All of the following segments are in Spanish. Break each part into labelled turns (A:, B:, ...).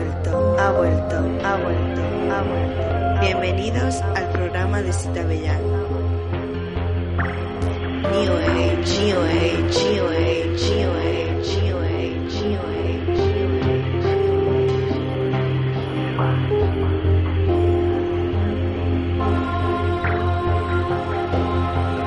A: ha vuelto, ha vuelto, ha vuelto. Bienvenidos al programa de Cita Bella. New Age, New Age, New Age, New Age, New Age, New eh. Age.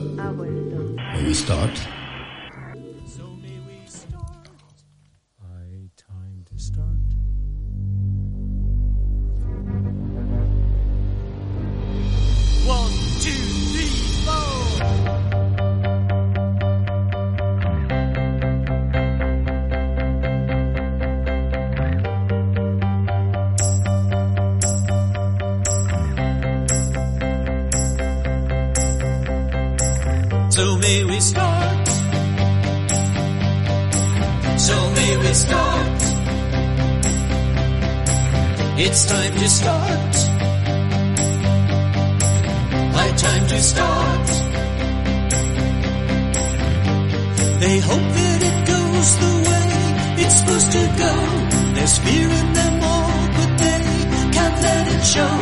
A: ha vuelto.
B: Will we start?
C: I time to start. One, two, three, four. So may we start. So may we start. It's time to start. High time to start. They hope that it goes the way it's supposed to go. There's fear in them all, but they can't let it show.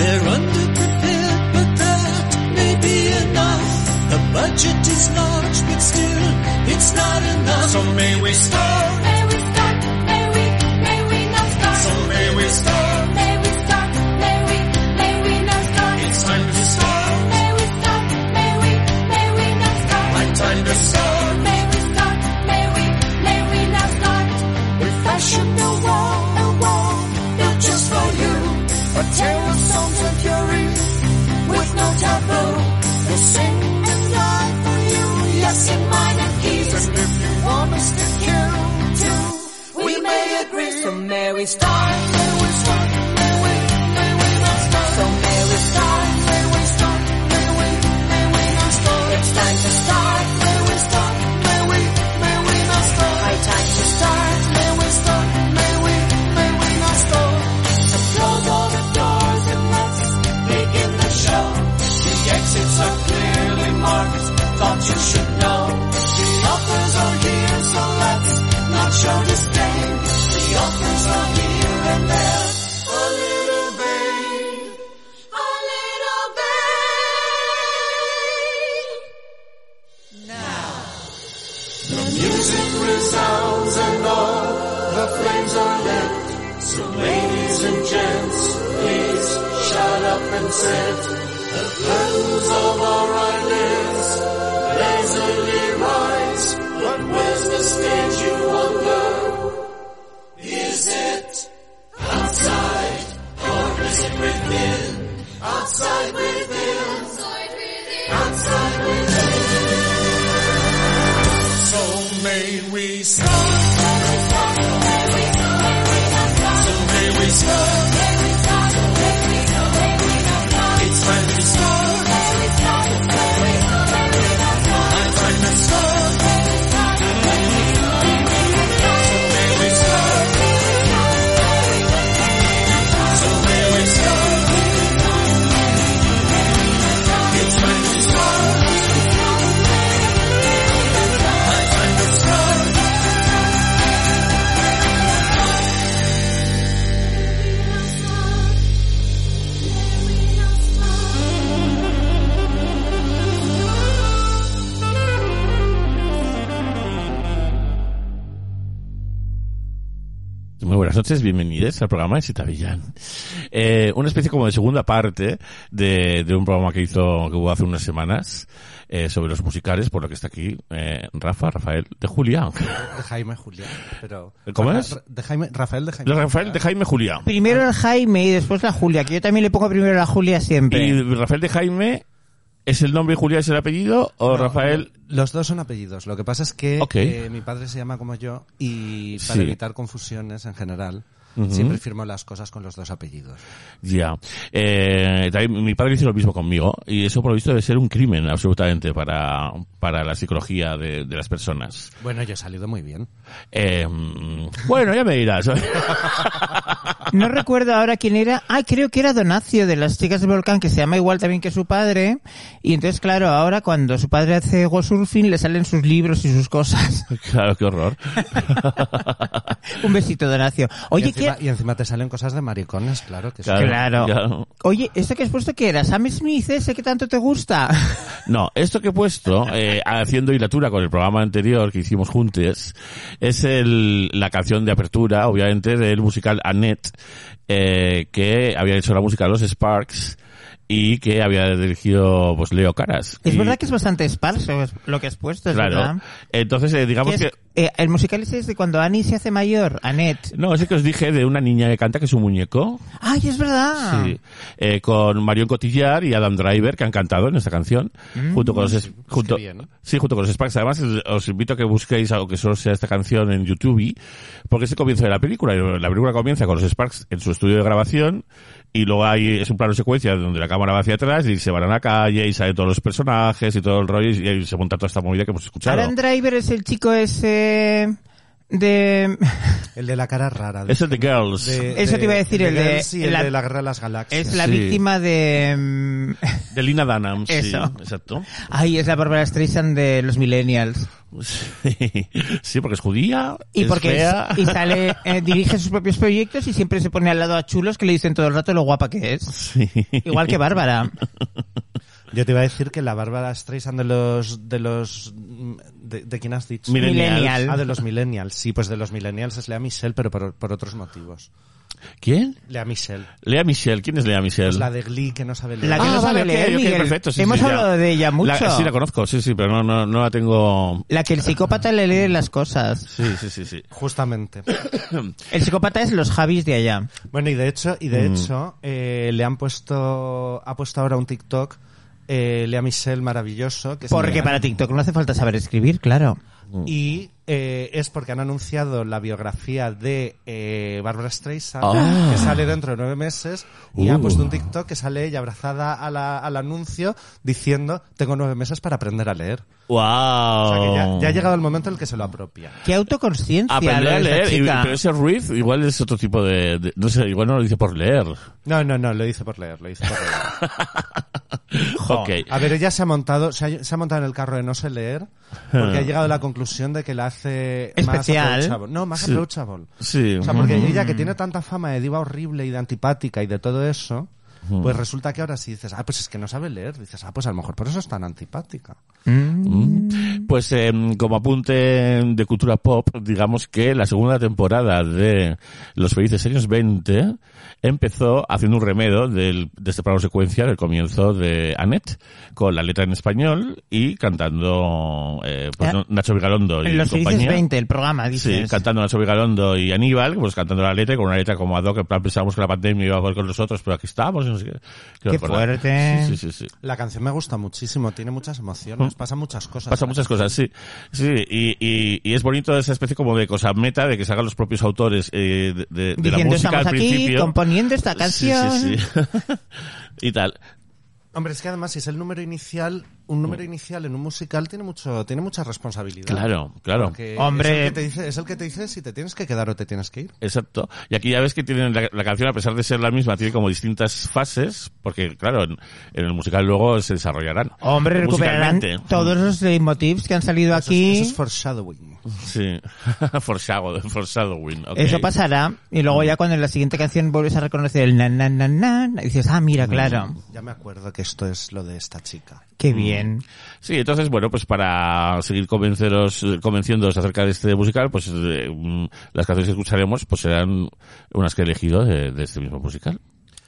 C: They're underprepared, but that may be enough. The budget is large, but still, it's not enough. So may we start.
D: May we start? May we? May we not start?
C: So may we start.
D: May we start? May we? May we not start?
C: It's time to start.
D: May we start? May we? May we not start?
C: High time to start.
D: May we start? May we? May we not start?
C: We fashion a wall, a wall, not just for you. A tale of songs and fury, with no taboo. We'll sing and die for you, yes, in minor keys. And if you want us to kill too, we may agree. So may we start, may we start, may we, may we not start. So may we start, may we start, may we, may we not start. It's time to start, may we start, may we, may we not start. High time to start, may we start, may we, may we not start. So close all the doors and let's begin the show. The exits are clearly marked, thought you should know. The offers are here, so let's not show disdain. The offers are here and there. A little vain, a little vain. The music resounds and all the flames are lit. So ladies and gents, please shut up and sit. The curtains of our eyelids lazily rise. But where's the stage you wonder? Is it outside or is it within? Outside within. Outside within. So may we start. So may we start. It's time to start. I'm time to start. So may we start.
B: buenas noches, bienvenidos al programa de Sitavillán. Eh, una especie como de segunda parte de, de un programa que hizo, que hubo hace unas semanas, eh, sobre los musicales, por lo que está aquí, eh, Rafa, Rafael, de Julián.
E: De Jaime Julián, pero...
B: ¿Cómo
E: Rafa-
B: es?
E: Ra- De Jaime, Rafael de Jaime.
B: De Rafael de Jaime Julián.
F: Primero el Jaime y después la Julia, que yo también le pongo primero la Julia siempre.
B: ¿Y Rafael de Jaime es el nombre y Julián es el apellido? ¿O
E: No,
B: Rafael?
E: Los dos son apellidos. Lo que pasa es que
B: Ok.
E: eh, mi padre se llama como yo y para
B: Sí.
E: evitar confusiones en general,
B: Ujú.
E: siempre firmo las cosas con los dos apellidos.
B: Ya. Eh, también mi padre hizo lo mismo conmigo y eso por lo visto debe ser un crimen absolutamente para, para la psicología de, de las personas.
E: Bueno, yo he salido muy bien.
B: Eh, mm, bueno, ya me dirás.
F: No recuerdo ahora quién era. Ah, creo que era Donacio de las chicas del volcán, que se llama igual también que su padre. Y entonces, claro, ahora cuando su padre hace go surfing le salen sus libros y sus cosas.
B: claro, qué horror.
F: Un besito, Donacio. Oye,
E: y, encima,
F: ¿qué...
E: y encima te salen cosas de maricones, claro que sí.
B: Claro, ya.
F: Claro. Oye, ¿esto que has puesto qué era? ¿Sam Smith ese que tanto te gusta?
B: No, esto que he puesto, eh, haciendo hilatura con el programa anterior que hicimos juntos, es el, la canción de apertura, obviamente, del musical Annette, eh, que había hecho la música de los Sparks y que había dirigido pues Leo Caras.
F: Es
B: Y-
F: verdad que es bastante esparso lo que has puesto, es verdad.
B: Claro. Entonces, eh, digamos
F: Que
B: que...
F: es- eh, el musical ese es de cuando Annie se hace mayor, Annette.
B: No, es el que os dije de una niña que canta que es un muñeco.
F: ¡Ay, es verdad!
B: Sí. Eh, con Marion Cotillar y Adam Driver, que han cantado en esta canción.
F: Mm,
B: junto con los, es-
F: pues
B: junto,
E: qué bien.
B: sí, junto con los Sparks. Además, es- os invito a que busquéis algo que solo sea esta canción en YouTube, porque es el comienzo de la película. Y La película comienza con los Sparks en su estudio de grabación, y luego hay, es un plano secuencia donde la cámara va hacia atrás, y se van a la calle, y salen todos los personajes, y todo el rollo, y, y se monta toda esta movida que hemos escuchado.
F: Alan Driver es el chico ese de...
E: El de la cara rara.
B: Es el de Girls.
E: de-
F: Eso te iba a decir, el de-
E: Girls y el
F: la-
E: de la guerra de las galaxias.
F: Es la
B: Sí.
F: víctima de... mm,
B: De Lina Dunham, sí,
F: Eso.
B: exacto.
F: Ay, es la Barbara Streisand de los millennials.
B: Sí, sí, porque es judía,
F: Y
B: es
F: porque es-
B: fea.
F: y sale, eh, dirige sus propios proyectos y siempre se pone al lado a chulos que le dicen todo el rato lo guapa que es.
B: Sí.
F: Igual que Bárbara.
E: Yo te iba a decir que la Bárbara Streisand de los... De los mm, ¿De, de quién has dicho?
B: Millennials.
F: Millennial.
E: Ah, de los millennials. Sí, pues de los millennials es Lea Michelle, pero por, por otros motivos.
B: ¿Quién?
E: Lea Michelle.
B: Lea Michelle. ¿Quién es Lea Michelle?
E: Es la de Glee que no sabe leer.
F: Pues La que
B: Ah,
F: no sabe
B: vale, ok,
F: leer,
B: ok,
F: Miguel.
B: perfecto, sí,
F: Hemos
B: sí, ya.
F: hablado de ella mucho.
B: La- sí, la conozco, sí, sí, pero no, no, no la tengo...
F: La que el psicópata le lee las cosas.
B: Sí, sí, sí, sí.
E: Justamente.
F: El psicópata es los Javis de allá.
E: Bueno, y de hecho, y de
B: Mm.
E: hecho eh, le han puesto... Ha puesto ahora un TikTok... Eh, Lea Michelle maravilloso. Que se
F: Porque
E: llama-
F: para TikTok no hace falta saber escribir, claro.
B: Mm.
E: Y eh, es porque han anunciado la biografía de eh, Barbara Streisand,
B: Ah.
E: que sale dentro de nueve meses, y
B: Uh.
E: han puesto un TikTok que sale ella abrazada a la- al anuncio diciendo, tengo nueve meses para aprender a leer.
B: ¡Wow!
E: O
B: Oh.
E: sea que ya, ya ha llegado el momento en el que se lo apropia.
F: Qué autoconsciencia.
B: Aprender
F: lo
B: a
F: de esta
B: leer, y-
F: chica.
B: pero ese Ruiz igual es otro tipo de, de- No sé, igual no lo dice por leer.
E: No, no, no, lo hice por leer, lo hice por leer.
B: ok.
E: A ver, ella se ha montado, se ha, se ha montado en el carro de no sé leer, porque ha llegado a la conclusión de que la hace
F: Especial.
E: más approachable. No, más
B: Sí.
E: approachable.
B: Sí.
E: O sea, porque ella que tiene tanta fama de diva horrible y de antipática y de todo eso, pues resulta que ahora sí dices, ah, pues es que no sabe leer, dices, ah, pues a lo mejor por eso es tan antipática.
B: Pues eh, como apunte de cultura pop, digamos que la segunda temporada de Los Felices Años 20 empezó haciendo un remedo del, de este plano secuencia del comienzo de Annette, con la letra en español y cantando eh, pues,
F: Ah.
B: no- Nacho Vigalondo y
F: En los felices
B: compañía.
F: 20, el programa,
B: Sí,
F: dices.
B: cantando Nacho Vigalondo y Aníbal, pues cantando la letra, y con una letra como ad hoc, en plan pensábamos que la pandemia iba a volver con nosotros, pero aquí estamos. y no sé qué Quiero
F: Qué
B: recordar.
F: fuerte.
B: Sí, sí, sí. sí.
E: La canción me gusta muchísimo, tiene muchas emociones, pasan muchas cosas.
B: Pasa muchas cosas, sí. Sí, y, y, y es bonito esa especie como de cosa meta de que salgan los propios autores eh, de- de, de la
F: Diciendo,
B: música
F: estamos
B: al
F: aquí
B: principio.
F: componiendo esta canción.
B: Sí, sí, sí. y tal.
E: Hombre, es que además si es el número inicial, un número inicial en un musical tiene mucho, tiene mucha responsabilidad.
B: Claro, claro.
E: Porque
F: Hombre.
E: Es el, que te dice, es el que te dice si te tienes que quedar o te tienes que ir.
B: Exacto. Y aquí ya ves que tienen la, la canción, a pesar de ser la misma, tiene como distintas fases, porque claro, en, en el musical luego se desarrollarán.
F: Hombre, recuperarán
B: Musicalmente.
F: todos los leitmotivs que han salido
E: Eso es-
F: aquí.
E: Eso es foreshadowing.
B: Sí. Foreshadow- foreshadowing. ok.
F: Eso pasará y luego ya cuando en la siguiente canción vuelves a reconocer el na na na na, na, dices, ah,
B: Mm.
F: mira, claro,
E: Ya me acuerdo que esto es lo de esta chica.
B: Mm.
F: qué bien.
B: Sí, entonces, bueno, pues para seguir convenceros, convenciéndoos acerca de este musical, pues eh, mm, las canciones que escucharemos pues serán unas que he elegido de, de este mismo musical.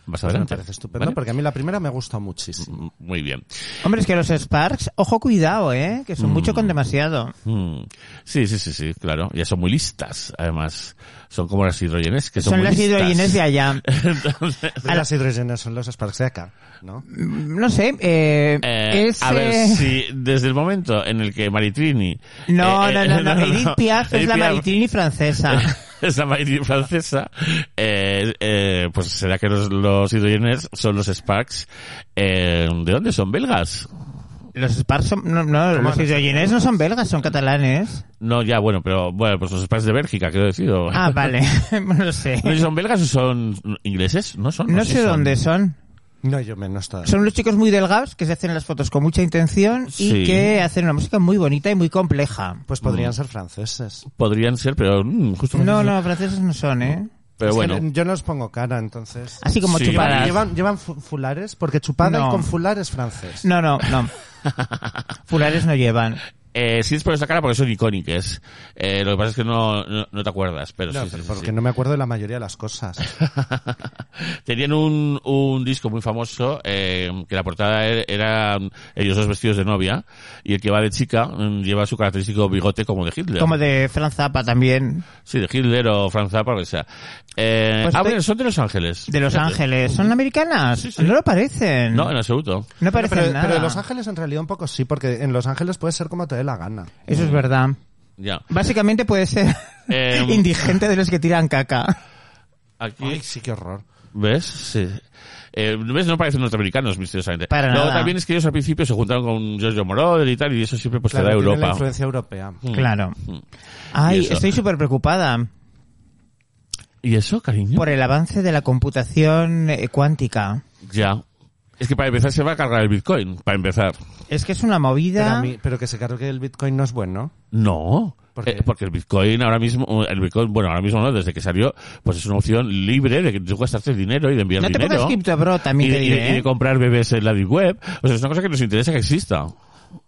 B: Más
E: Pues me
B: adelante.
E: parece estupendo
B: ¿Vale?
E: porque a mí la primera me gusta muchísimo.
B: Mm, Muy bien.
F: Hombre, es que los Sparks, ojo, cuidado, ¿eh? Que son mucho con demasiado.
B: Mm. Sí, sí, sí, sí, claro. Ya son muy listas, además. Son como las hidrogenes, que son,
F: Son
B: muy
F: las
B: listas.
F: hidrogenes de allá.
E: Pero las hidrogenas son los Sparks de acá, ¿no?
F: No sé, eh,
B: Eh,
F: es...
B: A ver
F: eh,
B: si desde el momento en el que Maritrini...
F: No,
B: eh,
F: no,
B: eh,
F: no, no, Edith Piaf es
B: Edith
F: la
B: Piaf-
F: Maritini francesa.
B: es la Maritrini francesa, eh, eh, pues será que los, los hidrogenes son los Sparks. Eh, ¿De dónde son? ¿Belgas?
F: Los Sparks son, no, no, los hidrogenes no son belgas, son catalanes.
B: No, ya, bueno, pero bueno, pues los Sparks de Bélgica, quiero decir. o-
F: Ah, vale, no lo sé.
B: No sé si son belgas o son ingleses, Pues ¿no? Son,
F: No sé dónde son.
E: No, yo menos todavía.
F: Son unos chicos muy delgados que se hacen las fotos con mucha intención y
B: Sí.
F: que hacen una música muy bonita y muy compleja.
E: Pues podrían ser franceses.
B: Podrían ser, pero mm, justo...
F: No, no, franceses no son, ¿eh?
B: Pero
E: Es que
B: bueno. Ah.
E: yo no os pongo cara, entonces.
F: Así como
B: Sí.
F: chupadas.
E: ¿Llevan, llevan fu- fulares? Porque chupada
F: No.
E: y con fular es francés.
F: No, no, no. Fulares no llevan.
B: Eh, sí es por esa cara porque son icónicas. Eh, lo que pasa es que no, no, no te acuerdas, pero
E: No,
B: sí,
E: pero
B: sí, sí,
E: porque
B: sí.
E: no me acuerdo de la mayoría de las cosas.
B: Tenían un, un disco muy famoso eh, que la portada e- era ellos dos vestidos de novia y el que va de chica mm, lleva su característico bigote como de Hitler.
F: Como de Franz Zappa también.
B: Sí, de Hitler o Franz Zappa, o lo que sea. Eh,
F: Pues
B: ah,
F: te-
B: bueno, son de Los Ángeles.
F: De Los Ángeles. ¿Son americanas?
B: Sí, sí.
F: No lo parecen.
B: No, en absoluto.
F: No
E: Pero,
F: parecen
E: pero
F: nada.
E: de Los Ángeles en realidad un poco sí, porque en Los Ángeles puede ser como te dé la gana.
F: Eso es verdad.
B: Ya.
F: Básicamente puede ser
B: Eh,
F: indigente de los que tiran caca.
B: Aquí,
E: Ay, sí, qué horror.
B: ¿Ves? Sí. Eh, ¿Ves? No parecen norteamericanos, misteriosamente.
F: Para
B: Luego
F: nada.
B: también es que ellos al principio se juntaron con Giorgio Moroder y tal, y eso siempre pues
E: Claro,
B: te da
E: tiene
B: Europa.
E: la influencia europea.
B: Mm.
F: Claro.
B: Mm. Y
F: Ay,
B: eso.
F: estoy súper preocupada
B: ¿Y eso, cariño?
F: por el avance de la computación eh, cuántica.
B: Ya. Es que para empezar se va a cargar el Bitcoin, para empezar.
F: Es que es una
E: Pero, a
F: movida.
E: mí- pero que se cargue el Bitcoin no es bueno.
B: No.
E: ¿Por qué?
B: Eh, porque el Bitcoin ahora mismo, eh, el Bitcoin, bueno, ahora mismo no, desde que salió, pues es una opción libre de que tú gastarte el dinero y de enviar
F: No te
B: dinero.
F: pongas cripto, bro,
B: y,
F: también
B: de,
F: te
B: y de-
F: diré.
B: y de
F: ¿eh?
B: comprar bebés en la deep web. O sea, es una cosa que nos interesa que exista.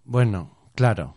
E: Bueno, claro.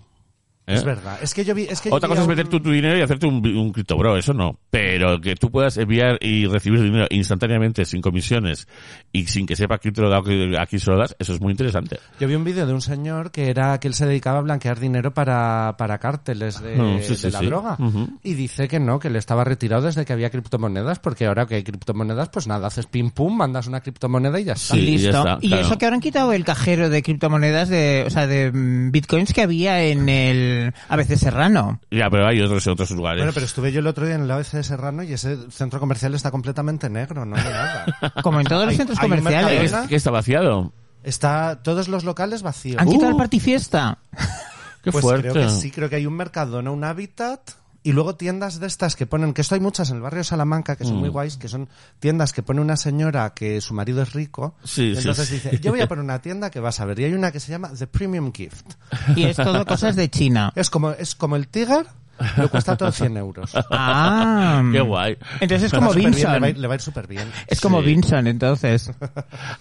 B: ¿eh?
E: Es verdad. Es que yo vi... Es que yo
B: Otra
E: vi
B: cosa
E: a
B: es
E: un-
B: meter tu, tu dinero y hacerte un, un cripto bro, eso no. Pero que tú puedas enviar y recibir dinero instantáneamente, sin comisiones y sin que sepa quién te lo da o que- a quién se lo das, eso es muy interesante.
E: Yo vi un vídeo de un señor que era que él se dedicaba a blanquear dinero para, para cárteles de,
B: Mm, sí,
E: de
B: sí,
E: la
B: sí.
E: droga.
B: Ujú.
E: Y dice que no, que le estaba retirado desde que había criptomonedas, porque ahora que hay criptomonedas, pues nada, haces pim pum, mandas una criptomoneda y ya está.
B: Sí,
F: Y Ah, listo.
B: ya está,
F: y
B: claro.
F: eso que ahora han quitado el cajero de criptomonedas, de, o sea, de mm, bitcoins que había en el ABC Serrano.
B: Ya, pero hay otros en otros lugares.
E: Bueno, pero estuve yo el otro día en el ABC de Serrano y ese centro comercial está completamente negro, no hay nada.
F: Como en todos los
E: Hay-
F: centros
E: hay un
F: comerciales.
E: Mercadona.
B: que está vaciado.
E: Está todos los locales vacíos.
F: Han quitado
B: Uh.
F: el partifiesta.
B: Qué
E: pues
B: fuerte.
E: creo que sí, creo que hay un Mercadona, un Habitat y luego tiendas de estas que ponen, que esto hay muchas en el barrio de Salamanca que son
B: Mm.
E: muy guays, que son tiendas que pone una señora que su marido es rico.
B: Sí,
E: y
B: sí,
E: entonces
B: sí.
E: dice, yo voy a poner una tienda que vas a ver. Y hay una que se llama The Premium Gift.
F: Y es todo cosas de China.
E: Es como, es como el Tiger, lo cuesta todo 100 euros.
F: Ah.
B: Qué guay.
F: Entonces es como
E: Está superbién, Le va, a ir-
F: Vinson.
E: le va a ir súper bien.
F: Es como
B: Sí.
F: Vinson, entonces.
B: A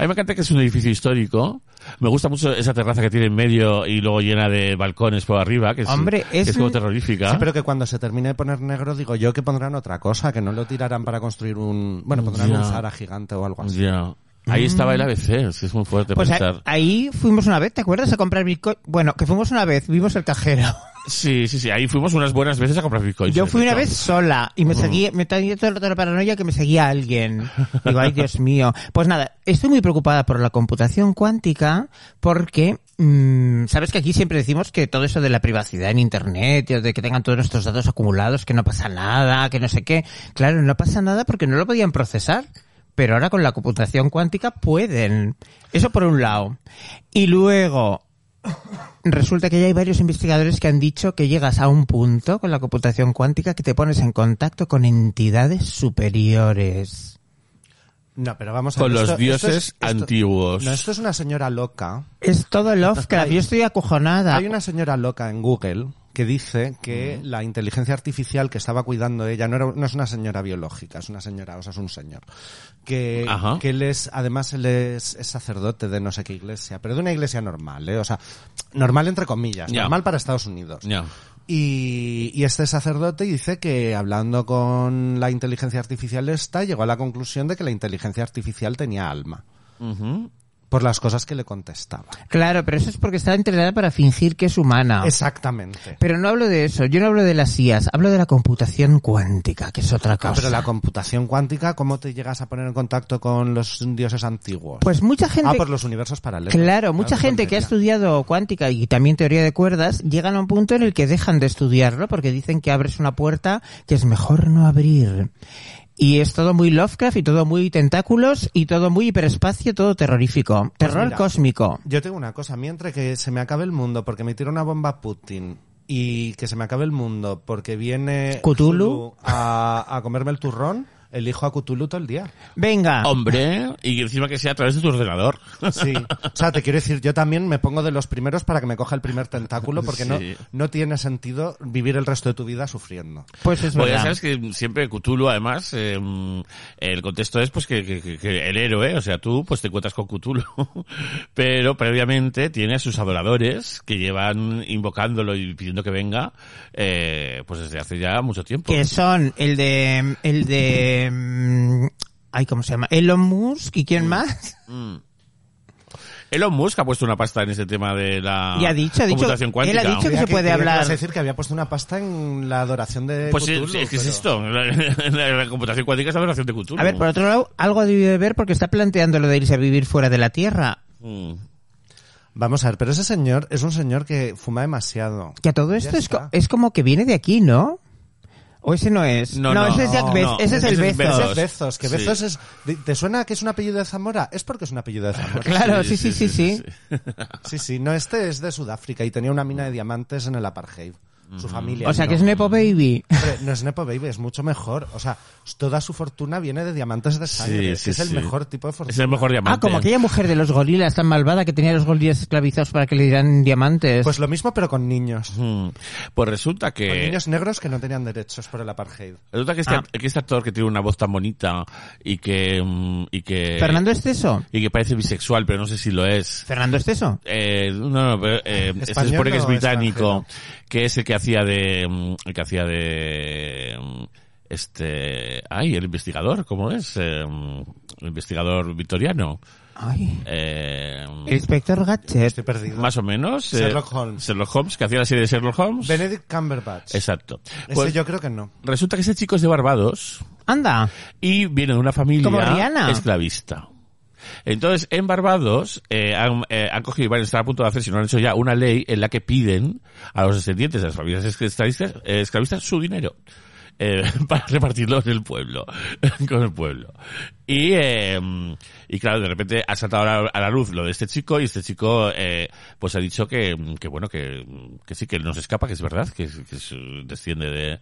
B: mí me encanta que es un edificio histórico. Me gusta mucho esa terraza que tiene en medio y luego llena de balcones por arriba, que es,
F: Hombre,
B: que
F: es-
B: como terrorífica.
E: Sí, pero que cuando se termine de poner negro, digo yo que pondrán otra cosa, que no lo tirarán para construir un... Bueno, pondrán
B: Ya.
E: un Zara gigante o algo así.
B: Ya. Ahí estaba el ABC, es que es muy fuerte
F: Pues
B: pensar.
F: a- ahí fuimos una vez, ¿te acuerdas? A comprar bitcoin. Bueno, que fuimos una vez, vimos el cajero.
B: Sí, sí, sí, ahí fuimos unas buenas veces a comprar bitcoins.
F: Yo
B: de
F: fui una
B: hecho.
F: vez sola y me seguí, me tenía todo el rato la paranoia que me seguía alguien. Digo, ay Dios mío. Pues nada, estoy muy preocupada por la computación cuántica porque, mm, sabes que aquí siempre decimos que todo eso de la privacidad en internet, y de que tengan todos nuestros datos acumulados, que no pasa nada, que no sé qué. Claro, no pasa nada porque no lo podían procesar. Pero ahora con la computación cuántica pueden. Eso por un lado. Y luego, Resulta que ya hay varios investigadores que han dicho que llegas a un punto con la computación cuántica que te pones en contacto con entidades superiores.
E: No, pero vamos a
B: Con
E: ver,
B: los
E: esto- esto
B: dioses
E: es- esto-
B: antiguos.
E: No, esto es una señora loca.
F: Es todo Lovecraft, yo estoy acojonada.
E: Hay una señora loca en Google que dice que
B: Mm.
E: la inteligencia artificial que estaba cuidando ella no, era, no es una señora biológica, es una señora, o sea, es un señor. Que,
B: Ajá.
E: que él es, además, él es, es sacerdote de no sé qué iglesia, pero de una iglesia normal, ¿eh? O sea, normal entre comillas,
B: Ya.
E: normal para Estados Unidos.
B: Ya.
E: Y, y este sacerdote dice que hablando con la inteligencia artificial esta, llegó a la conclusión de que la inteligencia artificial tenía alma. Por las cosas que le contestaba.
F: Claro, pero eso es porque está entrenada para fingir que es
B: Ah.
F: humana.
E: Exactamente.
F: Pero no hablo de eso, yo no hablo de las IAS, hablo de la computación cuántica, que es otra
E: Ah,
F: cosa.
E: Pero la computación cuántica, ¿cómo te llegas a poner en contacto con los dioses antiguos?
F: Pues mucha gente...
E: ah, por los universos paralelos.
F: Claro, mucha
E: qué
F: gente que ha
E: tontería.
F: estudiado cuántica y también teoría de cuerdas llegan a un punto en el que dejan de estudiarlo porque dicen que abres una puerta que es mejor no abrir. Y es todo muy Lovecraft y todo muy tentáculos y todo muy hiperespacio, todo terrorífico. Terror
E: mira.
F: cósmico.
E: Yo tengo una cosa, mientras que se me acabe el mundo porque me tira una bomba Putin y que se me acabe el mundo porque viene
F: Cthulhu.
E: a, a comerme el turrón, elijo a Cthulhu todo el día.
F: Venga.
B: Hombre, y encima que sea a través de tu ordenador.
E: Sí. O sea, te quiero decir, yo también me pongo de los primeros para que me coja el primer tentáculo porque no,
B: Sí.
E: no tiene sentido vivir el resto de tu vida sufriendo.
F: Pues es
B: Porque ya
F: verdad.
B: sabes que siempre Cthulhu, además, eh, el contexto es pues que, que- que- que el héroe, o sea, tú pues te encuentras con Cthulhu, pero previamente tiene a sus adoradores que llevan invocándolo y pidiendo que venga, eh, pues desde hace ya mucho tiempo.
F: Que son el de... El de... mm, Ay, ¿cómo se llama? Elon Musk y quién más.
B: Elon Musk ha puesto una pasta en ese tema de la
F: Y ha dicho, ha dicho-
B: computación cuántica.
F: él ha dicho que- se puede
E: creía
F: hablar.
E: ibas a decir que había puesto una pasta en la adoración de
B: pues sí,
E: Cthulhu,
B: sí, es que es
E: pero-
B: esto, la, la- la computación cuántica es la adoración de Cthulhu.
F: A ver, por otro lado, algo ha debido de ver porque está planteando lo de irse a vivir fuera de la Tierra.
B: Mm.
E: Vamos a ver, pero ese señor es un señor que fuma demasiado.
F: Que a todo
E: Ya
F: esto es, co-
E: está.
F: es como que viene de aquí, ¿no? ¿O ese no es?
B: No, no,
F: ese es Jack
B: no,
F: Bez-
B: no.
F: ese es el
B: Ese es
F: Bezos.
B: Bezos.
E: Es Bezos, que
B: Sí.
E: Bezos es... di- ¿Te suena que es un apellido de Zamora? Es porque es un apellido de Zamora.
F: Claro, sí, sí, sí, sí.
E: Sí, sí, no, este es de Sudáfrica y tenía una mina de diamantes en el apartheid.
B: Mm.
E: Su familia.
F: O sea,
E: no.
F: que es Nepo Baby.
E: Hombre, no es Nepo Baby, es mucho mejor. O sea, toda su fortuna viene de diamantes de sangre.
B: Sí,
E: que
B: sí,
E: es el
B: sí.
E: mejor tipo de fortuna.
B: Es el mejor diamante.
F: Ah, como aquella mujer de los gorilas tan malvada que tenía los gorilas esclavizados para que le dieran diamantes.
E: Pues lo mismo, pero con niños.
B: Mm. Pues resulta que...
E: Con niños negros que no tenían derechos por el apartheid.
B: Resulta que este,
F: Ah.
B: que este actor que tiene una voz tan bonita y que, mm, y que,
F: Eh. Fernando Esteso.
B: y que parece bisexual, pero no sé si lo es.
F: Fernando Esteso.
B: Eh, no, no, pero, eh, se
E: ¿Español
B: supone que es
E: o
B: británico,
E: extranjero?
B: que es el que hacía de, mm, el que hacía de, mm, este, ay, el investigador, ¿cómo es? Eh, mm, el investigador victoriano.
F: Ay.
B: Eh,
F: El inspector Gadget.
E: Estoy perdido.
B: más o menos. eh,
E: Sherlock Holmes.
B: Sherlock Holmes, que hacía la serie de Sherlock Holmes.
E: Benedict Cumberbatch.
B: Exacto.
E: Ese
B: Pues,
E: yo creo que no.
B: Resulta que ese chico es de Barbados.
F: Anda.
B: y viene de una
F: Como
B: familia
F: Rihanna.
B: esclavista. Entonces, en Barbados eh, han, eh, han cogido y van a estar a punto de hacer, si no han hecho ya, una ley en la que piden a los descendientes de las familias esclavistas, eh, esclavistas su dinero. eh, para repartirlo en el pueblo, con el pueblo. Y, eh, y claro, de repente ha saltado a la, a la luz lo de este chico y este chico, eh, pues ha dicho que, que bueno, que, que sí, que no se escapa, que es verdad, que, que es- desciende de,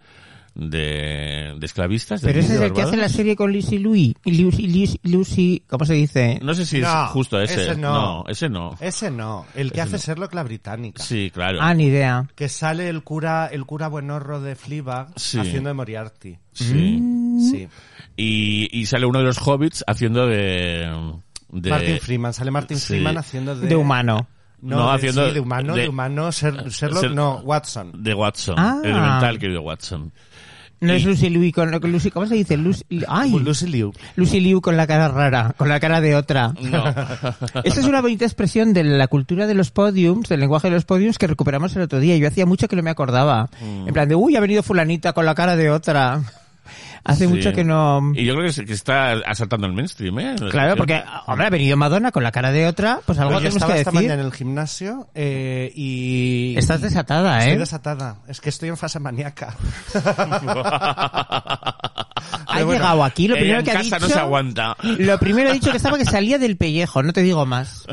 B: de, de esclavistas. de
F: Pero ese
B: de
F: es el que
B: Barbados.
F: hace la serie con Lucy Louis. Lucy, Lucy, Lucy- ¿cómo se dice?
B: No sé si es
E: No,
B: justo ese.
E: ese
B: no.
E: no.
B: ese no.
E: Ese no. El que
B: Ese
E: hace
B: no.
E: Sherlock la británica.
B: Sí, claro.
F: Ah, ni idea.
E: Que sale el cura, el cura buenorro de Fleabag
B: Sí.
E: haciendo de Moriarty. Mm.
B: Sí.
E: Sí.
B: Y, y sale uno de los hobbits haciendo de. de
E: Martin Freeman, sale Martin
B: sí.
E: Freeman haciendo de...
F: De humano.
E: No,
B: No,
E: de-
B: haciendo
E: sí, de humano,
B: de-
E: de, humano, Sher- Sherlock,
B: Ser-
E: no, Watson.
B: de Watson.
F: Ah.
B: El mental querido Watson.
F: No es
B: Y-
F: Lucy Liu con Lucy, ¿cómo se dice? Lucy, ay,
E: Lucy Liu.
F: Lucy Liu con la cara rara, con la cara de otra.
B: No.
F: Esta es una bonita expresión de la cultura de los podiums, del lenguaje de los podiums que recuperamos el otro día. Yo hacía mucho que no me acordaba.
B: Mm.
F: En plan de, uy, ha venido fulanita con la cara de otra. Hace
B: Sí.
F: mucho que no...
B: Y yo creo que, se- que está asaltando el mainstream, ¿eh?
F: Claro, porque, hombre, ha venido Madonna con la cara de otra, pues algo
E: Pero yo
F: tenemos
E: estaba
F: que
E: esta mañana en
F: decir.
E: el gimnasio eh, y...
F: Estás desatada,
E: Estoy
F: ¿eh?
E: desatada. Es que estoy en fase maníaca.
F: Ha llegado aquí, lo
B: Ella
F: primero
B: en
F: que ha
B: casa no
F: dicho-
B: se aguanta.
F: Lo primero he dicho que estaba que salía del pellejo, no te digo más.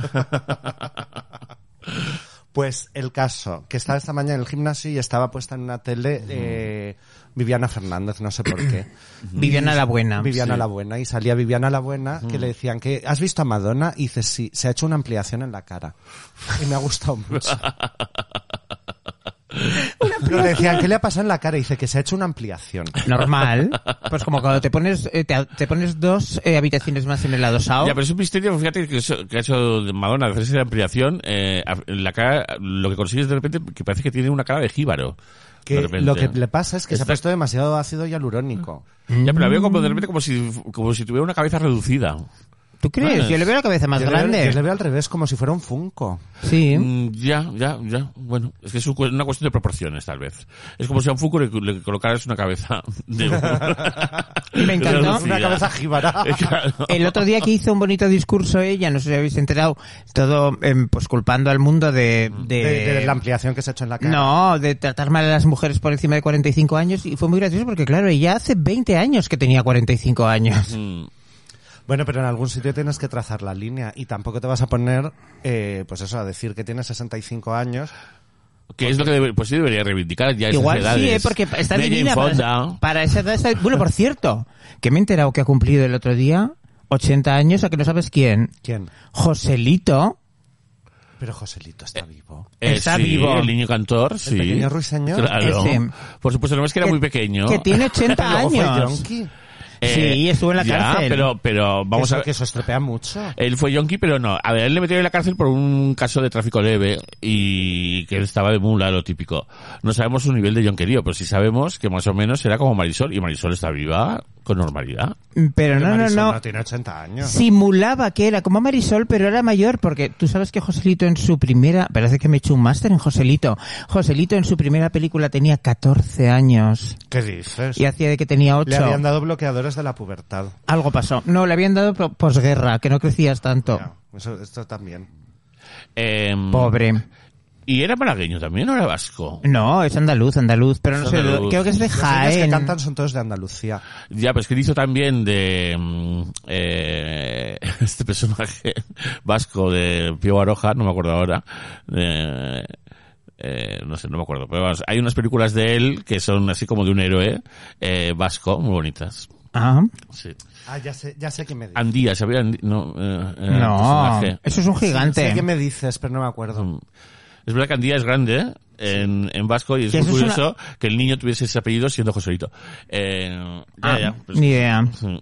E: Pues el caso, que estaba esta mañana en el gimnasio y estaba puesta en una tele eh, Viviana Fernández, no sé por qué.
B: Mm.
F: Viviana la buena.
E: Viviana la Buena. Y salía Viviana la Buena, que le decían que, ¿has visto a Madonna? Y dice, sí, se ha hecho una ampliación en la cara. Y me ha gustado mucho.
F: Una
E: Pero le decían, ¿qué le ha pasado en la cara? Y dice que se ha hecho una ampliación.
F: Normal. Pues como cuando te pones, eh, te, te pones dos eh, habitaciones más en el adosado.
B: Ya, pero es un misterio, fíjate, que, eso- que ha hecho Madonna, de hacerse la ampliación, eh, a- la cara, lo que consigues de repente, que parece que tiene una cara de jíbaro.
E: Que
B: de repente.
E: lo que le pasa es que se ha
B: Está-
E: puesto demasiado ácido hialurónico.
B: Ya, pero la veo
E: Mm.
B: como de repente como si, como si tuviera una cabeza reducida.
F: ¿Tú crees?
B: Bueno,
F: Yo le veo la cabeza más
E: Yo le veo-
F: grande.
E: yo le veo al revés, como si fuera un Funko.
F: Sí.
B: Mm, Ya, ya, ya. Bueno, es que es un cu- una cuestión de proporciones, tal vez. Es como si a un Funko le, le colocaras una cabeza de
F: Me encantó.
B: reducida.
E: Una cabeza jíbara.
B: Eh, claro.
F: El otro día que hizo un bonito discurso ella, no sé si habéis enterado, todo em, pues culpando al mundo de... de-
E: De, de la ampliación que se ha hecho en la cara.
F: eh, no, de tratar mal a las mujeres por encima de 45 años. Y fue muy gracioso porque, claro, ella hace 20 años que tenía 45 años.
B: Mm,
E: Bueno, pero en algún sitio tienes que trazar la línea y tampoco te vas a poner, eh, pues eso, a decir que tienes 65 años.
B: Que es lo que debe- pues sí debería reivindicar ya esas
F: Igual sí,
B: edades.
F: ¿eh? porque está
B: Jane
F: divina. Para,
B: Fonda.
F: para esa edad está- Bueno, por cierto, que me he enterado que ha cumplido el otro día 80 años, a que no sabes quién.
E: ¿Quién?
F: Joselito.
E: Pero Joselito está vivo.
B: Eh,
F: Está
B: sí,
F: vivo.
B: El niño cantor, sí.
E: pequeño ruiseñor.
B: Claro.
F: Ese.
B: Por supuesto, no es que era
F: Que-
B: muy pequeño. Eh,
F: Que tiene 80
E: Luego fue
F: años.
E: yonki.
F: Sí, estuvo en la
B: ya,
F: cárcel.
B: pero, pero vamos
E: Eso-
B: a ver. Eh,
E: Que eso estropea mucho.
B: Él fue yonki, pero no. A ver, él le metieron en la cárcel por un caso de tráfico leve y que él estaba de mula, lo típico. No sabemos su nivel de yonquerío, pero sí sabemos que más o menos era como Marisol y Marisol está viva con normalidad.
F: Pero no, no,
E: Marisol
F: no.
E: no tiene 80 años.
F: Simulaba que era como Marisol, pero era mayor, porque tú sabes que Joselito en su primera, parece que me he hecho un máster en Joselito. Joselito en su primera película tenía 14 años
E: ¿Qué dices?
F: y hacía de que tenía 8.
E: Le habían dado bloqueadores de la pubertad.
F: Algo pasó. No, le habían dado po- posguerra, que no crecías tanto.
E: Ya, eso, esto también.
B: Eh,
F: Pobre.
B: Y era malagueño también, ¿o era vasco?
F: No, es andaluz, andaluz, pero no
B: Es
F: sé,
B: andaluz.
F: creo que es de
E: Los niños que
F: Jaén.
E: cantan son todos de Andalucía.
B: Ya, pues que él hizo también de mm, eh, este personaje vasco de Pío Aroja, no me acuerdo ahora. eh, eh, no sé, no me acuerdo. Pero vamos, hay unas películas de él que son así como de un héroe eh, vasco, muy bonitas.
F: Ah,
B: Sí.
E: Ah, ya sé, ya sé qué me dices.
B: Andía, ¿sabía? Andi- No, eh, eh,
F: no,
B: personaje.
F: eso es un
E: Sé
F: gigante. Mm.
E: qué me dices, pero no me acuerdo.
B: Es verdad que Andía es grande ¿eh? en, en vasco y es
F: Que
B: muy
F: eso es
B: curioso que el niño tuviese ese apellido siendo Joselito. Eh, ya,
F: Ah,
B: ya, pues-
F: Ni idea.
B: Sí.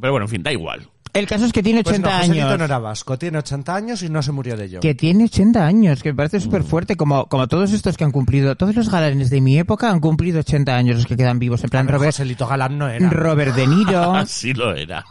B: Pero bueno, en fin, da igual.
F: El caso es que tiene 80
E: Pues no, Joselito
F: años.
E: no era vasco, tiene 80 años y no se murió de yo.
F: Que tiene 80 años, que me parece súper fuerte, como, como todos estos que han cumplido, todos los galanes de mi época han cumplido 80 años, los que quedan vivos, en plan Robert,
E: Joselito Galán no era.
F: Robert De Niro,
B: Así lo era.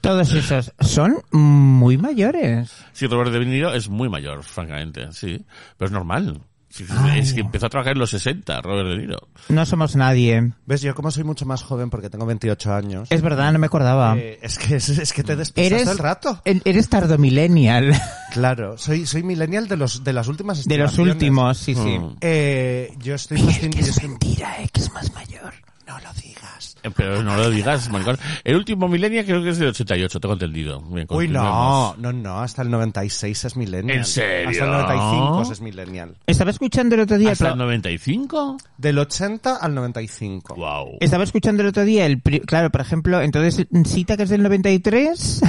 F: todos esos son muy mayores.
B: Sí, Robert De Niro es muy mayor, francamente, sí. Pero es normal. Sí, sí, es que empezó a trabajar en los 60, Robert De Niro.
F: No somos nadie.
E: ¿Ves? Yo como soy mucho más joven porque tengo 28 años.
F: Es verdad, no me acordaba.
E: eh, es, que, es, es que te despistas
F: eres
E: todo el rato.
F: el- Eres tardo millennial,
E: Claro, soy, soy millennial de, los, de las últimas
F: de los
E: estimaciones.
F: últimos, sí, sí.
B: Mm.
E: Eh, yo estoy... más tin- yo estoy-
F: mentira, eh, que es más mayor. No lo digas.
B: Eh, Pero no lo digas, maricón. El último milenio creo que es del 88, tengo entendido. Bien,
E: Uy, no,
B: continuemos.
E: no, no, hasta el 96 es millennial.
B: ¿En serio?
E: Hasta el 95 es millennial.
F: Estaba escuchando el otro día...
B: ¿Hasta
F: el
B: el
F: pro-
B: 95?
E: Del 80 al 95.
B: Wow.
F: Estaba escuchando el otro día, el pri- claro, por ejemplo, entonces Cita, que es del 93,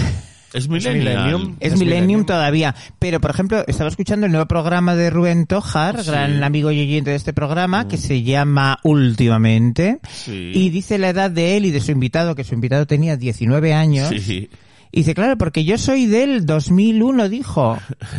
B: Es millennium.
E: millennium.
F: Es,
E: Es
F: Millennium,
E: Millennium.
F: todavía. Pero, por ejemplo, estaba escuchando el nuevo programa de Rubén Tojar, gran amigo y oyente de este programa, que se llama Últimamente.
B: Mm. Sí.
F: Y dice la edad de él y de su invitado, que su invitado tenía 19 años.
B: Sí.
F: Y dice, claro, porque yo soy del 2001, dijo.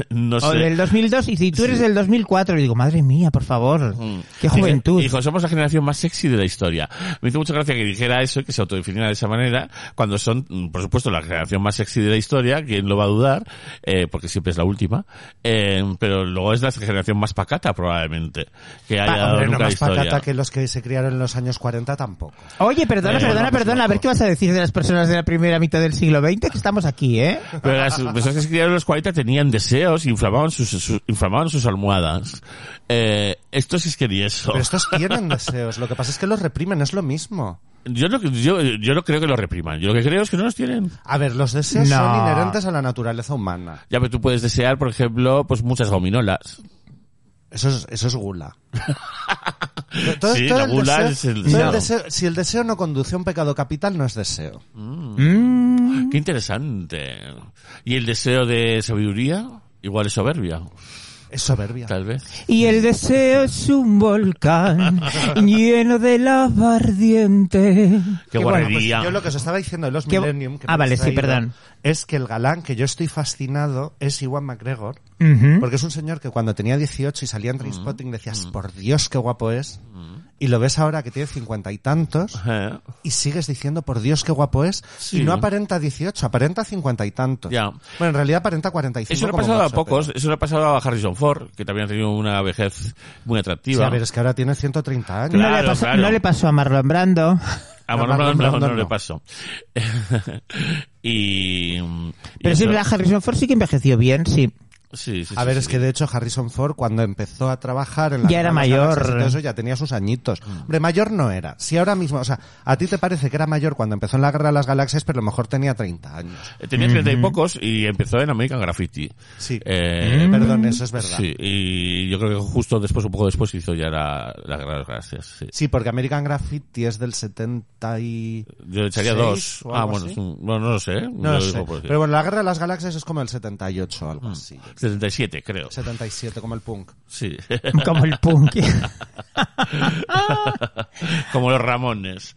B: No sé.
F: O del 2002. Y si tú eres del 2004. Y digo, madre mía, por favor. Qué
B: Dije,
F: juventud.
B: Mm. Hijo, somos la generación más sexy de la historia. Me hizo mucha gracia que dijera eso, y que se autodefiniera de esa manera, cuando son, mm, por supuesto, la generación más sexy de la historia, quién lo va a dudar, eh, porque siempre es la última, eh, pero luego es la generación más pacata, probablemente, que haya dado
E: Ah, Hombre, no
B: nunca la
E: más
B: historia.
E: patata que los que se criaron en los años 40 tampoco.
F: Oye, perdona,
B: Eh,
F: perdona,
B: vamos,
F: perdona. A ver qué vas a decir de las personas de la primera mitad del siglo XX, que estamos aquí, ¿eh?
B: Pero las personas que se criaron en los 40 tenían deseos y inflamaban sus, sus- inflamaban sus almohadas. Eh, esto sí es que ni eso.
E: Pero estos tienen deseos, lo que pasa es que los reprimen, es lo mismo.
B: Yo, no, yo, yo no creo que lo repriman. Yo lo que creo es que no los tienen.
E: A ver, los deseos son
F: No.
E: inherentes a la naturaleza humana.
B: Ya, pero tú puedes desear, por ejemplo, pues muchas gominolas.
E: Eso es, eso es gula. Todo-
B: Sí,
E: todo
B: la
E: el
B: gula
E: deseo-
B: es el
E: todo
B: deseo.
E: el deseo- Si el deseo no conduce a un pecado capital, no es deseo.
F: Mm.
B: Qué interesante. ¿Y el deseo de sabiduría? Igual es soberbia.
E: Es soberbia.
B: Tal vez.
F: Y el deseo es un volcán lleno de lava ardiente.
B: Qué
E: Que, bueno,
B: guarrería.
E: pues yo lo que os estaba diciendo de los
F: Qué-
E: Millennium. que
F: Ah,
E: me
F: vale,
E: has
F: sí,
E: traído,
F: perdón.
E: Es que el galán que yo estoy fascinado es Iwan McGregor.
F: Ujú.
E: Porque es un señor que cuando tenía 18 y salía en
B: ¿Mm?
E: Trainspotting decías, por Dios, qué guapo es. Y lo ves ahora que tiene cincuenta y tantos
B: Eh,
E: y sigues diciendo, por Dios, qué guapo es.
B: Sí.
E: Y no aparenta 18, aparenta cincuenta y tantos.
B: Ya.
E: Bueno, en realidad aparenta 45.
B: Eso le ha
E: como
B: pasado a
E: mucho,
B: pocos.
E: pero-
B: Eso le ha pasado a Harrison Ford, que también ha tenido una vejez muy
E: Sí,
B: atractiva.
E: a ver, es que ahora tiene 130 años.
F: No,
B: Claro,
F: le pasó,
B: claro.
F: no le pasó a Marlon Brando.
B: A
E: A
B: Marlon
E: Marlon
B: Brando no,
E: Brando
B: le
E: no.
B: pasó. y. y
F: Pero sí,
B: eso-
F: la Harrison Ford sí que envejeció bien, sí.
B: sí, sí,
E: A
B: sí,
E: ver,
B: sí.
E: es que de hecho Harrison Ford cuando empezó a trabajar en la
F: Ya era
E: Guerra de las
F: mayor.
E: Galaxias y todo eso ya tenía sus añitos. Hombre, mayor no era. Si ahora mismo, o sea, a ti te parece que era mayor cuando empezó en la Guerra de las Galaxias, pero a lo mejor tenía 30 años.
B: Tenía treinta y pocos y empezó en American Graffiti.
E: Sí. Mm.
B: Eh,
E: Perdón, eso es verdad.
B: Sí, y yo creo que justo después, un poco después, hizo ya la, la Guerra de las Galaxias. Sí.
E: Sí, porque American Graffiti es del 70 y...
B: Yo echaría
E: ¿Seis
B: dos.
E: o
B: Ah,
E: algo
B: bueno,
E: así?
B: es un- bueno, no lo sé.
E: No
B: lo
E: lo
B: digo
E: sé.
B: por decir.
E: Pero bueno, la Guerra de las Galaxias es como el 78 o algo así.
B: 77, creo.
E: 77, como el punk.
B: Sí.
F: Como el punk.
B: Como los Ramones.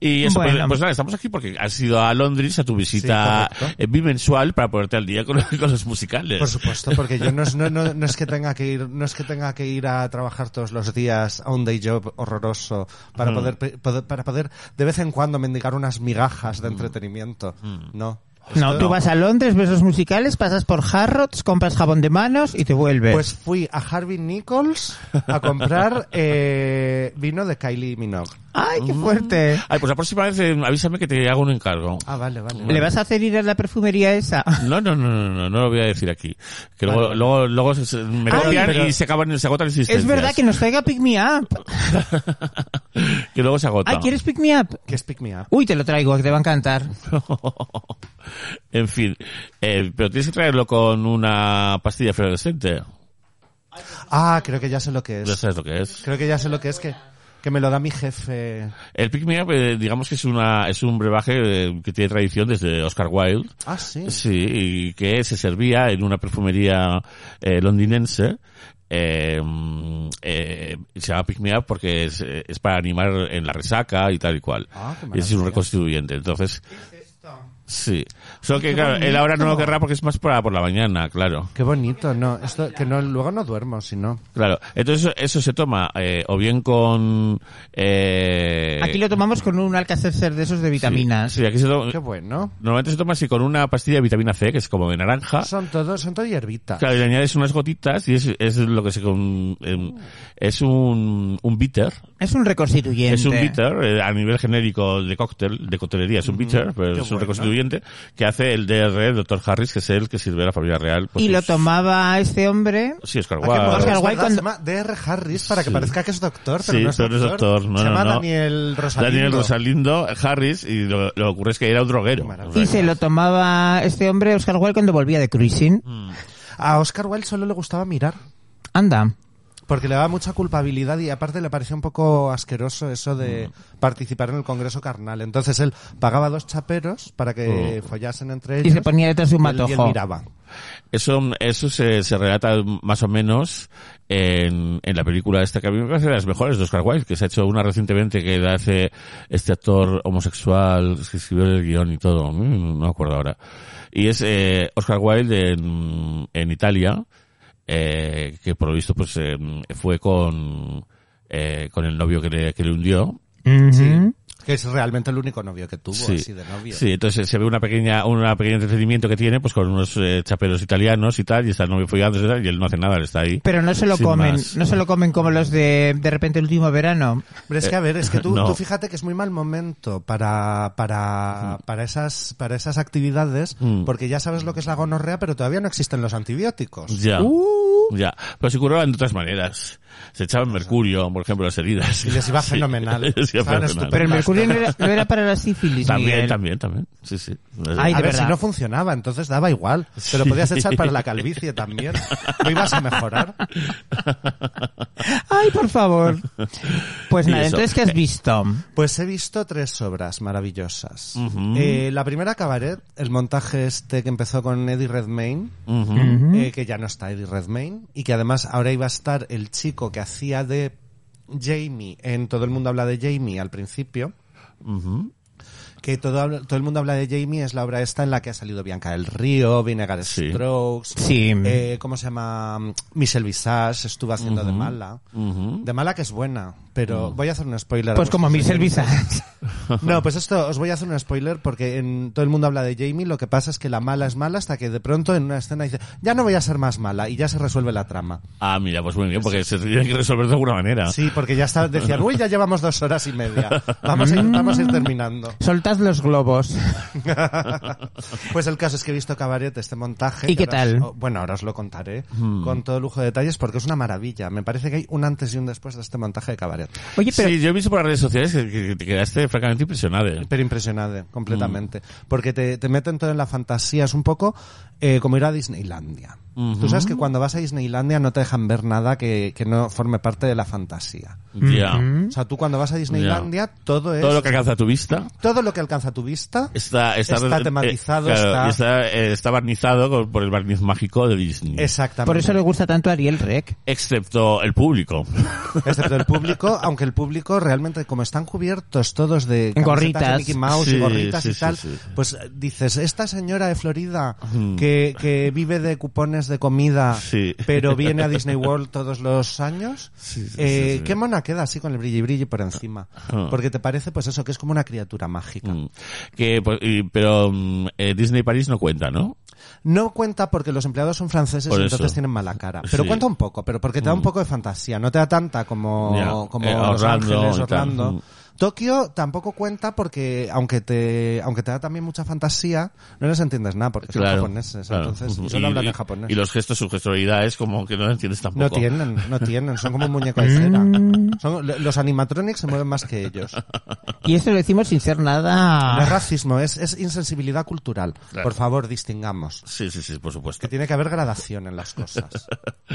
B: Y eso, pues- pues,
F: Bueno.
B: nada, estamos aquí porque has ido a Londres a tu visita
E: Sí, correcto.
B: eh, bimensual para ponerte al día con, con los musicales.
E: Por supuesto, porque yo no es, no, no- no es que tenga que ir, no es que tenga que ir a trabajar todos los días a un day job horroroso para
B: Mm.
E: poder, pe- poder- para poder de vez en cuando mendigar unas migajas
B: Mm.
E: de entretenimiento. No.
F: No, tú vas a Londres, ves los musicales, pasas por Harrods, compras jabón de manos y te vuelves.
E: Pues fui a Harvey Nichols a comprar eh, vino de Kylie Minogue.
F: ¡Ay, qué fuerte!
B: Ay, pues la próxima vez eh, avísame que te hago un encargo.
E: Ah, vale, vale.
F: ¿Le vas a hacer ir a la perfumería esa?
B: No, no, no, no, no, no lo voy a decir aquí. Que luego,
E: Vale. Ah,
B: luego, luego se- se- me
F: Ay,
B: copian
F: pero-
B: y se acaban, se agotan existencias.
F: Es verdad que nos traiga Pick Me Up.
B: que luego se agota.
E: Ah,
F: Ay, ¿quieres Pick Me Up?
E: Que es pick me up.
F: Uy, te lo traigo, que te va a encantar.
B: en fin, eh, pero tienes que traerlo con una pastilla fluorescente.
E: Ah, creo que ya sé lo que
B: Ya
E: es.
B: sabes lo que es.
E: Creo que ya sé lo que es que, que me lo da mi jefe.
B: El pick me up, eh, digamos que es una es un brebaje eh, que tiene tradición desde Oscar Wilde.
E: Ah, sí.
B: Sí, y que se servía en una perfumería eh, londinense. Eh, eh, se llama Pick Me Up porque es, eh, es para animar en la resaca y tal y cual.
E: Ah,
B: Y
E: qué
B: es un
E: maravilla.
B: reconstituyente. Entonces, sí. Solo que, claro, él ahora no lo querrá porque es más para por la mañana, claro.
E: Qué bonito, no, esto que no luego no duermo, sino
B: Claro. Entonces, eso se toma eh, o bien con. Eh,
F: Aquí lo tomamos con un alcacercer de esos de vitaminas.
B: Sí, aquí se toma.
E: qué bueno.
B: Normalmente se toma así con una pastilla de vitamina C, que es como de naranja.
E: Son todos, son todo hierbitas.
B: Ah. Claro, y le añades unas gotitas y es, es lo que se con, em, es un, un bitter.
F: Es un reconstituyente.
B: Es un bitter eh, a nivel genérico de cóctel, de coctelería, es un bitter, pero es un reconstituyente que hace el DR, el Dr. Harris, que es el que sirve a la familia real. pues,
F: Y lo
B: sus-
F: tomaba este hombre.
B: Sí, Oscar
E: Ah, qué
B: Wilde.
E: bueno,
F: Oscar
E: es
F: Wilde
E: verdad,
F: cuando-
E: Se llama D.R. Harris para que
B: Sí.
E: parezca que es doctor, pero
B: Sí,
E: no es
B: pero no
E: doctor.
B: es doctor, no,
E: se
B: no,
E: llama
B: no.
E: Daniel Rosalindo.
B: Daniel Rosalindo eh, Harris, y lo, lo que ocurre es que era un droguero.
E: Qué maravilla.
B: O sea,
F: Y se lo tomaba este hombre, Oscar Wilde, cuando volvía de cruising.
B: Mm.
E: A Oscar Wilde solo le gustaba mirar.
F: Anda.
E: Porque le daba mucha culpabilidad y aparte le parecía un poco asqueroso eso de
B: Mm.
E: participar en el Congreso Carnal. Entonces él pagaba dos chaperos para que
B: Mm.
E: follasen entre ellos.
F: Y se ponía detrás de un
E: y él- y él
F: matojo.
E: miraba.
B: Eso, eso se, se relata más o menos en, en la película esta que a mí me parece de las mejores de Oscar Wilde, que se ha hecho una recientemente que la hace este actor homosexual que escribió el guión y todo, mm, no me acuerdo ahora. Y es eh, Oscar Wilde en, en Italia, eh, que por lo visto pues eh, fue con, eh, con el novio que le, que le hundió
F: Ujú.
E: Que es realmente el único novio que tuvo,
B: Sí.
E: así de novio.
B: Sí, entonces se ve una pequeña, una pequeña entretenimiento que tiene, pues con unos eh, chaperos italianos y tal, y está el novio follándose y tal, y él no hace nada, él está ahí.
F: Pero no se lo
B: Sin
F: comen,
B: más.
F: no se lo comen como los de de repente el último verano.
E: Pero es que, a ver, es que tú,
B: no.
E: tú fíjate que es muy mal momento para, para, para, esas, para esas actividades,
B: Mm.
E: porque ya sabes lo que es la gonorrea, pero todavía no existen los antibióticos.
B: Ya.
F: uh.
B: Ya. Pero se curaban de otras maneras. Se echaban mercurio, por ejemplo, las heridas.
E: Y les iba
B: Sí,
E: fenomenal.
B: les iba
E: Estaban
B: fenomenal.
E: estupendas.
F: Pero el mercurio mercurio no era, no era para la sífilis.
B: También,
F: Miguel.
B: también, también. Sí, sí. Ah.
F: Ay,
E: a
F: de
E: ver,
F: verdad.
E: si no funcionaba, entonces daba igual. Te lo
B: Sí.
E: podías echar para la calvicie también. No ibas a mejorar.
F: Ay, por favor. Pues
B: Y
F: nada,
B: eso. Eh.
F: entonces, ¿qué has visto?
E: Pues he visto tres obras maravillosas. Eh, la primera, Cabaret, el montaje este que empezó con Eddie Redmayne,
B: Ujú.
E: eh, que ya no está Eddie Redmayne, y que además ahora iba a estar el chico que hacía de Jamie, en Todo el mundo habla de Jamie al principio,
F: Mm.
B: Ujú.
E: que todo, habla- todo el mundo habla de Jamie es la obra esta en la que ha salido Bianca del Río, Vinegar
B: Sí.
E: Strokes,
F: Sí.
E: eh, ¿cómo se llama? Michelle Visage estuvo haciendo de mala.
B: Ujú.
E: De mala que es buena, pero voy a hacer un spoiler. a
F: Pues como mis
E: vuestros oyentes.
F: servicios.
E: No, pues esto os voy a hacer un spoiler porque en, todo el mundo habla de Jamie. Lo que pasa es que la mala es mala hasta que de pronto en una escena dice, ya no voy a ser más mala y ya se resuelve la trama.
B: Ah, mira, pues muy bien, porque se tiene que resolver de alguna manera.
E: Sí, porque ya está, decían, uy, ya llevamos dos horas y media. Vamos a ir, vamos a ir terminando.
F: Soltad los globos.
E: Pues el caso es que he visto Cabaret, este montaje.
F: ¿Y
E: que
F: qué
E: ahora os-
F: tal?
E: oh, bueno, ahora os lo contaré con todo lujo de detalles porque es una maravilla. Me parece que hay un antes y un después de este montaje de Cabaret.
F: Oye, pero
B: Sí, yo he visto por las redes sociales que, que- que te quedaste francamente impresionado.
E: Pero impresionante, completamente. Porque te, te meten todo en la fantasía. Es un poco eh, como ir a Disneylandia. Tú sabes que cuando vas a Disneylandia no te dejan ver nada que, que no forme parte de la fantasía.
B: Ya.
E: O sea, tú cuando vas a Disneylandia todo es...
B: Todo lo que alcanza tu vista
E: todo lo que alcanza tu vista
B: está... Está,
E: Está
B: eh,
E: tematizado,
B: claro,
E: está-
B: y está, eh, está barnizado con- por el barniz mágico de Disney.
E: Exactamente.
F: por eso le gusta tanto a Ariel Rec.
B: Excepto el público.
E: Excepto el público, aunque el público realmente, como estestán cubiertos todos de camisetas
F: Gorritas.
E: de Mickey Mouse
B: Sí,
E: y gorritas
B: sí,
E: y
B: sí,
E: tal,
B: sí.
E: pues eh, dices, esta señora de Florida que, que vive de cupones de comida,
B: Sí.
E: pero viene a Disney World todos los años,
B: Sí, sí,
E: eh,
B: sí, sí.
E: qué mona queda así con el brilli brilli por encima.
B: Ah.
E: Porque te parece, pues eso, que es como una criatura mágica.
B: Mm. que, pues, y- pero mm, eh, Disney París no cuenta, ¿no?
E: No cuenta porque los empleados son franceses
B: Por
E: y
B: eso.
E: entonces tienen mala cara. Pero
B: Sí. Mm.
E: cuenta un poco, pero porque te da un poco de fantasía. No te da tanta como,
B: Ya,
E: como
B: eh,
E: Los
B: Orlando
E: Ángeles,
B: y tal.
E: Orlando.
B: Mm.
E: Tokio tampoco cuenta porque, aunque te, aunque te da también mucha fantasía, no les entiendes nada porque son japoneses.
B: claro.
E: Entonces,
B: Ujú.
E: solo
B: Y-
E: hablan
B: y-
E: en japonés.
B: Y los gestos, su gestualidad es como que no entiendes tampoco.
E: No tienen, no tienen. Son como un muñeco de cera. Son, lo- los animatronics se mueven más que ellos.
F: Y esto lo decimos sin ser
E: No es
F: nada...
E: racismo, es, es insensibilidad cultural.
B: Claro.
E: Por favor, distingamos.
B: Sí, sí, sí, por supuesto.
E: Que tiene que haber gradación en las cosas.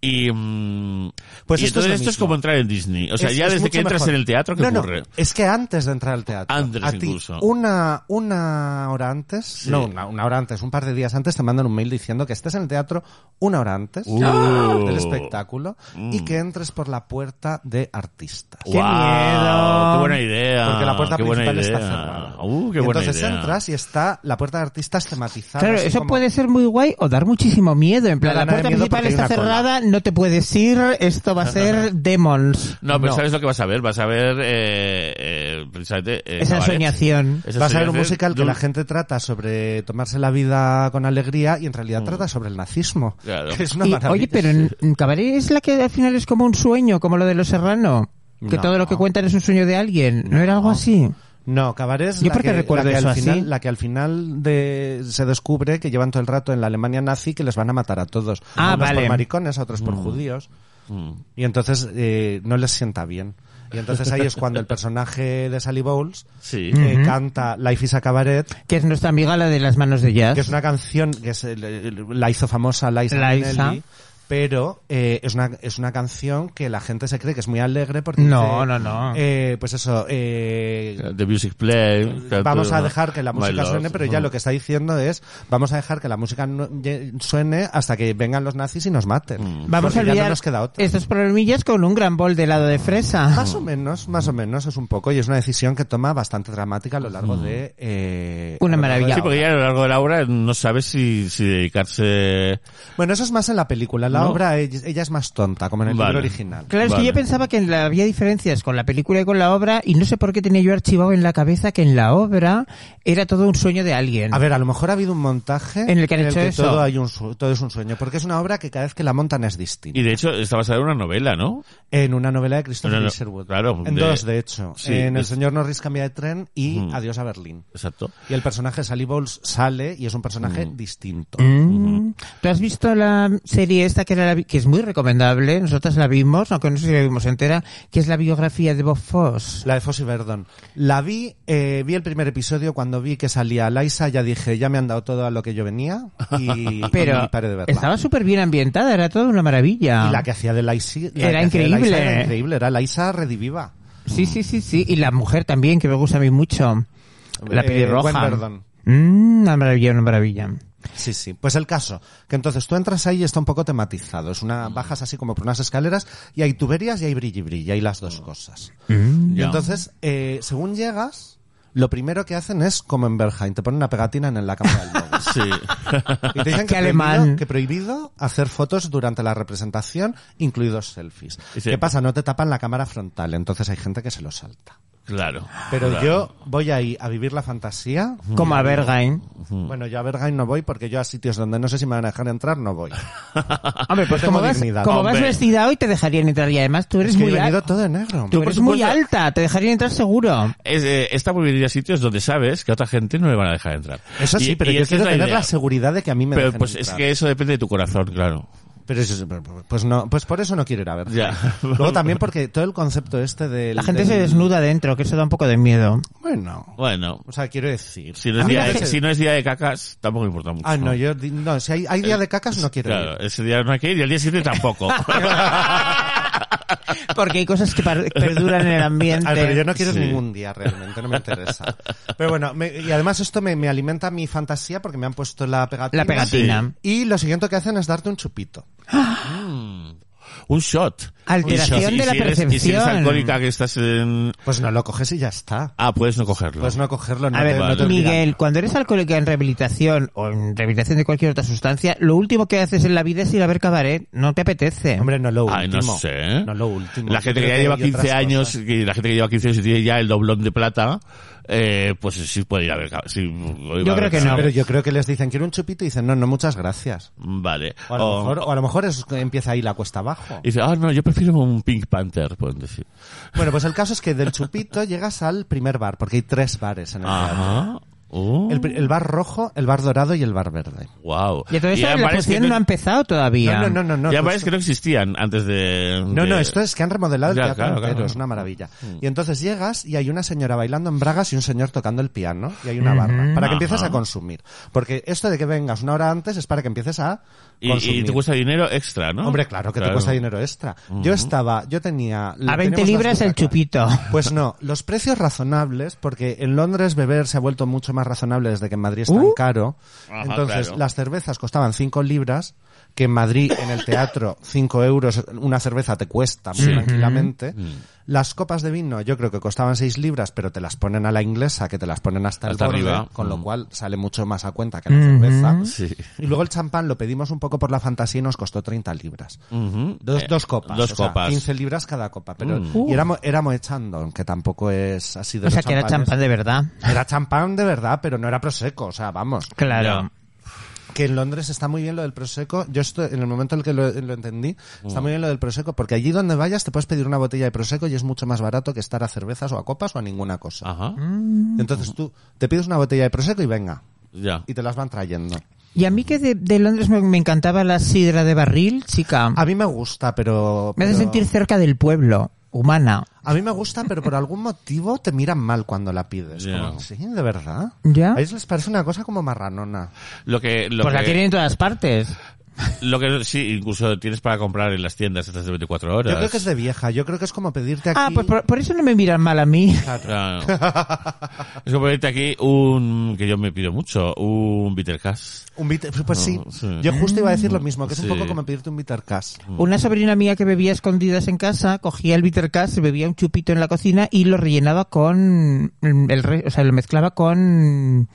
B: Y, mm,
E: Pues
B: y
E: esto es
B: entonces
E: lo
B: esto es
E: mismo.
B: como entrar en Disney. O sea,
E: Es-
B: ya
E: es
B: desde
E: mucho
B: que entras
E: mejor.
B: en el teatro, ¿qué
E: no,
B: ocurre?
E: No, es que antes de entrar al teatro.
B: Antes
E: a ti,
B: incluso.
E: Una, una hora antes. No, una, una hora antes, un par de días antes te mandan un mail diciendo que estés en el teatro una hora antes
B: Uh. Mm.
E: del espectáculo y que entres por la puerta de artistas.
F: ¡Qué miedo!
B: ¡Qué buena idea!
E: Porque la puerta
B: qué buena
E: principal está
B: idea.
E: cerrada.
B: ¡Uh, qué
E: Y
B: buena
E: entonces
B: idea.
E: entras y está la puerta de artistas tematizada.
F: Claro,
E: así
F: eso
E: como-
F: puede ser muy guay o dar muchísimo miedo. En plan,
E: No da
F: la
E: nada de
F: puerta
E: miedo
F: principal
E: porque hay
F: está
E: una cola.
F: cerrada, no te puedes ir, esto va a ser demons.
B: No, pero
E: No.
B: ¿sabes lo que vas a ver? Vas a ver, eh, eh, precisamente... eh,
F: Esa
B: cabaret.
F: ensoñación.
B: Esa
E: Vas a ver
B: ensoñación
E: un musical
B: de
E: que
B: un-
E: la gente trata sobre tomarse la vida con alegría y en realidad trata sobre el nazismo.
B: Claro.
E: Que es una
F: Y,
E: maravilla.
F: oye, pero en, en Cabaret es la que al final es como un sueño, como lo de Los Serrano. Que
E: No.
F: todo lo que cuentan es un sueño de alguien. ¿No era algo así?
E: No, Cabaret es
F: Yo
E: la
F: porque
E: que,
F: recuerdo
E: la que
F: eso
E: al
F: así.
E: final, la que al final de, se descubre que llevan todo el rato en la Alemania nazi que les van a matar a todos.
F: Ah,
E: a unos
F: vale.
E: por maricones, a otros por judíos.
B: Mm,
E: Y entonces eh, no les sienta bien. Y entonces ahí es cuando el personaje de Sally Bowles
B: Sí.
E: eh, canta Life is a Cabaret,
F: Que es nuestra amiga la de las manos de jazz.
E: que es una canción que es, el- el- la hizo famosa Liza,
F: Liza.
E: Minnelli, pero eh, es, una, es una canción que la gente se cree que es muy alegre porque
F: No,
E: dice,
F: no, no.
E: eh, pues eso, eh,
B: The Music Play...
E: vamos
B: Canto-
E: a dejar que la
B: My
E: música
B: Lord.
E: suene, pero ya lo que está diciendo es, vamos a dejar que la música no- ye- suene hasta que vengan los nazis y nos
B: Mm.
E: maten.
F: Vamos a
E: Porque ya
F: olvidar
E: no nos queda otra. Ah,
F: estos problemillas con un gran bol de helado de fresa.
E: Más o menos, más o menos es un poco, y es una decisión que toma bastante dramática a lo largo de... eh,
F: Una
E: a lo largo
F: maravilla.
E: de-
B: Mm. Sí, porque ya a lo largo de la obra no sabes si, si dedicarse...
E: Bueno, eso es más en la película, en la
B: ¿No?
E: obra ella, ella es más tonta, como en el
B: Vale.
E: libro original.
F: Claro, es
B: Vale.
F: que yo pensaba que en la- había diferencias con la película y con la obra, y no sé por qué tenía yo archivado en la cabeza que en la obra era todo un sueño de alguien.
E: A ver, a lo mejor ha habido un montaje
F: En el que han hecho eso.
E: todo, hay un su- todo es un sueño, porque es una obra que cada vez que la montan es distinta.
B: Y de hecho, está basada en una novela, ¿no?
E: En una novela de Christopher
B: No, no, no,
E: Isherwood.
B: claro,
E: en
B: de-
E: dos, de hecho.
B: sí,
E: en El
B: es-
E: señor Norris cambia de tren y
B: Ujú.
E: Adiós a Berlín.
B: Exacto.
E: Y el personaje Sally Bowles sale y es un personaje distinto.
F: Mm. ¿Tú has visto la serie esta que, era la- que es muy recomendable? Nosotras la vimos, aunque no sé si la vimos entera, que es la biografía de Bob Foss.
E: La de Fossi Verdon. La vi, eh, vi el primer episodio cuando vi que salía Laisa, ya dije, ya me han dado todo a lo que yo venía y,
F: Pero
E: y paré de verla.
F: estaba súper bien ambientada, era toda una maravilla.
E: Y la que hacía de Laisa la
F: Era
E: que hacía de Laisa
F: increíble.
E: era increíble, era Laisa rediviva.
F: Sí, sí, sí, sí. Y la mujer también, que me gusta a mí mucho. La
E: Eh,
F: pelirroja.
E: Gwen Verdon.
F: Mm, una maravilla, una maravilla.
E: Sí, sí. Pues el caso, que entonces tú entras ahí y está un poco tematizado. Es una,
F: Mm.
E: bajas así como por unas escaleras y hay tuberías y hay brilli brilli, hay las
F: Mm.
E: dos cosas. Y
B: Ya.
E: entonces, eh, según llegas, lo primero que hacen es como en Berghain, te ponen una pegatina en la cámara del móvil.
B: Sí.
E: Y te dicen que,
F: Qué alemán.
E: prohibido, que prohibido hacer fotos durante la representación, incluidos selfies.
B: Dice-
E: ¿Qué pasa? No te tapan la cámara frontal, entonces hay gente que se lo salta.
B: Claro.
E: Pero
B: claro.
E: yo voy ahí a vivir la fantasía.
F: Como a Bergain.
E: Bueno, yo a Berghain no voy porque yo a sitios donde no sé si me van a dejar entrar no voy.
F: Hombre, pues
E: Yo tengo
F: como, vas,
E: dignidad,
F: como vas
B: hombre.
F: vestida hoy te dejarían entrar y además tú eres
E: Es que yo
F: muy
E: he venido
F: alta.
E: todo de negro.
F: Tú
B: Por
F: eres muy
B: supuesto.
F: alta, te dejarían entrar seguro.
B: Es, eh, está muy bien ir a sitios donde sabes que a otra gente no le van a dejar entrar.
E: Eso sí,
B: Y-
E: pero
B: y
E: yo
B: esa es
E: quiero tener
B: idea.
E: la seguridad de que a mí me
B: Pero
E: dejen
B: pues es
E: entrar.
B: que eso depende de tu corazón, claro.
E: Pero eso es- pues no, pues por eso no quiero ir a Berghain.
B: Ya.
E: Luego también porque todo el concepto este de
F: La gente se desnuda dentro, que eso da un poco de miedo.
E: Bueno,
B: Bueno,
E: o sea, quiero decir.
B: si no es,
E: A mí
B: día
E: me
B: de,
E: hace-
B: si no es día de cacas, tampoco importa mucho.
E: Ah, no, yo di- no, si hay, hay día de cacas no quiero
B: Claro,
E: ir.
B: ese día no hay que ir y el día siguiente tampoco.
F: Porque hay cosas que par- perduran en el ambiente.
E: Ah, pero yo no quiero
B: Sí.
E: ningún día realmente, no me interesa. Pero bueno, me- y además esto me, me alimenta mi fantasía porque me han puesto la pegatina.
F: La pegatina.
E: Y lo siguiente que hacen es darte un chupito.
B: Un shot.
F: Alteración
B: Un shot. Y
F: de la
B: si eres- Y si eres
F: percepción.
B: alcohólica que estás en...
E: Pues no lo coges y ya está.
B: Ah, puedes no cogerlo.
E: Pues no cogerlo, no
F: A
E: te-
F: ver,
E: no te obligan.
F: Miguel, cuando eres alcohólica en rehabilitación o en rehabilitación de cualquier otra sustancia, lo último que haces en la vida es ir a ver cabaret. No te apetece.
E: Hombre, no lo último.
B: ¿eh? Ay, no sé. ¿eh?
E: No lo último.
B: La
E: Yo
B: gente que
E: creo
B: ya lleva
E: hay otras
B: 15 años,
E: cosas.
B: que la gente que lleva 15 años y tiene ya el doblón de plata, eh, pues sí puede ir a ver. sí,
F: Yo creo que no.
E: Pero yo creo que les dicen, quiero un chupito, y dicen, no, no, muchas gracias.
B: Vale.
E: O a lo
B: O-
E: mejor, o a lo mejor es- empieza ahí la cuesta abajo.
B: y dice, ah, no, yo prefiero un Pink Panther, pueden decir.
E: Bueno, pues el caso es que del chupito llegas al primer bar, porque hay tres bares en el teatro.
B: Ajá. Oh,
E: Ah. El, pri- el bar rojo, el bar dorado y el bar verde.
B: wow.
F: Y todo eso
B: hay
F: la
B: bares que
F: función no ha empezado
E: No,
F: todavía.
E: no, no, no. No,
B: y hay
E: justo-
B: bares que no existían antes de...
E: no,
B: de-
E: no, esto es que han remodelado el
B: Ya,
E: teatro
B: claro,
E: entero,
B: claro. Mm.
E: es una maravilla. Y entonces llegas y hay una señora bailando en bragas y un señor tocando el piano y hay una barra para que empieces
B: Ajá.
E: a consumir. Porque esto de que vengas una hora antes es para que empieces a
B: Y,
E: consumir.
B: y te cuesta dinero extra, ¿no?
E: Hombre, claro que te cuesta dinero extra. Yo estaba, yo tenía...
F: A
E: teníamos
F: 20
E: las
F: libras el
E: butacas.
F: chupito.
E: Pues no, los precios razonables, porque en Londres beber se ha vuelto mucho más razonable desde que en Madrid es tan
F: Uh.
E: caro.
B: Ajá,
E: Entonces,
B: claro.
E: las cervezas costaban 5 libras, que en Madrid, en el teatro, 5 euros una cerveza te cuesta muy tranquilamente.
B: Mm.
E: Las copas de vino yo creo que costaban 6 libras, pero te las ponen a la inglesa, que te las ponen hasta,
B: Hasta
E: el borde,
B: arriba.
E: con lo
B: Mm.
E: cual sale mucho más a cuenta que la cerveza.
B: Sí.
E: Y luego el champán lo pedimos un poco por la fantasía y nos costó 30 libras.
B: Ujú.
E: Dos,
B: Eh,
E: dos copas.
B: Dos
E: o sea,
B: copas.
E: 15 libras cada copa. Pero,
B: Mm.
E: Y éramos, éramos echando, que tampoco es así de
F: Uh. O
E: los
F: sea, que era
E: champanes.
F: champán de verdad.
E: Era champán de verdad, pero no era prosecco. O sea, vamos.
F: Claro.
E: Que en Londres está muy bien lo del prosecco. Yo esto, en el momento en el que lo, lo entendí,
B: Mm.
E: está muy bien lo del prosecco, porque allí donde vayas te puedes pedir una botella de prosecco y es mucho más barato que estar a cervezas o a copas o a ninguna cosa.
B: Ajá.
E: Entonces tú te pides una botella de prosecco y venga.
B: Ya.
E: Y te las van
F: Mm.
E: trayendo.
F: Y a mí que de, de Londres me, me encantaba la sidra de barril, chica.
E: A mí me gusta, pero...
F: me hace
E: pero-
F: sentir cerca del pueblo, humana.
E: A mí me gusta, pero por algún motivo te miran mal cuando la pides.
B: Ya.
E: Como, sí, de verdad.
F: Ya.
E: A ellos les parece una cosa como marranona.
B: Lo que, lo
F: Pues la
B: que-
F: tienen en todas partes.
B: Lo que sí, incluso tienes para comprar en las tiendas estas de 24 horas.
E: Yo creo que es de vieja, yo creo que es como pedirte aquí...
F: Ah, pues por, por eso no me miran mal a mí.
B: Claro. es como pedirte aquí un, que yo me pido mucho, un bitter cash.
E: un bitter- Pues sí.
B: sí.
E: yo justo iba a decir lo mismo, que es
B: Sí.
E: un poco como pedirte un bitter cash.
F: Una sobrina mía que bebía escondidas en casa, cogía el bitter cash, se bebía un chupito en la cocina y lo rellenaba con mm, el re- o sea, lo mezclaba con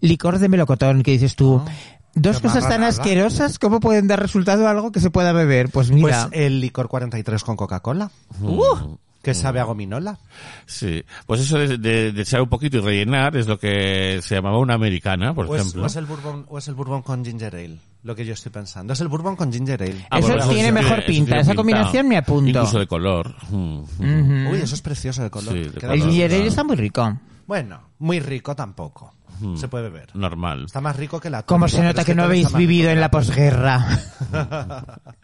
F: licor de melocotón, que dices tú.
E: Ah.
F: Dos
E: qué
F: cosas tan
E: marranada.
F: asquerosas, ¿cómo pueden dar resultado a algo que se pueda beber? Pues
E: Pues
F: mira.
E: el licor 43 con Coca-Cola,
F: ¡Uh!
E: que sabe a gominola.
B: Sí. Pues eso de, de- de echar un poquito y rellenar es lo que se llamaba una americana, por
E: O es,
B: ejemplo.
E: o es el bourbon, o es el bourbon con ginger ale, lo que yo estoy pensando. Es el bourbon con ginger ale.
B: Ah,
F: Eso
B: bueno,
F: tiene
B: sí,
F: mejor
B: eso
F: pinta,
B: tiene
F: esa combinación me apunto.
B: Incluso de color. Mm.
F: Ujú.
E: Uy, eso es precioso de color.
B: Sí, de
E: Queda
B: color.
F: El
E: bien.
F: ginger ale está muy rico.
E: Bueno, muy rico tampoco.
B: Hmm.
E: Se puede ver.
B: Normal.
E: Está más rico que la
F: ¿Cómo
E: tuya,
F: se
E: pero
F: nota
E: es
F: que no
E: todo
F: habéis
E: está más rico
F: vivido
E: que
F: en la posguerra?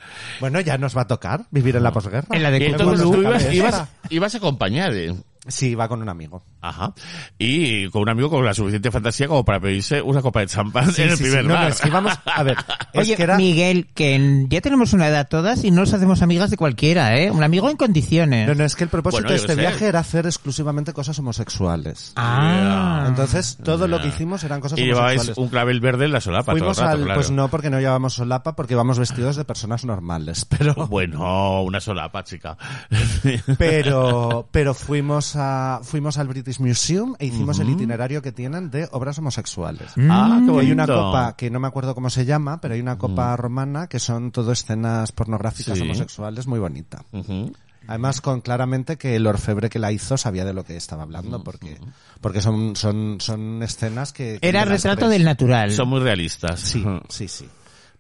E: Bueno, ya nos va a tocar vivir en la posguerra.
F: En la de
B: Y entonces
F: Cthulhu.
B: tú ibas,
E: Cabeza.
B: ibas, ibas acompañada. ¿eh?
E: Sí, va con un amigo.
B: Ajá. Y con un amigo con la suficiente fantasía como para pedirse una copa de champán
E: Sí,
B: en el
E: sí, sí.
B: primer
E: No, no,
B: bar.
E: es que íbamos- a ver, es
F: Oye,
E: que era-
F: Miguel, que en- ya tenemos una edad todas y no nos hacemos amigas de cualquiera, ¿eh? Un amigo en condiciones.
E: No, no, es que el propósito
B: Bueno,
E: de
B: yo
E: este
B: qué sé.
E: viaje era hacer exclusivamente cosas homosexuales.
F: Ah.
E: Entonces, todo lo que hicimos eran cosas
B: y llevabais
E: homosexuales.
B: un clavel verde en la solapa
E: Fuimos
B: todo el rato,
E: al...
B: claro.
E: Pues no, porque no llevábamos solapa, porque íbamos vestidos de personas normales. Pero...
B: Bueno, una solapa, chica.
E: Pero, pero fuimos a, fuimos al British Museum e hicimos el itinerario que tienen de obras homosexuales.
B: ah, qué
E: Que hay una
B: bonito.
E: copa que no me acuerdo cómo se llama, pero hay una copa romana que son todo escenas pornográficas
B: Sí.
E: homosexuales muy bonita.
B: Ujú.
E: Además, con claramente que el orfebre que la hizo sabía de lo que estaba hablando, porque, porque son, son, son escenas que. que
F: Era
E: de las
F: retrato
E: tres.
F: del natural.
B: Son muy realistas.
E: Eh, Sí, sí, sí.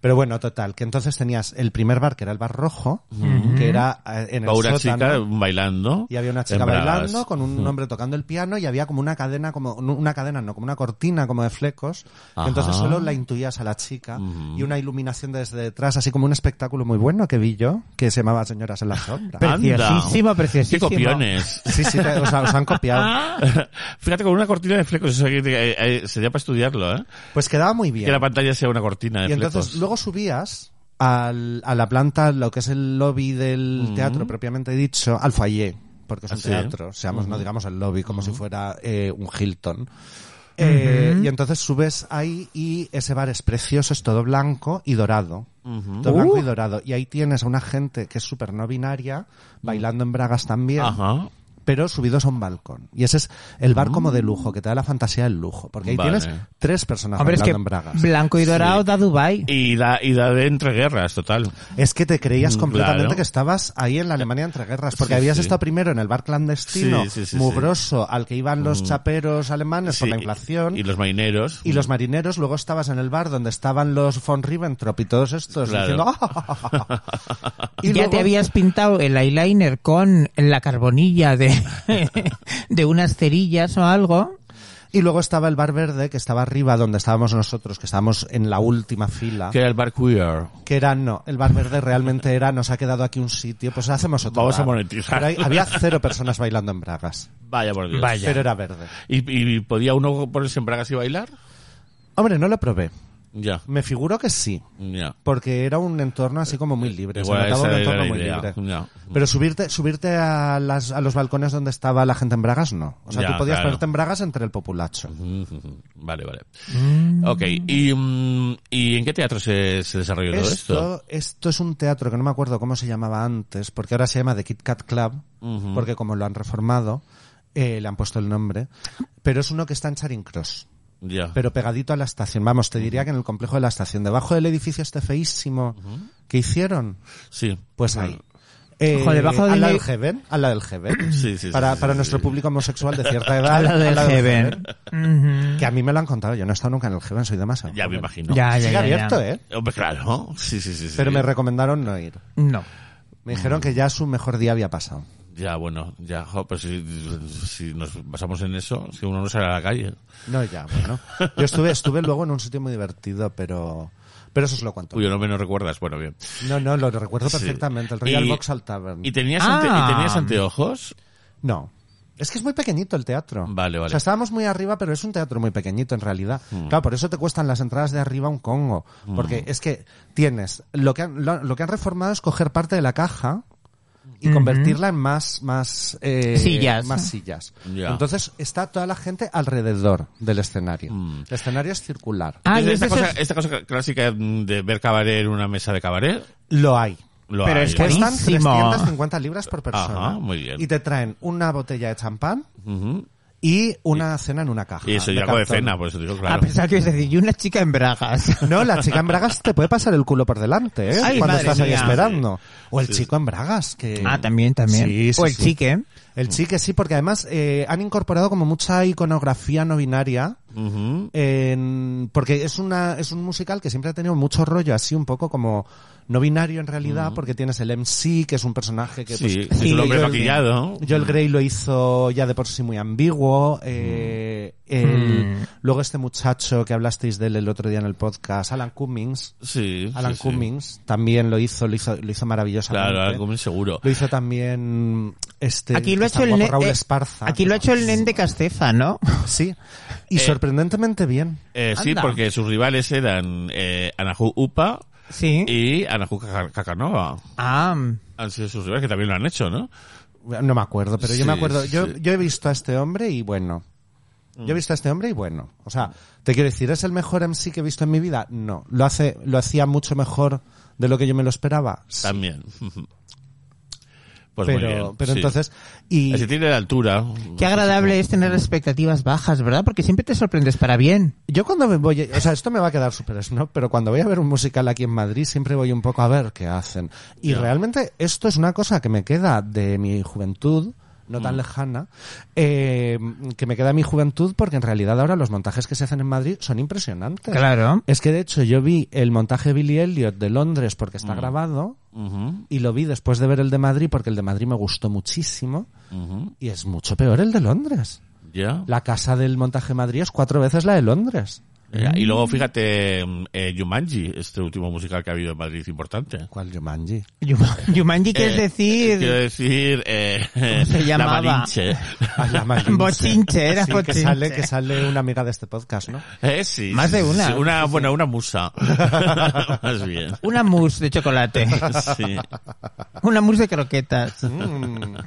E: Pero bueno, total, que entonces tenías el primer bar, que era el bar rojo, que era eh, en el
B: Va una
E: sótano.
B: chica bailando.
E: Y había una chica
B: en bragas.
E: bailando con
B: Mm.
E: un hombre tocando el piano y había como una cadena, como no, una cadena, no, como una cortina como de flecos.
B: Ajá. Mm-hmm.
E: Entonces solo la intuías a la chica y una iluminación desde detrás, así como un espectáculo muy bueno que vi yo, que se llamaba Señoras en la
B: Anda.
E: Sombra.
F: Preciosísimo, preciosísimo.
B: Qué copiones.
E: Sí, sí, te- os, os han copiado.
B: Fíjate, con una cortina de flecos, eso que te- eh, eh, sería para estudiarlo, ¿eh?
E: Pues quedaba muy bien.
B: Que la pantalla sea una cortina de
E: Y entonces
B: flecos.
E: luego subías al- a la planta, lo que es el lobby del teatro propiamente dicho, al foyer, porque es
B: Ah,
E: un
B: sí.
E: teatro, seamos, no digamos el lobby, como si fuera eh, un Hilton. Eh, Y entonces subes ahí y ese bar es precioso, es todo blanco y dorado. Todo blanco
F: Uh.
E: y dorado. Y ahí tienes a una gente que es súper no binaria, bailando en bragas también
B: Ajá.
E: pero subidos a un balcón. Y ese es el bar como de lujo, que te da la fantasía del lujo. Porque ahí
B: Mm. Vale.
E: tienes tres personas
F: Hombre, es que
E: bailando en bragas.
F: blanco y dorado da Dubai.
B: Y da, y da de entreguerras, total.
E: Es que te creías
B: Mm,
E: completamente
B: claro. Eh,
E: que estabas ahí en la Alemania entre guerras, porque
B: Sí,
E: habías
B: sí.
E: estado primero en el bar clandestino,
B: Sí, sí, sí, Mm.
E: mugroso, al que iban los chaperos alemanes por
B: Sí,
E: la inflación.
B: Y, y
E: Y
B: los marineros.
E: los marineros, luego estabas en el bar donde estaban los von Ribbentrop y todos estos
B: Claro.
E: diciendo "Ah".
F: Y ya
E: luego-
F: te habías pintado el eyeliner con la carbonilla de, de unas cerillas o algo.
E: y luego estaba el bar verde que estaba arriba donde estábamos nosotros, que estábamos en la última fila.
B: Que era el bar queer.
E: que era no, el bar verde realmente era nos ha quedado aquí un sitio, pues hacemos otro.
B: Vamos a
E: bar.
B: monetizar.
E: Pero ahí había cero personas bailando en bragas,
B: Vaya por Dios.
E: pero era verde.
B: ¿Y, y podía uno ponerse en bragas y bailar?
E: Hombre, no lo probé.
B: Ya.
E: Me figuro que sí,
B: Ya.
E: porque era un entorno así como muy libre,
B: Igual
E: se notaba
B: esa
E: un
B: era
E: entorno
B: la
E: muy
B: idea,
E: libre.
B: ya.
E: Pero subirte subirte a las a los balcones donde estaba la gente en bragas no. O sea,
B: Ya,
E: tú podías
B: claro.
E: ponerte en bragas entre el populacho.
B: Vale, vale. Ok. ¿Y, mm, ¿Y en qué teatro se, se desarrolló todo esto?
E: Esto, esto es un teatro que no me acuerdo cómo se llamaba antes, porque ahora se llama The Kit Kat Club, porque como lo han reformado, eh, le han puesto el nombre. Pero es uno que está en Charing Cross,
B: Ya.
E: pero pegadito a la estación. Vamos, te diría que en el complejo de la estación, debajo del edificio este feísimo que hicieron,
B: sí.
E: pues ahí. Eh,
F: Ojo, debajo
E: al
F: del-
E: lado del Heaven, al lado del Heaven.
B: Sí, sí, sí,
E: para
B: sí,
E: para
B: sí,
E: nuestro
B: sí.
E: público homosexual de cierta edad.
F: Al lado del Heaven.
E: Que a mí me lo han contado, yo no he estado nunca en el Heaven, soy demasiado.
B: Ya me
E: joven.
B: imagino.
F: Ya, ya,
E: Sigue
F: ya, ya.
E: abierto, ¿eh?
B: Hombre, claro. Sí, sí, sí. Mm. sí.
E: Pero me recomendaron no ir.
F: No.
E: Me dijeron que ya su mejor día había pasado.
B: Ya, bueno, ya, jo, pero si, si nos basamos en eso, si uno no sale a la calle.
E: No, ya, bueno. Yo estuve, estuve luego en un sitio muy divertido, pero. Pero eso es lo cuento.
B: Cuyo nombre no recuerdas, bueno, bien.
E: No, no, lo recuerdo
B: Sí.
E: perfectamente. El Real
B: Y-
E: Vauxhall Tavern.
B: ¿Y tenías,
F: Ah.
B: ante- ¿Y tenías anteojos?
E: No. Es que es muy pequeñito el teatro.
B: Vale, vale. Mm.
E: O sea, estábamos muy arriba, pero es un teatro muy pequeñito en realidad. Claro, por eso te cuestan las entradas de arriba un congo. Porque es que tienes. Lo que, han, lo, lo que han reformado es coger parte de la caja y convertirla en más, más, eh,
F: Sillas.
E: Más sillas.
B: Ya.
E: Entonces está toda la gente alrededor del escenario.
B: Mm.
E: El escenario es circular.
F: Ah, y
B: Entonces,
F: es
B: esta,
F: de
B: cosa,
F: esos-
B: esta cosa clásica de ver cabaret en una mesa de cabaret,
E: Lo hay.
B: lo
F: Pero
B: hay.
F: es que-
B: ¿no?
E: Cuestan
F: Buenísimo.
E: 350 libras por persona.
B: Ajá, muy bien.
E: Y te traen una botella de champán
B: Ujú.
E: y una cena en una caja.
B: Y eso
E: Ah, de
B: ya hago de
E: cartón.
B: cena, por eso digo,
F: A
B: claro.
F: pesar que es decir, y una chica en bragas.
E: No, la chica en bragas te puede pasar el culo por delante, ¿eh?
F: Ay,
E: Cuando
F: madre
E: estás ahí
F: mía.
E: esperando. O el chico en bragas, que...
F: Ah, también, también. Pues
E: Sí, sí,
F: o el
E: sí.
F: chique.
E: El chique sí, porque además eh, han incorporado como mucha iconografía no binaria
B: Ujú.
E: en- porque es una es un musical que siempre ha tenido mucho rollo así un poco como no binario en realidad
F: Mm.
E: porque tienes el MC que es un personaje que
B: Sí,
E: pues,
B: es un hombre
E: Joel-
B: maquillado.
F: Mm.
E: Joel Grey lo hizo ya de por sí muy ambiguo eh, el-
F: Mm.
E: luego este muchacho que hablasteis de él el otro día en el podcast Alan Cummings
B: Sí.
E: Alan
B: sí, sí.
E: Cummings también lo hizo lo hizo lo hizo maravillosamente
B: Claro, Alan Cumming seguro.
E: lo hizo también este
F: Aquí lo
E: que
F: ha
E: está
F: hecho el
E: guapo,
F: ne-
E: Raúl
F: eh,
E: Esparza
F: Aquí lo ha hecho el nen de Castefa, ¿no?
E: sí y
B: Eh,
E: sorprendentemente bien
B: Eh, sí,
F: Anda.
B: porque sus rivales eran eh, Anahu Upa
F: Sí.
B: y Anahu Kaka- Kakanova.
F: Ah,
B: Han sido sus rivales que también lo han hecho, ¿no?
E: No me acuerdo, pero yo me
B: Sí,
E: acuerdo. Yo,
B: sí.
E: yo he visto a este hombre y bueno. Yo he visto a este hombre y bueno. O sea, te quiero decir, ¿es el mejor MC que he visto en mi vida? No. ¿Lo, hace, lo hacía mucho mejor de lo que yo me lo esperaba? Sí.
B: También. Pues muy
E: pero
B: bien,
E: pero
B: sí.
E: entonces. Y,
B: Así tiene la altura.
F: qué agradable es tener expectativas bajas, ¿verdad? Porque siempre te sorprendes para bien.
E: Yo cuando me voy, o sea, esto me va a quedar súper snob, pero cuando voy a ver un musical aquí en Madrid siempre voy un poco a ver qué hacen. Y realmente esto es una cosa que me queda de mi juventud, no tan lejana, eh, que me queda de mi juventud porque en realidad ahora los montajes que se hacen en Madrid son impresionantes.
F: Claro.
E: Es que de hecho yo vi el montaje de Billy Elliot de Londres porque está grabado
B: Ujú,
E: y lo vi después de ver el de Madrid porque el de Madrid me gustó muchísimo
B: ujú,
E: y es mucho peor el de Londres.
B: Ya.
E: La casa del montaje de Madrid es cuatro veces la de Londres.
B: Eh, y luego fíjate mm, eh, Jumanji, este último musical que ha habido en Madrid importante.
E: ¿Cuál Jumanji?
F: Yuma- Yumanji, quieres
B: Eh, eh, quiero
F: decir...
B: decir, eh,
F: se
B: La
F: llamaba?
B: Malinche.
E: A Ah, la Malinche.
F: Bochinche, era
E: Sí,
F: bochinche.
E: Que sale, que sale una amiga de este podcast, ¿no?
B: Eh, sí,
F: Más
B: sí,
F: de
B: sí,
F: una.
B: sí, una
F: Sí, sí.
B: bueno, una musa. Más bien.
F: Una mousse de chocolate.
B: Sí.
F: Una mousse de croquetas.
E: Mm.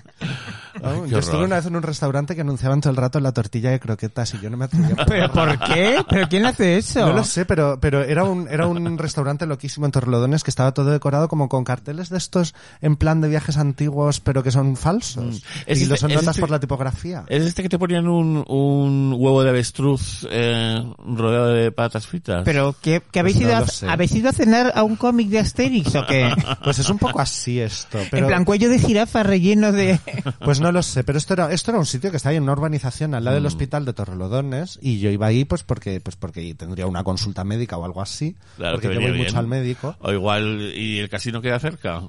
E: Oh,
B: qué
E: yo estuve
B: horror.
E: una vez en un restaurante que anunciaban todo el rato la tortilla de croquetas y yo no me atrevía. a
F: ¿Pero por qué? ¿Pero quién hace eso?
E: No lo sé, pero, pero era, un, era un restaurante loquísimo en Torrelodones que estaba todo decorado como con carteles de estos en plan de viajes antiguos, pero que son falsos.
F: Mm.
B: Es
E: y lo
B: este-
E: son
B: es
E: notas
B: este-
E: por la tipografía.
B: ¿Es este que te ponían un, un huevo de avestruz eh, rodeado de patatas fritas?
F: ¿Pero qué, qué habéis,
E: Pues no
F: ido
E: lo
F: a,
E: sé.
F: habéis ido a cenar a un cómic de Asterix o qué?
E: Pues es un poco así esto. Pero,
F: En plan cuello de jirafa relleno de...
E: Pues no lo sé, pero esto era, esto era un sitio que está ahí en una urbanización al
B: Mm.
E: lado del hospital de Torrelodones y yo iba ahí pues porque, pues porque tendría una consulta médica o algo así,
B: Claro,
E: porque
B: te
E: yo voy
B: venía bien.
E: mucho al médico.
B: O igual, ¿y el casino queda cerca?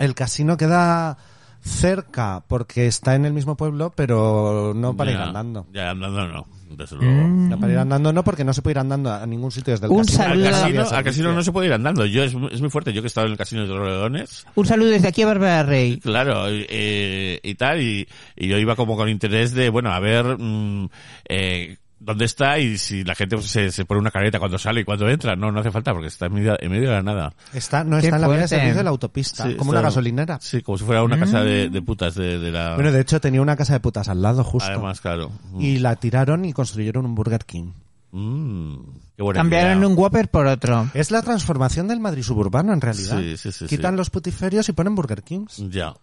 E: El casino queda cerca porque está en el mismo pueblo, pero no para
B: Ya,
E: ir andando.
B: Ya, andando no, desde luego.
F: Mm.
E: No para ir andando no, porque no se puede ir andando a ningún sitio desde el
F: Un
E: casino.
B: Al
F: saludo.
B: casino, al casino no se puede ir andando. Yo, es, es muy fuerte. Yo que he estado en el casino de Torredones,
F: Un saludo desde aquí a Bárbara Rey.
B: claro, eh, y tal. Y, y yo iba como con interés de, bueno, a ver mm, eh, dónde está y si la gente pues, se, se pone una careta cuando sale y cuando entra. No, no hace falta porque está en medio, en medio de la nada.
E: Está, no
F: Qué
E: está en la vía de
F: fuerte.
E: servicio de la autopista,
B: Sí,
E: como una
B: está-
E: gasolinera. Mm.
B: Sí, como si fuera una casa de, de putas de, de la...
E: Bueno, de hecho tenía una casa de putas al lado justo.
B: Además, claro.
E: Y la tiraron y construyeron un Burger King.
B: Mm, qué buena
F: Cambiaron
B: idea.
F: un Whopper por otro.
E: Es la transformación del Madrid suburbano, en realidad.
B: Sí, sí, sí,
E: Quitan
B: sí.
E: los putiferios y ponen Burger Kings.
B: Ya.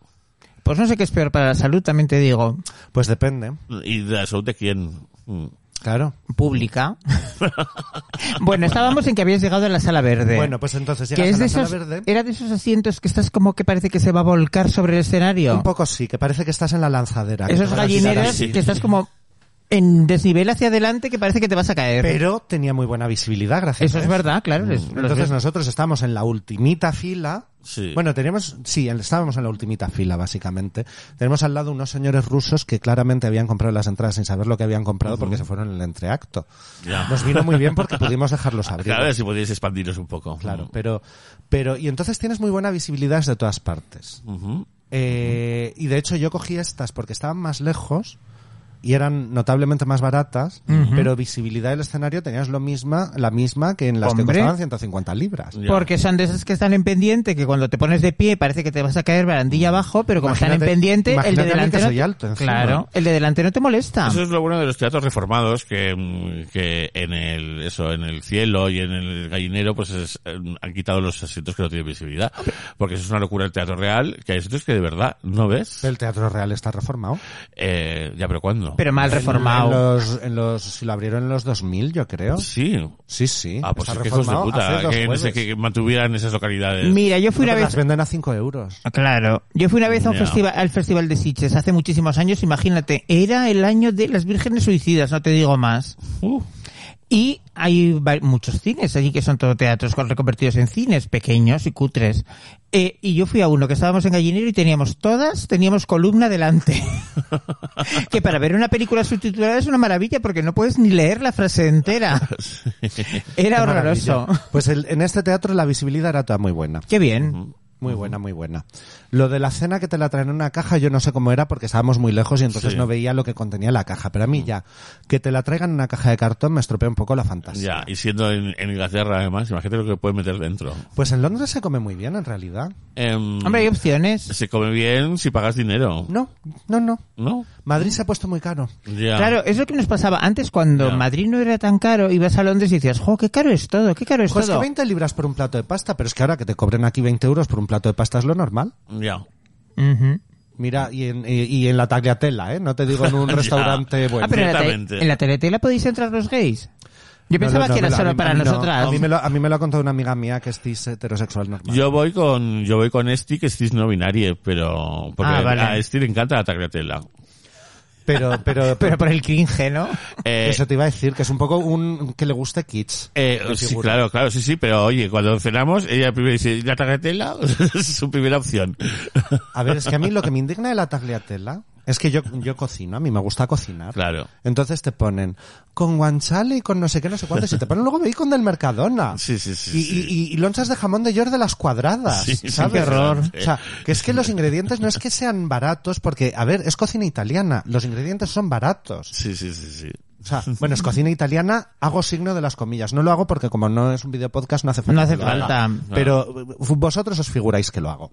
F: Pues no sé qué es peor para la salud, también te digo.
E: Pues depende,
B: ¿Y de la salud de quién? Mm.
E: claro.
F: Pública. bueno, estábamos en que habías llegado a la sala verde.
E: Bueno, pues entonces
F: que
E: llegas
F: es
E: a
F: de
E: la sala
F: esos,
E: verde.
F: era de esos asientos que estás como que parece que se va a volcar sobre el escenario.
E: Un poco sí, que parece que estás en la lanzadera. que te
F: eh, Esos
E: van a tirar
F: gallineros
E: así.
F: que estás como en desnivel hacia adelante que parece que te vas a caer.
E: Pero tenía muy buena visibilidad, gracias.
F: Eso
E: a
F: es verdad, claro. es- los
E: Entonces
F: ves-
E: nosotros estamos en la ultimita fila.
B: Sí.
E: Bueno, teníamos, sí, en- estábamos en la ultimita fila, básicamente. Tenemos al lado unos señores rusos que claramente habían comprado las entradas sin saber lo que habían comprado porque se fueron en el entreacto.
B: Ya.
E: Nos vino muy bien porque pudimos dejarlos abrir.
B: Claro, si podéis expandiros un poco. Mm.
E: Claro, pero, pero, y entonces tienes muy buena visibilidad de todas partes.
B: Ujú.
E: Eh, y de hecho yo cogí estas porque estaban más lejos y eran notablemente más baratas, pero visibilidad del escenario tenías lo misma, la misma que en las
F: Hombre.
E: que costaban 150 libras.
B: Ya.
F: Porque son de esas que están en pendiente, que cuando te pones de pie parece que te vas a caer barandilla abajo, pero como están en
E: Imagínate-
F: pendiente, el de
E: imagínate a alguien
F: delante.
E: que
F: no-
E: soy alto encima.
F: claro, el de delante no te molesta.
B: Eso es lo bueno de los teatros reformados que, mm, que en el eso en el cielo y en el gallinero pues es, eh, han quitado los asientos que no tienen visibilidad porque eso es una locura el teatro real que hay asientos que de verdad no ves
E: El teatro real está reformado.
B: eh, ya pero cuándo
F: Pero mal
E: En
F: reformado.
E: los, en los, si lo abrieron en los 2000, yo creo.
B: sí
E: Sí, sí.
B: ah pues
E: está
B: es que hijos de
E: reformado hace
B: puta
E: dos
B: que, no sé,
E: jueves.
B: que- que mantuvieran esas localidades
F: Mira, yo fui
E: No,
F: una
E: pero
F: vez
E: Las venden a 5 euros.
F: Claro, yo fui una vez a un
B: Ya.
F: festival, al Festival de Sitges hace muchísimos años, imagínate, era el año de las vírgenes suicidas, no te digo más.
B: Uh,
F: Y hay va- muchos cines allí que son todo teatros con- reconvertidos en cines, pequeños y cutres. Eh, y yo fui a uno que estábamos en Gallinero y teníamos todas, teníamos columna delante. que para ver una película subtitulada es una maravilla porque no puedes ni leer la frase entera. Era
E: Qué maravilla.
F: horroroso.
E: Pues el- en este teatro la visibilidad era toda muy buena.
F: Qué bien.
E: Muy buena, muy buena. Lo de la cena que te la traen en una caja, yo no sé cómo era porque estábamos muy lejos y entonces
B: Sí.
E: no veía lo que contenía la caja. Pero a mí ya, que te la traigan en una caja de cartón me estropea un poco la fantasía.
B: Ya, y siendo en, en Inglaterra además, imagínate lo que puedes meter dentro.
E: Pues en Londres se come muy bien en realidad.
B: Em,
F: Hombre, hay opciones.
B: se come bien si pagas dinero,
E: No, no, no.
B: ¿no?
E: Madrid se ha puesto muy caro.
B: Ya.
F: Claro, es lo que nos pasaba antes cuando
B: Ya.
F: Madrid no era tan caro, ibas a Londres y decías, jo, qué caro es todo, qué caro es
E: Pues que
F: todo.
E: 20 libras por un plato de pasta, pero es que ahora que te cobren aquí 20 euros por un plato de pasta es lo normal.
B: Ya.
F: Ujú.
E: Mira, y en, y, y en la tagliatella, ¿eh? No te digo en un
B: Ya.
E: restaurante bueno.
B: Pues
F: ah, pero en la,
B: Ciertamente.
F: te- en la teletela podéis entrar los gays.
E: No,
F: Yo pensaba
E: no, no,
F: que era
E: me lo- a
F: solo
E: mí-
F: para
E: a mí no.
F: nosotras.
E: A mí, me lo, a mí me lo ha contado una amiga mía que es cis heterosexual normal.
B: Yo voy con yo voy con Esti, que Esti es no binario, pero porque
F: Ah, vale.
B: a Esti le encanta la tagliatella.
E: Pero, pero,
F: Pero por el cringe, ¿no?
B: Eh,
E: Eso te iba a decir, que es un poco un que le guste Kids.
B: eh,
E: de
B: sí,
E: figura.
B: claro, claro, sí, sí, pero oye, cuando cenamos, ella primero dice, ¿y la tagliatella? es su primera opción.
E: A ver, es que a mí lo que me indigna de la tagliatella es que yo, yo cocino, a mí me gusta cocinar.
B: Claro.
E: Entonces te ponen con guanchale y con no sé qué, no sé cuánto, y si te ponen luego bacon del Mercadona.
B: Sí, sí, sí,
E: Y,
B: sí.
E: y- y- y lonchas de jamón de york de las cuadradas.
B: Sí, sí,
E: ¿sabes?
B: qué horror.
E: O sea, que es que los ingredientes no es que sean baratos, porque, a ver, es cocina italiana, los ingredientes son baratos.
B: Sí, sí, sí, sí.
E: O sea, bueno, es cocina italiana, hago signo de las comillas. No lo hago porque como no es un video podcast no hace falta.
F: No hace
E: que lo haga.
F: falta.
E: Pero eh, vosotros os figuráis que lo hago.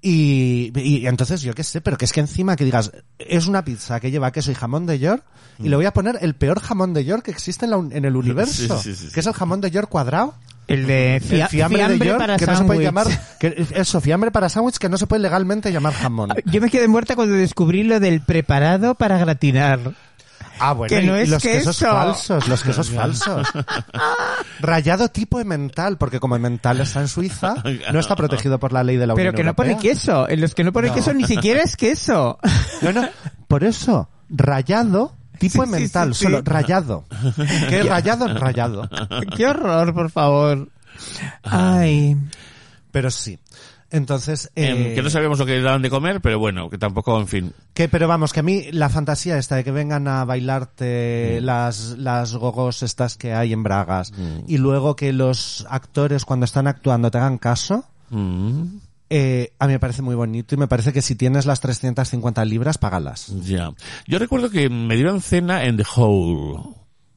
E: Y, y entonces yo qué sé, pero que es que encima que digas, es una pizza que lleva queso y jamón de york y le voy a poner el peor jamón de york que existe en, la un- en el universo,
B: Sí, sí, sí, sí.
E: que es el jamón de york cuadrado.
F: El de
E: El
F: fia-
E: fiambre, de York,
F: para
E: que no se puede
F: sándwich.
E: llamar, que- eso, fiambre para sándwich que no se puede legalmente llamar jamón.
F: Yo me quedé muerta cuando descubrí lo del preparado para gratinar.
E: Ah, bueno,
F: Que no
E: y
F: es
E: los quesos
F: queso.
E: falsos, los quesos falsos. Rayado tipo Emmental, porque como Emmental está en Suiza, no está protegido por la ley de la Unión
F: Pero que no pone
E: Europea.
F: queso. En los que no pone queso ni siquiera es queso.
E: No, no, por eso, rayado tipo
F: Sí, sí,
E: Emmental,
F: sí, sí.
E: solo rayado. ¿Qué rayado? Rayado.
F: Qué horror, por favor. Ay.
E: Pero sí. Entonces,
B: Em,
E: eh,
B: que no sabíamos lo que daban de comer, pero bueno, que tampoco, en fin.
E: Que, pero vamos, que a mí la fantasía esta de que vengan a bailarte
B: Mm.
E: las, las gogos estas que hay en Bragas y luego que los actores cuando están actuando te hagan caso,
B: Mm,
E: eh, a mí me parece muy bonito y me parece que si tienes las 350 libras, págalas.
B: ya. Yo recuerdo que me dieron cena en The Hole.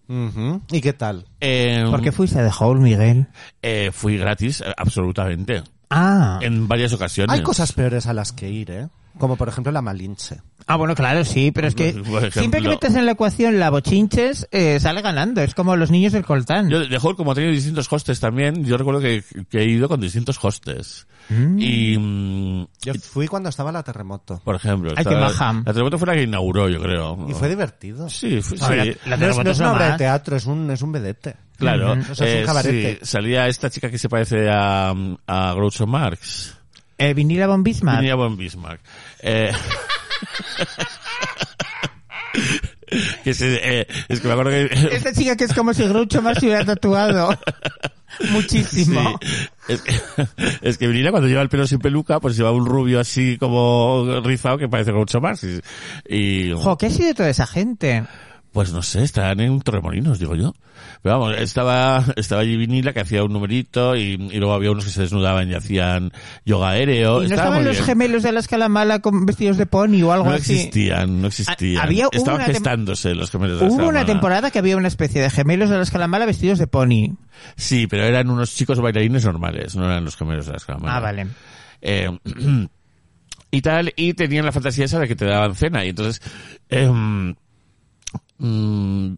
E: Ujú. ¿Y qué tal?
B: Em,
F: ¿Por qué fuiste a The Hole, Miguel?
B: eh, fui gratis, eh, absolutamente.
F: Ah.
B: En varias ocasiones.
E: Hay cosas peores a las que ir, ¿eh? Como por ejemplo la Malinche.
F: Ah, bueno, claro, sí, pero es que
B: Pues, Por ejemplo.
F: siempre que metes en la ecuación la bochinches, eh, sale ganando. Es como los niños del coltán.
B: Yo, The Hall, como ha tenido distintos hostes también, yo recuerdo que, que he ido con distintos hostes. Y, mm,
E: Yo fui cuando estaba la terremoto
B: por ejemplo,
F: Ay, qué maja.
B: la terremoto fue la que inauguró, yo creo.
E: y fue divertido.
B: Oh. Sí, fue,
F: A ver,
B: sí.
F: la- la
E: no, es, no
F: terremoto
E: es
F: es
E: una
F: lo
E: obra de
F: más.
E: teatro, es un, es un vedete.
B: Claro,
E: Ujú. O sea, es un
B: eh,
E: cabarete.
B: sí, salía esta chica que se parece a, a Groucho Marx.
F: Eh, vinila von Bismarck.
B: Tenía buen Bismarck. Eh, que se, eh, es que me acuerdo que...
F: Esta chica que es como si Groucho Marx se hubiera tatuado. Muchísimo.
B: Sí. Es que, es que Virginia, cuando lleva el pelo sin peluca, pues lleva un rubio así como rizado que parece mucho más. Y, y,
F: Jo, ¿qué ha sido de toda esa gente?
B: pues no sé, están en Torremolinos, digo yo. Pero vamos, estaba, estaba allí Vinila que hacía un numerito y, y luego había unos que se desnudaban y hacían yoga aéreo.
F: ¿Y
B: Estaba
F: no estaban
B: muy
F: los
B: bien.
F: gemelos de las calamala con vestidos de pony o algo
B: No
F: así?
B: existían, no existían.
F: Ha- había
B: Estaban
F: una tem-
B: gestándose los gemelos de la
F: Hubo una
B: Salamana.
F: temporada que había una especie de gemelos de las calamala vestidos de pony.
B: Sí, pero eran unos chicos bailarines normales, no eran los gemelos de la Salamana.
F: Ah, vale.
B: Eh, y tal, y tenían la fantasía esa de que te daban cena, y entonces, em, mm,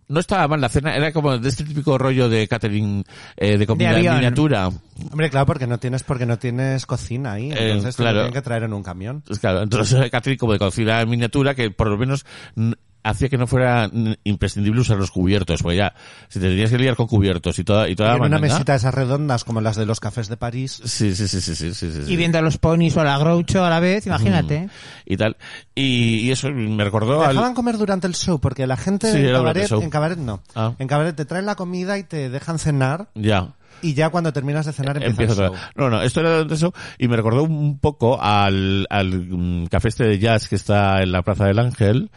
B: no estaba mal la cena, era como de este típico rollo de catering, eh, de comida en
F: avión.
B: miniatura.
E: Hombre, claro, porque no tienes, porque no tienes cocina ahí.
B: Eh,
E: Entonces te lo
B: claro. Pues
E: tienen que traer en un camión.
B: Entonces, claro, entonces era catering como de cocina en miniatura, que por lo menos mm, hacía que no fuera mm, imprescindible usar los cubiertos, porque ya, si te tenías que liar con cubiertos y toda, y toda la
E: en una
B: mandanga-
E: mesita de esas redondas como las de los cafés de París.
B: Ah, Sí, sí, sí, sí, sí, sí, sí, sí. Mm.
F: Y viendo a los ponis o a la groucho a la vez, imagínate.
B: Y tal. Y, y eso me recordó al...
E: Dejaban comer durante el show porque la gente
B: Sí,
E: en,
B: era durante el
E: cabaret,
B: show.
E: en cabaret no.
B: Ah.
E: En cabaret te traen la comida y te dejan cenar
B: Ya.
E: y ya cuando terminas de cenar empieza
B: Empiezo
E: el
B: otra
E: show.
B: vez. No, no, esto era de eso y me recordó un poco al, al mm, café este de jazz que está en la Plaza del Ángel,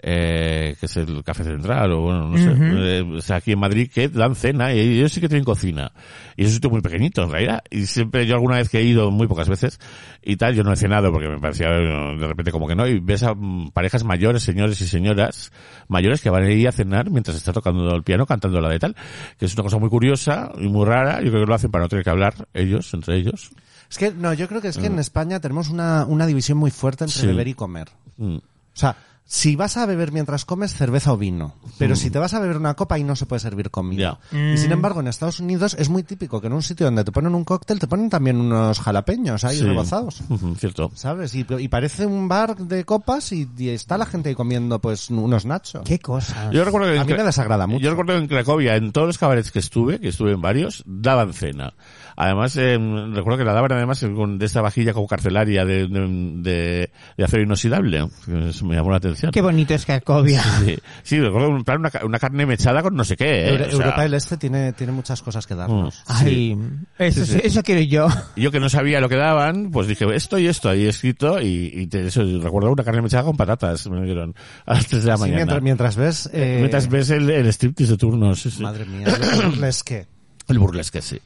B: eh, que es el café central o bueno, no sé, eh, o sea, aquí en Madrid que dan cena y ellos sí que tienen cocina. Y es un sitio muy pequeñito en realidad. Y siempre yo alguna vez que he ido, muy pocas veces, y tal, yo no he cenado porque me parecía eh, de repente como que no. Y ves a mm, parejas mayores, señores y señoras mayores que van a ir a cenar mientras está tocando el piano, cantando la de tal, que es una cosa muy curiosa y muy rara. Yo creo que lo hacen para no tener que hablar ellos, entre ellos.
E: Es que, no, yo creo que es que en España tenemos una, una división muy fuerte entre
B: Mm. Sí.
E: beber y comer.
B: Mm.
E: O sea, si vas a beber mientras comes, cerveza o vino.
B: Mm.
E: Pero si te vas a beber una copa, ahí no se puede servir comida. Y sin embargo, en Estados Unidos es muy típico que en un sitio donde te ponen un cóctel, te ponen también unos jalapeños ahí
B: Sí.
E: rebozados.
B: Ujú, Cierto.
E: ¿Sabes? Y, y parece un bar de copas y, y está la gente ahí comiendo pues unos nachos.
F: Qué cosa.
B: Yo recuerdo que
E: A
B: en
E: mí me
B: Cra-
E: desagrada mucho.
B: Yo recuerdo que en Cracovia, en todos los cabarets que estuve, que estuve en varios, daban cena. Además, eh, recuerdo que la daban además con, de esta vajilla como carcelaria de, de, de- de acero inoxidable. Eso me llamó la atención.
F: Qué bonito es Cracovia.
B: Sí, sí, recuerdo un plan, una, ca- una carne mechada con no sé qué. eh,
E: Euro-
B: o sea, Mm.
E: Europa del Este tiene, tiene muchas cosas que darnos.
F: Ay, eso, eso quiero yo.
B: yo que no sabía lo que daban, pues dije esto y esto ahí escrito y, y te- eso, y recuerdo una carne mechada con patatas, me lo dieron a las 3 de la
E: Sí,
B: mañana.
E: mientras, mientras ves... eh,
B: Mientras ves el, el striptease de turno, sí, sí.
E: Madre mía, lo- es que...
B: El burlesque, sí.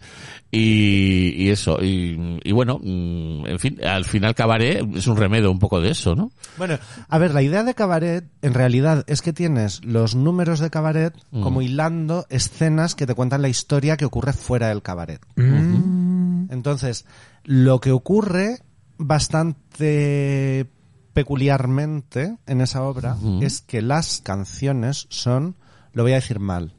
B: Y, y eso, y, y bueno, mm, en fin, al final cabaré es un remedio un poco de eso, ¿no?
E: Bueno, a ver, la idea de cabaret en realidad es que tienes los números de cabaret
B: Mm.
E: como hilando escenas que te cuentan la historia que ocurre fuera del cabaret.
F: Mm.
E: Entonces, lo que ocurre bastante peculiarmente en esa obra es que las canciones son, lo voy a decir mal,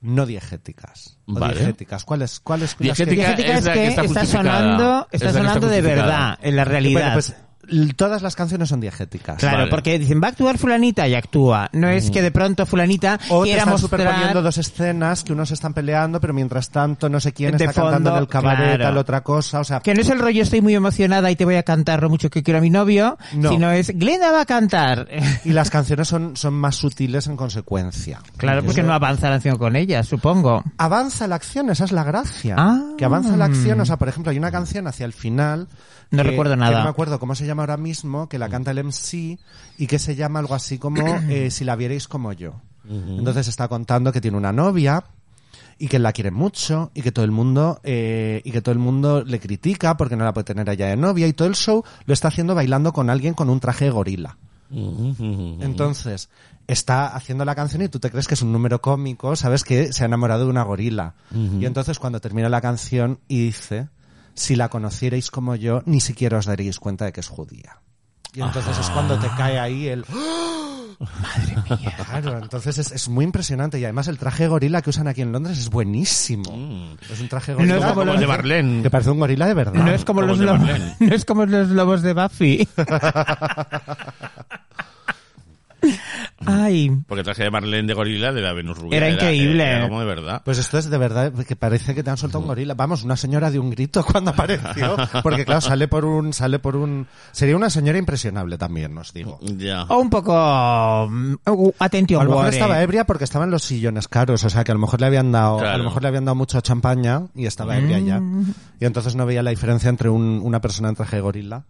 E: no diegéticas. o
B: Vale.
E: Diegéticas. ¿Cuáles? ¿Cuáles? las que-
B: Diegética
F: Diegética
B: es
F: es
B: la que
F: que
B: está
F: está,
B: justificada.
F: sonando,
B: Es
F: está
B: la que está
F: sonando de
B: justificada.
F: verdad, en la realidad.
E: Bueno, pues l- todas las canciones son diegéticas.
F: Claro,
B: Vale.
F: porque dicen, va a actuar fulanita y actúa. No es que de pronto fulanita
E: O te
F: quiera
E: están
F: mostrar...
E: superponiendo dos escenas que unos se están peleando, pero mientras tanto no sé quién
F: De
E: está cantando en
F: fondo,
E: el cabaret
F: claro.
E: tal otra cosa, o sea,
F: Que no es el rollo estoy muy emocionada y te voy a cantar lo mucho que quiero a mi novio,
E: No.
F: sino es Glenda va a cantar.
E: y las canciones son, son más sutiles en consecuencia.
F: claro, porque
E: Eso-
F: no avanza la acción con ella, supongo.
E: Avanza la acción, esa es la gracia.
F: Ah.
E: Que avanza la acción, o sea, por ejemplo, hay una canción hacia el final.
F: No
E: que-
F: recuerdo
E: que
F: nada.
E: no me acuerdo cómo se llama ahora mismo, que la canta el MC y que se llama algo así como eh, Si la vierais como yo. Entonces está contando que tiene una novia y que la quiere mucho y que todo el mundo eh, y que todo el mundo le critica porque no la puede tener allá de novia y todo el show lo está haciendo bailando con alguien con un traje de gorila. Entonces, está haciendo la canción y tú te crees que es un número cómico, sabes que se ha enamorado de una gorila. Y entonces cuando termina la canción y dice, si la conocierais como yo, ni siquiera os daríais cuenta de que es judía. Y entonces es cuando te cae ahí el... Madre mía. Claro, entonces es, es muy impresionante. Y además el traje de gorila que usan aquí en Londres es buenísimo.
B: Mm.
E: Es un traje de
F: No es
E: gorila
F: como
B: Como el de Marlene.
E: que parece un gorila de verdad.
F: No es como,
B: como
F: los
B: el de
F: lobos,
B: Marlene.
F: no es como los lobos de Buffy. Ay,
B: Porque el traje de Marlene de gorila de la Venus Rubia.
F: Era increíble.
B: Era como de verdad.
E: Pues esto es de verdad que parece que te han soltado un gorila. Vamos, una señora de un grito cuando apareció, porque claro, sale por un sale por un sería una señora impresionable también, os digo.
B: Ya.
F: o un poco mm, uh,
E: A
F: atención.
E: lo mejor
F: Warren.
E: estaba ebria porque estaban los sillones caros, o sea que a lo mejor le habían dado, a
B: Claro.
E: lo mejor le habían dado mucho champaña y estaba ebria ya. Y entonces no veía la diferencia entre un- una persona en traje de gorila.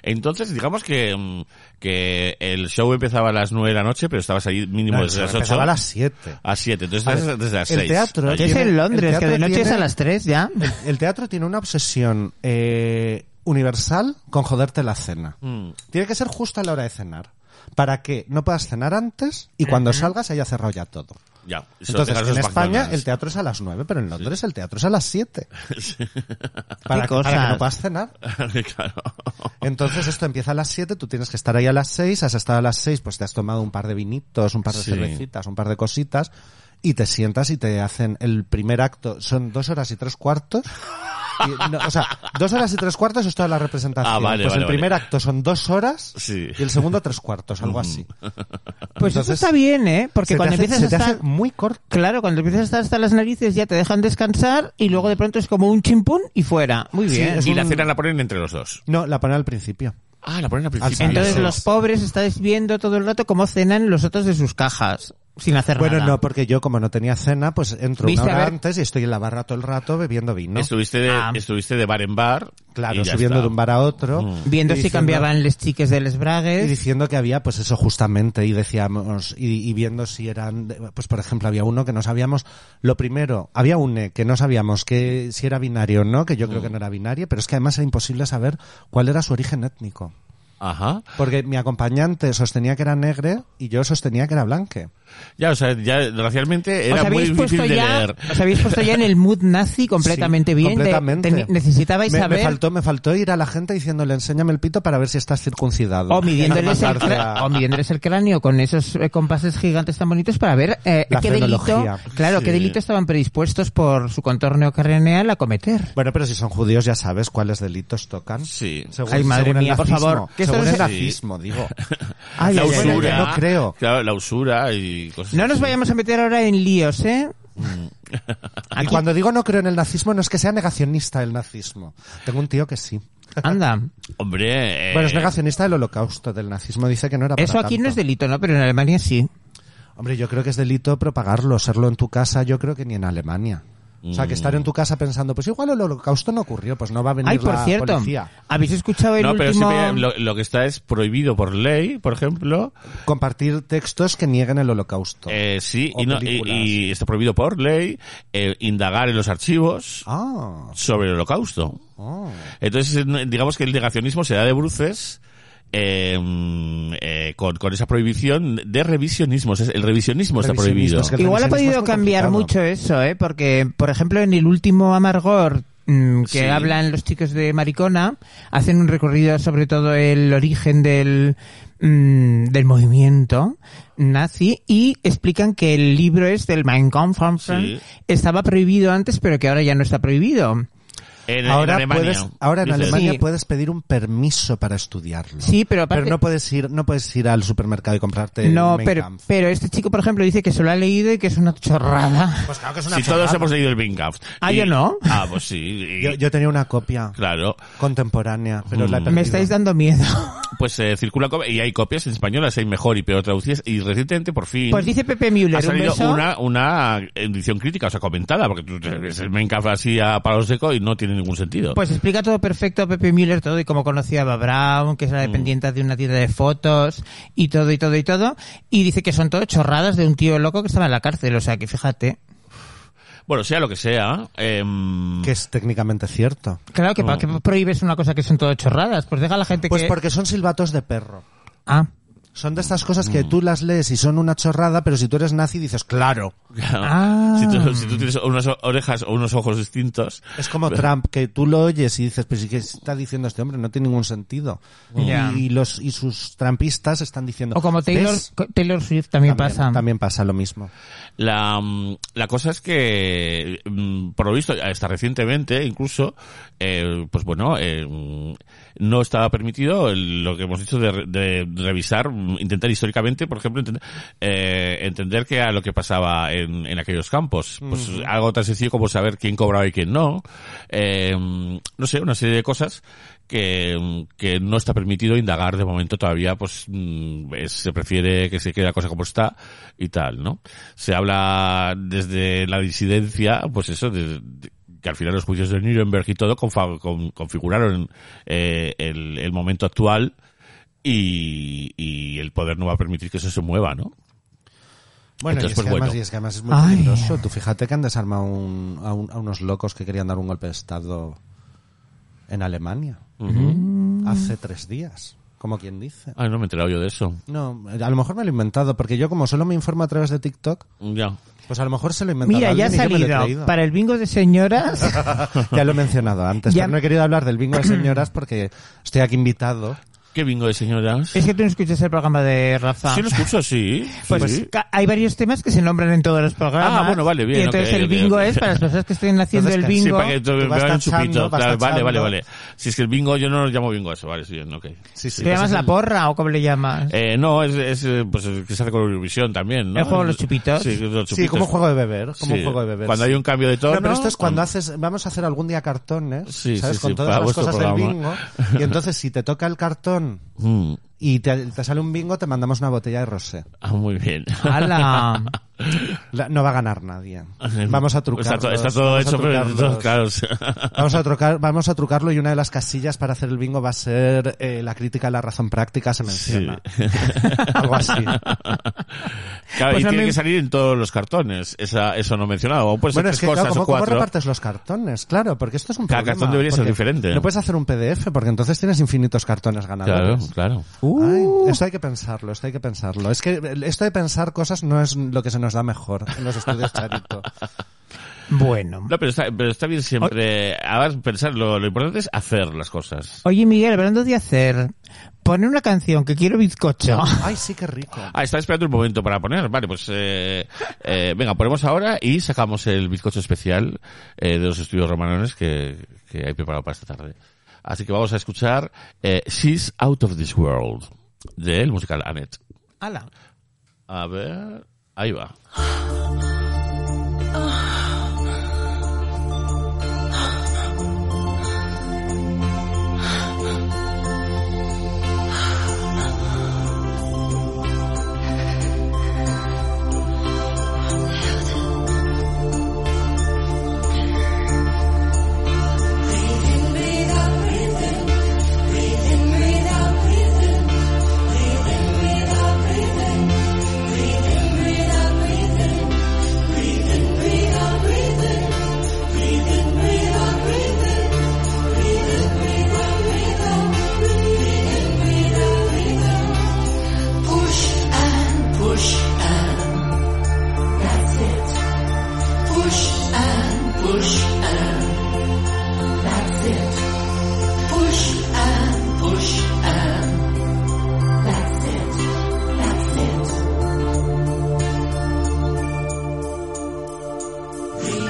B: Entonces, digamos que, mm, que el show empezaba a las 9 de la noche, pero estabas ahí mínimo
E: No,
B: desde las 8
E: empezaba a las 7.
B: a 7. Entonces,
E: A ver,
B: desde, desde las
E: el
B: 6.
E: teatro
F: Que es
E: tiene-
F: en Londres,
E: el
F: que de
E: teatro
F: noche es
E: tiene- Pues
F: a las 3 ya.
E: El, el teatro tiene una obsesión eh, universal con joderte la cena.
B: Mm,
E: Tiene que ser justo a la hora de cenar. Para que no puedas cenar antes y cuando salgas haya cerrado ya todo.
B: Ya. Y solo
E: Entonces,
B: dejas los
E: en España
B: McDonald's.
E: el teatro es a las 9, pero en Londres el teatro es a las 7. Para,
F: Qué
E: que- para que
F: cosas.
E: no puedas cenar.
B: claro.
E: Entonces esto empieza a las 7, tú tienes que estar ahí a las 6, has estado a las 6, pues te has tomado un par de vinitos, un par de
B: Sí.
E: cervecitas, un par de cositas, y te sientas y te hacen el primer acto, son dos horas y tres cuartos, Y, no, o sea, dos horas y tres cuartos es toda la representación.
B: Ah, vale,
E: pues
B: vale,
E: el
B: vale.
E: primer acto son dos horas
B: Sí. Mm.
E: y el segundo tres cuartos, algo así.
F: Pues eso
E: Entonces,
F: está bien, ¿eh? Porque
E: Se te
F: cuando
E: hace-
F: empiezas
E: se
F: a
E: te
F: estar...
E: hace muy corto.
F: Claro, cuando empiezas a estar hasta las narices ya te dejan descansar y luego de pronto es como un chimpún y fuera. Muy
E: Sí,
F: bien.
E: es
B: Y la
E: un-
B: cena la ponen entre los dos.
E: No, la ponen al principio.
B: Ah, la ponen al principio.
E: final.
F: Entonces
E: sí.
F: los pobres estáis viendo todo el rato cómo cenan los otros de sus cajas sin hacer
E: Bueno,
F: nada.
E: no, porque yo como no tenía cena, pues entro una
F: Viste, a
E: hora
F: ver-
E: antes y estoy en la barra todo el rato bebiendo vino.
B: Estuviste, de,
F: Ah.
B: estuviste de bar en bar.
E: Claro,
B: y ya
E: subiendo
B: está. Mm.
E: de un bar a otro.
F: Viendo
E: y
F: si
E: diciendo-
F: cambiaban les chiques de les
E: Y
F: bragues.
E: diciendo que había, pues eso justamente, y decíamos, y, y viendo si eran, de- pues por ejemplo, había uno que no sabíamos, lo primero, había un E que no sabíamos que si era binario o no, que yo creo que no era binario, pero es que además era imposible saber cuál era su origen étnico.
B: Ajá.
E: Porque mi acompañante sostenía que era negre y yo sostenía que era blanque.
B: Ya, o sea, ya racialmente
F: os
B: era muy
F: habéis
B: difícil
F: puesto
B: de
F: ya,
B: leer.
F: os habéis puesto ya en el mood nazi completamente
E: Sí,
F: bien. de-
E: completamente.
F: teni- necesitabais
E: me, me
F: saber
E: faltó, me faltó ir a la gente diciéndole, enséñame el pito para ver si estás circuncidado.
F: o midiéndoles, el,
E: Mandarte
F: cra-
E: a-
F: o midiéndoles el cráneo con esos eh, compases gigantes tan bonitos para ver eh,
E: La
F: qué delito,
E: fenología.
F: claro, qué
B: Sí.
F: delito estaban predispuestos por su contorno craneal a cometer.
E: Bueno, pero si son judíos ya sabes cuáles delitos tocan.
B: Sí.
F: Ay, madre
E: el
F: mía, por
E: nazismo.
F: favor, que esto
E: según
F: no
E: el
F: se-
E: nazismo, digo.
F: Ay,
B: la
F: ay, ay, ay,
B: usura.
E: no creo.
B: Claro, la usura y cosas
F: No nos
B: así.
F: vayamos a meter ahora en líos, ¿eh?
E: Y
F: Aquí,
E: Mm. cuando digo no creo en el nazismo, no es que sea negacionista el nazismo. Tengo un tío que sí.
F: anda.
B: Hombre. eh,
E: Bueno, es negacionista del holocausto, del nazismo. Dice que no era para
F: Eso aquí
E: tanto.
F: no es delito, ¿no? Pero en Alemania sí.
E: Hombre, yo creo que es delito propagarlo, serlo en tu casa, yo creo que ni en Alemania. O sea, que estar
B: Mm.
E: en tu casa pensando, pues igual el holocausto no ocurrió, pues no va a venir
F: Ay, por
E: la
F: cierto,
E: policía.
F: ¿habéis escuchado el
B: no, pero sí
F: último...?
B: me- lo, lo que está es prohibido por ley, por ejemplo.
E: Compartir textos que nieguen el holocausto.
B: Eh, sí,
E: O
B: y, no- y-
E: películas.
B: y está prohibido por ley eh, indagar en los archivos
E: Ah,
B: sobre el holocausto.
E: ah.
B: Entonces, eh, digamos que el negacionismo se da de bruces eh, eh, con, con esa prohibición de revisionismo. O sea, el revisionismo está
E: Revisionismo,
B: prohibido.
E: es que el
F: Igual ha
E: revisionismo es
F: podido
E: muy
F: cambiar
E: complicado.
F: mucho eso, ¿eh? Porque, por ejemplo, en el último Amargor mm, que
B: Sí.
F: hablan los chicos de Maricona, hacen un recorrido sobre todo el origen del, mm, del movimiento nazi y explican que el libro es del Mein Kampf,
B: Sí.
F: estaba prohibido antes pero que ahora ya no está prohibido.
B: En- en
E: Ahora,
B: Alemania,
E: puedes, ahora en
B: dices.
E: Alemania
F: Sí.
E: puedes pedir un permiso para estudiarlo.
F: Sí, pero aparte...
E: Pero no puedes ir, no puedes ir al supermercado y comprarte el
F: no,
E: Mein
F: pero,
E: Kampf.
F: pero este chico, por ejemplo, dice que se lo ha leído y que es una chorrada.
E: Pues claro que es una
B: Si
E: chorrada.
B: todos hemos leído el Bing Kampf.
F: Ah,
B: Y-
F: yo no.
B: Ah, pues sí. y-
E: yo, yo tenía una copia
B: Claro. Mm.
E: contemporánea, pero la he
F: Me
E: perdido.
F: estáis dando miedo.
B: Pues eh, circula co- y hay copias en español, las hay mejor y peor traducidas. Y recientemente, por fin.
F: Pues dice Pepe Müller,
B: ha
F: un
B: salido
F: beso.
B: una, una edición crítica, o sea, comentada, porque tú te ves el Mein Kampf así a palo seco y no tiene ningún sentido.
F: Pues explica todo perfecto Pepe Müller, todo y cómo conocía a Eva Braun, que es
E: Mm.
F: la dependiente de una tienda de fotos, y todo, y todo, y todo. Y dice que son todo chorradas de un tío loco que estaba en la cárcel, o sea que fíjate.
B: bueno, sea lo que sea, em,
E: Que es técnicamente cierto.
F: Claro que para qué prohíbes una cosa que son todo chorradas, pues deja a la gente
E: Pues
F: que...
E: porque son silbatos de perro.
F: Ah,
E: Son de estas cosas
B: Mm.
E: que tú las lees y son una chorrada, pero si tú eres nazi dices, claro.
F: Ah.
B: si, tú, si tú tienes unas o- orejas o unos ojos distintos,
E: Es como Trump, que tú lo oyes y dices, pues sí que está diciendo este hombre, no tiene ningún sentido. Y-
F: Ya.
E: Y, los, y sus trampistas están diciendo...
F: o como Taylor,
E: "¿Ves?
F: Taylor Swift también, pasa.
E: También pasa lo mismo.
B: La, mm, la cosa es que, mm, por lo visto, hasta recientemente, incluso, eh, pues bueno, eh, mm, no estaba permitido el- lo que hemos dicho de, re- de revisar, mm, intentar históricamente, por ejemplo, entender, eh, entender que a lo que pasaba en, en aquellos campos. Pues algo tan sencillo como saber quién cobraba y quién no. Eh, mm, no sé, una serie de cosas que, mm, que no está permitido indagar de momento todavía, pues mm, es- se prefiere que se quede la cosa como está y tal, ¿no? Se habla desde la disidencia, pues eso, de- de- que al final los juicios de Nuremberg y todo confa- con- configuraron eh, el, el momento actual y, y el poder no va a permitir que eso se mueva, ¿no?
E: Bueno,
B: Entonces,
E: y, es
B: pues,
E: que además,
B: bueno.
E: y es que además es muy
F: Ay.
E: peligroso. Tú fíjate que han desarmado un- a, un- a unos locos que querían dar un golpe de Estado en Alemania hace tres días, como quien dice.
B: Ay, Ah, no me he enterado yo de eso.
E: No, a lo mejor me lo he inventado, porque yo como solo me informo a través de TikTok,
B: Ya.
E: pues a lo mejor se lo he inventado.
F: Mira, ya ha
E: alguien y yo me lo he
F: salido
E: creído.
F: para el bingo de señoras.
E: Ya lo he mencionado antes,
F: Ya-
E: pero no he querido hablar del bingo de señoras porque estoy aquí invitado.
B: ¿Qué bingo de señoras?
F: Es que tú no escuchas el programa de Rafa.
B: Sí, lo escucho, sí.
F: Pues
B: sí.
F: ca- hay varios temas que se nombran en todos los programas.
B: Ah, bueno, vale, bien,
F: Y entonces
B: ok,
F: el
B: ok,
F: bingo
B: ok.
F: es para las personas que estén haciendo
E: Entonces,
F: el
E: que-
B: Sí,
F: bingo.
B: para que
E: Tú
B: me
E: vas
B: hagan un
E: tachando,
B: chupito.
E: vas
B: Claro, vale,
E: tachando.
B: vale, vale. Si es que el bingo yo no lo llamo bingo eso, vale, sí, bien, ok.
E: Sí, sí,
F: ¿Te llamas
E: ese es
F: la
E: el-
F: porra o cómo le llamas?
B: Eh, no, es, es eh, pues el que se hace con Eurovisión también, ¿no?
F: ¿El juego de los chupitos?
B: Sí, los chupitos.
E: Sí, como un juego de beber,
B: Sí,
E: como un juego de beber.
B: Cuando
E: sí.
B: hay un cambio de tono. mm,
E: No, pero esto es cuando
B: cuando-
E: haces, vamos a hacer algún día cartones,
B: Sí,
E: ¿sabes?
B: sí,
E: Con
B: sí,
E: todas
B: para
E: las
B: vuestro
E: cosas del bingo.
B: programa.
E: Y entonces, si te toca el cartón
B: Mm.
E: y te, te sale un bingo, te mandamos una botella de rosé.
B: Ah, muy bien.
F: ¡Hala!
E: La- no va a ganar nadie. Vamos a trucarlo.
B: Está, to- Ah, está todo
E: vamos a
B: hecho, pero
E: trucarlos.
B: entonces, claro. o sea,
E: Vamos a, trucar, vamos a trucarlo y una de las casillas para hacer el bingo va a ser eh, la crítica a la razón práctica se menciona. Algo así.
B: Claro,
F: Pues
B: y
F: a
B: tiene
F: mí-
B: que salir en todos los cartones. Esa, eso no mencionado. O puede ser
E: Bueno, es
B: tres
E: que
B: Pues cosas
E: claro, ¿cómo,
B: o
E: cómo
B: cuatro.
E: repartes los cartones? Claro, porque esto es un
B: Cada
E: problema,
B: cartón debería ser
E: porque
B: diferente.
E: No puedes hacer un PDF porque entonces tienes infinitos cartones
B: Claro,
E: ganadores.
B: claro.
F: Uh.
E: Ay, esto hay que pensarlo, esto hay que pensarlo. Es que esto de pensar cosas no es lo que se nos da mejor en los estudios Charito.
F: Bueno.
B: No, pero está, pero está bien siempre. Ahora pensar, lo, lo importante es hacer las cosas.
F: Oye, Miguel, hablando de hacer, pone una canción que quiero bizcocho.
E: Ay, sí, qué rico.
B: Ah, estaba esperando un momento para poner. Vale, pues eh, eh, venga, ponemos ahora y sacamos el bizcocho especial eh, de los estudios romanones que, que hay preparado para esta tarde. Así que vamos a escuchar eh, She's Out of This World del musical Annette.
F: ¡Hala!
B: A ver, ahí va.
D: Push and push and that's it. Push and push and that's it. Push and push and that's it. That's it.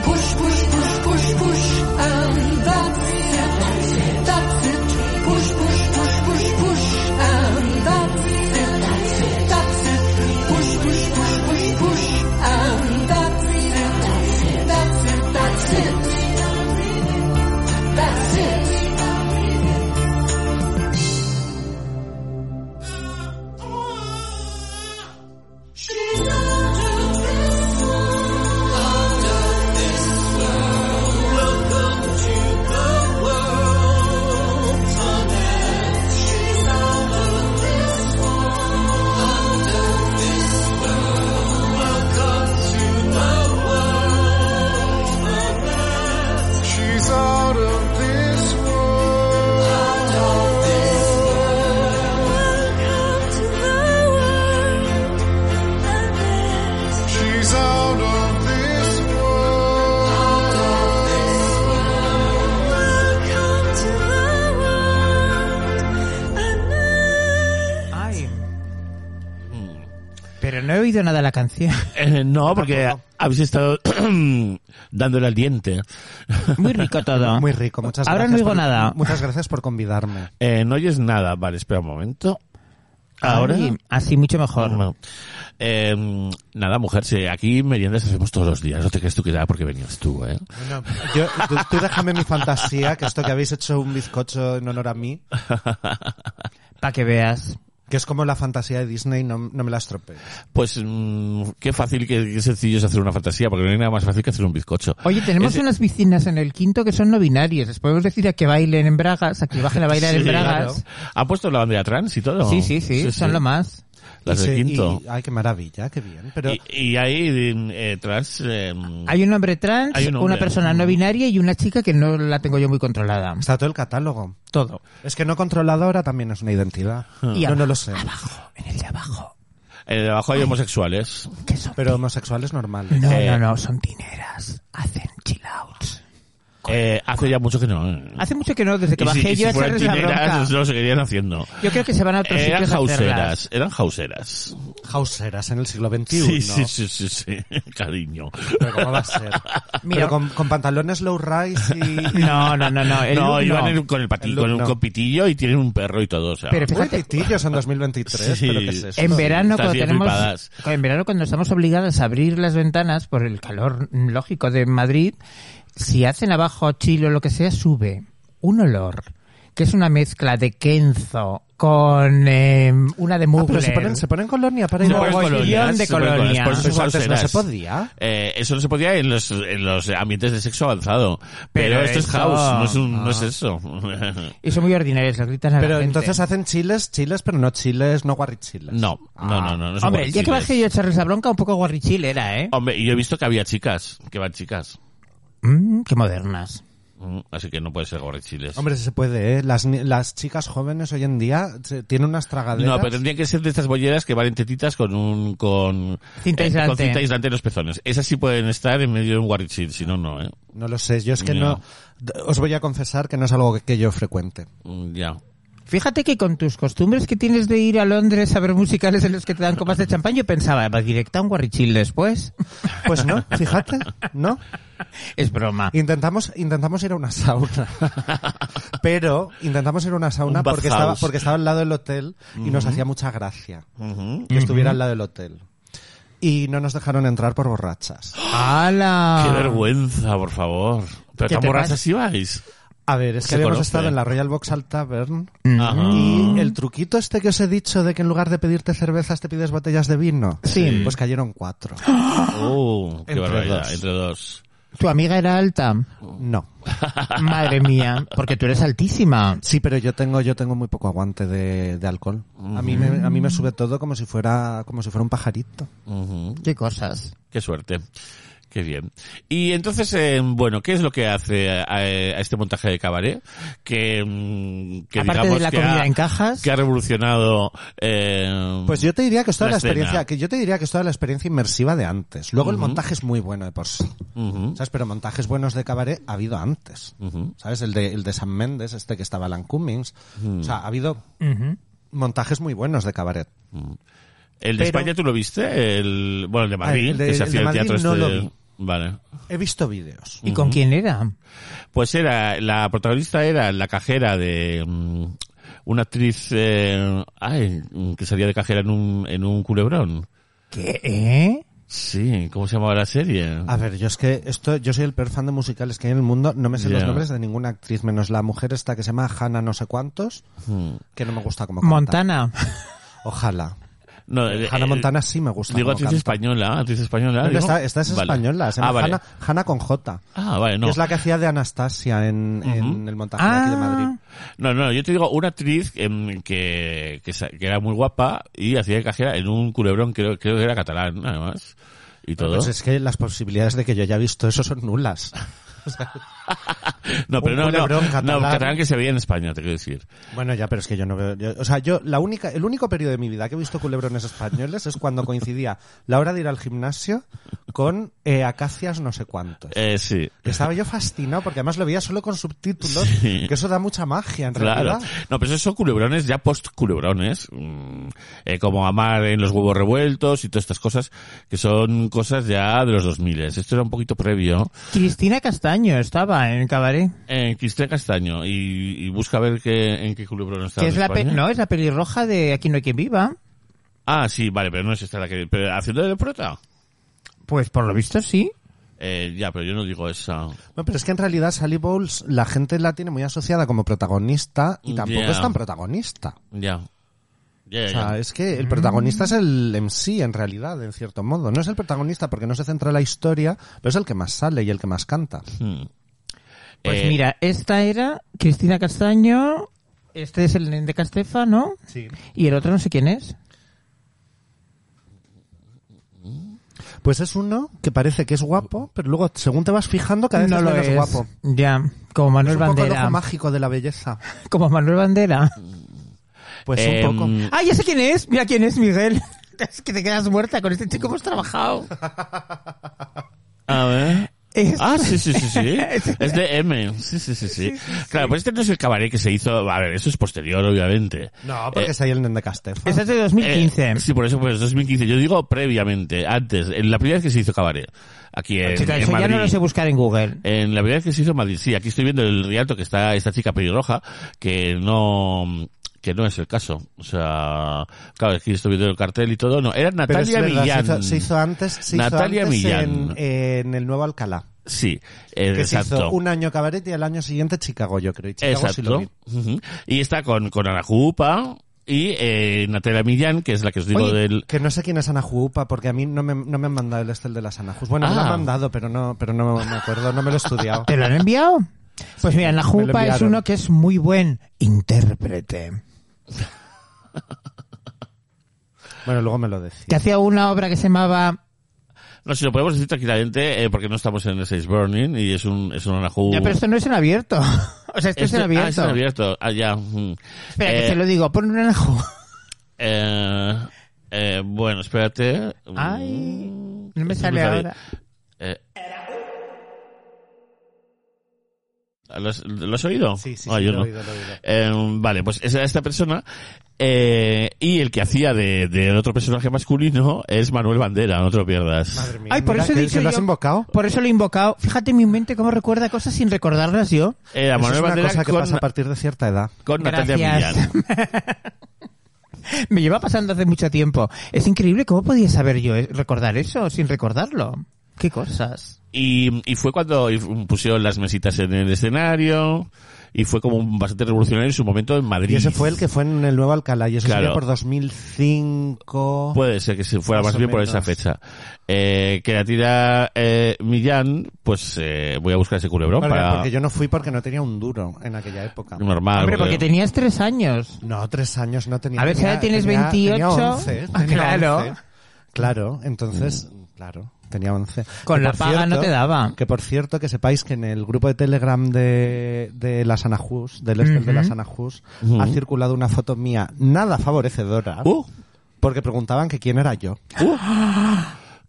D: Push, push, push, push, push and that's it. That's it. That's it. Push, push, push, push, push and that's it. That's it. That's it. Push, push, push, push, push and that's it. That's it. That's it. That's it. That's it. She's out of this world. Out of this world. Welcome to the world. Annette. She's out of this world. Out of this world. Welcome to the world. Annette. She's out of this world. Out of this world. Welcome to the world. She's out of this world. Out of this world. Welcome to
F: ¡Ay! Pero no he oído nada de la canción.
B: Eh, no, porque habéis estado dándole al diente.
F: Muy rico todo.
E: Muy rico, muchas
F: Ahora
E: gracias.
F: no digo
E: por-
F: nada.
E: Muchas gracias por convidarme.
B: Eh, no oyes nada. Vale, espera un momento. Ahora.
F: Ay, así mucho mejor.
B: No. Eh, nada, mujer, si aquí meriendas hacemos todos los días. No te crees tú que da porque venías tú, ¿eh?
E: Bueno, yo, tú, tú déjame mi fantasía, que esto que habéis hecho un bizcocho en honor a mí,
F: Para que veas.
E: que es como la fantasía de Disney, no, no me la estropees.
B: Pues mm, qué fácil, qué, qué sencillo es hacer una fantasía, porque no hay nada más fácil que hacer un bizcocho.
F: Oye, tenemos
B: Es-
F: unas piscinas en el quinto que son no binarias. Les podemos decir a que bailen en bragas, a que bajen a bailar en
B: Sí,
F: bragas.
B: claro. ¿Han puesto la bandera trans y todo?
F: Sí, sí, sí, son lo más.
B: Las
E: Y
B: del
E: se-
B: quinto.
E: y- ay, qué maravilla, qué bien. Pero
B: Y, y hay eh, trans... eh,
F: Hay un hombre trans,
B: Hay un hombre.
F: una persona no binaria y una chica que no la tengo yo muy controlada.
E: está todo el catálogo.
F: Todo.
E: Es que no controladora también es una identidad.
F: Y
E: no, no
F: abajo,
E: lo sé.
F: Abajo, en el de abajo.
B: eh, debajo hay homosexuales.
F: Que son
E: Pero homosexuales normales.
F: No,
B: Eh,
F: no, no, son tineras. Hacen chill outs.
B: Eh, hace ya mucho que no. eh.
F: Hace mucho que no, desde que
B: Mm. Y si-
F: bajé
B: y si
F: yo a
B: fueran
F: echarles la
B: tineras,
F: bronca.
B: lo seguirían haciendo. Eh,
F: Yo creo que se van a otros
B: Eran
F: sitios a hacerlas.
B: jauseras, eran jauseras.
E: Hauseras en el siglo
B: Sí,
E: XXI.
B: sí, sí, sí, sí, cariño.
E: Pero ¿cómo va a ser?
F: Mira.
E: Pero con, con pantalones low rise y...
F: No, no, no, no. el
B: no,
F: look
B: iban
F: no.
B: en- con el pati-
E: El look
B: con un
E: no.
B: copitillo y tienen un perro y todo, o sea.
F: Pero
E: Muy
F: fíjate,
E: pitillos en 2023,
B: Sí.
E: pero ¿qué es eso?
F: en verano
B: Estás
F: cuando
B: bien
F: tenemos,
B: flipadas.
F: en verano cuando estamos obligadas a abrir las ventanas por el calor mm, lógico de Madrid, si hacen abajo chilo o lo que sea, sube un olor que es una mezcla de Kenzo con eh, una de
E: Ah,
F: Mugler.
E: pero se ponen, se ponen colonia para
B: Se
E: ir
F: No,
B: ponen
E: a-
F: mogollón
B: colonias,
F: de
B: se ponen colonias,
F: colonia.
B: por eso
E: Eso
B: son
E: antes no se
B: hauseras.
E: podía.
B: Eh, eso no se podía en los, en los ambientes de sexo avanzado. Pero,
F: Pero
B: esto es
F: eso-
B: house, no es, un- no
E: Ah.
B: es eso.
F: Y son muy ordinarios, lo gritan a la
E: Pero
F: gente.
E: entonces hacen chiles, chiles, pero no chiles, no guarrichiles.
B: no, no, no, no, no son Oh.
F: Hombre, el día que
B: guarrichiles.
F: bajé yo a echarles la bronca, un poco guarrichil era, ¿eh?
B: Hombre, y yo he visto que había chicas, que van chicas.
F: Mm, qué modernas.
B: Mm, Así que no puede ser gorrichiles.
E: Hombre, sí se puede, ¿eh? Las, ni- las chicas jóvenes hoy en día se- tienen unas tragaderas.
B: No, pero tendrían que ser de estas bolleras que valen tetitas con un con eh,
F: Cinta aislante.
B: con cinta aislante en los pezones. Esas sí pueden estar en medio de un guarrichil, si no, no, ¿eh?
E: No lo sé, yo es que
B: No.
E: no. Os voy a confesar que no es algo que, que yo frecuente.
B: Mm, Ya.
F: Fíjate que con tus costumbres que tienes de ir a Londres a ver musicales en los que te dan copas de champán, yo pensaba, va directa a un guarrichil después.
E: Pues no, fíjate, ¿no?
F: Es broma.
E: Intentamos, intentamos ir a una sauna. Pero intentamos ir a una sauna
B: Un
E: porque estaba,
B: bathhouse.
E: porque estaba al lado del hotel y nos hacía mucha gracia
B: Ujú.
E: que estuviera al lado del hotel. Y no nos dejaron entrar por borrachas.
F: ¡Hala!
B: Qué vergüenza, por favor. Pero
F: Ah. ¿Qué
B: tan
F: te
B: borrachas ibais.
E: A ver, es que
B: Se
E: habíamos
B: conoce.
E: estado en la Royal Vauxhall Tavern
B: Ajá.
E: y el truquito este que os he dicho de que en lugar de pedirte cervezas te pides botellas de vino.
F: Sí.
E: Pues cayeron cuatro.
B: Oh, qué
E: Entre
B: barbaridad,
E: dos.
B: entre dos.
F: ¿Tu amiga era alta?
E: No.
F: Madre mía, porque tú eres altísima.
E: Sí, pero yo tengo, yo tengo muy poco aguante de, de alcohol. A mí me, a mí me sube todo como si fuera, como si fuera un pajarito.
B: Ujú.
F: Qué cosas.
B: Qué suerte. Qué bien. Y entonces, eh, bueno, ¿qué es lo que hace a, a este montaje de cabaret? Que, mm, que
F: Aparte
B: digamos
F: de la
B: que
F: comida
B: ha,
F: en cajas.
B: que ha revolucionado... eh,
E: Pues yo te diría que es toda
B: La
E: la,
B: escena.
E: experiencia, que yo te diría que es toda la experiencia inmersiva de antes. Luego el
B: Ujú.
E: montaje es muy bueno de por sí.
B: ujú,
E: ¿Sabes? Pero montajes buenos de cabaret ha habido antes.
B: ujú.
E: ¿Sabes? El de, el de Sam Mendes, este que estaba Alan Cummings. O sea, ha habido
F: Ujú.
E: montajes muy buenos de cabaret.
B: ¿El de
E: Pero- Ah,
B: España tú lo viste? El, bueno, el de Madrid,
E: el de-
B: que se
E: el
B: hacía
E: de
B: el
E: Madrid
B: teatro
E: no
B: este
E: lo
B: de-
E: vi.
B: Vale.
E: He visto vídeos.
F: ¿Y con quién era?
B: Pues era, la protagonista era la cajera de mm, una actriz eh, ay, mm, que salía de cajera en un, en un culebrón.
F: ¿Qué? ¿Eh?
B: Sí, ¿cómo se llamaba la serie?
E: A ver, yo es que esto, yo soy el peor fan de musicales que hay en el mundo. No me sé
B: Ya.
E: los nombres de ninguna actriz, menos la mujer esta que se llama Hannah no sé cuántos,
B: Mm.
E: que no me gusta como canta.
F: Montana.
E: Ojalá.
B: No, eh,
E: Hannah
B: eh,
E: Montana sí me gusta.
B: Digo
E: como
B: actriz
E: canta.
B: española, actriz española.
E: No,
B: digo.
E: esta, esta es
B: Vale.
E: española, se
B: ah,
E: llama
B: vale.
E: Hannah, Hannah con J.
B: Ah, vale, no.
E: Que es la que hacía de Anastasia en, en el montaje de aquí de
F: Ah.
E: Madrid.
B: No, no, yo te digo una actriz em, que, que, sa- que era muy guapa y hacía de cajera en un culebrón, creo, creo que era catalán, además. Y todo.
E: Pues es que las posibilidades de que yo haya visto eso son nulas.
B: no, pero
E: un
B: no, no,
E: culebrón
B: no,
E: catalán.
B: catalán que se veía en España, te quiero decir.
E: Bueno, ya, pero es que yo no veo. yo- o sea, yo, la única, el único periodo de mi vida que he visto culebrones españoles es cuando coincidía la hora de ir al gimnasio con eh, acacias no sé cuántos.
B: Eh, sí.
E: Que Estaba yo fascinado porque además lo veía solo con subtítulos,
B: Sí.
E: que eso da mucha magia en
B: Claro.
E: realidad.
B: No, pero esos son culebrones, ya post-culebrones, mm, eh, como Amar en los huevos revueltos y todas estas cosas, que son cosas ya de los 2000. Esto era un poquito previo.
F: Cristina Castaño estaba en el cabaret.
B: En Cristina Castaño, y, y busca ver qué, en qué culebrones está.
F: Que es la pe- no, es la pelirroja de Aquí no hay quien viva.
B: Ah, sí, vale, pero no es esta la que... Pero haciendo de prota.
F: Pues por lo visto sí.
B: Eh, ya, pero yo no digo esa.
E: No, pero es que en realidad Sally Bowles la gente la tiene muy asociada como protagonista y tampoco
B: Ya.
E: es tan protagonista.
B: Ya. Ya, ya,
E: O
B: ya.
E: sea, es que el protagonista es el MC en realidad, en cierto modo. No es el protagonista porque no se centra en la historia, pero es el que más sale y el que más canta.
B: Hmm.
F: Pues
B: Eh,
F: mira, esta era Cristina Castaño, este es el de Castefa, ¿no?
E: Sí.
F: Y el otro no sé quién es.
E: Pues es uno que parece que es guapo, pero luego según te vas fijando cada vez
F: no
E: es
F: lo
E: menos
F: es.
E: guapo.
F: Ya, como
E: Es
F: Manuel
E: un poco el ojo
F: Bandera.
E: mágico de la belleza.
F: Como Manuel Bandera.
E: Pues
B: Em,
E: un poco.
F: ¡Ah, ya sé quién es! Mira quién es, Miguel. Es que te quedas muerta con este chico, hemos trabajado.
B: A ver.
F: Es-
B: Ah, sí, sí, sí, sí. es de M. Sí, sí, sí, sí. Claro, pues este no es el cabaret que se hizo. A ver, eso es posterior, obviamente.
E: No, porque
B: Eh,
E: es ahí el Nende Castefa.
F: Esa es de 2015.
B: Eh, sí, por eso, pues 2015. Yo digo previamente, antes, en la primera vez que se hizo cabaret. Aquí en,
F: Chica,
B: en
F: eso ya
B: Madrid. Eh,
F: no lo sé buscar en Google.
B: En la primera vez que se hizo en Madrid, sí, aquí estoy viendo el rialto que está esta chica pelirroja, que no que no es el caso. O sea, claro, aquí estoy viendo el cartel y todo. No, era
E: Pero es
B: Natalia
E: verdad,
B: Millán.
E: Se hizo, se hizo antes, se hizo
B: Natalia
E: antes
B: Millán.
E: En, en el Nuevo Alcalá.
B: Sí, eh,
E: Que se
B: exacto.
E: hizo un año cabaret y el año siguiente Chicago, yo creo. Y Chicago sí lo
B: Exacto.
E: vi.
B: Ujú. Y está con, con Ana Jupa y eh, Natalia Millán, que es la que os digo
E: Oye,
B: del...
E: Que no sé quién es Ana Jupa, porque a mí no me, no me han mandado el Estel de las Anajus. Bueno, me lo
B: Ah.
E: han mandado, pero no, pero no me acuerdo, no me lo he estudiado.
F: ¿Te lo han enviado? Pues mira,
E: me
F: la
E: lo
F: Jupa es
E: enviaron.
F: uno que es muy buen intérprete.
E: bueno, luego me lo
F: Que
E: decía.
F: hacía una obra que se llamaba...
B: No sé, lo podemos decir tranquilamente eh, porque no estamos en el 6 Burning y es un, es un Ana Ju-
F: Ya, pero
E: este
F: esto no es en abierto. O sea, esto es en
B: Uh. Este-
F: abierto.
B: Ah, es en abierto. Ah, ya. ujú.
F: Espera,
B: Eh,
F: que te lo digo. Pon una Ju-
B: Eh, eh, bueno, espérate.
F: Ay,
B: Mm,
F: no me sale ahora.
B: Eh, ¿Lo has, lo has oído?
E: Sí, sí,
B: Ah,
E: sí,
B: yo
E: lo he
B: no.
E: oído, lo he oído.
B: Eh, vale, pues esa esta persona. eh, y el que hacía de, de otro personaje masculino es Manuel Bandera, no te lo pierdas.
E: Madre mía,
F: Ay, por
E: mira,
F: eso he
E: que-
F: dicho
E: que lo has
F: yo-
E: invocado.
F: Por eso lo he invocado. Fíjate en mi mente cómo recuerda cosas sin recordarlas yo.
B: Era
E: Eso
B: Eh, Manuel
E: es una
B: Bandera
E: cosa que
B: con,
E: pasa a partir de cierta edad.
B: con Natalia
F: Gracias.
B: Millán.
F: Me lleva pasando hace mucho tiempo. Es increíble cómo podía saber yo eh, recordar eso sin recordarlo. Qué cosas.
B: Y, y fue cuando y pusieron las mesitas en el escenario y fue como un bastante revolucionario en su momento en Madrid.
E: Y ese fue el que fue en el Nuevo Alcalá, y eso
B: Claro.
E: sería por 2005.
B: Puede ser que se fuera
E: Oh. Más
B: más,
E: o
B: bien por
E: menos.
B: esa fecha. Eh, que la tira eh, Millán, pues eh, voy a buscar ese culebrón
E: Porque-
B: para...
E: Porque yo no fui porque no tenía un duro en aquella época.
B: Normal.
F: Hombre, porque
B: porque-
F: tenías tres años.
E: No, tres años no tenía.
F: A ver, si
E: tenía-
F: ahora tienes
E: tenía-
F: 28.
E: Tenía 11,
F: Ah,
E: tenía
F: claro.
E: 11. Claro, entonces, claro, tenía 11.
F: Con
E: Que
F: la
E: por
F: paga no te daba.
E: Que por cierto, que sepáis que en el grupo de Telegram de, de las Anajus, del Estel de
F: Ujú.
E: las Anajus, ha circulado una foto mía nada favorecedora.
B: ¡Uh!
E: Porque preguntaban que quién era yo.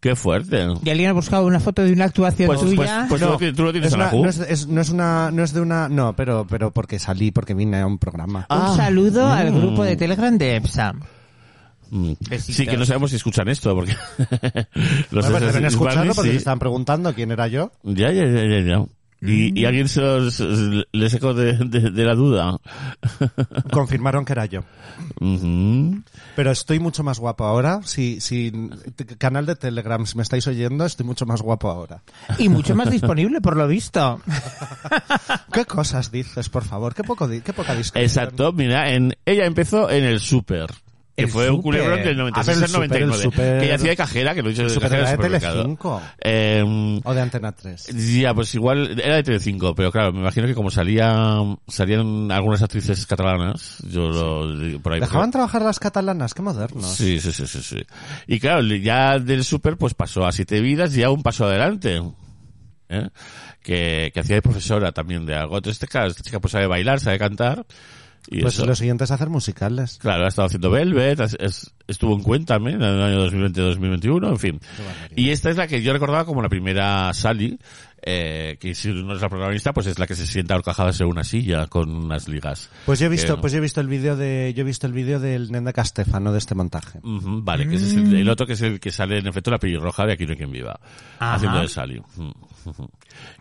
B: ¡Qué fuerte!
F: Y alguien ha buscado una foto de una actuación
B: Pues, pues,
F: tuya.
B: pues
E: No,
B: tú, lo, tú lo tienes
E: es
B: en
E: una,
B: la Ju.
E: no, es, es- no es una, no es de una, no, pero, pero porque salí, porque vine a un programa.
B: ah.
F: Un saludo al grupo de Telegram de EPSA.
B: Mm.
F: Besitos.
B: Sí, que no sabemos si escuchan esto, porque... los
E: Bueno, pues deben
B: Assassin's
E: escucharlo
B: Creed,
E: porque
B: sí.
E: se estaban preguntando quién era yo.
B: Ya, ya, ya, ya, ya. Y,
E: Mm.
B: y alguien se los, le sacó de, de- de la duda.
E: Confirmaron que era yo.
B: Ujú.
E: Pero estoy mucho más guapo ahora. Si, si t- canal de Telegram, si me estáis oyendo, estoy mucho más guapo ahora.
F: Y mucho más disponible, por lo visto.
E: ¿Qué cosas dices, por favor? Qué poco, di- qué poca discusión.
B: Exacto, mira, en, ella empezó en el Super. Que
F: El
B: fue un
F: Súper.
B: culebrón del
E: A
B: 96 al
E: ver, Ah, el Súper,
B: 99.
E: el Súper.
B: que ella hacía de cajera, que lo he dicho
E: El
B: de
E: Súper
B: cajera
E: era
B: del
E: de
B: supermercado.
E: Telecinco.
B: Eh,
E: O de Antena 3.
B: ya, pues igual, era de Telecinco, pero claro, me imagino que como salía, salían algunas actrices catalanas, yo lo digo por ahí.
E: ¿Dejaban trabajar las catalanas? Qué modernos.
B: Sí, sí, sí, sí, sí. Y claro, ya del Super pues pasó a Siete Vidas y a un paso adelante. ¿eh? Que, que hacía de profesora también de algo. Entonces, claro, esta chica pues sabe bailar, sabe cantar. Y
E: Pues
B: eso.
E: lo siguiente es hacer musicales.
B: Claro, ha estado haciendo Velvet, es- es- estuvo en Cuéntame en el año 2020-2021, en fin. Y esta es la que yo recordaba como la primera Sally, eh, que si no es la protagonista, pues es la que se sienta ahorcajada en una silla con unas ligas.
E: Pues yo he visto,
B: Que-
E: pues yo he visto el vídeo de, yo he visto el vídeo del Nenda Castefano de este montaje.
B: Ujú, vale, que ese es el,
E: Mm.
B: el otro que es el que sale en efecto la pelirroja de Aquí no hay quien viva,
F: Ajá.
B: haciendo de Sally. Ujú, ujú.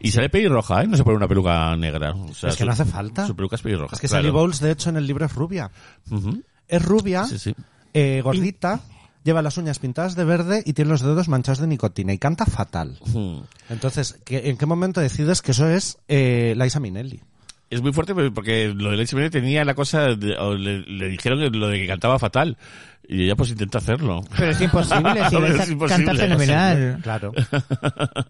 B: Y sale pelirroja, ¿eh? No se pone una peluca negra. o sea,
E: Es que
B: su-
E: no hace falta.
B: Su peluca es pelirroja.
E: Es que
B: claro.
E: Sally ¿Ah? Bowles, de hecho, en el libro es rubia.
B: Ujú,
E: Es rubia,
B: Sí, sí.
E: eh, gordita, lleva las uñas pintadas de verde y tiene los dedos manchados de nicotina y canta fatal.
B: Ujú.
E: Entonces, ¿qué- ¿en qué momento decides que eso es eh, Liza Minnelli?
B: Es muy fuerte pues, porque lo del XMN tenía la cosa, de- o le, le dijeron que lo de que cantaba fatal. Y ella pues intenta hacerlo.
F: Pero es imposible, si
B: Hombre,
F: esa
B: es imposible.
F: canta fenomenal.
E: Claro. Eh,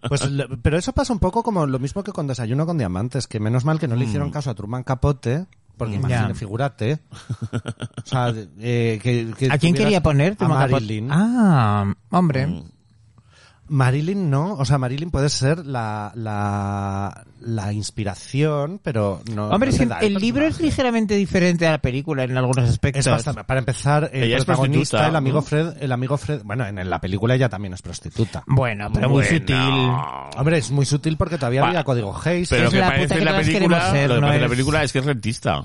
E: Pues, le- pero eso pasa un poco como lo mismo que con Desayuno con Diamantes, que menos mal que no le
B: Mm.
E: hicieron caso a Truman Capote, porque
F: Mm.
E: imagínate,
F: Ya.
E: figúrate. O sea, de- eh, que, que
F: ¿A quién
E: tuvieras
F: quería poner? Ah.
E: A
F: Truman Capote?
B: Mm.
E: Marilyn.
F: Ah, hombre.
E: Marilyn no, o sea, Marilyn puede ser la, la, la inspiración, pero no.
F: Hombre,
E: no
F: es
E: te
F: que
E: da
F: el libro es
E: personaje.
F: ligeramente diferente a la película en algunos aspectos.
E: Es bastante- para empezar, el
B: Ella es
E: protagonista,
B: prostituta,
E: el amigo
B: ¿no?
E: Fred, el amigo Fred, bueno, en, en la película ella también es prostituta.
F: Bueno, pero muy
B: Ah, Bueno.
F: sutil.
E: Hombre, es muy sutil porque todavía
B: Bueno,
E: había código ¿eh? Hayes.
B: Pero
F: es
B: lo que
F: la puta
B: parece
F: que
B: en la
F: todas
B: película,
F: queremos ser,
B: lo que
F: no
B: parece en la
F: es-
B: película es que es rentista.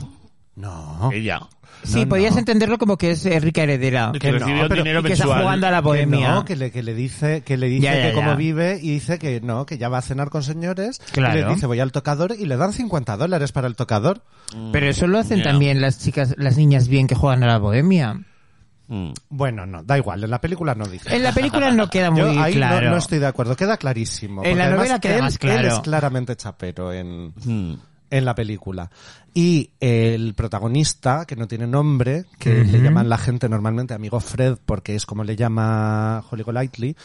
E: No.
B: Ella.
F: Sí,
E: No,
F: podías
E: no.
F: entenderlo como que es eh, rica heredera.
B: Que,
E: Que no,
B: recibió
E: pero-
B: dinero
F: y que está
B: mensual.
F: jugando a la
E: Que
F: bohemia.
E: no, que le, que le dice, que le dice
F: Ya, ya,
E: que cómo
F: ya.
E: vive y dice que no, que ya va a cenar con señores. y
F: Claro.
E: le dice voy al tocador y le dan 50 dólares para el tocador.
F: Pero eso lo hacen
B: Ya.
F: también las chicas, las niñas bien que juegan a la bohemia.
B: Mm.
E: Bueno, no, da igual, en la película no dice.
F: En la película no queda muy
E: Yo ahí no-
F: claro.
E: no, estoy de acuerdo, queda clarísimo.
F: En
E: porque
F: la
E: además
F: novela queda
E: él-
F: más claro.
E: Él es claramente chapero en,
B: Mm.
E: en la película. Y el protagonista, que no tiene nombre, que le llaman la gente normalmente amigo Fred, porque es como le llama Holly Golightly,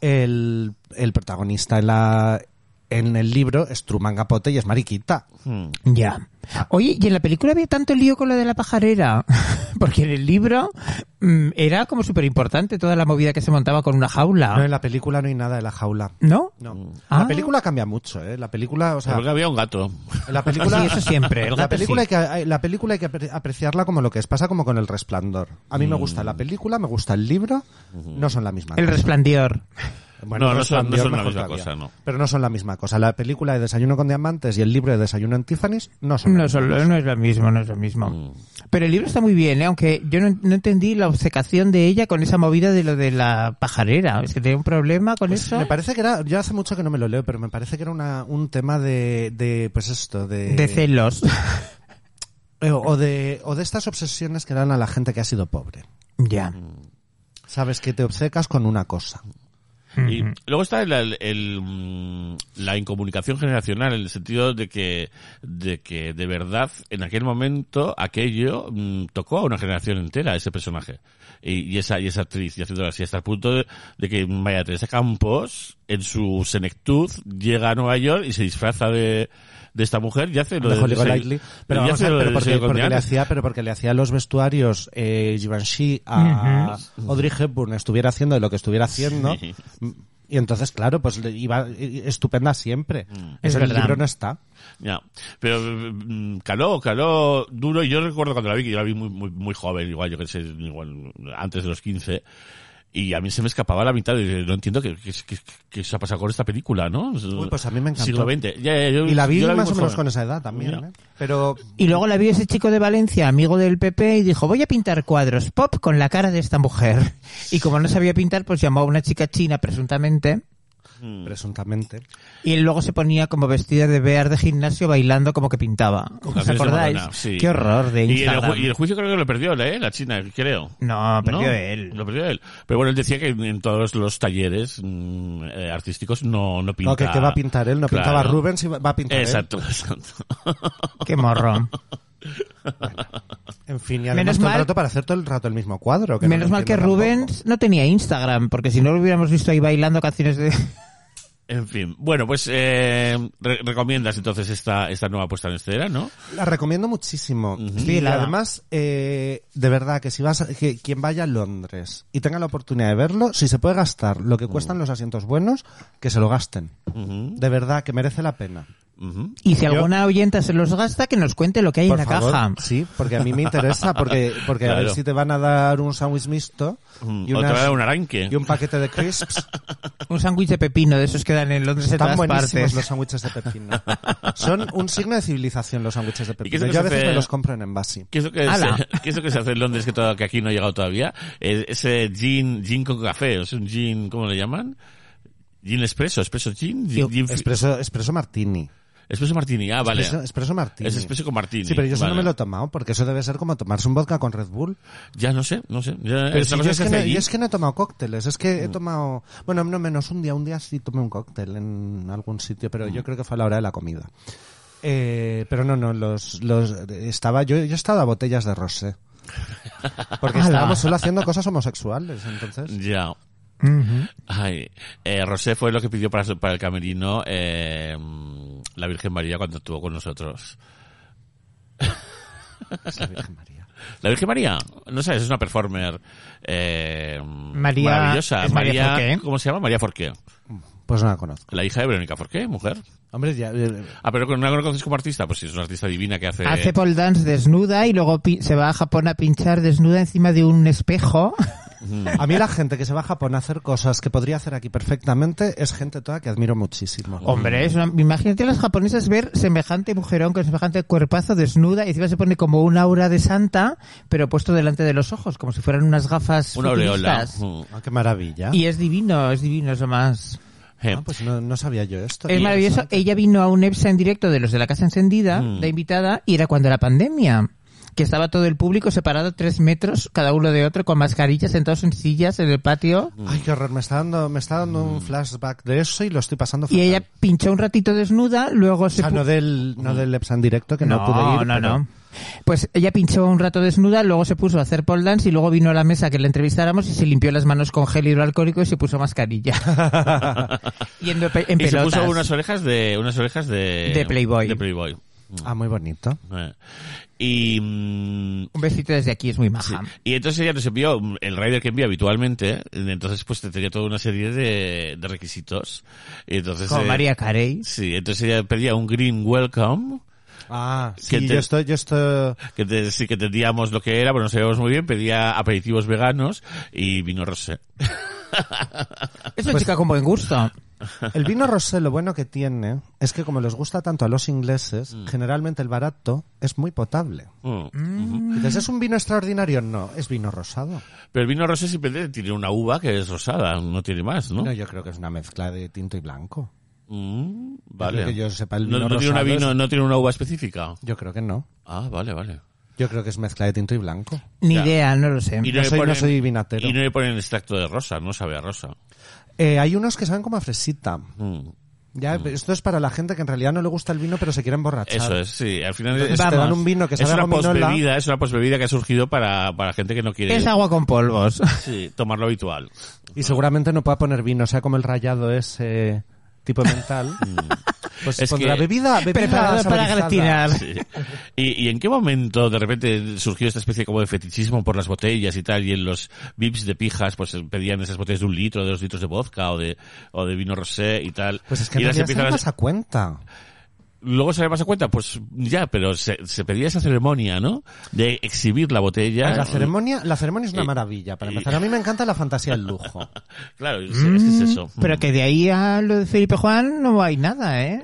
E: el, el protagonista en la en el libro es Truman Capote y es mariquita.
B: Mm.
F: Ya. Oye, y en la película había tanto lío con lo de la pajarera, porque en el libro mm, era como súper importante toda la movida que se montaba con una
E: No,
F: jaula.
E: en la película no hay nada de la jaula.
F: ¿No?
E: No.
F: Ah.
E: La película cambia mucho, ¿eh? La película, o sea,
B: Porque había un gato.
E: la película...
F: Sí, eso siempre, el
E: la
F: gato
E: película,
F: sí.
E: hay que, la película hay que apre- apreciarla como lo que es, pasa como con El Resplandor. A mí me gusta la película, me gusta el libro, no son la misma
F: Mm. El
E: cosa.
F: resplandor.
E: Bueno,
B: No, no son-
E: Resplandor
B: no son la
E: mejor
B: misma
E: todavía.
B: cosa, no.
E: Pero no son la misma cosa. La película de Desayuno con Diamantes y el libro de Desayuno en Tiffany's no son. la
F: No,
E: misma
F: solo-
E: cosa.
F: no es lo mismo, no es lo mismo.
B: Mm.
F: Pero el libro está muy bien, ¿eh? aunque yo no, no entendí la obcecación de ella con esa movida de lo de la pajarera. Es que tenía un problema con
B: Pues
F: eso.
E: Me parece que era, yo hace mucho que no me lo leo, pero me parece que era una, un tema de, de, pues esto, de...
F: De celos.
E: eh, o de, o de estas obsesiones que dan a la gente que ha sido pobre.
F: ya.
B: Mm.
E: Sabes que te obcecas con una cosa.
B: Y luego está el- el- el, mm, la incomunicación generacional, en el sentido de que, de que de verdad en aquel momento aquello mm, tocó a una generación entera, ese personaje. Y, y esa, y esa actriz, y haciéndolo así, hasta el punto de, de que María Teresa Campos, en su senectud, llega a Nueva York y se disfraza de, de esta mujer y hace lo
E: de
B: del
E: Holly
B: desay-
E: Golightly. Pero,
B: y
E: vamos
B: hace
E: a ver,
B: lo
E: pero
B: del
E: porque,
B: desayuno con
E: porque le
B: diamantes.
E: hacía, pero porque le hacía los vestuarios eh, Givenchy a Audrey Hepburn estuviera haciendo de lo que estuviera haciendo.
B: Sí.
E: Y entonces, claro, pues le iba eh, estupenda siempre.
F: Es
B: Mm.
E: Eso en el
F: verdad.
E: libro no está.
B: Ya, pero mm, caló, caló duro. y Yo recuerdo cuando la vi, que yo la vi muy, muy, muy joven, igual, yo que sé, igual, antes de los 15. Y a mí se me escapaba la mitad. Y no entiendo qué, qué, qué- qué se ha pasado con esta película, ¿no? Uy,
E: pues a mí me encantó.
B: Siglo XX. Ya, ya, yo-
E: Y la vi
B: yo
E: más o
B: muy
E: menos
B: joven.
E: con esa edad también.
B: Ya.
E: ¿eh? Pero
F: Y luego la vio ese chico de Valencia, amigo del PP, y dijo, voy a pintar cuadros pop con la cara de esta mujer. Y como no sabía pintar, pues llamó a una chica china, presuntamente,
B: Mm.
E: presuntamente.
F: y él luego se ponía como vestida de bear de gimnasio bailando como que pintaba. ¿Os
B: Canciones de
F: acordáis?
B: Madonna, sí.
F: Qué horror de
B: Y el,
F: Instagram.
B: ju- y el juicio creo que lo perdió, ¿eh? La China, creo.
F: No, perdió
B: ¿No?
F: él.
B: Lo perdió él. Pero bueno, él decía que en todos los talleres mm, eh, artísticos no, no pinta.
E: No, que, que va a pintar él, no
B: Claro.
E: pintaba Rubens y va va a pintar él.
B: Exacto, exacto.
F: Qué morro.
E: En fin, y
F: Menos
E: además todo
F: mal-
E: el rato para hacer todo el rato el mismo cuadro. que no
F: Menos
E: lo
F: mal que
E: entiendo
F: Rubens
E: tampoco.
F: no tenía Instagram, porque si no lo hubiéramos visto ahí bailando canciones de...
B: En fin, bueno, pues eh, re- recomiendas entonces esta, esta nueva puesta en escena, ¿no?
E: La recomiendo muchísimo.
F: Estoy
E: Y
F: helada.
E: además, eh, de verdad, que si vas, a- que quien vaya a Londres y tenga la oportunidad de verlo, si se puede gastar lo que
B: Mm.
E: cuestan los asientos buenos, que se lo gasten.
B: Ujú,
E: De verdad, que merece la pena.
B: ujú.
F: Y si
E: Yo-
F: alguna oyenta se los gasta, que nos cuente lo que hay en
E: Por
F: la
E: favor.
F: caja.
E: Sí, porque a mí me interesa, porque, porque a
B: Claro.
E: ver si te van a dar un sándwich mixto
B: Mm,
E: y,
B: o te va a
E: unas-
B: dar un aranque.
E: y un paquete de crisps.
F: Un sándwich de pepino, de esos que dan en Londres en
E: Están
F: todas
E: buenísimos
F: partes.
E: los sándwiches de pepino. Son un signo de civilización los sándwiches de
B: qué es
E: pepino.
B: lo que
E: Yo a
B: se
E: veces
B: hace-
E: me los compro en envase.
B: ¿Qué es, lo que
F: ¡Hala!
B: se, qué es lo que se hace en Londres que, to- que aquí no ha llegado todavía? Eh, Ese gin, gin con café, es un gin, ¿cómo le llaman? Gin espresso, espresso gin, gin, gin-
E: Espresso, espresso martini.
B: espresso martini, ah, vale.
E: Espresso, espresso martini.
B: Es espresso con martini.
E: Sí, pero yo eso no
B: vale.
E: me lo he tomado, porque eso debe ser como tomarse un vodka con Red Bull.
B: Ya no sé, no sé. Ya,
E: Pero
B: es
E: si
B: una cosa
E: yo, es
B: que
E: que
B: hace Mm.
E: no,
B: allí.
E: yo es que no he tomado cócteles, es que he tomado... Bueno, no menos un día, un día sí tomé un cóctel en algún sitio, pero
B: Mm.
E: yo creo que fue a la hora de la comida. Eh, pero no, no, los, los estaba yo, yo estaba a botellas de rosé. Porque
F: ¡Hala!
E: estábamos solo haciendo cosas homosexuales, entonces.
B: Ya. Ay, eh, Rosé fue lo que pidió para, su- para el camerino eh, la Virgen María cuando estuvo con nosotros.
E: Es la pues, Virgen María.
B: La Virgen María, no sabes, es una performer eh,
F: María-
B: maravillosa.
F: es María Forqué.
B: ¿Cómo se llama? María Forqué.
E: Pues no la conozco.
B: La hija de Verónica Forqué, mujer.
E: Hombre, ya. eh,
B: Ah, pero no la conoces como artista. Pues sí, es una artista divina que hace...
F: Hace pole dance desnuda y luego pi- se va a Japón a pinchar desnuda encima de un espejo.
E: A mí la gente que se va a Japón a hacer cosas que podría hacer aquí perfectamente es gente toda que admiro muchísimo.
F: Hombre, es una- imagínate a las japonesas ver semejante mujerón con semejante cuerpazo desnuda y encima se pone como un aura de santa, pero puesto delante de los ojos, como si fueran unas gafas
B: Una aureola.
F: futuristas.
B: Mm.
E: Ah, qué maravilla.
F: Y es divino, es divino eso más.
B: Eh,
E: Ah, pues no, no sabía yo esto.
F: Es maravilloso. Ella vino a un EPSA en directo de los de la Casa Encendida,
E: Mm.
F: de invitada, y era cuando la pandemia. Que estaba todo el público separado tres metros, cada uno de otro, con mascarillas, sentados en sillas en el patio.
E: Ay, qué horror. Me está dando, me está dando
B: Mm.
E: un flashback de eso y lo estoy pasando
F: Y
E: fatal.
F: ella pinchó un ratito desnuda, luego
E: o
F: se...
E: sea,
F: pu-
E: Ah, no del, no del Epsan directo, que no, pude ir.
F: No,
E: pero-
F: no. Pues ella pinchó un rato desnuda, luego se puso a hacer pole dance y luego vino a la mesa que la entrevistáramos y se limpió las manos con gel hidroalcohólico y se puso mascarilla. Yendo pe- en
B: y se
F: pelotas.
B: puso unas orejas de... Unas orejas de...
F: De Playboy.
B: De Playboy. Mm.
E: Ah, muy bonito.
B: Eh. Y... mm,
F: Un besito desde aquí, es muy
B: Sí.
F: maja.
B: Y entonces ella nos envió mm, el rider que envía habitualmente, entonces pues te tenía toda una serie de, de requisitos. Y entonces,
F: Como
B: eh,
F: María Carey.
B: Sí, entonces ella pedía un green welcome,
E: Ah, sí,
B: Que te-
E: yo estoy, yo estoy...
B: que te- sí que entendíamos lo que era, pero no sabíamos muy bien, pedía aperitivos veganos y vino rosé.
F: Es una
E: Pues
F: chica con buen gusto.
E: El vino rosé lo bueno que tiene es que como les gusta tanto a los ingleses, generalmente el barato es muy potable.
B: Mm.
E: Dices, ¿es un vino extraordinario? No, es vino rosado.
B: Pero el vino rosé simplemente tiene una uva que es rosada, no tiene más, ¿no?
E: No, yo creo que es una mezcla de tinto y blanco.
B: Mm, vale.
E: creo que yo sepa, el
B: no,
E: vino
B: no tiene una
E: rosado
B: vino-
E: es-
B: no tiene una uva específica.
E: Yo creo que no.
B: Ah, vale, vale.
E: Yo creo que es mezcla de tinto y blanco.
F: Ni
B: Ya.
F: idea, no lo sé.
B: Y
E: no
B: le
E: soy- no soy vinatero.
B: Y no le ponen extracto de rosa, no sabe a rosa.
E: Eh, hay unos que saben como a fresita.
B: Mm.
E: Ya, Esto es para la gente que en realidad no le gusta el vino, pero se quiere emborrachar.
B: Eso es, sí. Al final
E: Entonces
B: es,
E: te dan un vino que
B: es
E: sabe
B: una
E: a gominola.
B: posbebida, es una posbebida que ha surgido para, para gente que no quiere
F: Es agua con polvos.
B: sí, tomar lo habitual.
E: Y seguramente no pueda poner vino, o sea como el rayado ese tipo mental. pues
B: Mm. Es
E: pondrá
B: que-
E: bebida, bebida
F: Preparado para
E: saborizada.
F: gratinar.
B: Sí. ¿Y, y en qué momento de repente surgió esta especie como de fetichismo por las botellas y tal? Y en los VIPs de pijas pues pedían esas botellas de un litro, de dos litros de vodka o de, o de vino rosé y tal.
E: Pues es que
B: y
E: en
B: las
E: realidad se
B: empiezan a-
E: das a cuenta.
B: Luego se le pasa cuenta, pues ya, pero se, se pedía esa ceremonia, ¿no? De exhibir la botella.
E: La ceremonia, la ceremonia es una
B: Y-
E: maravilla. Para
B: y-
E: empezar, a mí me encanta la fantasía del lujo.
B: Claro, es, es que es eso.
F: Mm. Pero que de ahí a lo de Felipe Juan no hay nada, ¿eh?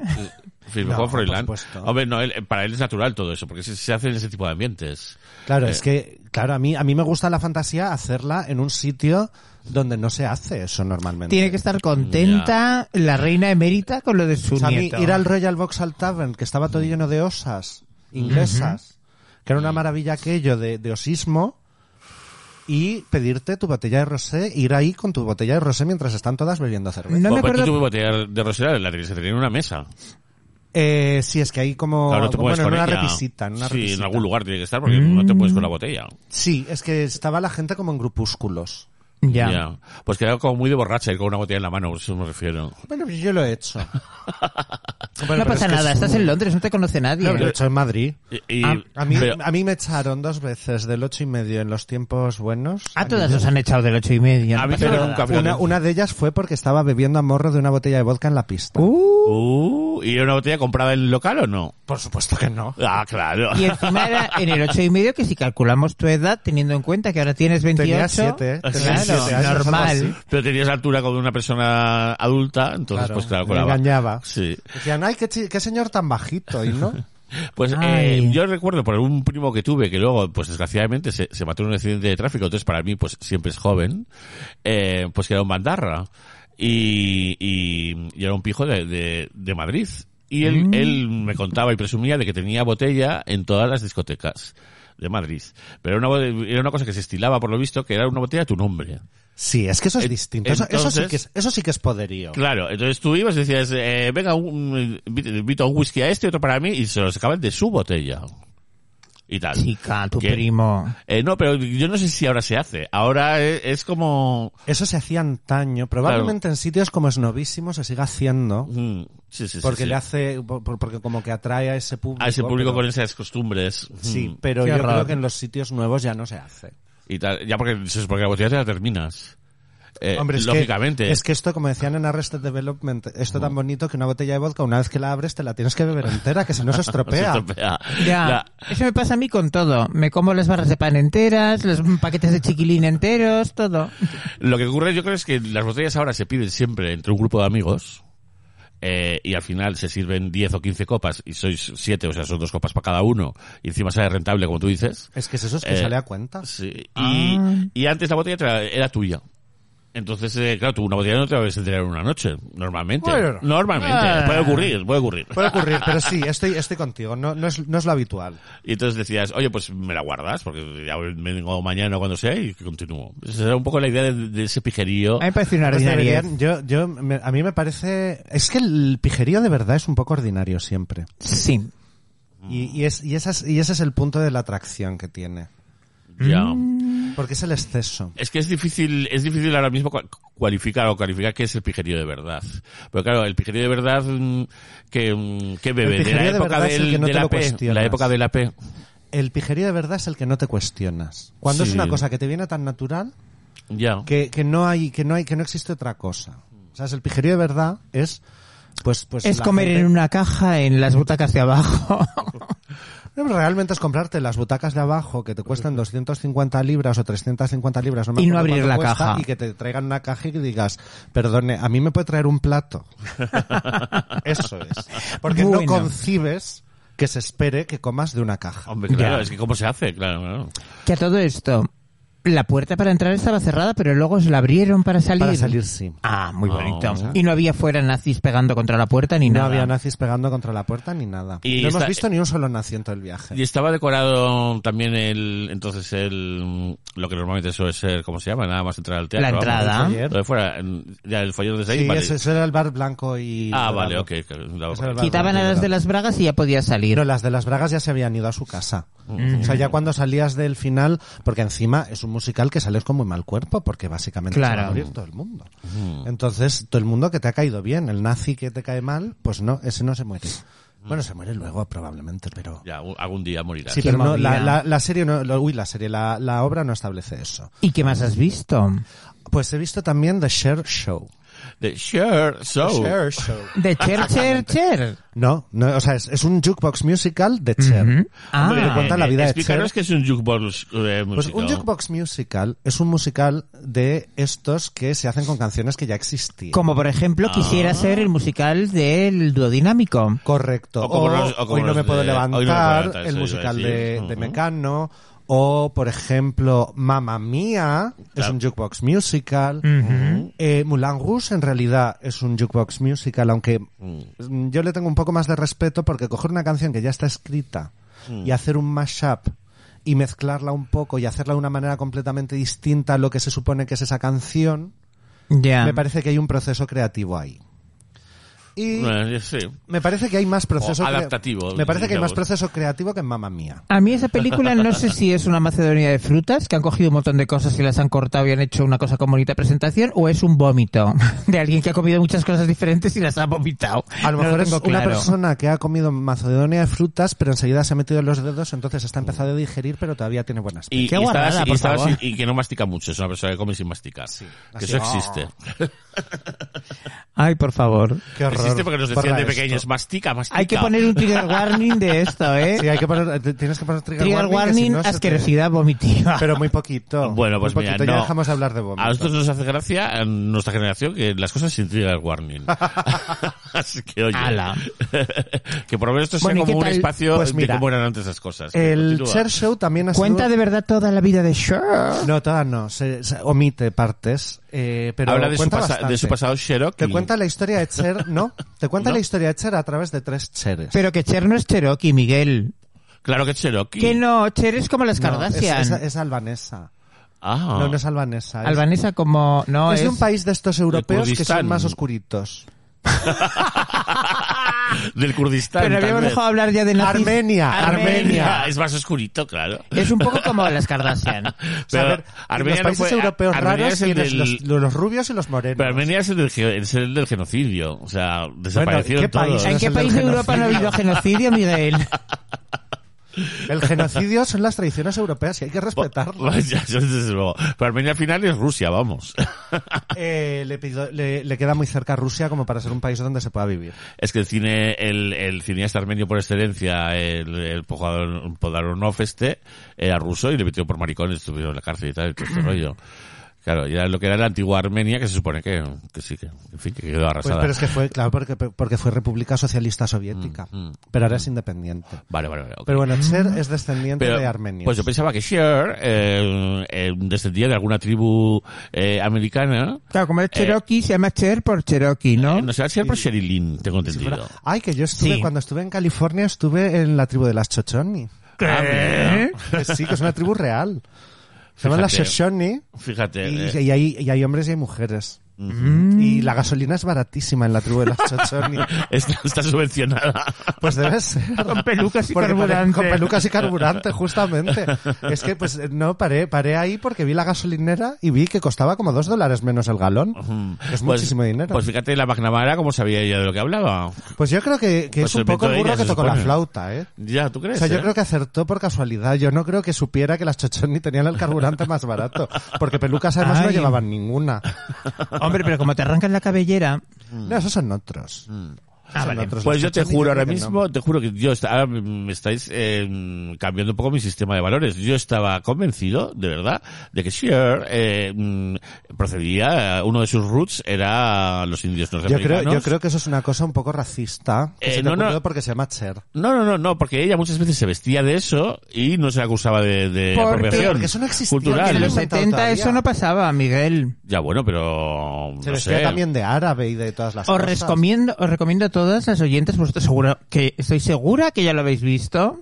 B: Filipe
E: No,
B: Juan
E: por
B: Froilán.
E: supuesto.
B: Hombre, no, él- para él es natural todo eso, porque se, se hace en ese tipo de ambientes.
E: Claro,
B: Eh.
E: es que, claro, a mí, a mí me gusta la fantasía hacerla en un sitio donde no se hace eso normalmente.
F: Tiene que estar contenta la reina emérita con lo de su
E: O sea, Pues a mí
F: nieto.
E: ir al Royal Vauxhall Tavern, que estaba todo lleno de osas inglesas, que era una maravilla aquello de, de osismo, y pedirte tu botella de rosé, ir ahí con tu botella de rosé mientras están todas bebiendo cerveza.
F: No me
B: Bueno, pero
F: acuerdo-
B: tú tu botella de rosera la tenías que tener en una mesa.
E: Eh, sí, es que ahí como
B: Claro, no te
E: bueno,
B: puedes
E: en
B: con
E: una
B: ella.
E: repisita, en una
B: sí,
E: repisita.
B: en algún lugar tiene que estar, porque no te puedes con la botella.
E: Sí, es que estaba la gente como en grupúsculos.
F: Ya.
B: Ya. Pues quedaba como muy de borracha ir con una botella en la mano, a eso me refiero.
E: Bueno, pues yo lo he hecho.
F: no pasa nada, estás en Londres, no te conoce nadie.
E: Yo lo he hecho en Madrid.
B: Y, y-
F: Ah,
E: A mí,
B: pero-
E: a mí me echaron dos veces del ocho y medio en los tiempos buenos.
F: a todas nos han echado del ocho y medio. no
B: A mí
F: pasa
B: pero
F: nada.
B: nunca-
E: Una, una de ellas fue porque estaba bebiendo a morro de una botella de vodka en la pista.
F: Uh,
B: Uh, ¿Y era una botella comprada en el local o no?
E: por supuesto que no.
B: Ah, claro.
F: y encima era en el ocho y medio que si calculamos tu edad, teniendo en cuenta que ahora tienes 28...
E: Tenía siete, ¿eh? Tenía
F: claro,
E: siete años, algo
F: normal.
E: así.
B: Pero tenías altura como de una persona adulta, entonces
E: Claro,
B: pues claro,
E: me
B: colaba.
E: engañaba.
B: Sí.
E: Decían, ay, qué, chi- qué señor tan bajito, ¿y no?
B: Pues
F: Ay.
B: eh, yo recuerdo por un primo que tuve que luego, pues desgraciadamente, se, se mató en un accidente de tráfico, entonces para mí, pues siempre es joven, eh, pues que era un bandarra y, y, y era un pijo de, de, de Madrid. Y él, él me contaba y presumía de que tenía botella en todas las discotecas de Madrid. Pero era una, bo- era una cosa que se estilaba, por lo visto, que era una botella a tu nombre.
E: Sí, es que eso es
B: En-
E: distinto. Eso, eso sí
B: entonces-
E: que es, eso sí que es poderío.
B: Claro, entonces tú ibas y decías, eh, venga, un, invito a un whisky a este, otro para mí, y se lo sacaban de su botella. y tal.
F: Chica, tu
B: ¿Qué?
F: primo.
B: Eh, no, pero yo no sé si ahora se hace. Ahora es, es como...
E: Eso se hacía antaño, probablemente en sitios como Esnovísimo se siga haciendo,
B: Mm, Sí, sí, sí,
E: porque
B: sí.
E: le hace, por- por- porque como que atrae a ese público.
B: a ese público
E: pero-
B: con esas costumbres.
E: Sí,
B: Mm.
E: pero
F: Qué
E: yo
F: raro.
E: creo que en los sitios nuevos ya no se hace.
B: Y tal. Ya porque, porque la botella te la terminas. Eh,
E: Hombre, es
B: lógicamente. Mm.
E: Que, es que esto, como decían en Arrested Development, esto tan bonito que una botella de vodka, una vez que la abres, te la tienes que beber entera, que si no se estropea.
B: Se estropea.
F: Ya.
B: La-
F: Eso me pasa a mí con todo. Me como las barras de pan enteras, los paquetes de chiquilín enteros, todo.
B: Lo que ocurre yo creo es que las botellas ahora se piden siempre entre un grupo de amigos eh, y al final se sirven 10 o 15 copas y sois 7, o sea, son dos copas para cada uno y encima sale rentable como tú dices.
E: es que es eso, es que
B: Eh,
E: sale a cuenta.
B: Sí. Y,
E: Ah.
B: y antes la botella te la- era tuya. Entonces, eh, claro, tú una botella no te la vas a enterar en una noche, normalmente.
E: Bueno. Pues
B: normalmente,
F: Ah.
B: puede ocurrir, puede ocurrir.
E: Puede ocurrir, pero sí, estoy, estoy contigo, no, no, es, no es lo habitual.
B: Y entonces decías, oye, pues me la guardas, porque ya vengo mañana o cuando sea y continúo. Esa era un poco la idea de, de ese pijerío.
F: A mí me parece una
E: Pues
F: ordinariedad.
E: deberían- yo, yo, me- a mí me parece, es que el pijerío de verdad es un poco ordinario siempre.
F: Sí.
E: Y,
B: Mm.
E: y es, y, esas- y ese es el punto de la atracción que tiene.
B: Ya.
E: Porque es el exceso.
B: Es que es difícil, es difícil ahora mismo cua- cualificar o calificar qué es el pijerío de verdad. Pero claro, el pijerío de verdad mm, que, mm, que bebe
E: El
B: de
E: pijerío
B: la
E: de
B: época
E: verdad es el
B: del,
E: que no
B: de
E: te
B: la
E: lo
B: P, la
E: cuestionas.
B: época de la P.
E: El pijerío de verdad es el que no te cuestionas. Cuando
B: Sí.
E: es una cosa que te viene tan natural
B: Ya.
E: que, que no hay, que no hay, que no existe otra cosa. O sea, es el pijerío de verdad es, pues, pues.
F: Es
E: la
F: comer
E: gente-
F: en una caja en las butacas de abajo.
E: No, pero Realmente es comprarte las butacas de abajo que te cuestan 250 libras o 350 libras. me
F: Y no
E: acuerdo
F: abrir
E: cuánto
F: la
E: cuesta,
F: caja.
E: Y que te traigan una caja y que digas, perdone, a mí me puede traer un plato. Eso es. Porque no
F: Bueno.
E: concibes que se espere que comas de una caja.
B: Hombre, claro,
F: Ya.
B: es que cómo se hace, claro. claro.
F: que a todo esto, la puerta para entrar estaba cerrada, pero luego se la abrieron para salir.
E: Para salir, sí.
F: Ah, muy
B: Ah.
F: bonito. Y no había fuera nazis pegando contra la puerta ni
E: No
F: nada.
E: había nazis pegando contra la puerta ni nada.
B: Y
E: no
B: esta-
E: hemos visto ni un solo nazi en todo el viaje.
B: Y estaba decorado también el, entonces el, mm, lo que normalmente suele ser, ¿cómo se llama? Nada más entrar al teatro.
F: La
B: vamos.
E: El
F: entrada.
E: foyer.
B: Lo de fuera, en- ya el follón desde ahí,
E: Sí,
B: vale.
E: ese, ese era el bar blanco y...
B: Ah,
E: dorado.
B: vale, ok. claro, la-
E: Ese era el bar
F: Quitaban a
E: blanco y
F: las
E: dorado.
F: de las bragas y ya podía salir.
E: No, las de las bragas ya se habían ido a su casa. O sea, ya cuando salías del final, porque encima es un musical que sales con muy mal cuerpo, porque básicamente se va
F: Claro.
E: a morir todo el mundo. Entonces, todo el mundo que te ha caído bien, el nazi que te cae mal, pues no, ese no se muere. Bueno, se muere luego probablemente, pero...
B: Ya, un- algún día morirás.
E: Sí,
F: Qué
E: pero no, la,
F: movida.
E: la- la serie no, lo- uy, la serie, la, la obra no establece eso.
F: ¿Y qué más has visto?
E: Pues he visto también The Cher Show.
B: The Share Show.
E: Show.
F: De Cher, Cher, Cher.
E: No, no, o sea, es, es un jukebox musical de Cher.
F: Ujú. Ah.
E: Hombre, te cuenta la vida de
B: Explícanos
E: Cher.
B: qué es un jukebox eh,
E: Pues
B: musical.
E: un jukebox musical es un musical de estos que se hacen con canciones que ya existían.
F: Como por ejemplo quisiera ser el musical del Duodinámico.
E: Correcto.
B: O como
E: O
B: los- o como
E: Hoy no
B: los
E: me puedo
B: de- Hoy no me puedo
E: levantar,
B: levantar,
E: el
B: eso iba a
E: musical
B: decir.
E: de, de
B: Ujú.
E: Mecano. O, por ejemplo, Mamma Mía es
B: Claro.
E: un jukebox musical. Eh, Moulin Rouge en realidad es un jukebox musical, aunque mm, yo le tengo un poco más de respeto porque coger una canción que ya está escrita
B: Mm.
E: y hacer un mashup y mezclarla un poco y hacerla de una manera completamente distinta a lo que se supone que es esa canción,
F: Ya.
E: me parece que hay un proceso creativo ahí. Y
B: Bueno, sí.
E: me parece que hay más proceso
B: Eh. O
E: crea-
B: adaptativo,
E: Me parece que hay más
B: digamos.
E: proceso creativo que en Mamma Mía.
F: A mí esa película no sé si es una macedonia de frutas, que han cogido un montón de cosas y las han cortado y han hecho una cosa con bonita presentación, o es un vómito de alguien que ha comido muchas cosas diferentes y las ha vomitado.
E: A lo
F: No
E: mejor es
F: tengo
E: una
F: claro.
E: persona que ha comido macedonia de frutas, pero enseguida se ha metido en los dedos, entonces está empezado a digerir, pero todavía tiene buenas.
B: Y,
F: Qué
B: y
F: guarrada,
B: estaba- y
F: por
B: estaba
F: favor.
B: sin- y que no mastica mucho, es una persona que come sin masticar. Que
E: Así,
B: eso
E: ah.
B: existe.
F: Ay, por favor.
E: Qué horror.
B: existe porque nos decían
E: Borra
B: de
E: esto.
B: pequeños, mastica, mastica.
F: Hay que poner un trigger warning de esto, ¿eh?
E: Sí, hay que poner, t- tienes que poner trigger,
F: trigger warning,
E: warning, que si no se te-
F: asquerosidad vomitiva.
E: Pero muy poquito.
B: Bueno, pues
E: muy
B: mira,
E: poquito. ya
B: no.
E: dejamos de hablar de vómito.
B: A nosotros nos hace gracia, a nuestra generación, que las cosas sin trigger warning. Así que, oye.
F: Ala.
B: que por lo menos esto sea
F: Bueno, ¿y
B: como
F: qué
B: un
F: tal?
B: espacio
E: Pues
B: de
E: mira,
B: cómo eran antes esas cosas.
E: El
B: Continúa.
E: Cher Show también ha
F: Cuenta de
E: sido...
F: verdad toda la vida de Cher.
E: No, todas no. Se, se omite partes. eh, pero
B: Habla de su,
E: cuenta
B: pasa- de
E: bastante.
B: su pasado Cherokee.
E: Te cuenta la historia de Cher, ¿no? Te cuenta
B: No.
E: la historia de Cher a través de tres Cheres.
F: Pero que Cher no es Cherokee, Miguel.
B: Claro que es Cherokee.
F: Que no, Cher es como las
E: No, es,
F: Kardashian.
E: es- es albanesa.
B: Ah.
E: No, no es albanesa. es-
F: Albanesa como... No,
E: es
F: es,
E: de un país de estos europeos que
B: Kurdistán.
E: son más oscuritos.
B: del Kurdistán.
F: Pero
B: tal
F: habíamos
B: vez.
F: dejado hablar ya de nazis.
E: Armenia,
B: Armenia. Es más oscurito, claro.
F: Es un poco como las Kardashian.
B: Pero
E: a ver,
B: Armenia no
E: los países
B: fue-
E: europeos
B: Armenia
E: raros
B: es el
E: tienes
B: del-
E: los, los rubios y los morenos.
B: Pero Armenia es el del, ge- es el del genocidio. O sea, desaparecieron
E: ¿qué
B: todos.
E: país?
F: ¿En
E: es
F: qué
E: el del
F: país de Europa no ha habido genocidio, Miguel?
E: El genocidio son las tradiciones europeas y hay que respetarlas.
B: Ya, eso desde luego. Pero Armenia al final es Rusia, vamos.
E: Eh, le, pido- le- le queda muy cerca a Rusia como para ser un país donde se pueda vivir.
B: Es que el cine, el, el cineasta armenio por excelencia, el, el Pojar- Podaronov este, era ruso y le metió por maricones, estuvieron en la cárcel y tal, y todo este rollo. Claro, ya lo que era la antigua Armenia, que se supone que, que sí, que, en fin, que quedó
E: Pues,
B: arrasada.
E: pero es que fue, claro, porque, porque fue República Socialista Soviética.
B: Mm,
E: pero ahora es independiente.
B: Vale, vale, vale. ok.
E: Pero bueno, Cher es descendiente
B: Pero,
E: de armenios.
B: Pues yo pensaba que Sher eh, eh, descendía de alguna tribu eh, americana.
F: Claro, como es Cherokee, se llama Cher por Cherokee, ¿no?
B: Eh, no sé, Sher por Sherilyn, tengo entendido.
E: Ay, que yo estuve,
F: Sí.
E: cuando estuve en California, estuve en la tribu de las Chochoni.
B: Ah, mira.
E: Que sí, que es una tribu real. Se llaman las
B: Fíjate.
E: Shoshone
B: Fíjate.
E: y,
B: eh.
E: y hay, y hay hombres y hay mujeres. Y la gasolina es baratísima en la tribu de las Chochoni.
B: Está, está subvencionada.
E: Pues debe ser.
F: Con pelucas y
E: Porque paré-
F: carburante.
E: Con pelucas y carburante, justamente. Es que, pues, no, paré, paré ahí porque vi la gasolinera y vi que costaba como dos dólares menos el galón.
B: Pues-
E: Es muchísimo dinero.
B: Pues
E: Pues,
B: fíjate la McNamara cómo sabía ella de lo que hablaba.
E: yo creo que, que
B: pues
E: es un
B: inventó
E: poco el burro
B: ella,
E: que
B: se
E: tocó la
B: supone.
E: flauta, ¿eh?
B: Ya, ¿tú
E: O
B: crees?
E: sea,
B: eh?
E: yo creo que acertó por casualidad. Yo no creo que supiera que las chochoni tenían el carburante más barato. Porque pelucas además no
F: Ay.
E: llevaban ninguna.
F: Hombre, pero como te arrancan la cabellera...
B: Mm.
E: No, esos son otros.
F: Ah,
E: Son
F: vale.
E: otros.
B: Pues
E: Las
B: yo te
E: chochoni
B: juro
E: creo
B: ahora
E: que no.
B: mismo, te juro que yo está- ahora me estáis eh, cambiando un poco mi sistema de valores. Yo estaba convencido, de verdad, de que Cher eh, mm, procedía, uno de sus roots era los indios
E: Yo creo,
B: norteamericanos.
E: yo creo que eso es una cosa un poco racista. que
B: Eh,
E: se te
B: no, no.
E: ocurrió porque se llama Cher.
B: No, no, no, no, porque ella muchas veces se vestía de eso y no se la acusaba de, de
F: Porque-
B: apropiación
E: porque eso no existía,
B: cultural.
E: porque
F: En los
E: Inventado
F: 70 eso
E: todavía.
F: no pasaba, Miguel.
B: Ya bueno, pero
E: Se
B: no
E: vestía
B: sé.
E: también de árabe y de todas las
F: Os
E: cosas.
F: recomiendo, os recomiendo a todas las oyentes, vosotros seguro que estoy segura que ya lo habéis visto.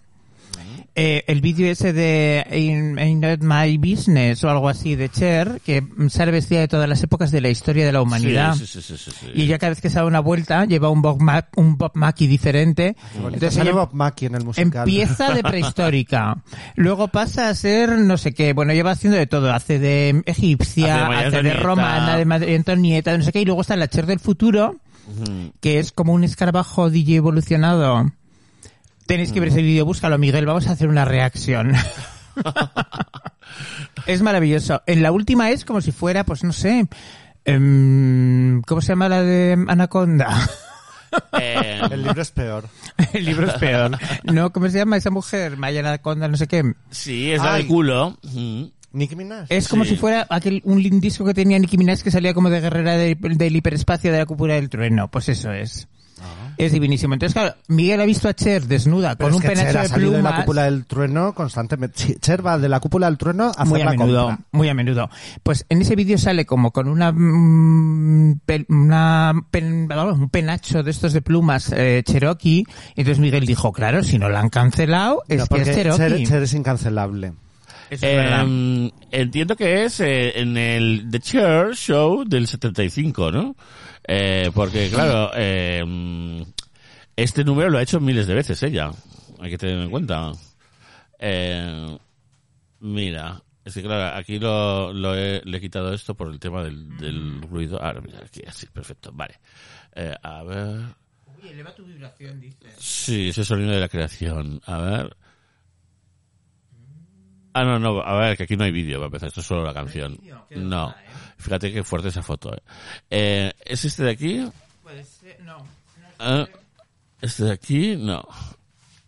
F: Eh, el vídeo ese de In- Ain't Not My Business o algo así de Cher, que sale vestida de todas las épocas de la historia de la humanidad.
B: Sí, sí, sí, sí, sí, sí.
F: Y ella cada vez que se da una vuelta lleva un Bob, Ma un Bob Mackie diferente.
E: Bonito.
F: Entonces
E: Sale
F: ella-
E: Bob Mackie en el musical.
F: Empieza de prehistórica, luego pasa a ser no sé qué, bueno, lleva haciendo de todo, hace de egipcia,
B: Hace de María
F: hace de
B: Antonieta.
F: romana, de María Antonieta, de no sé qué, y luego está la Cher del futuro,
B: Mm.
F: que es como un escarabajo DJ evolucionado. Tenéis que ver ese vídeo, búscalo, Miguel, vamos a hacer una reacción. es maravilloso. En la última es como si fuera, pues no sé, em, ¿cómo se llama la de Anaconda?
B: Eh,
E: El libro es peor.
F: El libro es peor. No, ¿cómo se llama esa mujer? Maya Anaconda, no sé qué.
B: sí, es la
E: Ay.
B: de culo. Mm. Ujú.
E: Nicki Minaj.
F: Es como
B: Sí.
F: si fuera aquel un lin- disco que tenía Nicki Minaj que salía como de guerrera de- del hiperespacio de la cúpula del trueno. Pues eso es. Es divinísimo. Entonces, claro, Miguel ha visto a Cher desnuda
E: Ah. Pero
F: con
E: es
F: un
E: que Cher
F: penacho
E: ha
F: de
E: salido de la
F: plumas.
E: cúpula del trueno constantemente. Sí, Cher va de la cúpula del trueno a hacer
F: muy a
E: la
F: menudo,
E: compra.
F: muy a menudo. Pues en ese vídeo sale como con una, mm, pel- una pen- un penacho de estos de plumas eh, Cherokee. Y entonces Miguel dijo, claro, si no la han cancelado,
E: No,
F: es que
E: porque
F: es
E: Cher,
F: Cherokee.
E: Cher em, es incancelable.
F: Eso es verdad.
B: Eh, entiendo que es eh, en el The Chair Show del 75, ¿no? Eh, porque, claro, eh, este número lo ha hecho miles de veces ella. Hay que tener en cuenta. Eh, mira, es que, claro, aquí lo, lo he, le he quitado esto por el tema del, del ruido. Ahora, mira, aquí, así, perfecto, vale. Eh, a ver. Sí, ese sonido de la creación. A ver. Ah, no, no, a ver, que aquí no hay vídeo, va a empezar, esto es solo la canción. No, fíjate qué fuerte esa foto. eh. Eh, ¿Es este de aquí? Ah, ¿Este de aquí? No.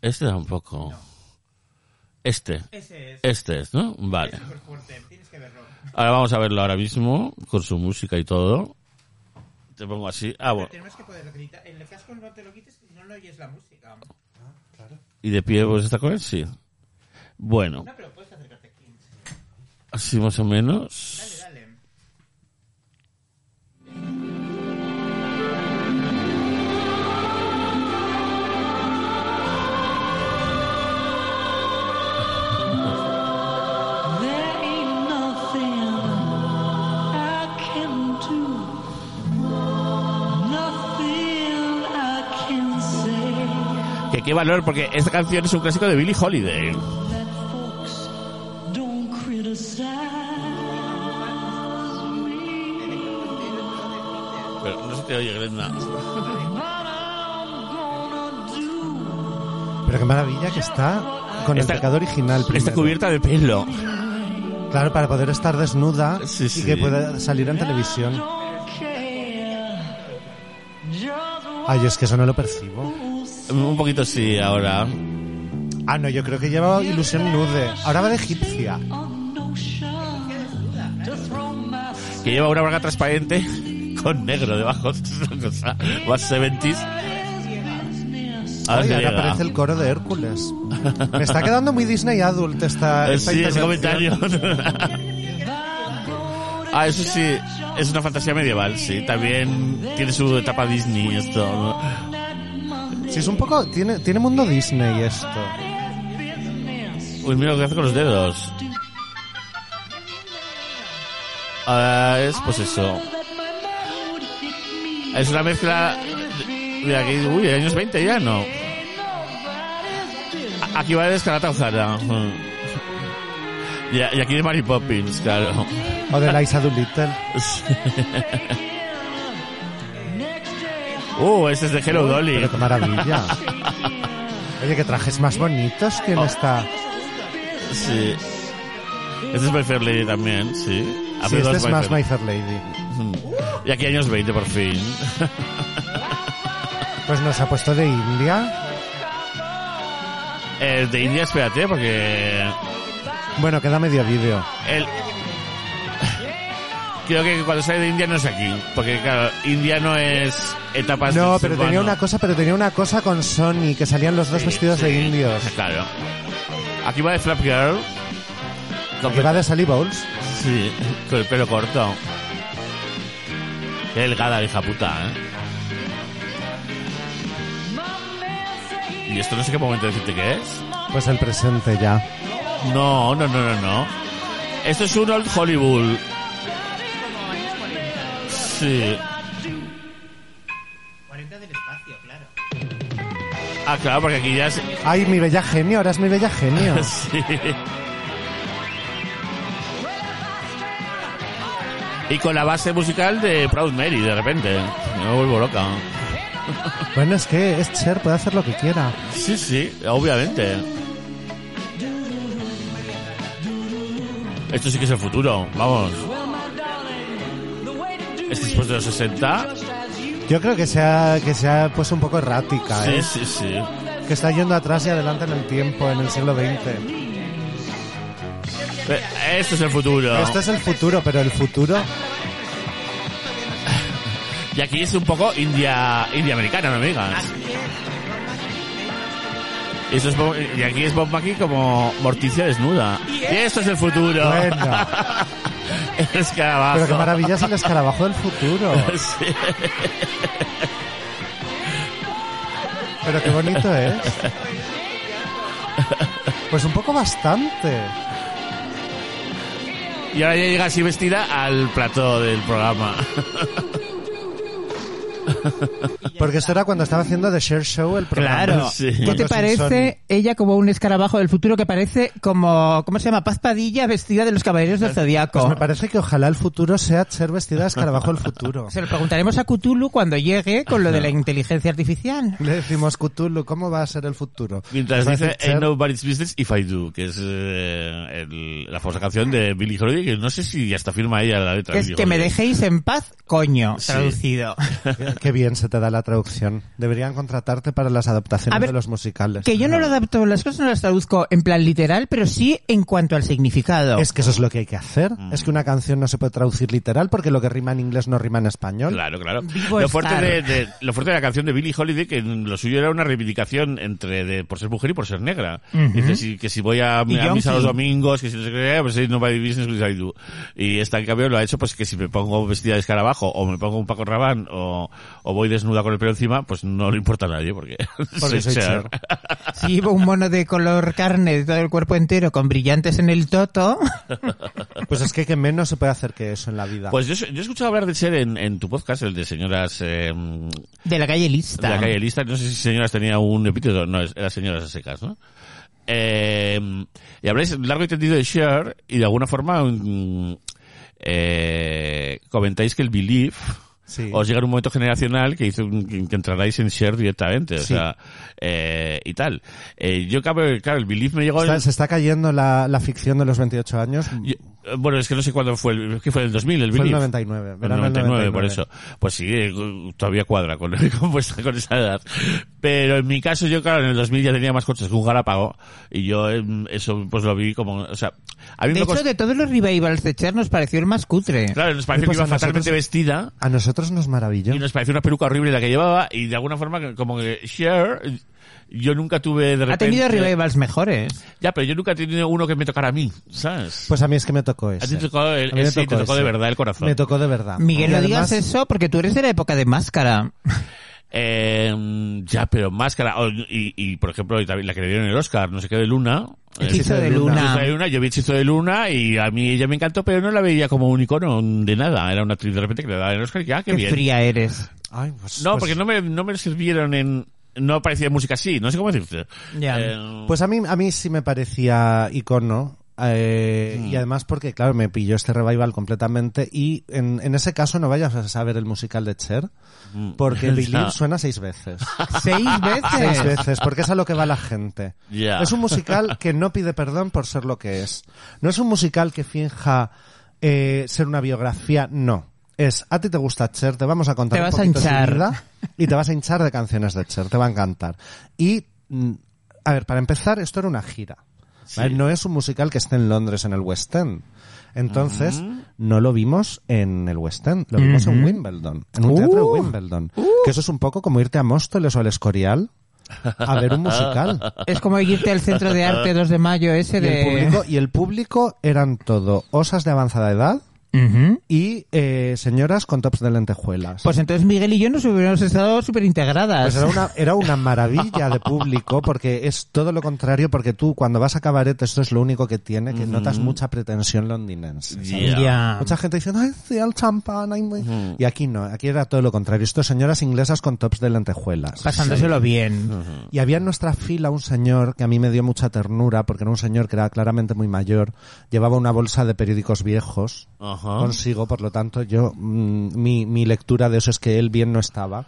B: Este tampoco. Este. Este es, ¿no? Vale. Ahora vamos a verlo ahora mismo, con su música y todo. Te pongo así. Ah, bueno.
F: Tenemos que poder gritar. En el casco no te lo quites y no lo oyes la música.
B: ¿Y de pie puedes estar con él? Sí. Bueno,
F: No, pero puedes acercarte aquí.
B: así más o menos.
F: Dale.
G: There ain't nothing I can do, nothing I can say.
B: Que qué valor, porque esta canción es un clásico de Billie Holiday.
G: that folks don't criticize me.
B: Pero no se te oye, Glenda.
G: But I'm gonna do
E: Pero qué maravilla que está con
B: Está-
E: el pecado original.
B: Está
E: primero.
B: cubierta de pelo.
E: Claro, para poder estar desnuda
B: Sí, sí.
E: y que pueda salir en televisión.
G: don't care. Just
E: Ay, es que eso no lo percibo.
B: Un poquito sí ahora.
E: Ah, no, yo creo que lleva ilusión nude. Ahora va de egipcia.
G: one notion to throw my
B: Que lleva una braga transparente con negro debajo. Es una cosa Más 70s. Ahora
E: Ay,
B: se
E: ahora
B: llega.
E: aparece el coro de Hércules. Me está quedando muy Disney adult esta,
B: Eh,
E: esta
B: sí, ese
E: intervención.
B: comentario. ah, eso sí, es una fantasía medieval, sí. También tiene su etapa Disney esto. ¿no?
E: Sí, es un poco... Tiene, tiene mundo Disney esto.
B: Uy, mira lo que hace con los dedos. Ah, es pues eso. Es una mezcla de de aquí, uy, de años 20 ya, ¿no? A- Aquí va de Escarlata O'Hara. ujú. Y a- y aquí de Mary Poppins, claro.
E: O de Liza Doolittle.
B: Uh, este es de Hello Dolly.
E: Pero qué maravilla. Oye, qué trajes más bonitos
B: Oh.
E: tiene esta...
B: Sí. Este es My Fair Lady también, sí.
E: Sí,
B: Hace
E: este
B: dos
E: es
B: My
E: más
B: Fair-
E: My Fair Lady.
B: Y aquí años 20 por fin.
E: Pues nos ha puesto de India.
B: El de India, espérate, porque
E: Bueno, queda medio vídeo.
B: el Creo que cuando sale de India no es aquí, porque claro, India no es etapas
E: No,
B: de
E: pero
B: urbano.
E: tenía una cosa, pero tenía una cosa con Sony, que salían los dos vestidos de indios.
B: Claro. Aquí va de Flap Girl. Con
E: Que
B: pe-
E: va de Sally Bowles.
B: Sí, con el pelo corto. Qué delgada, hija puta, ¿eh? Y esto no sé qué momento decirte que es.
E: Pues el presente ya.
B: No, no, no, no, no. Esto es un old Hollywood. Sí.
F: 40 del espacio, claro.
B: Ah, claro, porque aquí ya es...
E: Ay, mi bella genio, ahora es mi bella genio.
B: Sí. Y con la base musical de Proud Mary, de repente. Me vuelvo loca.
E: Bueno, es que es Cher, puede hacer lo que quiera.
B: Sí, sí, obviamente. Esto sí que es el futuro, vamos. Es después de los 60.
E: Yo creo que se ha, que se ha puesto un poco errática,
B: Sí,
E: ¿eh?
B: sí, sí.
E: Que está yendo atrás y adelante en el tiempo, en el siglo XX.
B: Eh, Esto es el futuro.
E: Esto es el futuro, pero el futuro...
B: Y aquí es un poco india india americana, no me digas. Y, eso es Bob- y aquí es Bob Mackie como Morticia desnuda. Y esto es el futuro.
E: Bueno.
B: el escarabajo.
E: Pero qué maravilla es el escarabajo del futuro.
B: Sí.
E: Pero qué bonito es. Pues un poco bastante.
B: Y ahora ya llega así vestida al plató del programa.
E: Porque esto era cuando estaba haciendo The Share Show el programa.
F: Claro.
B: Sí.
F: ¿Qué te
E: Cuando sin
F: parece ella como un escarabajo del futuro que parece como, ¿cómo se llama? Paz Padilla vestida de los caballeros del
E: Pues me
F: zodiaco?
E: parece que ojalá el futuro sea ser vestida de escarabajo el futuro.
F: Se lo preguntaremos a Cthulhu cuando llegue con lo de la inteligencia artificial.
E: Le decimos, Cthulhu, ¿cómo va a ser el futuro?
B: Mientras
E: Va a
B: dice "Eh,
E: decir
B: Ain't
E: Cher,
B: Nobody's Business If I Do, que es eh, el- la famosa canción de Billie Holiday, que no sé si hasta firma ella la letra. de
F: Es
B: Billie
F: que me
B: Holiday.
F: dejéis en paz, coño,
B: Sí.
F: traducido.
E: Qué bien se te da la traducción. Deberían contratarte para las adaptaciones
F: A ver,
E: de los musicales.
F: Que yo no lo adapto, las cosas no las traduzco en plan literal, pero sí en cuanto al significado.
E: Es que eso es lo que hay que hacer.
B: Mm.
E: Es que una canción no se puede traducir literal porque lo que rima en inglés no rima en español.
B: Claro, claro.
F: Vivo
B: Lo fuerte
F: estar.
B: de, de- lo fuerte de la canción de Billie Holiday, que lo suyo era una reivindicación entre de, por ser mujer y por ser negra. Dice si- que si voy a, a
F: Y yonki.
B: misa los domingos, que si no sé qué, pues no va business with I do. Y esta, en cambio, lo ha hecho pues que si me pongo vestida de escarabajo, o me pongo un Paco Rabán, o o voy desnuda con el pelo encima, pues no le importa a nadie porque,
E: Porque soy Cher.
F: Si llevo un mono de color carne de todo el cuerpo entero con brillantes en el toto,
E: Pues es que, que menos se puede hacer que eso en la vida.
B: Pues yo, yo he escuchado hablar de Cher en, en tu podcast, el de señoras eh, de
F: de la calle lista.
B: la calle lista. No sé si señoras tenía un epíteto, no, es- era señoras a secas, ¿no? Eh, y habláis largo y tendido de Cher y de alguna forma mm, eh, comentáis que el belief
E: Sí.
B: os llega un momento generacional que dice un- que, que entraráis en share directamente, o
E: Sí.
B: sea, eh, y tal. Eh, yo claro, claro, el belief me llegó en-
E: Está- se está cayendo la, la ficción de los 28 años.
B: yo- eh, bueno, es que no sé cuándo fue, el, es que fue el 2000, el
E: Fue el
B: Belief.
E: 99,
B: El
E: verano del
B: 99,
E: 99.
B: por eso. Pues sí, eh, todavía cuadra con, con, vuestra- con esa edad. Pero en mi caso, yo claro, en el 2000 ya tenía más coches que un galápago, y yo eh, eso pues lo vi como, o sea, a mí
F: De
B: me
F: hecho,
B: costó-
F: de todos los revivals de Cher nos pareció el más cutre.
B: claro, nos pareció
E: Pues
B: que iba
E: a nosotros-
B: fatalmente vestida,
E: A nosotros nos maravilló.
B: Y nos pareció una peluca horrible la que llevaba y de alguna forma que- como que Cher yo nunca tuve de
F: Ha
B: repente
F: tenido revivals mejores.
B: Ya, pero yo nunca he tenido uno que me tocara a mí, ¿sabes?
E: Pues a mí es que me tocó
B: a
E: ese.
B: ti te tocó, el-
E: A mí me
B: sí, te tocó de
E: ese.
B: verdad el corazón.
E: Me tocó de verdad.
F: Miguel,
E: Y
F: no digas
E: además-
F: eso porque tú eres de la época de máscara.
B: Eh, ya, pero máscara. oh, y, y, por ejemplo, y también la que le dieron el Oscar, no sé qué, de Luna. eh,
F: Hechizo de Luna.
B: Hechizo de Luna, yo vi Hechizo de Luna y a mí ella me encantó, pero no la veía como un icono de nada. Era una actriz de repente que le daban el Oscar y que, ah, qué,
F: Qué
B: bien.
F: fría eres.
E: Ay, pues-
B: No,
E: pues-
B: porque no me, no me sirvieron en... No aparecía música así, no sé cómo decirte.
F: Ya.
B: Eh,
E: Pues a mí, a mí sí me parecía icono. eh, Y además porque, claro, me pilló este revival completamente. Y en, en ese caso no vayas a saber el musical de Cher. Porque
B: mm, Ya.
E: Believe suena seis veces.
F: Seis veces.
E: Seis veces, porque es a lo que va la gente.
B: Ya.
E: Es un musical que no pide perdón por ser lo que es. No es un musical que finja eh, ser una biografía, no. Es, a ti te gusta Cher, te vamos a contar
F: Te
E: un
F: vas a
E: poquito su
F: hinchar.
E: vida y te vas a hinchar de canciones de Cher, te va a encantar. Y, mm, a ver, para empezar, esto era una gira. ¿vale? No es un musical que esté en Londres, en el West End. Entonces,
B: Mm.
E: no lo vimos en el West End, lo vimos en Wimbledon, en un teatro de Wimbledon. Que eso es un poco como irte a Móstoles o al Escorial a ver un musical.
F: Es como irte al centro de arte 2 de mayo
E: Y
F: ese
E: el,
F: de...
E: público, y el público eran todo osas de avanzada edad
F: Ujú.
E: y eh, señoras con tops de lentejuelas.
F: Pues entonces Miguel y yo nos hubiéramos estado súper integradas.
E: Pues era una, era una maravilla de público porque es todo lo contrario porque tú cuando vas a cabaret esto es lo único que tiene que notas mucha pretensión londinense. ¿sabes?
B: Ya.
E: Mucha gente diciendo, ay, sí, el champán, ay, muy-". Y aquí no, aquí era todo lo contrario. Esto señoras inglesas con tops de lentejuelas.
F: Pasándoselo bien.
B: Mm.
E: Y había en nuestra fila un señor que a mí me dio mucha ternura, porque era un señor que era claramente muy mayor, llevaba una bolsa de periódicos viejos
B: Ajá.
E: consigo, por lo tanto yo, mm, mi, mi lectura de eso es que él bien no estaba.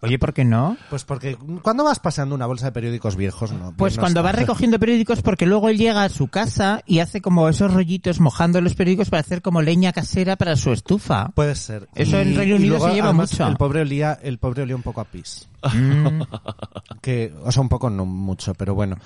F: Oye, ¿por qué no?
E: Pues porque, ¿cuándo vas paseando una bolsa de periódicos viejos? No, bien
F: Pues
E: no
F: cuando
E: está.
F: va recogiendo periódicos porque luego él llega a su casa y hace como esos rollitos mojando los periódicos para hacer como leña casera para su estufa.
E: Puede ser.
F: Eso en Reino Unido se lleva
E: además,
F: mucho.
E: El pobre olía, el pobre olía un poco a pis.
F: Mm.
E: que o sea un poco no mucho pero bueno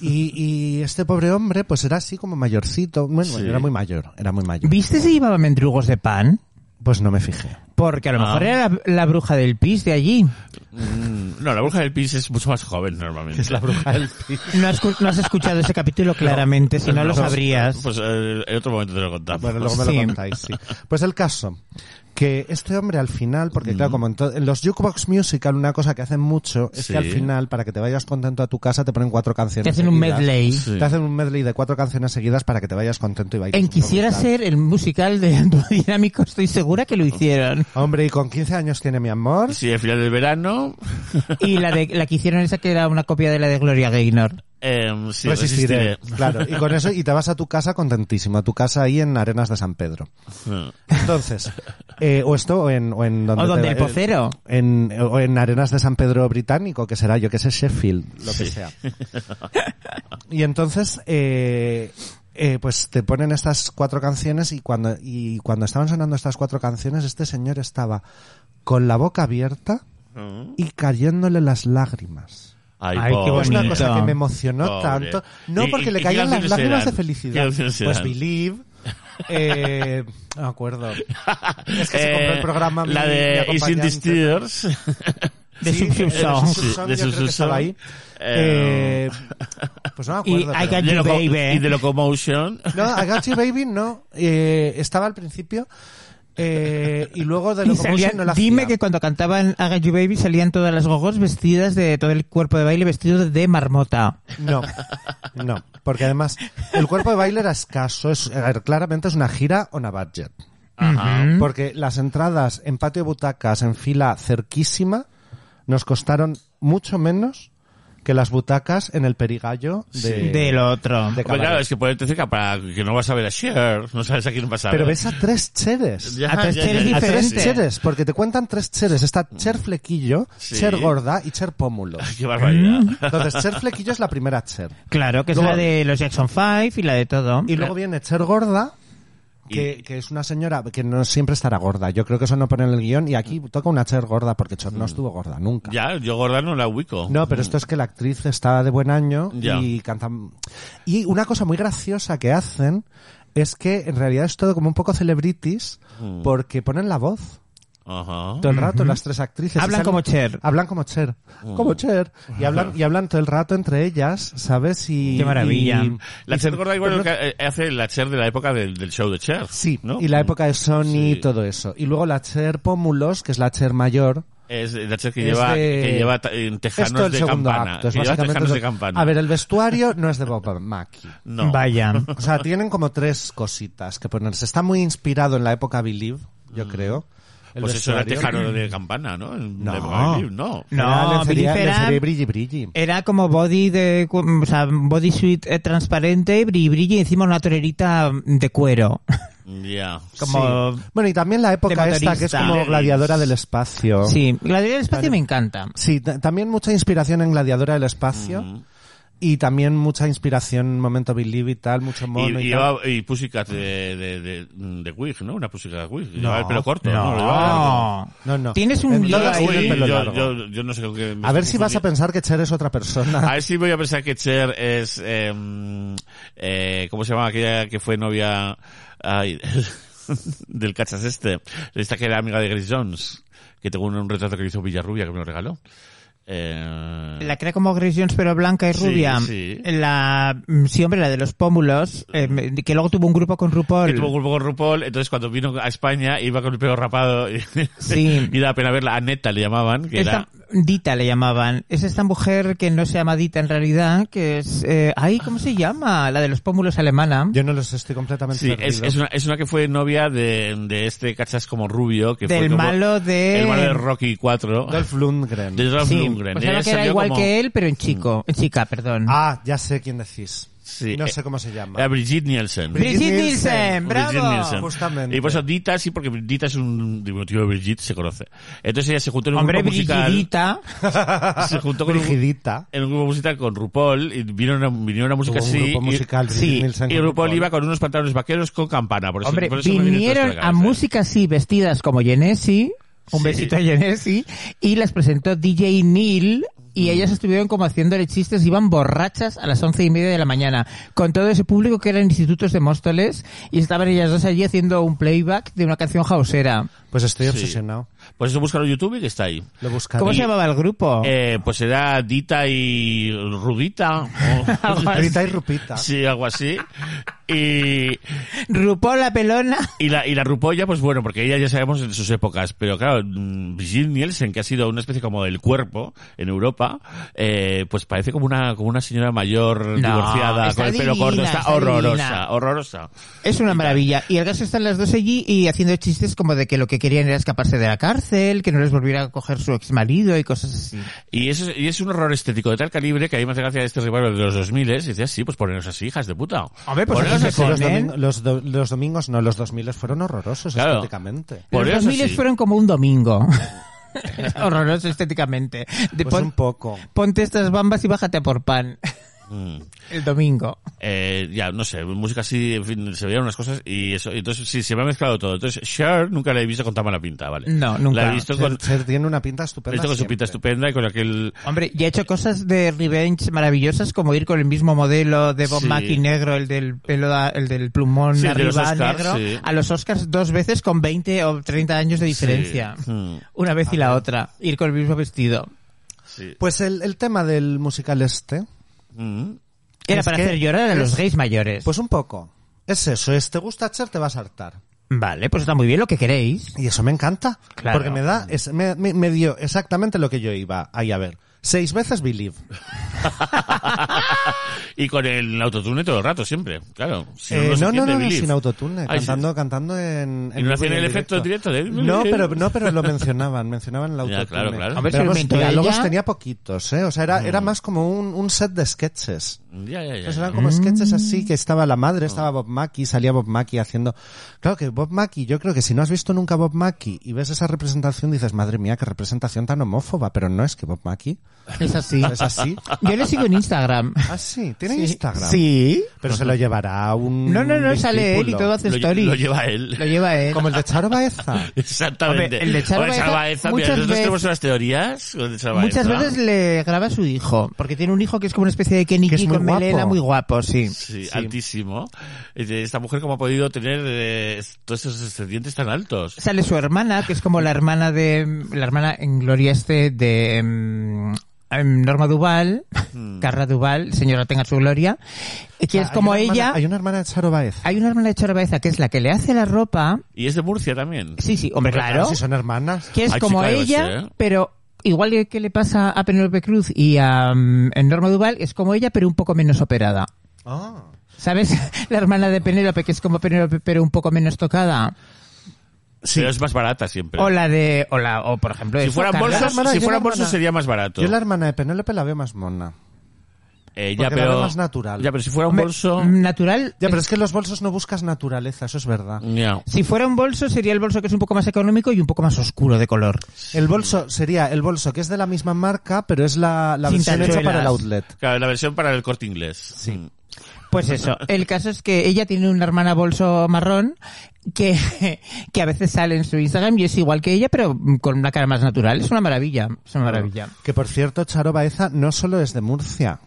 E: y, y este pobre hombre pues era así como mayorcito bueno
B: Sí.
E: era muy mayor era muy mayor
F: ¿Viste si llevaba mendrugos de pan?
E: pues no me fijé
F: Porque a lo
B: Ah.
F: mejor era la, la bruja del pis de allí.
B: Mm, No, la bruja del pis es mucho más joven normalmente. Es la bruja del pis.
F: No has, cu- no has escuchado ese capítulo claramente, si no lo sabrías.
B: Pues eh, en otro momento te lo contamos.
E: bueno luego me
F: Sí.
E: lo contáis sí pues el caso que este hombre al final porque
B: Mm.
E: claro como en, to- en los jukebox musical una cosa que hacen mucho es
B: Sí.
E: que al final para que te vayas contento a tu casa te ponen cuatro canciones
F: Te hacen un
E: seguidas.
F: medley.
B: Sí.
E: te hacen un medley de cuatro canciones seguidas para que te vayas contento y bailes
F: En
E: un poco y
F: Quisiera
E: tal.
F: ser el musical de Dinámico, estoy segura que lo hicieron.
E: hombre y con 15 años tiene mi amor
B: Sí, al final del verano.
F: Y la, de, la que hicieron esa que era una copia de la de Gloria Gaynor.
B: Eh, sí,
E: resistiré.
B: resistiré.
E: Claro, y con eso, y te vas a tu casa contentísimo, a tu casa ahí en Arenas de San Pedro. Entonces, eh, o esto, o en, o en donde,
F: O
E: te
F: donde el
E: va-
F: pocero.
E: En, o en Arenas de San Pedro Británico, que será, yo que sé, Sheffield, lo que sea. Y entonces, eh, eh, pues te ponen estas cuatro canciones y cuando, y cuando estaban sonando estas cuatro canciones, este señor estaba con la boca abierta y cayéndole las lágrimas.
B: Mm. Ay,
F: Ay, qué
B: pobre.
E: Es
F: bonito.
E: una cosa que me emocionó
B: Pobre.
E: tanto. No
B: ¿Y-
E: porque
B: y-
E: le
B: y
E: caían
B: qué
E: las
B: canciones
E: lágrimas
B: eran?
E: de
B: ¿Qué
E: felicidad.
B: canciones
E: Pues
B: eran?
E: Believe. Eh, no me acuerdo. Es que se compró el
B: Eh,
E: programa. mi-
B: La
E: mi
B: de Isn't
E: acompañante.
B: This Tears.
F: De
E: Sí,
F: Sub Sub
E: eh,
F: Song.
E: Sub Sub
B: Sí,
E: Song,
B: de
E: yo
B: Sub
E: creo
B: Sub
E: que estaba
B: Song.
E: ahí.
B: Eh,
E: Eh, pues no me
F: Y
E: acuerdo. pero-
F: I Got You,
B: Loco-
F: Baby.
B: y de Locomotion.
E: No, I Got You Baby no. Eh, estaba al principio. Eh, y luego de
F: Y
E: lo común
F: salían-
E: se no la
F: dime
E: hacía.
F: que cuando cantaban Haga You Baby salían todas las gogos vestidas de todo el cuerpo de baile vestido de marmota.
E: No, no, porque además el cuerpo de baile era escaso, es, era- claramente es una gira on a budget. Porque las entradas en patio de butacas en fila cerquísima nos costaron mucho menos que las butacas en el perigallo de,
F: Del otro.
E: de
B: Pues claro,
E: cabaret.
B: es que ponerte cerca para que no vas a ver a Cher, no sabes a quién vas a ver.
E: Pero ves a tres cheres.
B: Ya,
F: a tres
B: ya,
F: Cheres
B: ya, ya,
E: A tres
F: diferente.
E: cheres, porque te cuentan tres cheres. Está Cher Flequillo,
B: Sí.
E: Cher Gorda y Cher Pómulo.
B: Qué barbaridad.
E: Entonces, Mm. Cher Flequillo es la primera Cher.
F: Claro, que es
E: Luego-
F: la de los Jackson 5 y la de todo.
E: Y luego viene Cher Gorda, que, que es una señora que no siempre estará gorda. Yo creo que eso no pone en el guión. Y aquí toca una Cher gorda, porque Cher no estuvo gorda nunca.
B: Mm. Ya, yo gorda no la ubico.
E: No, pero esto es que la actriz está de buen año
B: Ya.
E: y canta... Y una cosa muy graciosa que hacen es que en realidad es todo como un poco celebrities
B: Mm.
E: porque ponen la voz
B: Ajá.
E: todo el rato las tres actrices.
F: Hablan
E: Y salen- Ah,
F: como Cher.
E: Hablan como Cher.
B: Mm.
E: Como Cher. Y hablan, y hablan todo el rato entre ellas, ¿sabes? Y,
F: Qué maravilla.
E: y-
B: La
E: y-
B: Cher gorda igual
E: pero
B: lo que eh, hace la Cher de la época del, del show de Cher.
E: Sí,
B: ¿no?
E: y la época de Sony y
B: Sí.
E: todo eso. Y luego la Cher Pómulos, que es la Cher mayor.
B: Es la Cher que
E: es
B: lleva,
E: de-
B: que lleva ta- eh,
E: es todo
B: tejanos
E: el
B: de
E: segundo
B: campana.
E: acto. es
B: que lleva
E: básicamente
B: tejanos
E: todo-
B: de campana.
E: A ver, el vestuario no es de Bob Mackie.
B: no.
F: Vaya.
E: O sea, tienen como tres cositas que ponerse. Está muy inspirado en la época Believe, yo creo. El
B: Mm. Pues eso era
E: vestuario.
B: tejano de campana, ¿no? En
E: No.
B: la época del Blues, no.
E: Era
F: No,
E: lencería-
F: Believe era-
E: lencería brilli brilli.
F: Era como body de, cu- o sea, body suit eh, transparente, brilli brilli y encima una torerita de cuero.
B: Ya.
F: Como
E: Sí. Bueno, y también la época
F: de
E: esta que es
F: motorista.
E: como gladiadora del espacio.
F: Sí, la del espacio me encanta.
E: Sí, ta- también mucha inspiración en Gladiadora del Espacio. Y también mucha inspiración en Momento Believe y tal, mucho mono
B: Y,
E: y,
B: y,
E: tal.
B: lleva- y Pussycat de, de, de, de Wig, ¿no? Una Pussycat Wig. Llevaba el pelo corto. No, Llevaba-
F: No,
E: No, no.
F: Tienes un
E: En
F: lío
E: todas
F: ahí.
E: tiene el
B: Uy,
E: pelo
B: yo,
E: largo.
B: yo, yo no sé con qué me
E: A ver
B: estoy
E: si vas a
B: confundiendo.
E: pensar que Cher es otra persona.
B: A ver si voy a pensar que Cher es... Eh, eh, ¿Cómo se llama aquella que fue novia ay, del cachas este? Esta que era amiga de Grace Jones, que tengo un, un retrato que hizo Villarrubia que me lo regaló. Eh,
F: La que era como Grace Jones, pero blanca y
B: Sí,
F: rubia.
B: sí.
F: La, mm, sí, hombre, la de los pómulos, eh, que luego tuvo un grupo con RuPaul.
B: que tuvo un grupo con RuPaul, entonces cuando vino a España iba con el pelo rapado y,
F: Sí.
B: y daba pena verla. Aneta le llamaban, que
F: Esta-
B: era...
F: Dita le llamaban. Es esta mujer que no se llama Dita en realidad, que es... Eh, ay, ¿cómo se llama? La de los pómulos alemana.
E: Yo no los estoy completamente
B: Sí, es,
E: perdido.
B: es una, es una que fue novia de, de este cachas como rubio, que fue
F: Del
B: como-
F: malo de-
B: El malo de Rocky 4.
E: Dolph Lundgren.
B: De Dolph
F: sí,
B: Lundgren.
F: o sea,
B: Ella
F: que era
B: salió
F: Pues igual
B: como- Mm.
F: que él, pero en chico, en chica, perdón.
E: Ah, ya sé quién decís.
B: Sí,
E: no
B: eh,
E: sé cómo se llama.
B: Era Brigitte Nielsen.
E: Bri-
F: Brigitte
E: Brigitte
F: Nielsen,
E: Nielsen,
F: bravo.
B: Brigitte Nielsen.
E: Justamente.
B: Y por eso Dita sí, porque Dita es un diminutivo de Brigitte, se conoce. Entonces ella se juntó en un
F: Hombre,
B: grupo musical.
F: Brigidita.
B: Se juntó con un,
E: Brigidita.
B: en un grupo musical con RuPaul y vino una, vino una música
E: Tuvo un
B: así.
E: grupo
B: y-
E: musical, Brigitte
B: sí,
E: Nielsen
B: y
E: con
B: RuPaul,
E: RuPaul.
B: iba con unos pantalones vaqueros con campana. Por eso,
F: Hombre,
B: por eso me viene todo esto
F: vinieron
B: la
F: a
B: cabeza.
F: música así, vestidas como Genesi, un
B: Sí.
F: besito a Genesi, y las presentó DJ Neil,
B: Mm.
F: y ellas estuvieron como haciéndole chistes, iban borrachas a las once y media de la mañana, con todo ese público que eran institutos de Móstoles, y estaban ellas dos allí haciendo un playback de una canción hausera.
E: Pues estoy
B: Sí.
E: obsesionado.
B: Por eso búscalo en YouTube y que está ahí.
E: Lo buscaré.
F: ¿Cómo se llamaba el grupo?
B: Eh, pues era Dita y Rudita. o-
E: Rita y Rupita.
B: Sí, algo así. Y,
F: Rupó la pelona.
B: y la, y la Rupolla, pues bueno, porque ella ya sabemos en sus épocas, pero claro, mm, Brigitte Nielsen, que ha sido una especie como del cuerpo en Europa, eh, pues parece como una, como una señora mayor divorciada,
F: está
B: con el pelo
F: divina,
B: corto, está,
F: está
B: horrorosa,
F: divina.
B: horrorosa.
F: Es una maravilla. Y al caso están las dos allí y haciendo chistes como de que lo que querían era escaparse de la cárcel, que no les volviera a coger su ex marido y cosas así.
B: Y es, y es un horror estético de tal calibre que a mí me hace gracia este rival de los 2000 y decías, sí, pues poneros así, hijas de puta.
F: Hombre, pues
B: Poneros
F: así se
B: así.
E: Pero los,
F: ponen.
E: domingo- los do- los domingos no, los 2000 fueron horrorosos
B: Claro.
E: estéticamente.
B: Por
F: los
B: eso
F: 2000
B: sí.
F: fueron como un domingo. Horroroso estéticamente. De
E: Pues
F: pon-
E: un poco.
F: Ponte estas bambas y bájate a por pan.
B: Mm.
F: El domingo.
B: Eh, ya, no sé, música así, en fin, se veían unas cosas y eso, y entonces sí, se me ha mezclado todo. Entonces, Cher nunca la he visto con tan mala pinta, ¿vale?
F: No, nunca.
B: La he visto con,
E: Cher, Cher tiene una pinta estupenda.
B: la he visto con su
E: siempre.
B: pinta estupenda y con aquel...
F: Hombre, ya he hecho cosas de revenge maravillosas como ir con el mismo modelo de Bob
B: Sí.
F: Mackie negro, el del pelo, a- el del plumón
B: Sí, de los
F: arriba
B: Oscars,
F: negro,
B: sí.
F: a los Oscars dos veces con 20 o 30 años de diferencia.
B: Sí. Mm,
F: Una vez y la otra. Ir con el mismo vestido.
B: sí.
E: Pues el, el tema del musical este,
B: Mm.
F: Era
E: Es
F: para
E: que
F: hacer llorar a los
E: es-
F: gays mayores.
E: pues un poco. Es eso, es te gusta Cher, te vas a hartar.
F: Vale, pues está muy bien lo que queréis.
E: Y eso me encanta.
F: Claro.
E: Porque me da, es- me, me- me dio exactamente lo que yo iba ahí a ver. Seis veces Believe.
B: Y con el autotune todo el rato, siempre, claro. Si
E: Eh,
B: se
E: no, no,
B: entiende,
E: no, no,
B: Believe.
E: sin autotune.
B: Ay, sí.
E: cantando, cantando en.
B: Y no hacían el
E: en
B: efecto directo de- ¿eh?
E: No, pero, no, pero lo mencionaban, mencionaban el autotune.
B: claro, claro. Mm.
F: A ver si
E: Pero
F: lo
E: los
F: inventó
E: diálogos
F: ella.
E: tenía poquitos, ¿eh? O sea, era, era más como un, un set de sketches.
B: Ya, ya, ya.
E: Pues eran como sketches así que estaba la madre, estaba Bob Mackie, salía Bob Mackie haciendo. Claro que Bob Mackie, yo creo que si no has visto nunca Bob Mackie y ves esa representación, dices, madre mía, qué representación tan homófoba, pero no es que Bob Mackie
F: Es así.
E: es así.
F: Yo le sigo en Instagram.
E: Ah, sí, tiene
F: Sí.
E: Instagram. Mm,
F: Sí.
E: Pero se lo llevará un.
F: No, no, no, sale él y
E: discípulo.
F: todo hace
B: Lo lle-
F: story.
B: Lo lleva él.
F: Lo lleva él.
E: Como el de Charo Baeza.
B: Exactamente.
F: Hombre, el de Charo
B: Hombre,
F: Baeza,
B: Baeza, mira,
F: muchas
B: nosotros
F: veces-
B: tenemos unas teorías con el Charo
F: Muchas
B: Baeza.
F: veces le graba a su hijo, porque tiene un hijo que es como una especie de Kenny
E: Que es
F: G
E: muy
F: con melena,
E: guapo.
F: muy guapo, sí.
B: Sí, altísimo. Es de Esta mujer, ¿cómo ha podido tener eh, todos esos descendientes tan altos?
F: Sale su hermana, que es como la hermana de la hermana en Gloria este de mm, em, Norma Duval, Carla Duval, señora tenga su gloria, que
E: Ah,
F: es
E: Mm. hay
F: como
E: una hermana-
F: ella.
E: hay una hermana de Charo Baeza.
F: Hay una hermana de Chora Baeza que es la que le hace la ropa.
B: Y es de Murcia también.
F: Sí, sí, hombre, claro.
E: Si son hermanas.
F: que es
B: Ay,
F: como
B: chica, yo
F: ella,
B: sé, ¿eh?
F: pero igual que le pasa a Penélope Cruz y a mm, Norma Duval, es como ella, pero un poco menos operada.
E: Ah.
F: ¿Sabes? La hermana de Penélope, que es como Penélope, pero un poco menos tocada.
E: Sí.
B: Pero es más barata siempre.
F: O la de. O, la, o por ejemplo.
B: Si
F: esa,
B: fueran
F: Carla.
B: bolsos,
E: hermana,
B: si
E: yo
B: fueran
E: la
B: bolsos
E: hermana.
B: sería más barato.
E: Yo la hermana de Penélope la veo más mona.
B: Eh, ya,
E: porque la
B: pero,
E: veo más natural.
B: Ya, pero si fuera un
F: Hombre,
B: bolso...
F: Natural.
E: Ya, pero es que en los bolsos no buscas naturaleza, eso es verdad.
B: ya.
F: Si fuera un bolso, sería el bolso que es un poco más económico y un poco más oscuro de color.
E: El bolso sería el bolso que es de la misma marca, pero es la, la
F: Sin
E: versión hecha
F: tachuelas.
E: para el outlet.
B: Claro, la versión para el corte inglés. Mm, Sí.
F: Pues eso, el caso es que ella tiene una hermana bolso marrón que, que a veces sale en su Instagram y es igual que ella, pero mm, con una cara más natural. Es una maravilla, es una maravilla.
E: Que por cierto, Charo Baeza no solo es de Murcia,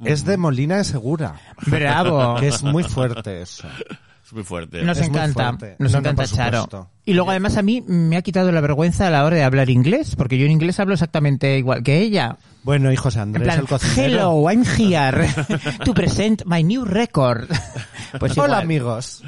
F: Mm.
E: es de Molina de Segura.
F: Bravo.
E: Que es muy fuerte eso.
B: Es muy fuerte.
F: Nos
E: Es muy
F: encanta,
E: fuerte.
F: nos
E: No, no,
F: encanta
E: por
F: Charo.
E: supuesto.
F: Y luego además a mí me ha quitado la vergüenza a la hora de hablar inglés, porque yo en inglés hablo exactamente igual que ella.
E: Bueno, y José
F: En
E: Andrés,
F: plan,
E: el cocinero.
F: hello, I'm here to present my new record. Pues igual.
E: Hola, amigos.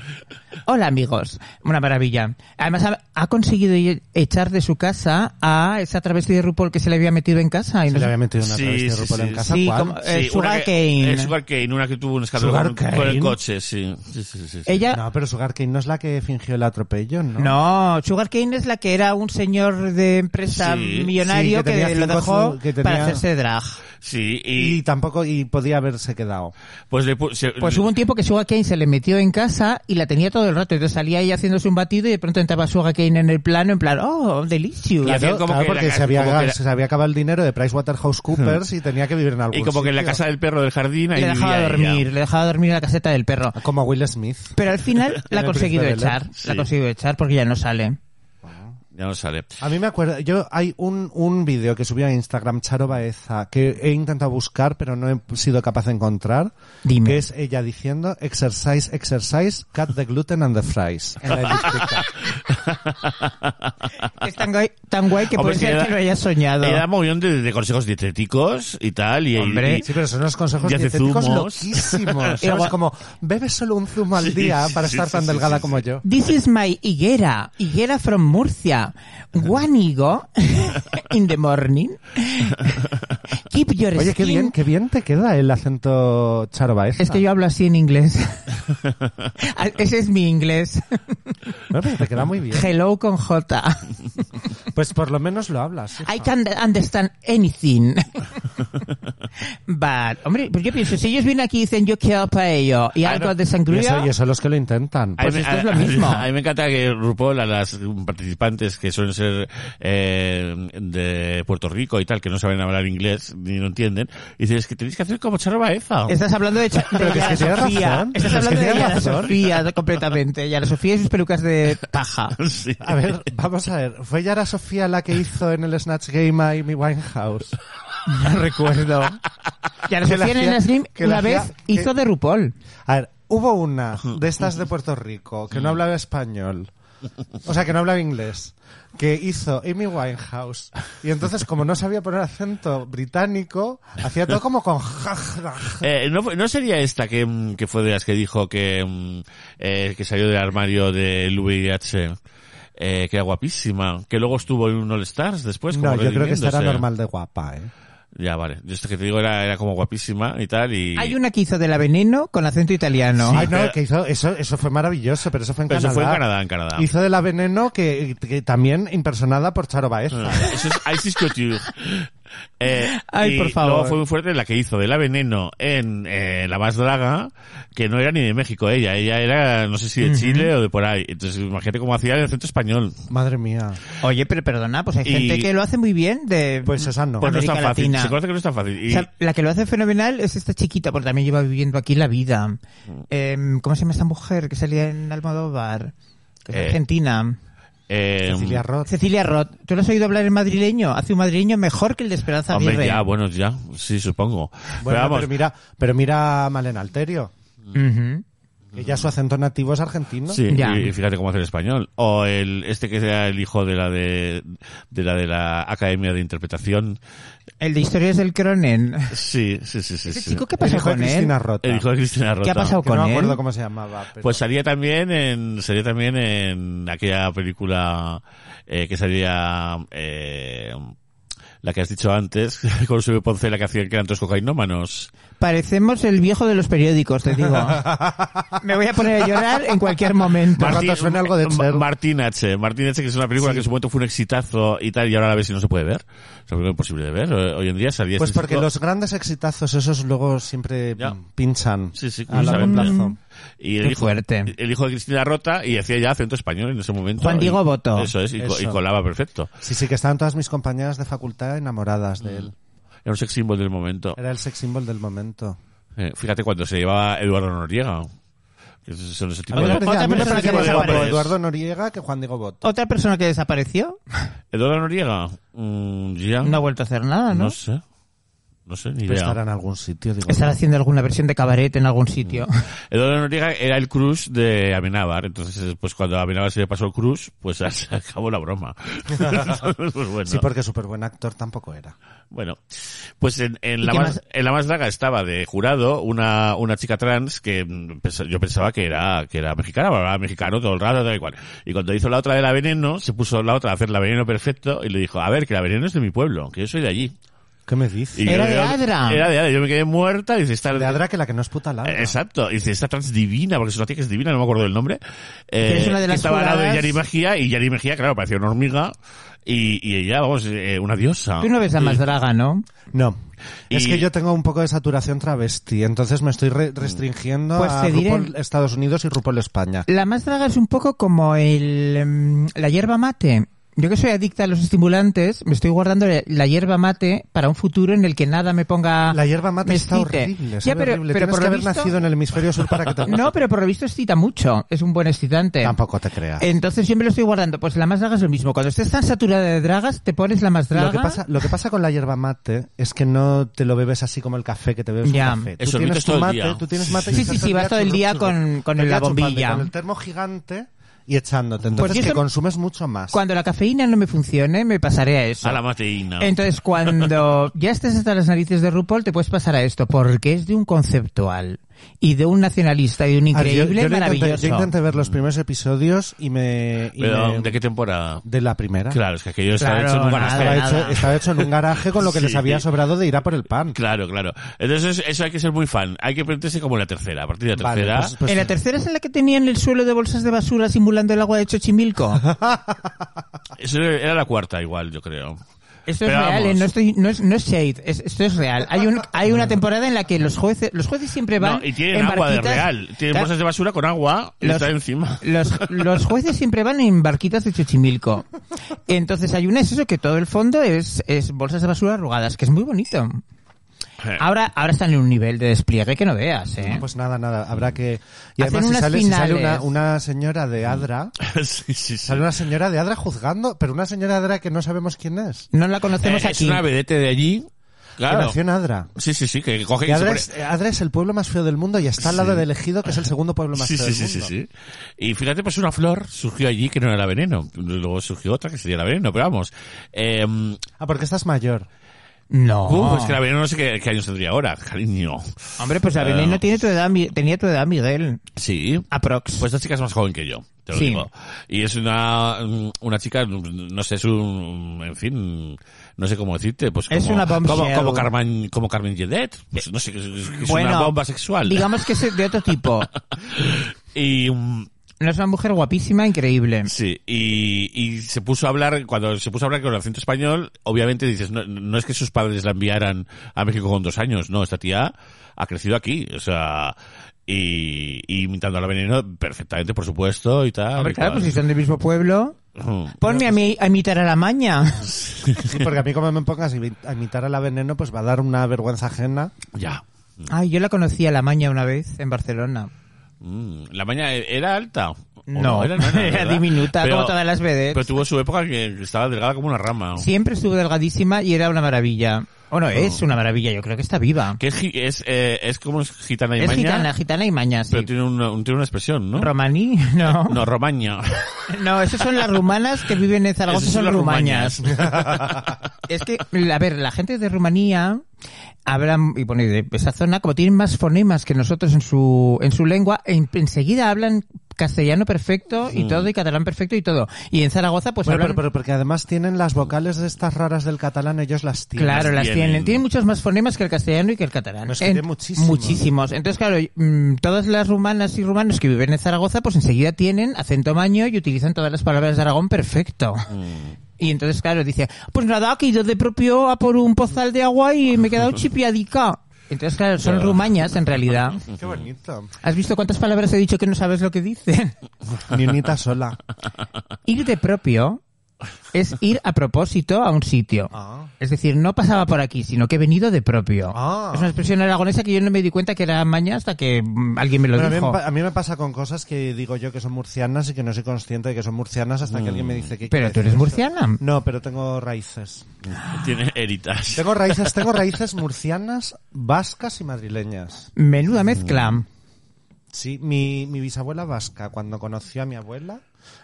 F: Hola amigos, una maravilla. Además ha, ha conseguido e- echar de su casa a esa travesti de RuPaul que se le había metido en casa. Y
E: Se
F: no
E: le
F: sé-
E: había metido una
B: Sí,
E: travesti de
B: sí,
E: RuPaul
B: sí.
E: en casa.
F: Sí,
E: ¿cuál?
F: como- Eh,
B: una que-
F: Sugar Cane.
B: eh, Sugar Cane, una que tuvo un escándalo
E: Sugar
B: con, con
E: Cane.
B: el coche, sí. Sí, sí, sí, sí.
F: Ella,
E: No, pero Sugar Cane no es la que fingió el atropello, ¿no?
F: No, Sugar Cane es la que era un señor de empresa
B: Sí,
F: millonario
E: sí, que
F: que,
E: tenía
F: lo
E: cinco
F: dejó
E: su- que tenía-
F: para hacerse drag.
B: Sí, y,
E: Y tampoco, y podía haberse quedado.
B: pues le pu- se-
F: Pues hubo un tiempo que Sugar Cane se le metió en casa y la tenía todo el rato. Entonces salía ella haciéndose un batido y de pronto entraba Sugar Cane en el plano en plan, oh, delicious.
B: Y hacía
E: Claro,
B: como
E: claro,
B: que la
E: porque
B: ca-
E: se, había,
B: como que la-
E: se había acabado el dinero de PricewaterhouseCoopers y tenía que vivir en algún
B: y como que en la
E: sitio.
B: casa del perro del jardín ahí
F: Le dejaba
B: vivía ella.
F: dormir, le dejaba dormir en la caseta del perro.
E: Como Will Smith.
F: Pero al final la ha
E: el
F: conseguido
E: Príncipe de
F: echar,
E: Belén,
F: la ha
B: sí.
F: conseguido echar porque ya no sale.
B: Ya no sale.
E: A mí me acuerdo, yo hay un, un vídeo que subí a Instagram, Charo Baeza, que he intentado buscar pero no he sido capaz de encontrar,
F: Dime.
E: que es ella diciendo exercise, exercise, cut the gluten and the fries. en la elíptica.
F: Es tan guay, tan guay que
B: Hombre,
F: puede
B: si
F: ser
B: era-
F: que lo haya soñado.
B: Ella da mogollón de, de consejos dietéticos y tal. Y,
F: Hombre.
B: y-
E: sí, pero son unos consejos
B: Y hace
E: dietéticos
B: zumos.
E: loquísimos. ¿sabes?
F: Igual-
E: Como, bebe solo un zumo al
B: Sí,
E: día para
B: sí,
E: estar
B: sí,
E: tan
B: sí,
E: delgada
B: sí,
E: como
B: sí.
E: yo.
F: This is my higuera, higuera from Murcia. One higo in the morning. Keep your
E: Oye, qué
F: skin-
E: bien, qué bien te queda el acento Charo Baeza.
F: Es que yo hablo así en inglés. Ah, Ese es mi inglés.
E: No, pero te queda muy bien.
F: Hello con J.
E: Pues por lo menos lo hablas. hija.
F: I can't understand anything. But, hombre, pues yo pienso, si ellos vienen aquí y dicen yo quiero paello y
B: Ah,
F: algo
B: no.
F: de
E: Y eso,
F: sangría,
E: y eso los que lo intentan.
B: A mí
F: Pues
B: me-
F: esto es
B: a-
F: lo mismo.
B: A mí me encanta que RuPaul a las participantes que suelen ser eh, de Puerto Rico y tal, que no saben hablar inglés ni lo entienden, dice, es que tenéis que hacer como Charo Baeza.
F: Estás hablando de, Cha- de
E: Pero que es
F: Yara
E: que tienes
F: Sofía.
E: razón.
F: Estás
E: Es que
F: hablando de
E: tienes
F: Yara
E: razón.
F: Sofía completamente. Yara Sofía y sus pelucas de paja.
B: Sí.
E: A ver, vamos a ver. ¿Fue Yara Sofía la que hizo en el Snatch Game a Amy Winehouse?
F: No recuerdo. Yara
E: Que la
F: Sofía en
E: hacía-
F: el Slim
E: que la
F: una vez
E: hacía- que-
F: hizo de RuPaul.
B: Mm.
E: A ver, hubo una de estas de Puerto Rico que no hablaba español. O sea, que no hablaba inglés. Que hizo Amy Winehouse. Y entonces, como no sabía poner acento británico, hacía todo como con...
B: Eh, ¿no, fue- no sería esta que, mm, que fue de las que dijo que, mm, eh, que salió del armario del VIH? Eh, que era guapísima. Que luego estuvo en un All Stars después. Pues como
E: No, yo creo que esta era
B: redimiéndose.
E: normal de guapa, ¿eh?
B: Ya, vale. Yo esto que te digo era, era como guapísima y tal. Y...
F: Hay una que hizo de la veneno con acento italiano.
B: Sí.
E: Ay, no,
B: pero-
E: que hizo, eso, eso fue maravilloso, pero eso fue en
B: Pero eso
E: Canadá.
B: fue en Canadá, en Canadá.
E: Hizo de la veneno que, que también impersonada por Charo Baeza.
B: Ah, Eso es Isis Couture. Eh,
F: Ay,
B: y
F: por favor.
B: Luego fue muy fuerte la que hizo de la veneno en eh, La Más Draga, que no era ni de México ella, ella era, no sé si de Chile o de por ahí. Entonces, imagínate cómo hacía en el centro español.
E: Madre mía.
F: Oye, pero perdona, pues hay
B: Y-
F: gente que lo hace muy bien de...
E: Pues esa no.
B: Pues no es
F: América
B: tan fácil,
F: Latina.
B: se conoce que no es tan fácil.
F: O
B: Y,
F: sea, la que lo hace fenomenal es esta chiquita, porque también lleva viviendo aquí la vida. Em, ¿Cómo se llama esta mujer que salía en Almodóvar? Que es
B: Eh.
F: argentina.
B: eh,
E: Cecilia Roth.
F: Cecilia Roth. ¿Tú lo has oído hablar en madrileño? Hace un madrileño mejor que el de Esperanza
B: hombre,
F: Aguirre.
B: ya, bueno, ya, sí, supongo. pero
E: Bueno, pero,
B: vamos,
E: mira, pero mira a Malena Alterio.
F: Ujú.
E: Que ya su acento nativo es argentino.
B: Sí,
F: Ya.
B: y, y fíjate cómo hace el español. O el, este que era el hijo de la de, de la de la Academia de Interpretación.
F: El de Historias del Cronen.
B: Sí, sí, sí, sí.
F: Ese
B: sí.
F: chico, ¿qué
E: El
F: pasó
E: hijo de
F: con él?
E: Cristina Rota.
B: El hijo de Cristina Rota.
F: ¿Qué ha pasado
E: Que no
F: con
E: me acuerdo
F: él?
E: cómo se llamaba. pero-
B: Pues salía también en, salía también en aquella película eh, que salía eh, la que has dicho antes, con su Poncela que hacían que eran todos cocainómanos.
F: Parecemos el viejo de los periódicos, te digo. Me voy a poner a llorar en cualquier momento.
E: Mar- rato suena algo de
B: Ma-
E: Cher.
B: Martín H. Martín H, que es una película que en su momento fue un exitazo y tal, y ahora la ves y no se puede ver. Es algo imposible de ver. Eh, Hoy en día salía
E: Pues
B: este
E: porque
B: chico-
E: los grandes exitazos esos luego siempre
B: Ya.
E: mm, pinchan
B: Sí, sí,
E: a largo
B: curiosamente.
E: plazo.
B: Y el
F: Qué
B: hijo, Eh,
F: fuerte.
B: el hijo de Cristina Rota y hacía ya acento español en ese momento.
F: Juan
B: Y-
F: Diego Boto.
B: Eso es, y, co- y
E: Eso.
B: colaba perfecto.
E: Sí, sí, que estaban todas mis compañeras de facultad enamoradas de él.
B: Era un sex symbol del momento.
E: Era el sex symbol del momento.
B: Eh, fíjate cuando se llevaba Eduardo Noriega. Que esos son ese
E: A
B: tipo
E: mí me
B: de...
F: Otra
E: parecía, a mí me
F: persona
E: parecía
F: que
E: más
F: desaparece.
E: guapo Eduardo Noriega que Juan Diego Boto.
F: ¿Otra persona que desapareció?
B: Eduardo Noriega. Mm, ya.
F: No ha vuelto a hacer nada, ¿no?
B: No sé. No sé, ni
E: Pero Estará
B: idea.
E: en algún sitio, digo.
F: Estará haciendo alguna versión de cabaret en algún sitio.
B: Eduardo Noriega era el cruz de Amenábar. Entonces, pues cuando a Amenábar se le pasó el cruz, pues se acabó la broma. Entonces, pues bueno.
E: Sí, porque súper buen actor tampoco era.
B: Bueno, pues en, en
F: ¿Y
B: la
F: qué
B: más,
F: más?
B: en la más larga estaba de jurado una, una chica trans que mm, pens- yo pensaba que era, que era mexicana, pero hablaba mexicano todo el rato, tal y cual. Y cuando hizo la otra de la veneno, se puso la otra a hacer la veneno perfecto y le dijo, a ver, que la veneno es de mi pueblo, que yo soy de allí.
E: ¿Qué me dices?
B: Y yo
F: Era
B: me
F: de
B: quedo-
F: Adra.
B: Era de Adra. Yo me quedé muerta y dice, esta...
E: De Adra que la que no es puta la.
B: Eh, Exacto, y dice, esta trans divina, porque es una tía que es divina, no me acuerdo del nombre. Eh,
F: es una de
B: que
F: las
B: estaba al lado de
F: juradas.
B: Yari Mejía, y Yari Mejía, claro, parecía una hormiga, y, y ella, vamos, eh, una diosa.
F: Tú no ves a más draga, ¿no?
E: No. Es
B: Y- Mm.
E: que yo tengo un poco de saturación travesti, entonces me estoy re- restringiendo
F: Pues
E: a
F: te diré-
E: RuPaul Estados Unidos y RuPaul España.
F: La más draga es un poco como el, em, la hierba mate. Yo que soy adicta a los estimulantes, me estoy guardando la- la hierba mate para un futuro en el que nada me ponga...
E: La hierba mate
F: me
E: está
F: excite.
E: horrible,
F: Ya,
E: sabe
F: pero,
E: horrible.
F: pero
E: Tienes
F: por
E: que
F: lo
E: haber
F: visto-
E: nacido en el hemisferio sur para que te...
F: No, pero por lo visto excita mucho. Es un buen excitante.
E: Tampoco te creas.
F: Entonces siempre lo estoy guardando. Pues la más draga es lo mismo. Cuando estés tan saturada de dragas, te pones la más draga.
E: Lo que, pasa, lo que pasa con la hierba mate es que no te lo bebes así como el café que te bebes
F: Ya.
E: un café.
B: Eso, lo metes
E: tu
B: todo el
E: mate,
B: día.
E: tú tienes mate y
F: Sí,
E: estás
F: sí, sí, vas todo el día
E: churrup, churrup,
F: con- con
E: todo el día
F: la
E: chupando,
F: bombilla.
E: Con el termo gigante y echándote.
F: Pues
E: Entonces
F: yo
E: que
F: eso-
E: consumes mucho más.
F: Cuando la cafeína no me funcione, me pasaré a eso.
B: A la mateína.
F: Entonces, cuando ya estés hasta las narices de RuPaul, te puedes pasar a esto, porque es de un conceptual y de un nacionalista y de un
E: A ver,
F: increíble
E: yo- yo, lo intenté-
F: maravilloso.
E: yo intenté ver los primeros episodios y me... y
B: Pero,
E: me-
B: ¿de qué temporada?
E: de la primera.
B: Claro, es que aquello está
F: Claro,
B: hecho en un
F: nada,
B: garaje.
E: Estaba
F: nada.
E: hecho, estaba hecho en un garaje con lo que
B: Sí.
E: les había sobrado de ir a por el pan.
B: Claro, claro. Entonces, eso hay que ser muy fan. Hay que plantearse como en la tercera. A partir de la
E: Vale,
B: tercera.
E: pues- pues-
F: ¿En la tercera es en la que tenían el suelo de bolsas de basura simulando el agua de Chochimilco?
B: Eso era la cuarta, igual, yo creo.
F: Esto es
B: Pero
F: real,
B: vamos.
F: eh, no, estoy, no, es, no es shade, es- esto es real. Hay, un, hay una temporada en la que los jueces, los jueces siempre van
B: No, y tienen
F: en
B: agua de
F: barquitas-
B: real. Tienen
F: Claro,
B: bolsas de basura con agua y
F: Los-
B: está encima.
F: Los, los jueces siempre van en barquitas de Chochimilco. Entonces hay una, es eso, que todo el fondo es, es bolsas de basura arrugadas, que es muy bonito.
B: Eh.
F: Ahora, ahora están en un nivel de despliegue que no veas, ¿eh?
E: Pues nada, nada, habrá que... Y
F: Hacen
E: además si
F: unas
E: sale, si sale una,
F: finales.
E: una señora de Adra,
B: sí, sí, Mm.
F: pues,
B: sí.
E: sale una señora de Adra juzgando, pero una señora de Adra que no sabemos quién es.
F: No la conocemos
B: Eh, es
F: aquí.
B: una vedete de allí.
E: Que
B: Claro.
E: nació en Adra.
B: Sí, sí, sí, que coge
E: Que
B: y se
E: Adra,
B: pone-
E: es, Adra es el pueblo más feo del mundo y está al lado
B: Sí.
E: de Elegido, que es el segundo pueblo más
B: Sí,
E: feo
B: sí,
E: del
B: sí, sí,
E: mundo.
B: sí. Y fíjate, pues una flor surgió allí que no era veneno. Luego surgió otra que sería la veneno, pero vamos. Eh,
E: Ah, porque estás mayor.
F: No.
B: uh, pues que la veneno no sé qué, qué años tendría ahora, cariño.
F: Hombre, pues la Belén no
B: Eh.
F: tiene tu edad, mi- tenía tu edad, Miguel.
B: Sí.
F: Aprox.
B: Pues esta chica es más joven que yo, te lo
F: Sí.
B: digo. Y es una, mm, una chica, no sé, es un, en fin, no sé cómo decirte, pues
F: Es
B: como,
F: una bombshell.
B: como, como Carmen, como Carmen Jedet, pues no sé, es, es una bomba sexual.
F: Digamos que es de otro tipo.
B: Y, mm,
F: No es una mujer guapísima, increíble.
B: Sí, y, y se puso a hablar, cuando se puso a hablar con el acento español, obviamente dices, no, no es que sus padres la enviaran a México con dos años, no, esta tía ha crecido aquí, o sea, y, y imitando a la veneno perfectamente, por supuesto, y tal. Mm,
F: Hombre,
B: y
F: claro,
B: cual.
F: pues si son del mismo pueblo.
B: Ujú.
F: Ponme a, mi- a imitar a la maña.
E: Sí, porque a mí como me pongas a imitar a la veneno, pues va a dar una vergüenza ajena.
B: Ya.
F: Ay, yo la conocí a la maña una vez en Barcelona.
B: Mm, La maña e- era alta. ¿O
F: No,
B: era, enana,
F: era
B: ¿verdad?
F: diminuta, como todas las
B: Pero
F: vedettes.
B: pues tuvo su época que estaba delgada como una rama.
F: Siempre estuvo delgadísima y era una maravilla. Bueno, es una maravilla, yo creo que está viva.
B: Que es, gi- es, eh, es como es gitana y
F: Es
B: maña,
F: gitana, gitana y maña, sí.
B: pero tiene una, un- tiene una expresión, ¿no?
F: ¿Romaní? No.
B: no, romaña.
F: No, esas son las rumanas que viven en Zaragoza,
B: Esas
F: son,
B: son las
F: rumañas.
B: rumañas.
F: es que, a ver, la gente de Rumanía hablan, y bueno, y de esa zona, como tienen más fonemas que nosotros en su, en su lengua, e en- enseguida hablan castellano perfecto y todo, y catalán perfecto y todo. Y en Zaragoza, pues
E: Bueno,
F: hablan...
E: pero, pero- porque además tienen las vocales de estas raras del catalán, ellos las tienen.
F: Claro, las tienen.
B: tienen.
F: tienen. muchos más fonemas que el castellano y que el catalán.
E: No, es que tienen muchísimos.
F: Muchísimos. Entonces, claro, mm, todas las rumanas y rumanos que viven en Zaragoza, pues enseguida tienen acento maño y utilizan todas las palabras de Aragón perfecto. Y entonces, claro, dice, pues nada, que he ido de propio a por un pozal de agua y me he quedado chipiadica. Entonces, claro, son rumañas en realidad.
E: Qué bonito.
F: ¿Has visto cuántas palabras he dicho que no sabes lo que dicen?
E: Ni unita sola.
F: Ir de propio es ir a propósito a un sitio.
E: Ah.
F: Es decir, no pasaba por aquí, sino que he venido de propio.
E: Ah.
F: Es una expresión aragonesa que yo no me di cuenta que era maña hasta que mm, alguien me lo
E: Pero a, mí, me
F: dijo.
E: pa- a mí me pasa con cosas que digo yo que son murcianas y que no soy consciente de que son murcianas hasta que alguien me dice que...
F: Mm. Pero tú eres murciana.
E: No, pero tengo raíces.
B: Tiene heritas.
E: Tengo raíces, tengo raíces murcianas, vascas y madrileñas.
F: Menuda mezcla.
E: Mm. Sí, mi, mi bisabuela vasca, cuando conoció a mi abuela,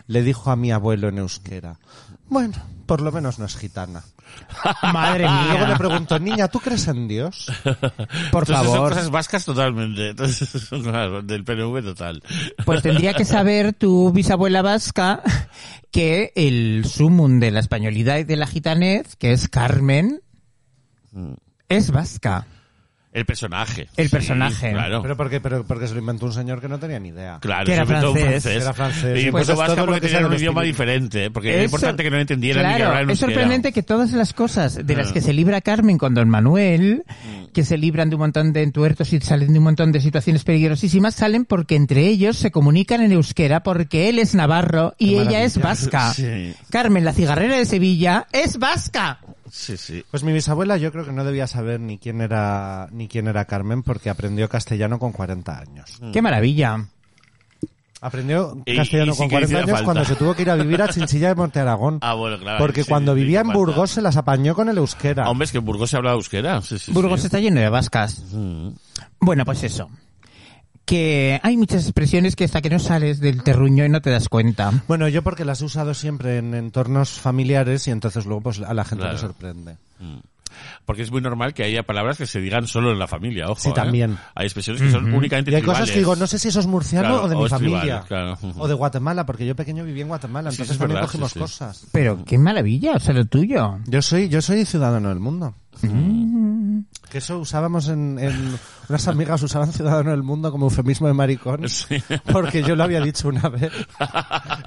E: le dijo a mi abuelo en euskera, bueno, por lo menos no es gitana.
F: Madre
E: Y luego le
F: mía.
E: pregunto, niña, ¿tú crees en Dios?
F: Por
B: Entonces Son
F: favor.
B: cosas vascas totalmente. Entonces, son cosas del PNV total.
F: Pues tendría que saber tu bisabuela vasca que el sumum de la españolidad y de la gitanez, que es Carmen,
E: Mm.
F: es vasca.
B: El personaje.
F: El
B: Sí,
F: personaje.
B: Claro.
E: Pero porque, pero porque se lo inventó un señor que no tenía ni idea.
B: Claro,
F: Que era
B: sobre todo
F: francés.
E: Era francés.
B: Y
E: Pues
B: puso
E: es todo
B: vasca
E: lo
B: porque
E: que sea
B: tenía
E: de
B: un
E: los
B: idioma
E: títulos.
B: diferente, ¿eh? porque era
F: Es
B: importante que
F: sor-
B: no entendieran ni que Mm.
F: Claro,
B: hablaran
F: es
B: euskera.
F: sorprendente que todas las cosas de las que se libra Carmen con Don Manuel,
B: Mm.
F: que se libran de un montón de entuertos y salen de un montón de situaciones peligrosísimas, salen porque entre ellos se comunican en euskera porque él es navarro y
E: Qué
F: ella es
E: maravilla.
F: vasca.
B: Sí.
F: Carmen, la cigarrera de Sevilla, es vasca.
B: Sí, sí.
E: Pues mi bisabuela yo creo que no debía saber ni quién era ni quién era Carmen porque aprendió castellano con 40 años.
B: Mm.
F: Qué maravilla.
E: Aprendió
B: Y-
E: castellano
B: y sí
E: con
B: que
E: 40
B: hiciera
E: años
B: falta.
E: cuando se tuvo que ir a vivir a Chinchilla de Monte Aragón.
B: Ah, bueno, claro.
E: porque
B: sí,
E: cuando
B: sí,
E: vivía en
B: falta. Ah,
E: Burgos se las apañó con el euskera.
B: Hombre, es que en Burgos se habla euskera. Sí, sí,
F: Burgos
B: sí. Mm.
F: está lleno de vascas. Bueno, pues eso. Que hay muchas expresiones que hasta que no sales del terruño y no te das cuenta.
E: Bueno, yo porque las he usado siempre en entornos familiares y entonces luego pues a la gente
B: Claro.
E: le sorprende.
B: Porque es muy normal que haya palabras que se digan solo en la familia, ojo.
E: Sí,
B: ¿eh?
E: también.
B: Hay expresiones que son únicamente
E: Y hay cosas
B: tribales.
E: que digo, no sé si eso es murciano
B: Claro,
E: o de
B: o
E: mi
B: es
E: familia.
B: tribal, claro. Ujú.
E: O de Guatemala, porque yo pequeño viví en Guatemala,
B: Sí, eso
E: entonces
B: es
E: también
B: verdad,
E: cogimos
B: sí, sí.
E: cosas.
F: Pero qué maravilla, o sea, lo tuyo.
E: Yo soy, yo soy ciudadano del mundo.
F: Mm.
E: Que eso usábamos en, en- unas amigas usaban ciudadano del mundo como eufemismo de maricón,
B: Sí.
E: porque yo lo había dicho una vez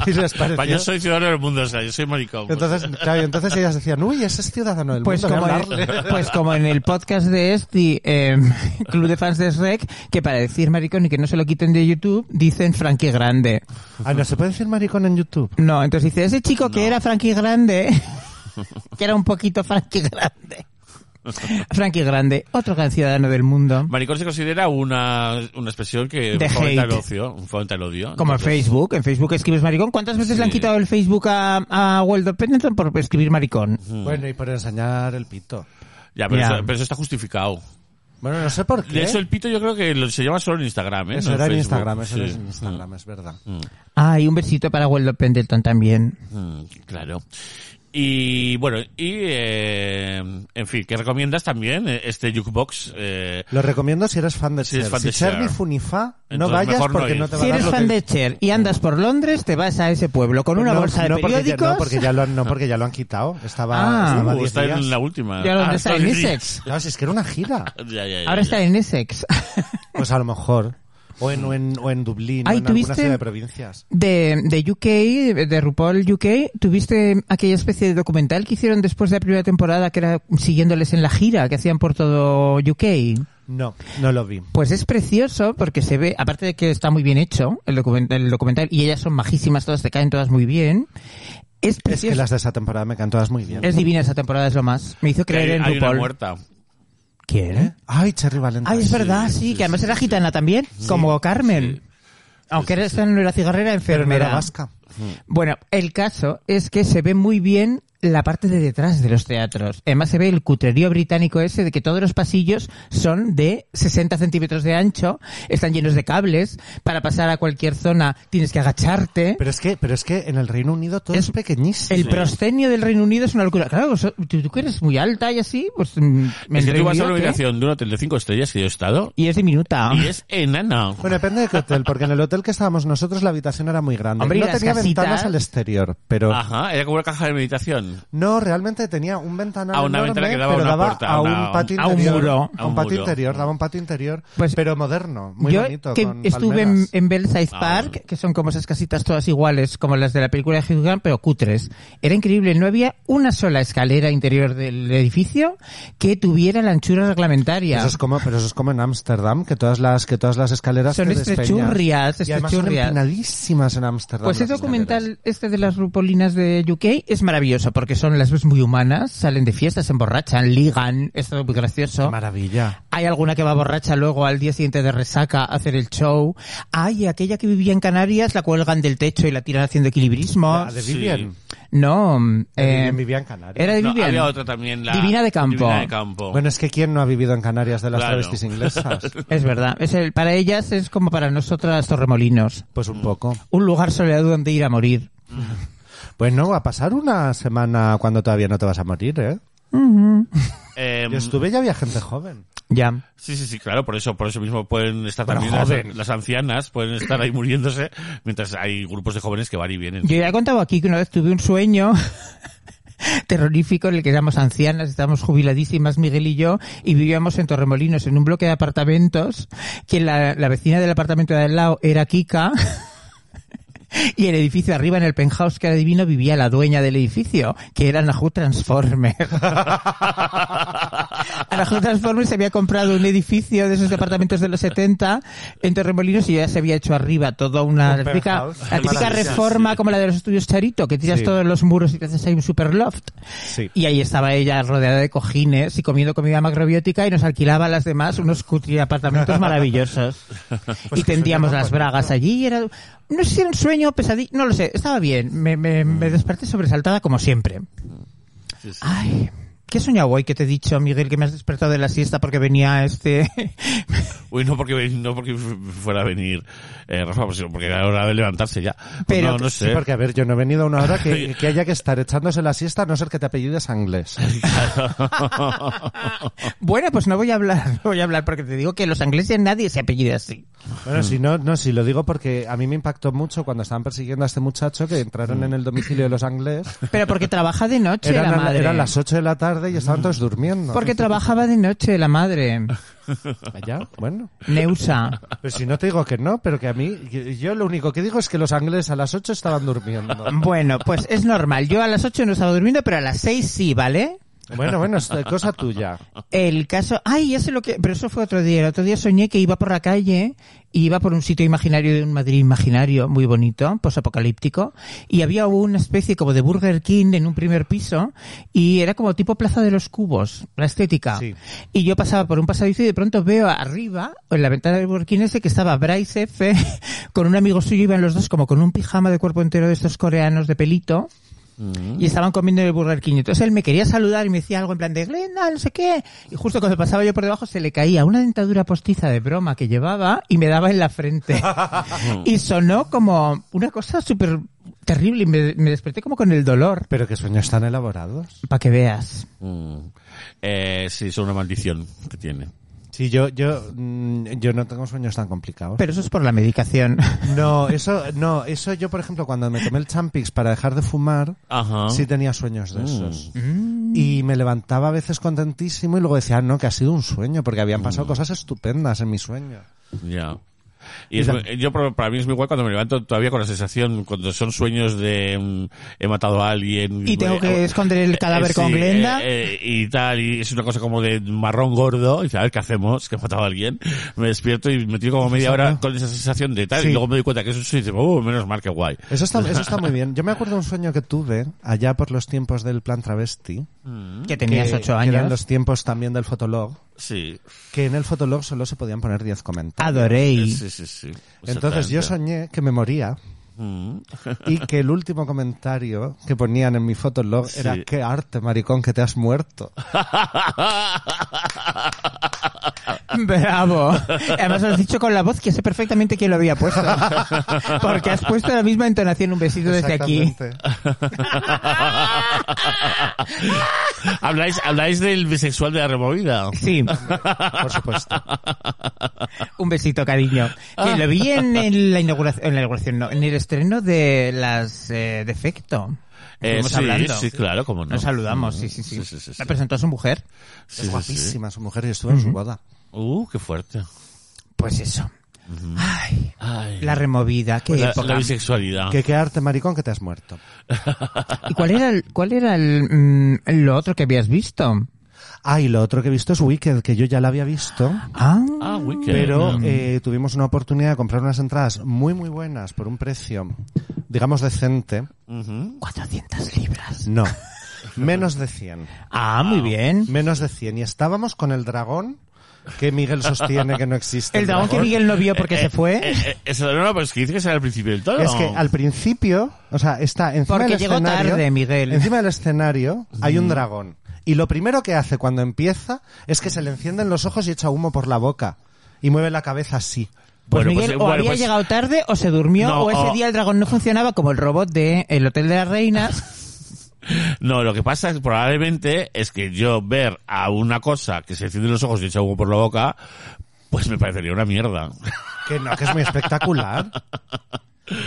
E: y les pareció.
B: Pa, yo soy ciudadano del mundo, o sea, yo soy maricón. pues.
E: Entonces, claro, y entonces ellas decían, uy, ese es ciudadano del
F: Pues
E: mundo. voy
F: como,
E: a
F: en,
E: hablarle".
F: pues como en el podcast de este em, Club de Fans de Shrek, que para decir maricón y que no se lo quiten de YouTube, dicen Frankie Grande.
E: Ah, no se puede decir maricón en YouTube.
F: No, entonces dice, ese chico que era Frankie Grande, que era un poquito Frankie Grande. Frankie Grande, otro gran ciudadano del mundo.
B: Maricón se considera una, una expresión que
F: De
B: fomenta el
F: hate.
B: ocio, fomenta el odio.
F: Como en
B: Entonces,
F: Facebook, en Facebook escribes maricón. ¿Cuántas veces le han
B: Sí.
F: quitado el
B: Mm.
F: Facebook a, a Waldo Pennington por escribir maricón?
E: Bueno, y por enseñar el pito.
B: Ya, pero,
F: Ya.
B: Eso, pero eso está justificado.
E: Bueno, no sé por qué.
B: De hecho, el pito yo creo que lo- se llama solo en Instagram, ¿eh?
E: Eso
B: No
E: era en
B: Facebook.
E: Instagram, eso
B: Sí. Mm.
E: era en Instagram, es verdad.
F: Ah, y un besito para Waldo Pendleton también.
B: Mm, claro. Y bueno, y eh, en fin, ¿qué recomiendas también eh, este jukebox? Eh,
E: Lo recomiendo si eres fan de
B: Si eres
E: Cher.
B: fan
E: Si
B: de
E: Cher
B: Cher.
E: ni Funifa, no
B: Entonces,
E: vayas
B: mejor no
E: porque
B: ir.
E: no, te va
F: Si
E: a dar
F: eres
E: lo
F: fan
E: que-
F: de Cher y andas por Londres, te vas a ese pueblo con una
E: No,
F: bolsa de
E: no, porque ya-
F: periódicos.
E: no, porque ya lo han, no, porque ya lo han quitado. Estaba,
F: Ah.
E: estaba
B: uh,
E: 10
B: está
E: días.
B: en la última.
F: Ya, ¿dónde
B: Ah,
F: está?
B: en
F: En
B: el-
F: Essex.
E: Claro, si es que era una gira.
B: Ya, ya, ya,
F: Ahora
B: ya.
F: está en Essex.
E: Pues a lo mejor. O en, o en, o en Dublín, o
F: Ay,
E: en alguna
F: ¿tuviste?
E: ciudad de provincias.
F: De, de UK, de RuPaul UK, ¿tuviste aquella especie de documental que hicieron después de la primera temporada que era siguiéndoles en la gira que hacían por todo UK?
E: No, no lo vi.
F: Pues es precioso porque se ve, aparte de que está muy bien hecho el, document- el documental, y ellas son majísimas todas, te caen todas muy bien. Es
E: Es que
F: precioso.
E: las de esa temporada me caen todas muy bien.
F: Es divina esa temporada, es lo más. Me hizo
B: Que hay,
F: creer en
B: hay una
F: RuPaul.
B: muerta.
F: ¿Quién?
E: Ay, Cherry Valentine.
F: Ay, Ah, es verdad, sí,
B: sí,
F: que además
B: sí,
F: era
B: sí,
F: gitana también, como Carmen. Aunque era, esta no era cigarrera,
E: Pero no
F: enfermera. Mm.
E: era vasca.
F: Bueno, el caso es que se ve muy bien la parte de detrás de los teatros. Además se ve el cutrerío británico ese de que todos los pasillos son de 60 centímetros de ancho, están llenos de cables, para pasar a cualquier zona tienes que agacharte.
E: Pero es que, pero es que en el Reino Unido todo es,
F: Es-
E: pequeñísimo.
F: el proscenio del Reino Unido es una locura. Claro, so- tú, tú que eres muy alta y así, pues... mm,
B: Es que
F: el
B: tú vas a una
F: Reino Unido, ¿qué?
B: habitación de un hotel de 5 estrellas que yo he estado
F: Y es diminuta.
B: y es enana.
E: Bueno, depende de qué hotel, porque en el hotel que estábamos nosotros la habitación era muy grande.
F: Hombre, y
E: no
F: las
E: tenía
F: casitas.
E: ventanas al exterior, pero...
B: Ajá, era como una caja de meditación.
E: No, realmente tenía un ventanal
B: A Ah, una
E: enorme,
B: ventana que daba a
E: pero
B: una
E: daba
B: puerta,
E: a
B: a una-
E: un patio
F: a un
E: interior,
F: muro.
E: A un patio interior, daba un patio interior,
F: Pues-
E: pero moderno, muy
F: Yo
E: bonito,
F: que
E: con
F: estuve en,
E: palmeras.
F: en Belsize
B: Ah.
F: Park, que son como esas casitas todas iguales, como las de la película de Hugh Grant, pero cutres. Era increíble, no había una sola escalera interior del edificio que tuviera la anchura reglamentaria.
E: Eso es como, pero eso es como en Ámsterdam, que todas las que todas las escaleras
F: Son
E: te despeñan.
F: estrechurrias,
E: y además son
F: estrechurrias.
E: empinadísimas en Ámsterdam.
F: Pues el
E: las escaleras.
F: documental este de las rupolinas de UK es maravilloso porque son las ves muy humanas, salen de fiestas, se emborrachan, ligan, es todo muy gracioso.
E: Qué maravilla.
F: Hay alguna que va borracha luego al día siguiente de resaca a hacer el show. Hay aquella que vivía en Canarias, la cuelgan del techo y la tiran haciendo equilibrismo.
E: La Ah, de Vivian.
F: No,
E: De
F: eh,
E: Vivian vivía en Canarias.
F: era de
B: No,
F: Vivian.
B: había otra también. La,
F: Divina de Campo.
B: Divina de Campo.
E: Bueno, es que quién no ha vivido en Canarias de las
B: Claro.
E: travestis inglesas.
F: Es verdad. Es el- para ellas es como para nosotras Torremolinos.
E: Pues
B: Mm.
E: un poco.
F: Un lugar soleado donde ir a morir.
E: Bueno, va a pasar una semana cuando todavía no te vas a morir, ¿eh?
B: Eh,
E: Yo estuve y había gente joven.
F: Ya.
B: Sí, sí, sí, claro, por eso, por eso mismo pueden estar
E: Bueno,
B: también las-
E: joven.
B: las, ancianas, pueden estar ahí muriéndose, mientras hay grupos de jóvenes que van y vienen.
F: Yo ya he contado aquí que una vez tuve un sueño terrorífico en el que éramos ancianas, estábamos jubiladísimas Miguel y yo, y vivíamos en Torremolinos, en un bloque de apartamentos, que la, la vecina del apartamento de al lado era Kika. Y el edificio arriba, en el penthouse que era divino, vivía la dueña del edificio, que era Nahu Transformer. Nahu Transformer se había comprado un edificio de esos departamentos de los 70 en Torremolinos y ya se había hecho arriba toda una
E: Un
F: la típica,
E: penthouse.
F: la típica
E: Maravilla,
F: reforma como la de los estudios Charito, que tiras
E: Sí.
F: todos los muros y te haces ahí un super loft.
E: Sí.
F: Y ahí estaba ella rodeada de cojines y comiendo comida macrobiótica y nos alquilaba a las demás unos cutri apartamentos maravillosos.
E: Pues
F: y tendíamos las bragas allí y era... No sé si era un sueño, pesadilla, no lo sé, estaba bien. Me, me, me desperté sobresaltada como siempre.
B: Sí, sí.
F: Ay, ¿qué he soñado hoy que te he dicho, Miguel, que me has despertado de la siesta porque venía este...
B: Uy, no porque, ven- no porque fu- fuera a venir eh, Rafa, pues, porque era hora de levantarse ya. Pues
F: Pero-
B: no, no
E: Sí,
B: sé.
E: porque a ver, yo no he venido a una hora que, que haya que estar echándose la siesta a no ser que te apellides inglés.
F: bueno, pues no voy a hablar, no voy a hablar porque te digo que los ingleses nadie se apellida así.
E: Bueno, si no, no, si lo digo porque a mí me impactó mucho cuando estaban persiguiendo a este muchacho que entraron en el domicilio de los inglés.
F: Pero porque trabaja de noche
E: Eran,
F: la
E: a la-
F: madre.
E: eran las 8 de la tarde y estaban todos durmiendo.
F: Porque trabajaba de noche la madre.
E: Allá, bueno.
F: Neusa.
E: Pero si no te digo que no, pero que a mí, que- yo lo único que digo es que los ingleses a las 8 estaban durmiendo.
F: Bueno, pues es normal. Yo a las 8 no estaba durmiendo, pero a las 6 sí, ¿vale?
E: Bueno, bueno, es cosa tuya.
F: El caso, ay, ya sé lo que, pero eso fue otro día. El otro día soñé que iba por la calle y iba por un sitio imaginario de un Madrid imaginario, muy bonito, posapocalíptico, y había una especie como de Burger King en un primer piso y era como tipo Plaza de los Cubos, la estética.
E: Sí.
F: Y yo pasaba por un pasadizo y de pronto veo arriba, en la ventana del Burger King ese, que estaba Bryce F. con un amigo suyo, iban los dos como con un pijama de cuerpo entero de estos coreanos de pelito
B: Mm.
F: y estaban comiendo en el Burger King. Entonces él me quería saludar y me decía algo en plan de Glenda, no sé qué. Y justo cuando pasaba yo por debajo se le caía una dentadura postiza de broma que llevaba y me daba en la frente. y sonó como una cosa súper terrible y me, me desperté como con el dolor.
E: Pero qué sueños tan elaborados.
F: Para que veas.
B: Mm. Eh, sí, es una maldición que tiene.
E: Sí, yo, yo, mm, yo no tengo sueños tan complicados.
F: Pero eso es por la medicación.
E: No, eso, no, eso yo, por ejemplo, cuando me tomé el Champix para dejar de fumar,
F: Ah.
B: Ajá.
E: sí tenía sueños
F: Mm.
E: de esos. Y me levantaba a veces contentísimo y luego decía, "Ah, no, que ha sido un sueño, porque habían
F: Mm.
E: pasado cosas estupendas en mi sueño.
B: Ya. Y es
E: Y la-
B: muy- yo por- para mí es muy guay cuando me levanto todavía con la sensación, cuando son sueños de mm, he matado a alguien.
F: Y tengo
B: eh,
F: que
B: eh,
F: esconder el
B: eh,
F: cadáver
B: sí,
F: con Glenda.
B: eh, eh, y tal, y es una cosa como de marrón gordo. Y dice, a ver, ¿qué hacemos? Que he matado a alguien. Me despierto y me tiro como media hora con esa sensación de tal.
E: Sí.
B: Y luego me doy cuenta que eso es un sueño y dice, oh, menos mal que guay.
E: Eso está, eso está muy bien. Yo me acuerdo de un sueño que tuve allá por los tiempos del plan travesti.
B: eh,
F: que Mm. tenías
E: que-
F: ocho
E: que eran
F: años.
E: los tiempos también del fotolog.
B: Sí,
E: Que en el fotolog solo se podían poner 10 comentarios.
F: Adoré.
B: eh, sí, sí, sí.
F: Ah, pues
E: Entonces yo
B: Exactamente.
E: soñé que me moría
B: Mm.
E: y que el último comentario que ponían en mi fotolog
B: Sí.
E: era qué arte, maricón, que te has muerto.
B: Mm.
F: Bravo. Además lo has dicho con la voz que sé perfectamente quién lo había puesto. Porque has puesto la misma entonación un besito desde aquí.
E: Exactamente.
B: ¿Habláis, habláis del bisexual de la removida.
F: Sí,
E: Por supuesto.
F: un besito, cariño. Que lo vi en, en la inauguración, en la inauguración no, en el estreno de las eh, Defecto.
B: Eh,
F: Estuvimos
B: sí, sí, claro, cómo no.
F: Nos saludamos, sí, sí, sí.
B: Sí, sí, sí, sí.
F: La presentó a su mujer.
B: Sí, sí,
E: Es
B: sí.
E: guapísima su mujer y estuve en su boda.
B: Uh, qué fuerte.
F: Pues eso. Ay,
B: Ay.
F: la removida, qué
B: Pues la,
F: época.
B: la bisexualidad.
E: Que qué arte, maricón, que te has muerto.
F: ¿Y cuál era, el- cuál era el, mm, lo otro que habías visto?
E: Ah, y lo otro que he visto es Wicked, que yo ya la había visto.
F: Ah,
B: Ah, Wicked.
E: Pero
B: Mm.
E: eh, tuvimos una oportunidad de comprar unas entradas muy, muy buenas por un precio, digamos, decente.
B: Ujú.
F: 400 libras.
E: No. Menos de 100.
F: Ah, muy bien.
E: Menos de 100. Y estábamos con el dragón que Miguel sostiene que no existe.
F: El dragón que Miguel no vio porque
B: Eh,
F: se
B: eh,
F: fue.
B: eh, eso no, no, pero es que dice que será al principio del todo.
E: Es que al principio, o sea, está encima
F: Porque
E: del
F: llegó
E: escenario.
F: tarde, Miguel.
E: Encima del escenario hay un dragón. Y lo primero que hace cuando empieza es que se le encienden los ojos y echa humo por la boca. Y mueve la cabeza así.
F: Pues
B: Bueno, pues,
F: Miguel
B: eh,
F: o
B: bueno,
F: había
B: pues-
F: llegado tarde o se durmió
B: No,
F: o ese
B: o-
F: día el dragón no funcionaba como el robot de el Hotel de las Reinas.
B: No, lo que pasa es que probablemente es que yo ver a una cosa que se enciende los ojos y echa humo por la boca, pues me parecería una mierda.
E: Que no, que es muy espectacular.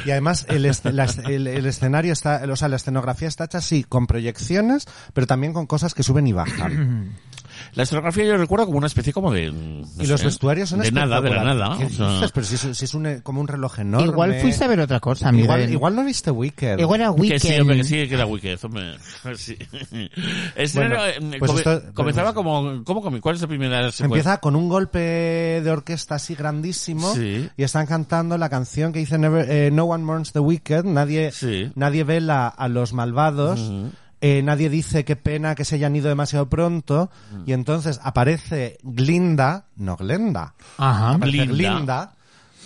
E: Y además el, es- la es- el- el escenario está, o sea, la escenografía está hecha así, con proyecciones, pero también con cosas que suben y bajan.
B: La escenografía yo recuerdo como una especie como de... no
E: y los
B: sé,
E: vestuarios son
B: De nada, de la
E: espectaculares.
B: nada.
E: ¿Qué
B: o sea.
E: dices? Pero si es, si es un, eh, como un reloj enorme.
F: Igual fuiste a ver otra cosa, Miguel.
E: Igual, igual no viste Wicked.
F: Igual era
B: Que
F: Weekend.
B: sí, hombre, que sí, que era Wicked, hombre. Sí. Es- no,
E: Bueno,
B: no, eh,
E: pues
B: come-
E: esto-
B: comenzaba
E: bueno,
B: como... ¿Cómo comi- ¿Cuál es la primera secuencia?
E: Empieza con un golpe de orquesta así grandísimo
B: Sí.
E: y están cantando la canción que dice Never- eh, No One Mourns the Wicked, nadie,
B: Sí.
E: nadie vela a los malvados, eh, nadie dice qué pena que se hayan ido demasiado pronto y entonces aparece Glinda, no Glenda,
F: Ajá.
E: aparece
B: Glinda.
E: Glinda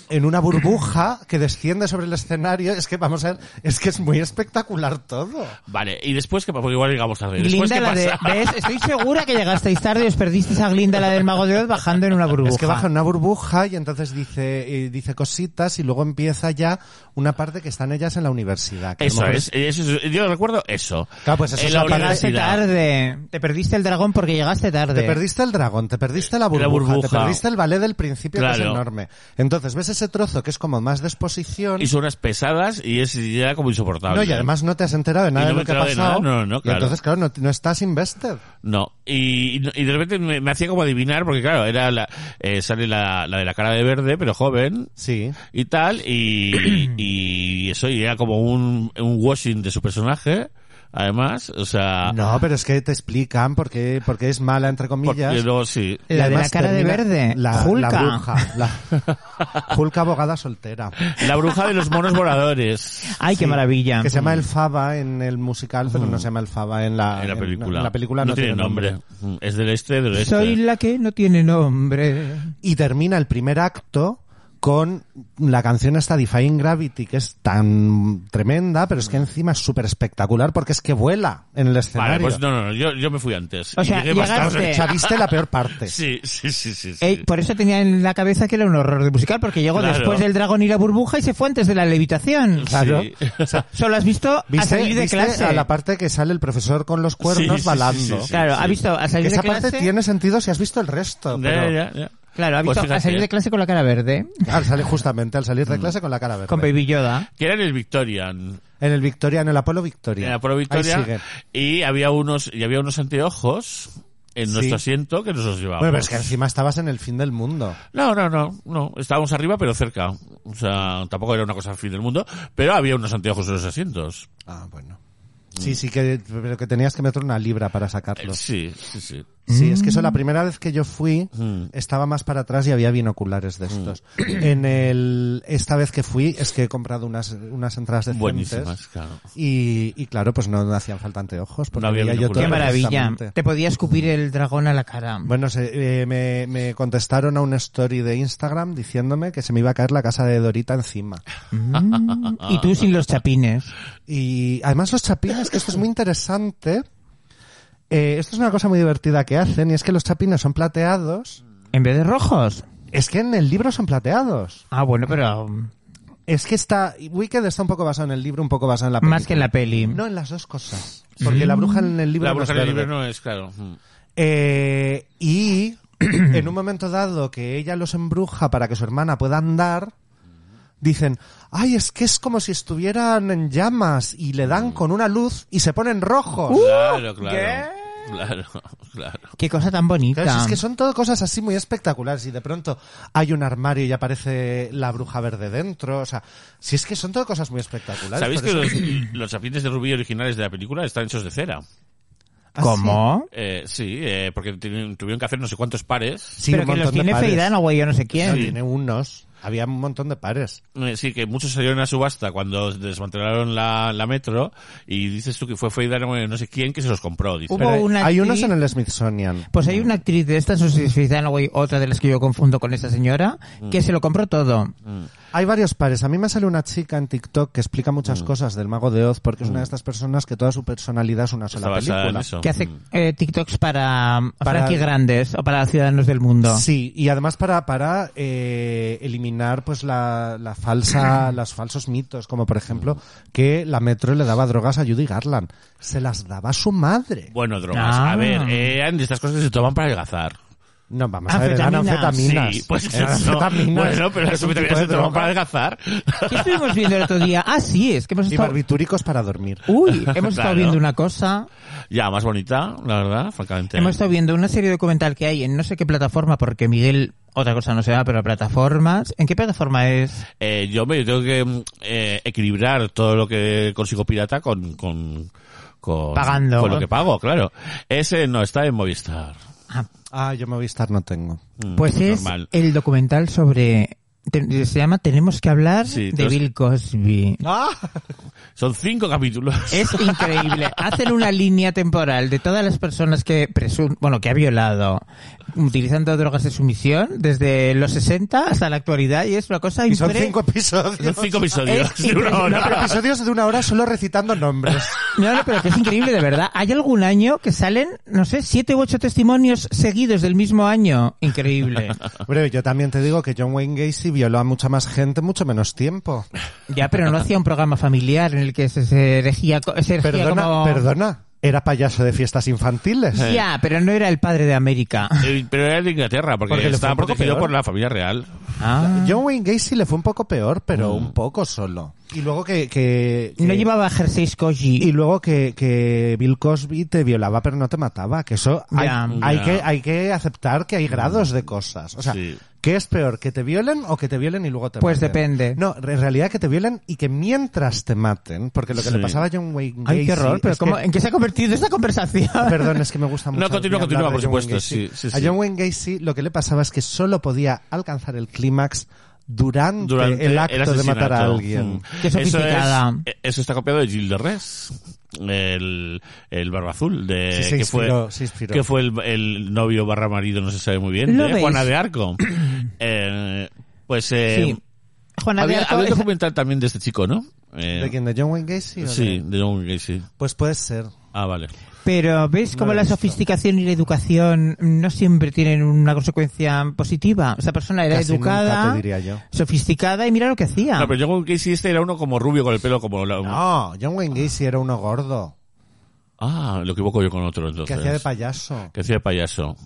E: en una burbuja que desciende sobre el escenario, es que vamos a ver, es que es muy espectacular todo.
B: Vale, y después que porque igual llegamos tarde. Después,
F: Glinda
B: ¿qué
F: la de...
B: pasa?
F: ¿Ves? Estoy segura que llegasteis tarde y os perdisteis a Glinda la del Mago de Oz bajando en una burbuja.
E: Es que baja en una burbuja y entonces dice, eh, dice cositas y luego empieza ya una parte que están ellas en la universidad. que a lo
B: Eso
E: mejor
B: es, eso es- yo recuerdo eso.
E: Claro, pues eso
B: En
E: es
B: la
E: la parte-
F: Llegaste
B: universidad.
F: tarde. Te perdiste el dragón porque llegaste tarde.
E: Te perdiste el dragón, te perdiste la burbuja,
B: La burbuja.
E: te perdiste el ballet del principio, que es
B: Claro.
E: enorme. Entonces ves ese trozo que es como más de exposición.
B: Y son unas pesadas y es y era como insoportable.
E: No, y además no te has enterado de
B: Y
E: nada
B: no
E: de
B: me
E: lo que ha
B: he enterado de
E: pasado.
B: nada, no, no,
E: Y
B: claro.
E: entonces, claro, no, no estás invested.
B: No, y, y de repente me, me hacía como adivinar, porque claro, era la, eh, sale la, la de la cara de verde, pero joven,
E: Sí.
B: y tal, y, y eso, y era como un, un washing de su personaje, además, o sea...
E: No, pero es que te explican por qué, por qué es mala, entre
B: porque
E: comillas.
B: luego sí.
E: Y
F: La de la
E: además
F: cara de
E: termina-
F: verde,
E: La,
F: Julka.
E: la bruja. La, Julka abogada soltera.
B: La bruja de los monos voladores.
F: Ay, qué maravilla. Mm.
E: Que se llama El Faba en el musical, pero no se llama El Faba en la,
B: En la
E: en-
B: película.
E: en la película Ah, no,
B: tiene nombre. Es del este, del oeste.
F: Soy la que no tiene nombre.
E: Y termina el primer acto con la canción esta Defying Gravity, que es tan tremenda, pero es que encima es súper espectacular porque es que vuela en el
B: Vale,
E: escenario.
B: pues no, no, no, yo, yo me fui antes.
F: O
B: Y
F: sea,
B: llegué más
F: llegaste-
B: tarde.
E: O sea, viste la peor parte.
B: Sí, sí, sí, sí. sí.
F: Ey, por eso tenía en la cabeza que era un horror de musical, porque llegó
B: Claro.
F: después del dragón y la burbuja y se fue antes de la levitación.
E: Claro.
B: Sí.
E: O sea,
F: Solo has visto a
E: ¿Viste,
F: salir de
E: viste
F: clase.
E: a la parte que sale el profesor con los cuernos
B: Sí, sí,
E: balando?
B: sí, sí, sí.
F: Claro, ha visto a salir
E: Esa
F: de clase.
E: parte tiene sentido si has visto el resto. Pero,
B: Ya, ya, ya.
F: Claro, ha
B: Pues
F: visto a
B: fíjate,
F: salir de clase con la cara verde,
E: Al salir- justamente al salir
B: Mm.
E: de clase con la cara verde.
F: con Baby Yoda.
B: Que era en el Victorian.
E: En el Victoria, en el Apolo
B: En
E: Victoria.
B: la Pro
E: Ahí sigue.
B: Victoria. Y había unos, y había unos anteojos en
E: Sí.
B: nuestro asiento que nos los llevábamos.
E: Bueno, pero es que encima estabas en el fin del mundo.
B: No, no, no, no. Estábamos arriba, pero cerca. O sea, tampoco era una cosa al fin del mundo, pero había unos anteojos en los asientos.
E: Ah, bueno. Sí, sí, que, pero que tenías que meter una libra para
B: Eh,
E: sacarlo.
B: Sí, sí, sí.
E: Sí, es que eso, la primera vez que yo fui,
B: Mm.
E: estaba más para atrás y había binoculares de estos. En el, esta vez que fui, es que he comprado unas, unas entradas decentes.
B: Buenísimas, claro.
E: Y, y claro, pues no hacían falta anteojos. Porque
B: No había
E: veía yo todo
B: Claro,
F: Qué maravilla.
E: perfectamente.
F: Te podía escupir el dragón a la cara.
E: Bueno, se- eh, me, me contestaron a una story de Instagram diciéndome que se me iba a caer la casa de Dorita encima.
F: Mm, y tú sin los chapines.
E: Y además los chapines, que esto es muy interesante. eh, esto es una cosa muy divertida que hacen y es que los chapines son plateados.
F: En vez de rojos.
E: Es que en el libro son plateados.
F: Ah, bueno, pero um,
E: Es que está... Wicked está un poco basado en el libro, un poco basado en la película.
F: más que en la peli. Mm.
E: No, en las dos cosas. Porque la bruja en el libro
B: La
E: no es
B: bruja del
E: verde.
B: libro no es, claro. Mm.
E: Eh, y en un momento dado que ella los embruja para que su hermana pueda andar, dicen, ay, es que es como si estuvieran en llamas y le
B: Mm.
E: dan con una luz y se ponen rojos.
F: Uh.
B: Claro, claro. Claro, claro.
F: Qué cosa tan bonita.
E: Claro, si es que son todo cosas así muy espectaculares y de pronto hay un armario y aparece la bruja verde dentro, o sea, si es que son todo cosas muy espectaculares.
B: ¿Sabéis
E: por
B: que
E: eso-
B: los, los chapines de rubí originales de la película están hechos de cera?
E: ¿Ah, sí?
F: ¿Cómo?
B: Eh, sí, eh, porque tienen- tuvieron que hacer no sé cuántos pares.
E: Sí,
F: pero
E: un
F: que
E: montón
F: los
E: de
F: tiene
E: pares.
F: Feidano, güey, yo no sé
E: No,
F: quién.
E: tiene unos, había un montón de pares.
B: Eh, sí, que muchos salieron a subasta cuando desmantelaron la, la metro. Y dices tú que fue Feidano, eh, no sé quién, que se los compró. Dice.
F: Hubo
E: Pero hay-
F: una
E: hay
F: actriz-
E: unos en el Smithsonian.
F: Pues hay una actriz de estas, no sé si es Feidano, güey, otra de las que yo confundo con esa señora,
B: Mm.
F: que se lo compró todo.
E: Hay varios pares. A mí me sale una chica en TikTok que explica
B: Mm.
E: muchas cosas del Mago de Oz porque es una de estas personas que toda su personalidad es una
B: Está
E: sola
B: basada en
E: película.
B: eso.
F: Que hace eh, TikToks para, para
E: Para-
F: Frankie Grandes o para Ciudadanos del Mundo.
E: Sí, y además para, para eh, eliminar pues la, la falsa, los falsos mitos, como por ejemplo que la Metro le daba drogas a Judy Garland. Se las daba su madre.
B: Bueno, drogas.
F: Ah.
B: A ver, eran de estas cosas que se toman para adelgazar.
E: No, vamos a ver, eran
F: Anfetaminas.
E: anfetaminas.
B: Sí, pues
E: Eran
B: eso.
E: anfetaminas.
B: Bueno, pero las
E: Es un tipo
B: anfetaminas
E: de
B: se toman
E: droga.
B: para adelgazar.
F: ¿Qué estuvimos viendo el otro día? Ah, sí, es que hemos
E: Y
F: estado...
E: barbitúricos para dormir.
B: Uh.
F: Uy, hemos estado
B: Claro.
F: viendo una cosa.
B: ya, más bonita, la verdad, francamente.
F: Hemos estado viendo una serie documental que hay en no sé qué plataforma, porque Miguel, otra cosa no se da, pero plataformas. ¿En qué plataforma es?
B: Eh, yo me tengo que mm, eh, equilibrar todo lo que consigo pirata con, con, con,
F: Pagando.
B: con lo que pago, claro. Ese no está en Movistar.
F: Ah,
E: Ah, yo Movistar no tengo.
B: Mm,
F: pues es
B: normal.
F: el documental sobre... te- se llama Tenemos que hablar
B: Sí,
F: de
B: los-
F: Bill Cosby.
B: Ah, Son cinco capítulos.
F: Es increíble. Hacen una línea temporal de todas las personas que presun bueno, que ha violado utilizando drogas de sumisión desde los 60 hasta la actualidad y es una cosa
E: Y son
F: impre-
E: cinco
B: Son
E: episodios.
B: cinco episodios
F: Es
B: de una
E: No, pero
B: hora.
E: episodios de una hora solo recitando nombres.
F: No, no, pero que es increíble de verdad. Hay algún año que salen, no sé, siete u ocho testimonios seguidos del mismo año. Increíble.
E: Hombre, yo también te digo que John Wayne Gacy violó a mucha más gente en mucho menos tiempo.
F: Ya, pero no hacía un programa familiar en el que se se erigía, co- se erigía
E: Perdona,
F: como-
E: perdona. Era payaso de fiestas infantiles.
F: Ya, pero no era el padre de América.
B: Eh, Pero era de Inglaterra, porque,
E: Porque le fue
B: estaba
E: un poco
B: protegido
E: peor.
B: por la familia real.
F: Ah.
E: John Wayne Gacy le fue un poco peor, pero
B: Mm.
E: un poco solo. Y luego que... que- que-
F: No llevaba jerseys koji.
E: Y luego que, que Bill Cosby te violaba pero no te mataba, que eso hay,
F: Ya.
E: hay
B: Ya. Mm.
E: que, hay que aceptar que hay grados de cosas. O sea,
B: Sí.
E: ¿qué es peor? ¿Que te violen o que te violen y luego te
F: Pues
E: maten?
F: depende.
E: No, en realidad que te violen y que mientras te maten, porque lo que le
B: Sí.
E: pasaba a John Wayne Gacy...
F: Ay, qué horror, pero
E: es
F: ¿cómo-
E: que-
F: ¿en qué se ha convertido esta conversación?
E: Perdón, es que me gusta mucho.
B: continúa,
E: hablar
B: continúa,
E: de
B: por
E: John Wayne
B: supuesto,
E: Gacy.
B: sí, sí,
E: A
B: sí.
E: John Wayne Gacy lo que le pasaba es que solo podía alcanzar el clímax durante,
B: Durante
E: el acto de
B: asesinato.
E: matar a alguien.
B: Mm.
F: Qué sofisticada.
B: Eso, es- eso está copiado de Gilles de Res, el, el barba azul, de,
E: Sí, se
B: Eh, que
E: inspiró,
B: fue,
E: se inspiró.
B: que fue el, el novio barra marido, no se sabe muy bien,
F: ¿Lo
B: de
F: veis?
B: Juana de Arco. Eh, Pues eh,
F: Sí. Juana de
B: había,
F: Arco
B: había un
F: es-
B: documental también de este chico, ¿no? Eh,
E: ¿De quién? ¿De John Wayne Gacy? o
B: Sí,
E: de-
B: de John Gacy.
E: Pues puede ser.
B: Ah, vale.
F: Pero ¿ves cómo la sofisticación y la educación no siempre tienen una consecuencia positiva? Esa persona era
E: Casi
F: educada,
E: nunca, te diría yo.
F: sofisticada y mira lo que hacía.
B: No, pero John Wayne Gacy este era uno como rubio con el pelo como... la-
E: Ah. No, John Wayne Gacy era uno gordo,
B: Ah, lo equivoco yo con otro entonces.
E: que hacía de payaso,
B: Que hacía de payaso.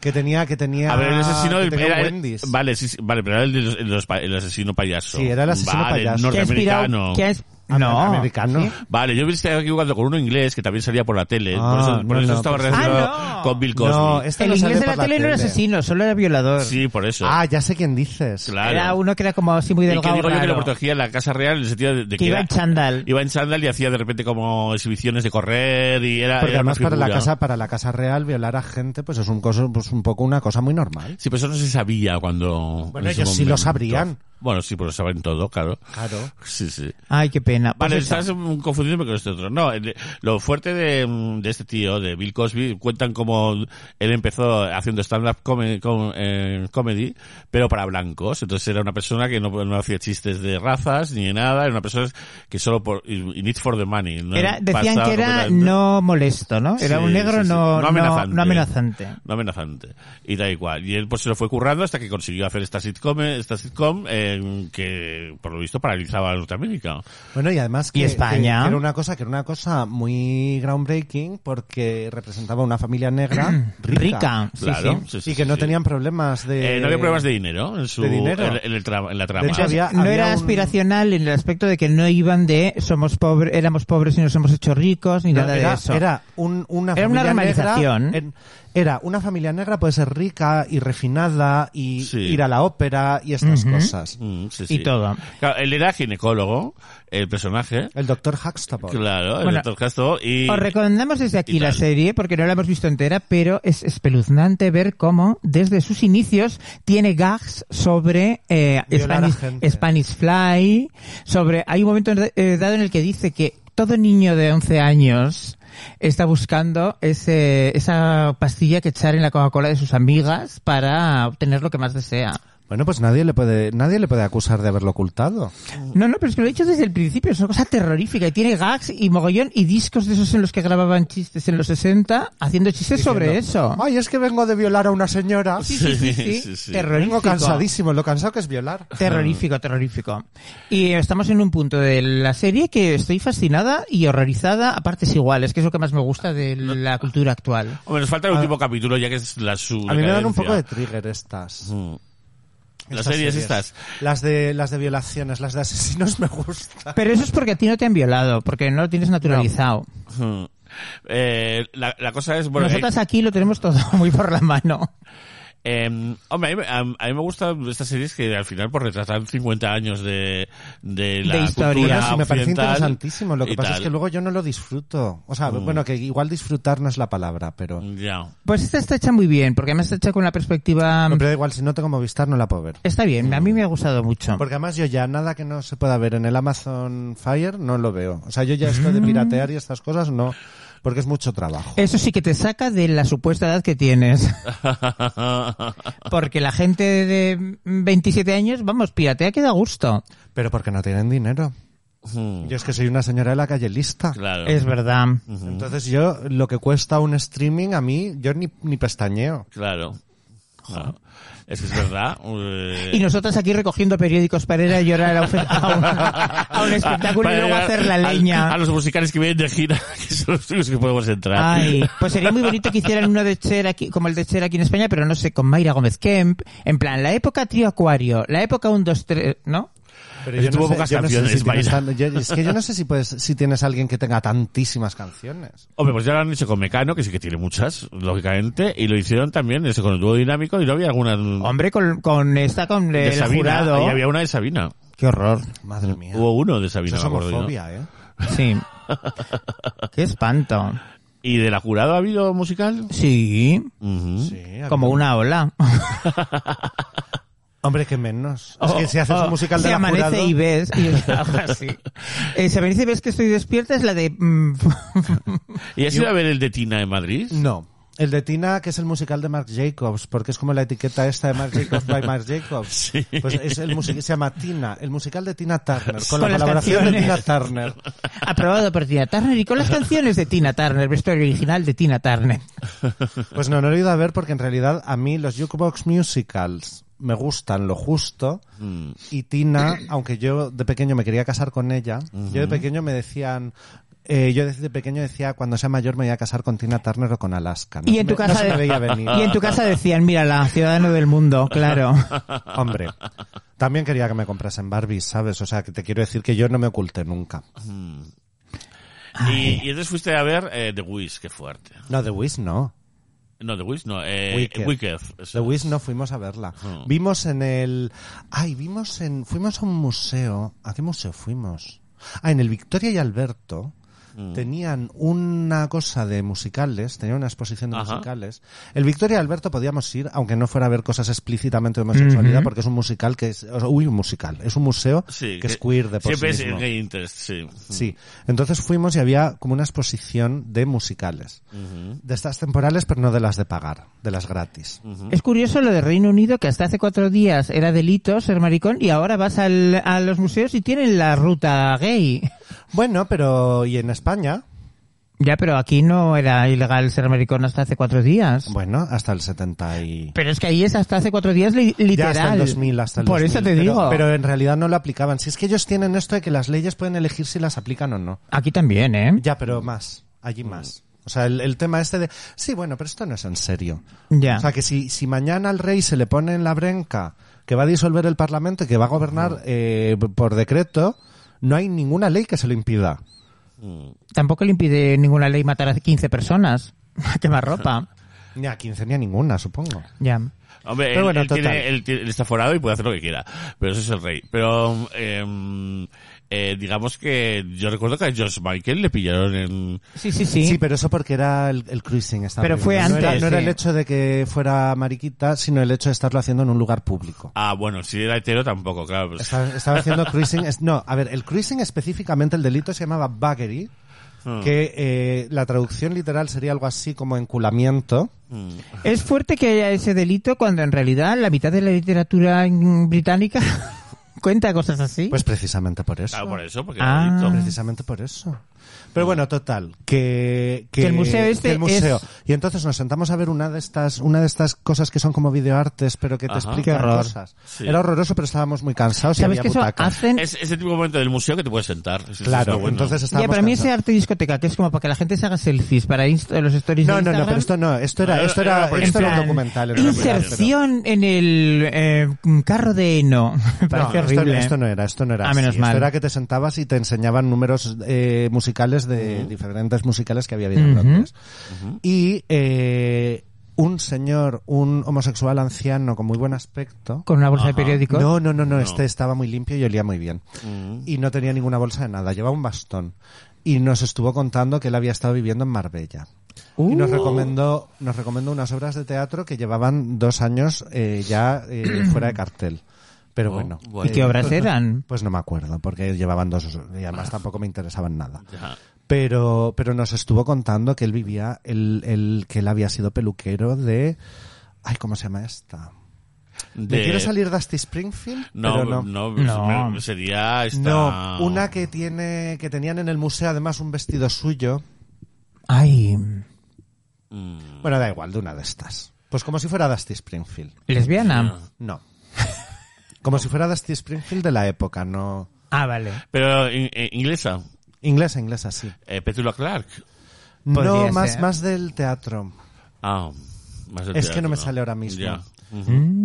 E: que tenía, que tenía...
B: A ver, el asesino
E: que
B: del
E: tenía
B: era-
E: un
B: era-
E: Wendy's.
B: Vale, sí, sí, vale, pero era el, de los- el de los pa- el asesino payaso.
E: Sí, era el asesino
B: Vale,
E: payaso.
F: Que ha inspirado-
B: Norteamericano.
F: que ha ins-
E: Amer-
F: no.
E: Americano.
B: Vale, yo me estaba equivocando con uno inglés que también salía por la tele.
E: Ah,
B: por eso, por
E: no,
B: eso
E: no,
B: estaba
E: pues-
B: relacionado
F: Ah, no.
B: con Bill Cosby.
E: No, este
F: el
E: no sale
F: inglés de la,
E: por la
F: tele no era asesino, solo era violador.
B: Sí, por eso.
E: Ah, ya sé quién dices.
B: Claro.
F: Era uno que era como así muy
B: y que
F: delgado.
B: digo yo que lo
F: raro.
B: protegía en la Casa Real en el sentido de, de
F: Que iba
B: era-
F: en chándal.
B: Iba en chándal y hacía de repente como exhibiciones de correr y
F: Ah,
B: era...
E: Porque
B: era una
E: además para la
B: figura.
E: casa, para la casa real, violar a gente, pues es un coso, pues un poco una cosa muy normal.
B: Sí, pero eso no se sabía cuando...
E: Bueno,
B: en su
E: ellos sí lo
B: momento.
E: sabrían.
B: Bueno, sí, pero lo saben todo, claro.
E: Claro.
B: Sí, sí.
F: Ay, qué pena. Pues
B: Vale,
F: eso.
B: estás mm, confundiéndome con este otro. No, el- lo fuerte de, mm, de este tío, de Bill Cosby, cuentan como él empezó haciendo stand-up come- com- eh, comedy, pero para blancos. Entonces era una persona que no, no hacía chistes de razas ni de nada, era una persona que solo por... y- y need for the money. ¿no?
F: Era- decían
B: Pasaba
F: que era
B: completamente-
F: no molesto, ¿no? Era
B: Sí,
F: un negro
B: sí, sí.
F: No, no,
B: amenazante.
F: no amenazante.
B: No amenazante. Y da igual. Y él pues se lo fue currando hasta que consiguió hacer esta sitcom, eh, esta sitcom eh, que por lo visto paralizaba a Norteamérica.
E: Bueno, y además que,
F: ¿Y España?
E: que- que era una cosa, que era una cosa muy groundbreaking porque representaba una familia negra rica.
F: Rica, sí,
B: Claro.
F: sí.
B: Sí, sí,
E: y que
B: sí,
E: no
B: sí.
E: tenían problemas de
B: Eh, no había pruebas de dinero en, su,
E: ¿de dinero?
B: En, en el tra- en la trama.
E: De hecho, había-
F: no era
E: un-
F: aspiracional en el aspecto de que no iban de somos pobres, éramos pobres y nos hemos hecho ricos ni
E: No,
F: nada
E: era,
F: de eso.
E: Era, un- una
F: Era una
E: familia negra,
F: romanización.
E: en- era una familia negra, puede ser rica y refinada y
B: Sí.
E: ir a la ópera y estas cosas.
B: Mm, sí,
F: y
B: sí.
F: todo.
B: Claro, él era ginecólogo, el personaje.
E: El doctor Huxtable.
B: Claro, el
F: Bueno,
B: doctor Castro. Y,
F: Os recomendamos desde
B: y
F: aquí la
B: tal.
F: serie porque no la hemos visto entera, pero es espeluznante ver cómo desde sus inicios tiene gags sobre eh,
E: Violar a
F: Spanish,
E: gente.
F: Spanish Fly, sobre hay un momento en- eh, dado en el que dice que todo niño de 11 años está buscando ese, esa pastilla que echar en la Coca-Cola de sus amigas para obtener lo que más desea.
E: Bueno, pues nadie le puede, nadie le puede acusar de haberlo ocultado.
F: No, no, pero es que lo he dicho desde el principio, es una cosa terrorífica. Y tiene gags y mogollón y discos de esos en los que grababan chistes en los 60, haciendo chistes sobre eso.
E: Ay, es que vengo de violar a una señora.
F: Sí, sí, sí, sí.
B: Sí, sí.
F: Terrorífico.
E: Vengo cansadísimo, lo cansado que es violar.
F: Terrorífico, terrorífico. Y estamos en un punto de la serie que estoy fascinada y horrorizada a partes iguales, que es lo que más me gusta de la cultura actual.
B: Hombre, nos falta el último capítulo ya que es la su.
E: A mí me dan un
B: decadencia.
E: poco de trigger estas.
B: Mm. Las
E: estas
B: series estas.
E: Las de, las de violaciones, las de asesinos me gustan.
F: Pero eso es porque a ti no te han violado, porque no lo tienes naturalizado.
B: Mm. Eh, la, la cosa es, bueno,
F: Nosotras aquí lo tenemos todo muy por la mano.
B: Eh, hombre, a mí, a mí- a mí me gustan estas series que al final por retratar 50 años de, de la
F: De
B: cultura
F: historia.
E: Bueno, sí, me parece
B: occidental
E: interesantísimo. Lo que
B: y
E: pasa
B: tal.
E: es que luego yo no lo disfruto. O sea, bueno, que igual disfrutar no es la palabra, pero.
B: Ya.
F: Pues esta está hecha muy bien, porque además está hecha con la perspectiva...
E: Pero da igual, si no tengo Movistar no la puedo ver.
F: Está bien, a mí me ha gustado mucho.
E: Porque además yo ya nada que no se pueda ver en el Amazon Fire no lo veo. O sea, yo ya esto de piratear y estas cosas no, porque es mucho trabajo.
F: Eso sí que te saca de la supuesta edad que tienes. Porque la gente de 27 años, vamos, piratea que da gusto.
E: Pero porque no tienen dinero.
B: Mm,
E: Yo es que soy una señora de la calle lista.
B: claro.
F: Es verdad.
E: Entonces yo, lo que cuesta un streaming a mí, yo ni, ni pestañeo.
B: Claro. No. Es que es verdad. eh,
F: Y nosotras aquí recogiendo periódicos para ir a llorar a un, fe- a un- a un espectáculo
B: Para
F: y luego
B: llegar
F: hacer la
B: al-
F: leña.
B: A los musicales que vienen de gira, que son los únicos que podemos entrar.
F: Ay, pues sería muy bonito que hicieran uno de Cher aquí, como el de Cher aquí en España, pero no sé, con Mayra Gómez Kemp. En plan, la época Trío Acuario, la época 1, 2, 3, ¿no?
E: Pero
B: Pero tuvo pocas canciones,
E: si
B: Mayra.
E: tienes tan- yo- es que yo no sé si puedes, si tienes alguien que tenga tantísimas canciones.
B: Hombre, pues ya lo han hecho con Mecano, que sí que tiene muchas, lógicamente, y lo hicieron también eso, con el dúo dinámico, y no había alguna
F: Hombre, con, con esta, con
B: Mm. de
F: el
B: Sabina.
F: jurado.
B: Y había una de Sabina.
F: Qué horror.
E: Madre mía.
B: Hubo uno de
E: Eso
B: Sabina,
E: es
B: me acuerdo yo.
E: homofobia, ¿eh?
F: Sí. Qué espanto.
B: ¿Y de la jurado ha habido musical?
F: Sí,
B: Ujú.
E: Sí, a mí
F: como
E: no-
F: una ola.
E: Hombre, que menos. es que si haces
F: Oh,
E: un musical de
F: se
E: la
F: amanece
E: jurado...
F: y ves. y- algo así. Eh, se amanece y ves que estoy despierta es la de... mm,
B: ¿Y has ido a ver el de Tina en Madrid?
E: No. El de Tina, que es el musical de Marc Jacobs, porque es como la etiqueta esta de Marc Jacobs by Marc Jacobs.
B: Sí.
E: Pues es el music- se llama Tina, el musical de Tina Turner, con,
F: Con
E: la
F: las
E: colaboración de Tina
F: canciones.
E: Turner.
F: Aprobado por Tina Turner y con las canciones de Tina Turner, vestuario original de Tina Turner.
E: Pues no, no lo he ido a ver porque en realidad a mí los jukebox musicals me gustan lo justo y Tina, aunque yo de pequeño me quería casar con ella, yo de pequeño me decían... eh, yo desde pequeño decía, cuando sea mayor me voy a casar con Tina Turner o con Alaska. No
F: Y
E: se
F: en tu
E: me- no
F: casa
E: se me
F: de-
E: veía venir.
F: Y en tu casa decían, mira, la ciudadano del mundo, claro.
E: Hombre, también quería que me comprasen Barbies, ¿sabes? O sea, que te quiero decir que yo no me oculté nunca.
B: Y, y entonces fuiste a ver eh, The Wiz, qué fuerte.
E: No, The Wiz no.
B: No, The Wiz no, eh,
E: Wicked.
B: Wicked, eso
E: The
B: es.
E: Wiz no fuimos a verla.
B: Hmm.
E: Vimos en el... Ay, vimos en... Fuimos a un museo. ¿A qué museo fuimos? Ah, en el Victoria y Alberto.
B: Hmm.
E: Tenían una cosa de musicales, tenían una exposición de
B: Ajá.
E: musicales. El Victoria y Alberto podíamos ir, aunque no fuera a ver cosas explícitamente de homosexualidad, porque es un musical que es, o sea, uy, un musical, es un museo
B: Sí,
E: que, es queer de por sí
B: Siempre
E: mismo.
B: es gay interest, sí.
E: Sí, entonces fuimos y había como una exposición de musicales. De estas temporales, pero no de las de pagar, de las gratis.
F: Es curioso lo de Reino Unido, que hasta hace cuatro días era delito ser maricón y ahora vas al- a los museos y tienen la ruta gay.
E: Bueno, pero ¿y en España?
F: Ya, pero aquí no era ilegal ser maricón hasta hace cuatro días.
E: Bueno, hasta el 70 y...
F: Pero es que ahí es hasta hace cuatro días li-
E: Ya
F: literal.
E: hasta el 2000, hasta el
F: Por
E: 2000.
F: eso te
E: Pero-
F: digo.
E: Pero en realidad no lo aplicaban. Si es que ellos tienen esto de que las leyes pueden elegir si las aplican o no.
F: Aquí también, ¿eh?
E: Ya, pero más.
F: Mm.
E: Allí más. O sea, el, el tema este de... Sí, bueno, pero esto no es en serio.
F: Ya.
E: O sea, que si, si mañana al rey se le pone en la brenca que va a disolver el Parlamento y que va a gobernar eh, por decreto, no hay ninguna ley que se lo impida.
F: Tampoco le impide ninguna ley matar a 15 personas. Quemar ropa.
E: Ni a 15 ni a ninguna, supongo.
F: Ya.
B: Hombre,
E: Pero
B: él,
E: bueno,
B: él
E: total.
B: tiene- él tiene- él está forado y puede hacer lo que quiera, pero eso es el rey. Pero eh, eh, digamos que yo recuerdo que a George Michael le pillaron en...
F: Sí, sí, sí.
E: Sí, pero eso porque era el, el cruising. esta
F: Pero fue
E: película. No era,
F: antes,
E: no era
F: sí.
E: el hecho de que fuera mariquita, sino el hecho de estarlo haciendo en un lugar público.
B: Ah, bueno, si era hetero tampoco, claro. pues.
E: Estaba, estaba haciendo cruising. es- no, a ver, el cruising específicamente, el delito se llamaba buggery,
B: hmm,
E: que eh, la traducción literal sería algo así como enculamiento.
B: hmm.
F: Es fuerte que haya ese delito cuando en realidad la mitad de la literatura mm, británica cuenta cosas así.
E: Pues precisamente por eso.
B: Claro, por eso, porque
F: Ah.
B: era adicto.
E: Precisamente por eso. Pero bueno, total, que,
F: Que el museo este
E: que el museo.
F: es-
E: Y entonces nos sentamos a ver una de estas, una de estas cosas que son como videoartes, pero que te
B: Ajá.
E: explican
F: Qué horror.
E: cosas.
B: Sí.
E: Era horroroso, pero estábamos muy cansados y
F: ¿Sabes
E: había
F: que eso
E: butacas.
F: hacen?
B: Es ese tipo de momento del museo que te puedes sentar. Eso está
E: Claro,
B: bueno.
E: entonces
F: Ya,
E: estábamos
F: para mí ese
E: cansados.
F: arte discoteca, que es como para que la gente se haga selfies, para inst- los stories
E: No,
F: de
E: no,
F: Instagram.
E: no, pero esto no, esto era,
B: Era-
E: esto era,
B: era por
E: esto era un
F: plan,
E: documental. en realidad,
F: Inserción en el eh, carro de heno. Me
E: pero-
F: parece
E: no, esto,
F: horrible.
E: esto no era, esto no era.
F: Ah,
E: así.
F: menos mal.
E: Esto era que te sentabas y te enseñaban números eh, musicales de diferentes musicales que había habido en
F: Ujú.
E: Londres. Y eh, un señor, un homosexual anciano con muy buen aspecto.
F: Con una bolsa
B: Ajá.
F: de periódicos.
E: No, no, no, no, este estaba muy limpio y olía muy bien.
B: Mm.
E: Y no tenía ninguna bolsa de nada, llevaba un bastón. Y nos estuvo contando que él había estado viviendo en Marbella. Y
F: Uh.
E: nos recomendó, nos recomendó unas obras de teatro que llevaban dos años eh, ya eh, fuera de cartel. Pero
B: Oh,
E: bueno.
B: bueno.
F: ¿Y qué
E: eh,
F: obras eran?
E: Pues no me acuerdo, porque llevaban dos y además tampoco me interesaban nada.
B: Ya.
E: Pero, pero nos estuvo contando que él vivía, el, el, que él había sido peluquero de... Ay, ¿cómo se llama esta? ¿Le
B: De-
E: quiero salir Dusty Springfield?
B: No,
E: pero no.
B: no,
F: No.
B: me- sería esta...
E: No, una que tiene, que tenían en el museo además un vestido suyo.
F: Ay,
B: Mm,
E: Bueno, da igual, de una de estas. Pues como si fuera Dusty Springfield.
F: lesbiana.
E: No. Como si fuera Dusty Springfield de la época, no.
F: Ah, vale.
B: Pero in- eh, inglesa,
E: Inglesa, inglesa, sí.
B: eh, Petula Clark.
E: No,
F: Podría
E: más,
F: ser.
E: más del teatro.
B: Ah, más del
E: Es que no me
B: teatro,
E: sale ahora mismo.
B: Ya.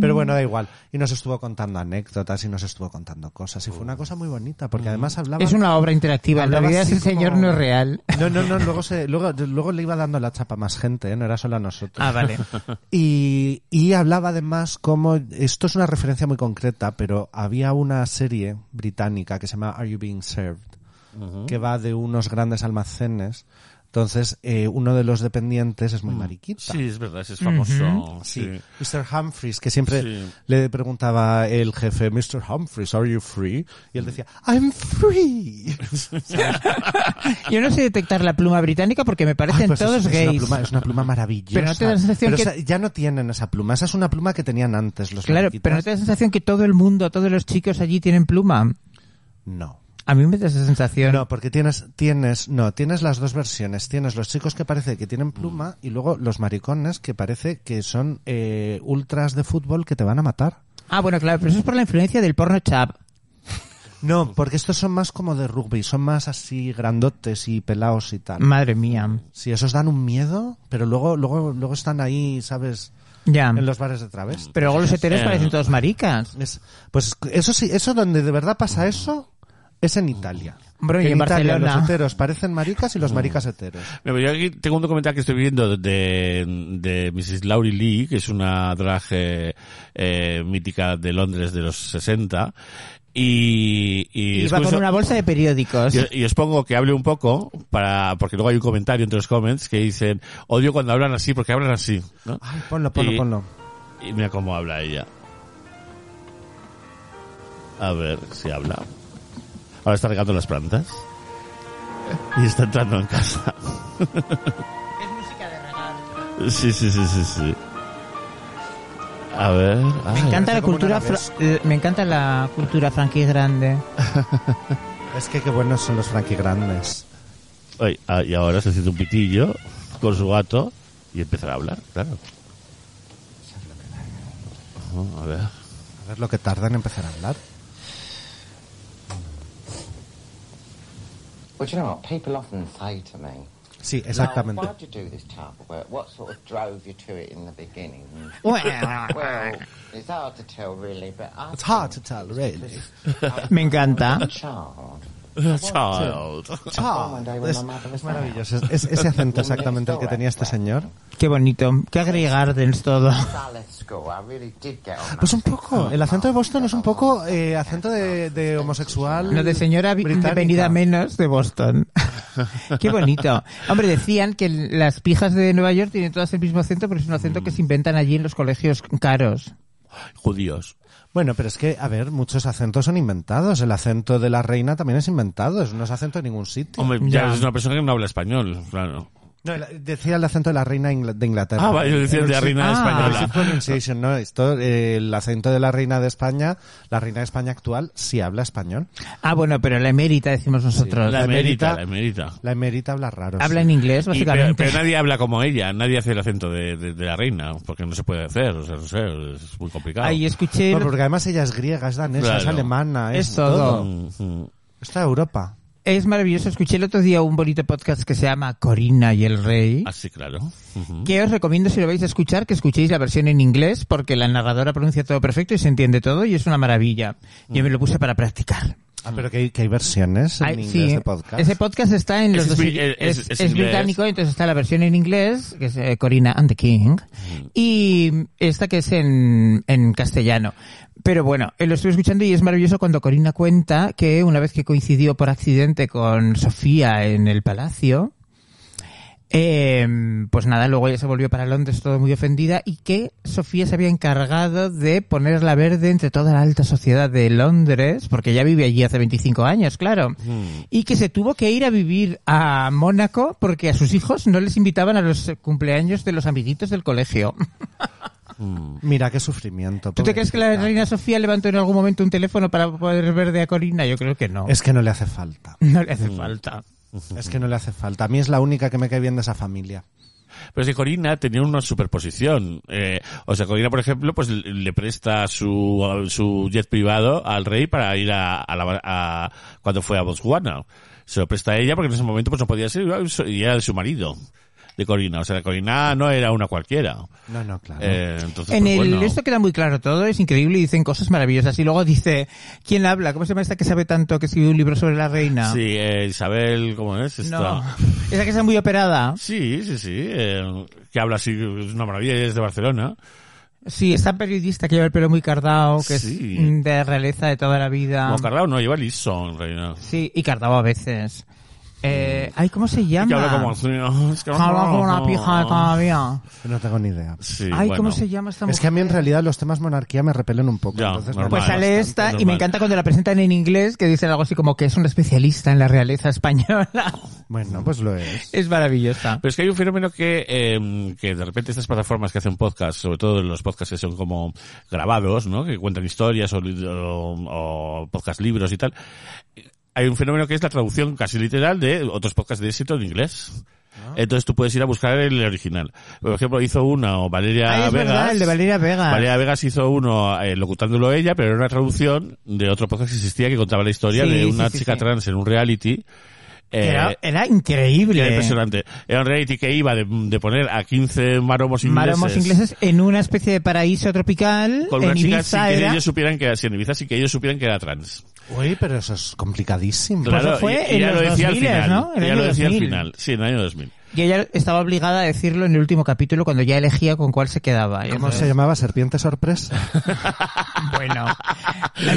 E: Pero bueno, da igual. Y nos estuvo contando anécdotas y nos estuvo contando cosas. Y fue una cosa muy bonita,
F: Mm.
E: porque además hablaba...
F: Es una obra interactiva. En
E: Hablaba
F: realidad
E: así
F: ese señor
E: como-
F: no es real.
E: No, no, no, luego, se, luego, luego le iba dando la chapa a más gente, ¿eh? no era solo a nosotros.
F: Ah, vale.
E: Y, y hablaba además como, esto es una referencia muy concreta, pero había una serie británica que se llama Are You Being Served, que va de unos grandes almacenes Entonces, eh, uno de los dependientes es muy
F: Mm.
E: mariquita.
B: Sí, es verdad, ese es famoso.
E: Sí. Mr. Humphries, que siempre
B: Sí.
E: le preguntaba el jefe, Mr. Humphries, ¿are you free? Y él
F: Mm.
E: decía, I'm free.
F: Yo no sé detectar la pluma británica porque me
E: Ay,
F: parecen
E: pues es-
F: todos
E: es,
F: gays.
E: Una pluma, es una pluma maravillosa.
F: Pero no te da la sensación
E: Pero
F: que-
E: esa- ya no tienen esa pluma. Esa es una pluma que tenían antes los
F: Claro,
E: mariquitas.
F: pero no te da la sensación que todo el mundo, todos los chicos allí tienen pluma.
E: No.
F: A mí me da esa sensación.
E: No, porque tienes, tienes, no, tienes las dos versiones. Tienes los chicos que parece que tienen pluma
F: Mm.
E: y luego los maricones que parece que son eh, ultras de fútbol que te van a matar.
F: Ah, bueno, claro, pero eso es por la influencia del porno chap.
E: No, porque estos son más como de rugby, son más así grandotes y pelados y tal.
F: Madre mía.
E: Sí, esos dan un miedo, pero luego, luego, luego están ahí, ¿sabes?
F: Ya.
E: En los bares de través.
F: Pero luego los heteros
B: Eh.
F: parecen todos maricas.
E: Es- pues eso sí, eso donde de verdad pasa eso es en Italia.
F: Hombre, y
E: Que
F: en
E: Italia
F: Barcelona. Mm.
E: los heteros parecen maricas y los maricas heteros.
B: Mira, pero yo aquí tengo un documental que estoy viendo de, de Mrs. Laurie Lee, que es una drag eh, eh, mítica de Londres de los 60. Y, y
F: Iba con
B: escucho-
F: una bolsa de periódicos.
B: y, y os pongo que hable un poco, para porque luego hay un comentario entre los comments que dicen, odio cuando hablan así, porque hablan así. ¿no?
E: Ay, ponlo, ponlo,
B: Y-
E: ponlo.
B: Y mira cómo habla ella. A ver si habla. Ahora está regando las plantas. Y está entrando en casa.
F: Es música de
B: Sí, sí, sí, sí, sí. A ver.
F: Me
B: ay.
F: encanta la
E: como una
F: cultura,
E: arabesk.
F: fra- eh, me encanta la cultura franquís grande.
E: Es que qué buenos son los Frankie Grandes.
B: Ay, ah, y ahora se haciendo un pitillo con su gato y empezar a hablar, claro. Ajá, A ver.
E: A ver lo que tarda en empezar a hablar.
H: Well, do you know what? People often say to me,
E: Sí,
H: Now,
E: exactamente.
H: why did you do this type of work? What sort of drove you to it in the beginning? well, it's hard to tell, really, but I
E: It's hard to tell, really.
F: Me encanta.
H: was a child.
B: Child.
H: Oh
E: Ah, es, es maravilloso. Es, es ese acento exactamente el que tenía este señor.
F: Qué bonito. Qué agregardens todo.
H: Ballet school, I really did get on
E: Pues
H: that.
E: un poco. El acento de Boston es un poco eh, acento de, de homosexual.
F: Lo de señora vi-
E: británica.
F: de venida menos de Boston. Qué bonito. Hombre, decían que las pijas de Nueva York tienen todas el mismo acento, pero es un acento que se inventan allí en los colegios caros.
B: Judíos.
E: Bueno, pero es que, a ver, muchos acentos son inventados. El acento de la reina también es inventado. Es- No es acento de ningún sitio.
B: Hombre, ya,
F: Ya.
B: es una persona que no habla español, claro.
E: No, el- decía el acento de la reina Ingl- de Inglaterra.
B: Ah, vale, yo decía de la reina
F: Ah,
B: española.
E: Pronunciation, no, esto, eh, el acento de la reina de España, la reina de España actual, sí habla español.
F: Ah, bueno, pero la emérita decimos nosotros.
B: La emerita,
E: emerita.
B: la emerita.
E: La emerita habla raro.
F: Habla
E: sí.
F: en inglés,
B: Y pero,
F: básicamente.
B: pero nadie habla como ella, nadie hace el acento de, de- de la reina, porque no se puede hacer, o sea, no sé, es muy complicado.
F: Ahí escuché...
E: No, porque además ella es griega, es danesa,
B: Claro.
E: es alemana, es,
F: Es todo.
B: Mm, mm.
E: Está Europa.
F: Es maravilloso. Escuché el otro día un bonito podcast que se llama Corina y el Rey.
B: Así, Ah, claro. Ujú.
F: Que os recomiendo si lo vais a escuchar que escuchéis la versión en inglés porque la narradora pronuncia todo perfecto y se entiende todo y es una maravilla. Yo me lo puse para practicar.
E: Ah, pero que hay, que hay versiones en
F: Ay,
E: inglés
F: sí. eh,
E: de podcast.
F: Ese podcast está en los
B: Es
F: dos
B: bri-
F: idi-
B: es-
F: es,
B: es
F: es
B: inglés.
F: británico, entonces está la versión en inglés, que es eh, Corina and the King,
B: Mm.
F: y esta que es en, en castellano. Pero bueno, eh, lo estoy escuchando y es maravilloso cuando Corina cuenta que una vez que coincidió por accidente con Sofía en el palacio, eh, pues nada, luego ella se volvió para Londres todo muy ofendida y que Sofía se había encargado de ponerla verde entre toda la alta sociedad de Londres, porque ya vive allí hace 25 años, claro, y que se tuvo que ir a vivir a Mónaco porque a sus hijos no les invitaban a los eh, cumpleaños de los amiguitos del colegio.
E: Mira qué sufrimiento.
F: ¿Tú te crees que la
E: pobrecita.
F: reina Sofía levantó en algún momento un teléfono para poder verde a Corina? Yo creo que no.
E: Es que no le hace falta.
F: No le hace falta.
E: Es que no le hace falta. A mí es la única que me cae bien de esa familia.
B: Pero es que Corina tenía una superposición. Eh, o sea, Corina, por ejemplo, pues le- le presta su, su jet privado al rey para ir a, a la- a- cuando fue a Botswana. Se lo presta a ella porque en ese momento pues no podía ser y era de su marido, de Corina. O sea, Corina no era una cualquiera.
E: No, no, claro.
B: Eh, entonces,
F: En
B: pues,
F: el
B: bueno.
F: esto queda muy claro todo, es increíble y dicen cosas maravillosas. Y luego dice, ¿quién habla? ¿Cómo se llama esta que sabe tanto que escribió un libro sobre la reina?
B: Sí, eh, Isabel, ¿cómo es? Esta-
F: Ah. No. Esa que está muy operada.
B: Sí, sí, sí. eh, que habla así, es una maravilla, es de Barcelona.
F: Sí, esta periodista que lleva el pelo muy cardado, que
B: Sí.
F: es mm, de realeza de toda la vida.
B: Como Carlao no, lleva liso, en realidad.
F: Sí, y cardado a veces. Eh, ay, ¿cómo se llama?
B: Mm. Que habla como así, ¿no? Es que no-
F: Habla como una pija todavía.
E: No tengo ni idea.
B: Sí,
F: ay,
B: bueno.
F: ¿cómo se llama esta mujer?
E: Es que a mí en realidad los temas monarquía me repelen un poco.
B: Ya,
E: entonces no-
B: normal.
F: Pues
B: Vale,
F: sale
B: bastante
F: esta y me
B: normal.
F: encanta cuando la presentan en inglés que dicen algo así como que es un especialista en la realeza española.
E: Bueno, pues lo es.
F: Es maravillosa.
B: Pero es que hay un fenómeno que, eh, que de repente estas plataformas que hacen podcast, sobre todo los podcasts que son como grabados, ¿no? Que cuentan historias o, li- o- o podcast libros y tal. Hay un fenómeno que es la traducción casi literal de otros podcasts de éxito en inglés.
F: Ah.
B: Entonces tú puedes ir a buscar el original. Por ejemplo, hizo una, o Valeria
F: Ay, es
B: Vegas.
F: verdad, el de Valeria Vega.
B: Ah, Valeria Vegas hizo uno eh, locutándolo ella, pero era una traducción de otro podcast que existía que contaba la historia
F: Sí,
B: de
F: sí,
B: una
F: sí,
B: chica
F: sí.
B: trans en un reality. eh,
F: Era, era
B: que Era
F: increíble.
B: impresionante. Era un reality que iba de, de poner a 15 maromos ingleses.
F: Maromos ingleses en una especie de paraíso tropical
B: Con una
F: en
B: chica sin
F: Ibiza
B: que
F: era.
B: ellos supieran que era, sí, en Ibiza, sin que ellos supieran que era trans.
E: Uy, pero eso es complicadísimo.
F: Claro. Pues eso fue en
B: ya
F: los
B: lo decía
F: 2000,
B: al final.
F: ¿no? En el
B: Ella
F: año
B: lo decía
F: 2000.
B: al final. Sí, en el año 2000.
F: Y ella estaba obligada a decirlo en el último capítulo cuando ya elegía con cuál se quedaba. Y
E: ¿Cómo
F: entonces-
E: se llamaba? ¿Serpiente sorpresa?
F: Bueno,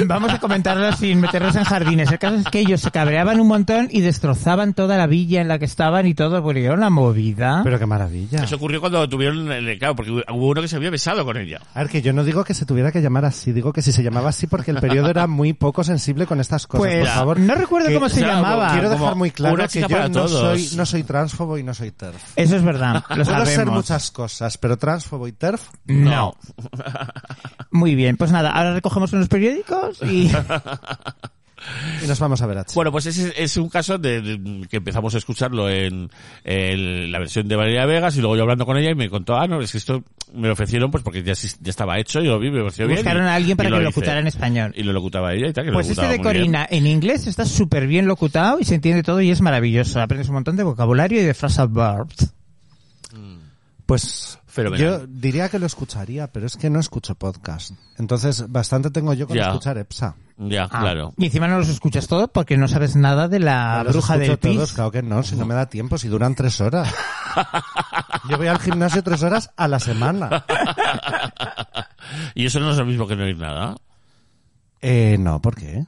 F: vamos a comentarlo sin meternos en jardines. El caso es que ellos se cabreaban un montón y destrozaban toda la villa en la que estaban y todo, porque era una movida.
E: Pero qué maravilla.
B: Eso ocurrió cuando tuvieron, el- claro, porque hubo uno que se había besado con ella.
E: A ver, que yo no digo que se tuviera que llamar así, digo que si se llamaba así porque el periodo era muy poco sensible con estas cosas,
F: Pues,
E: por favor.
F: no recuerdo
E: Que-
F: cómo se
E: o sea,
F: llamaba.
E: Quiero dejar
B: Como
E: muy claro
B: una
E: que
B: chica para
E: yo no
B: todos.
E: soy, no soy transfobo y no soy TERF.
F: Eso es verdad, lo
E: Puedo ser
F: sabemos.
E: muchas cosas, pero transfobo y TERF,
F: No. Muy bien, pues nada, ahora recogemos unos periódicos y...
E: y nos vamos a ver a Chile.
B: Bueno, pues ese es un caso de, de- que empezamos a escucharlo en el- la versión de Valeria Vegas y luego yo hablando con ella y me contó, ah, no, es que esto me lo ofrecieron pues porque ya, exist- ya estaba hecho, yo lo vi, me pareció bien.
F: Buscaron
B: y-
F: a alguien para
B: y
F: que lo
B: hice.
F: locutara en español.
B: Y lo locutaba ella y tal. Que lo
F: Pues este
B: locutaba
F: de
B: muy bien.
F: Corina, en inglés está súper bien locutado y se entiende todo y es maravilloso. Aprendes un montón de vocabulario y de frasas verbs.
E: Pues
B: Fenomenal.
E: yo diría que lo escucharía, pero es que no escucho podcast. Entonces, bastante tengo yo con
B: Ya.
E: escuchar EPSA.
B: Ya,
F: Ah,
B: claro.
F: Y encima no los escuchas todos porque no sabes nada de la
E: Yo los
F: bruja
E: escucho
F: del pis.
E: todos, Claro que no, si no me da tiempo, si duran tres horas. Yo voy al gimnasio tres horas a la semana.
B: Y eso no es lo mismo que no oír nada.
E: Eh, no, ¿por qué?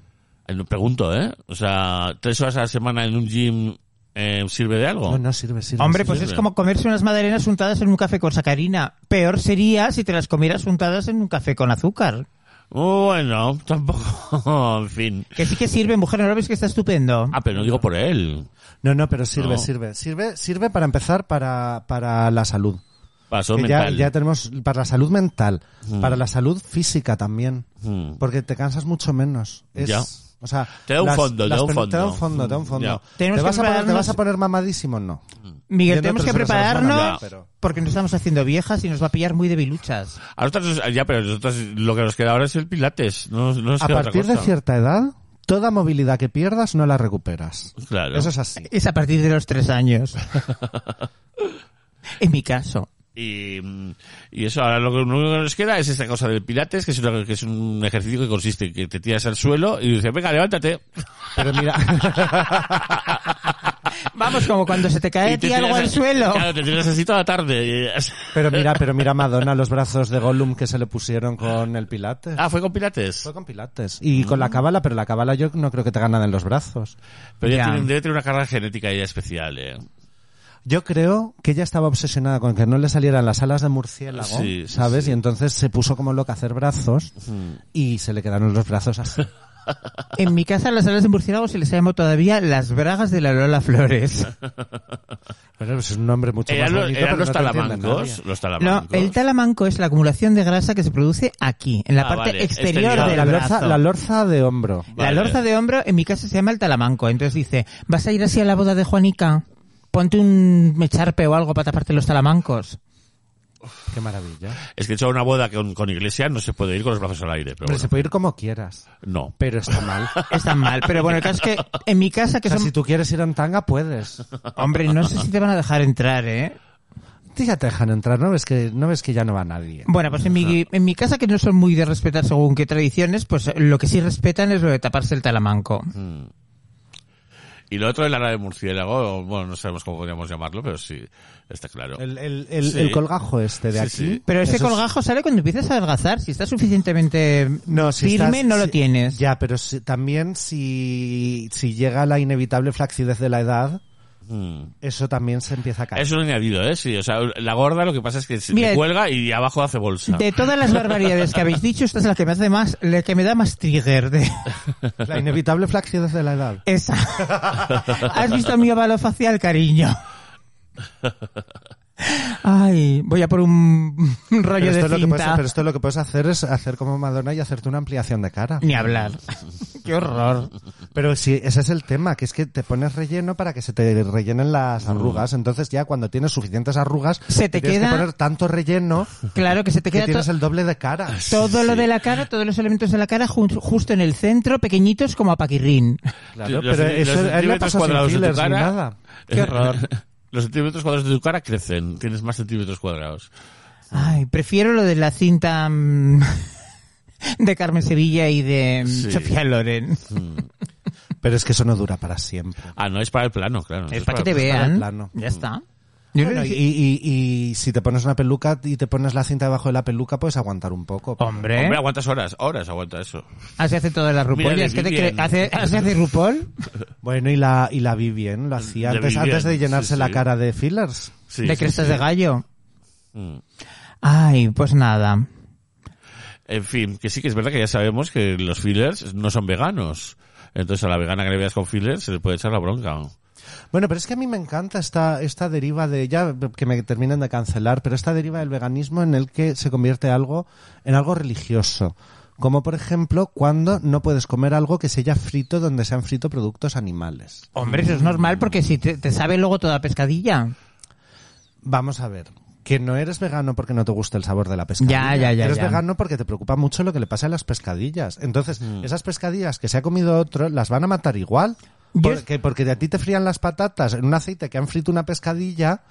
B: Eh, no, Pregunto, ¿eh? O sea, tres horas a la semana en un gym eh, sirve de algo.
E: No, no sirve, sirve.
F: Hombre,
E: sirve.
F: pues
B: sirve.
F: es como comerse unas magdalenas untadas en un café con sacarina. Peor sería si te las comieras untadas en un café con azúcar.
B: Bueno, tampoco. en fin.
F: Que sí que sirve, mujer, no lo ves que está estupendo.
B: Ah, pero no digo por él.
E: No, no, pero sirve,
B: pues, No.
E: sirve. Sirve, sirve para empezar para, para la salud.
B: Pasó
E: Que Eh, ya,
B: mental.
E: ya tenemos para la salud mental, para la salud física también,
B: Mm.
E: porque te cansas mucho menos. Es-
B: Ya.
E: O sea,
B: Te da un fondo, te da un
E: peli- Te da un
B: fondo.
E: fondo, te da un fondo.
B: Ya.
E: ¿Te
F: Tenemos
E: vas,
F: que
E: a poner, te
F: prepararnos-
E: vas a poner mamadísimo? No. Viendo
F: Miguel, tenemos que
E: tres horas a la semana,
F: prepararnos
E: ya, pero-
F: porque nos estamos haciendo viejas y nos va a pillar muy debiluchas.
B: A nosotros, ya, pero a nosotros lo que nos queda ahora es el pilates. No, no nos
E: A
B: queda otra
E: partir de
B: cosa.
E: cierta edad, toda movilidad que pierdas no la recuperas.
B: Claro.
E: Eso es así.
F: Es a partir de los tres años. en mi caso.
B: Y, mm, y eso, ahora lo que lo único que nos queda es esta cosa del pilates, que es, una- que es un ejercicio que consiste en que te tiras al suelo y dices, venga, levántate.
E: Pero mira,
F: Vamos, como cuando se te cae
B: Y
F: a
B: te
F: ti algo
B: tiras
F: al
B: así-
F: suelo.
B: Claro, te tiras así toda la tarde.
E: pero mira, pero mira Madonna, los brazos de Gollum que se le pusieron con el pilates.
B: Ah, fue con pilates.
E: Fue con pilates. Y con la cábala, pero la cábala yo no creo que te haga nada en los brazos.
B: Pero ella
F: Ya.
B: tiene- debe tener una carga genética ella especial, eh.
E: Yo creo que ella estaba obsesionada con que no le salieran las alas de murciélago,
B: Sí, sí,
E: ¿sabes?
B: sí.
E: Y entonces se puso como loca a hacer brazos y se le quedaron los brazos así.
F: En mi casa, a las alas de murciélago se les llama todavía las bragas de la Lola Flores.
E: Pero es un nombre mucho
B: Eran
E: más
B: los,
E: bonito.
B: eran
E: pero
B: los
E: no te entiende
B: talamancos.
E: nadie.
B: Los
F: No,
B: talamancos.
F: el talamanco es la acumulación de grasa que se produce aquí, en la
B: Ah,
F: parte
B: vale,
F: exterior
B: exterior.
F: del
E: La
F: brazo.
E: lorza, la lorza de hombro.
F: La
B: Vale.
F: lorza de hombro en mi casa se llama el talamanco. Entonces dice, ¿vas a ir así a la boda de Juanica? Ponte un mecharpe o algo para taparte los talamancos.
E: Qué maravilla.
B: Es que he hecho una boda con, con iglesia, no se puede ir con los brazos al aire, pero
E: Pero se
B: bueno,
E: puede ir como quieras.
B: no.
E: Pero está mal. O
F: Está mal, pero bueno, el caso es que en mi casa que
E: sea,
F: son...
E: si tú quieres ir en tanga, puedes.
F: Hombre, no sé si te van a dejar entrar, ¿eh?
E: Tú ya te dejan entrar, ¿no ves que, no ves que ya no va nadie?
F: Bueno, pues en mi, en mi casa que no son muy de respetar según
E: Mm.
F: qué tradiciones, pues lo que sí respetan es lo de taparse el talamanco.
B: Mm. Y lo otro es la nave murciélago, o, bueno, no sabemos cómo podríamos llamarlo, pero sí, está claro.
E: El, el- el-
B: Sí.
E: el colgajo este
B: Sí,
E: de aquí.
B: sí.
F: Pero ese
E: eso es-
F: colgajo sale cuando empiezas a adelgazar. Si estás suficientemente
E: No, si
F: firme,
E: estás-
F: no lo
E: si-
F: tienes.
E: Ya, pero si- también si, si llega la inevitable flacidez de la edad,
B: Mm.
E: eso también se empieza a caer.
B: Es un añadido, ¿eh? Sí, o sea, la gorda lo que pasa es que se
F: Mira,
B: te cuelga y abajo hace bolsa.
F: De todas las barbaridades que habéis dicho, esta es la que me hace más, la que me da más trigger de
E: La inevitable flacidez de la edad.
F: esa. ¿Has visto mi óvalo facial, cariño? Ay, voy a por un un rollo
E: Pero esto,
F: de
E: es lo que puedes,
F: cinta.
E: pero esto lo que puedes hacer es hacer como Madonna y hacerte una ampliación de cara.
F: Ni hablar. Qué horror.
E: Pero sí, ese es el tema, que es que te pones relleno para que se te rellenen las arrugas. Entonces ya cuando tienes suficientes arrugas,
F: Se te
E: tienes
F: queda-
E: que poner tanto relleno
F: Claro que se te
E: que
F: queda
E: tienes
F: to-
E: el doble de cara.
F: todo lo
B: Sí.
F: de la cara, todos los elementos de la cara ju- justo en el centro, pequeñitos como a paquirrín.
E: Claro,
B: Los-
E: pero
B: los
E: eso a él le
B: centímetros
E: ha pasado sin
B: cuadrados de tu
E: fillers ni
B: cara-
E: nada.
F: Qué horror.
B: Los centímetros cuadrados de tu cara crecen, tienes más centímetros cuadrados.
F: Ay, prefiero lo de la cinta mm, de Carmen Sevilla y de mm,
B: Sí.
F: Sofía Loren.
E: Pero es que eso no dura para siempre.
B: Mm. Ah, no, es para el plano, claro.
F: Es
B: Es
F: para Eh, que te
E: para el
F: vean.
E: plano.
F: Ya está. Yo
E: Bueno,
F: creo
E: y,
F: que-
E: y- y si te pones una peluca y te pones la cinta debajo de la peluca, puedes aguantar un poco.
F: Hombre,
B: Hombre, aguantas horas, horas aguanta eso.
F: así hace todas las RuPaul.
B: Mira,
F: es que te
B: Vivian.
F: cre- hace, así hace RuPaul.
E: Bueno, y la, y la Vivien lo hacía
B: La
E: antes,
B: Vivien,
E: antes de llenarse
B: sí, sí.
E: la cara de fillers.
B: Sí,
F: de
B: sí,
F: crestas
B: sí.
F: de gallo.
B: Mm.
F: Ay, pues nada.
B: En fin, que sí que es verdad que ya sabemos que los fillers no son veganos. Entonces a la vegana que le veas con fillers se le puede echar la bronca.
E: Bueno, pero es que a mí me encanta esta, esta deriva de, ya que me terminan de cancelar, pero esta deriva del veganismo en el que se convierte algo en algo religioso. Como por ejemplo cuando no puedes comer algo que se haya frito donde se han frito productos animales.
F: Hombre, eso es normal porque si te, te sabe luego toda pescadilla.
E: Vamos a ver. Que no eres vegano porque no te gusta el sabor de la pescadilla.
F: Ya, ya, ya,
E: Eres
F: ya.
E: vegano porque te preocupa mucho lo que le pasa a las pescadillas. Entonces,
F: Mm.
E: esas pescadillas que se ha comido otro, las van a matar igual.
F: Yo
E: Porque, porque a ti te frían las patatas en un aceite que han frito una pescadilla,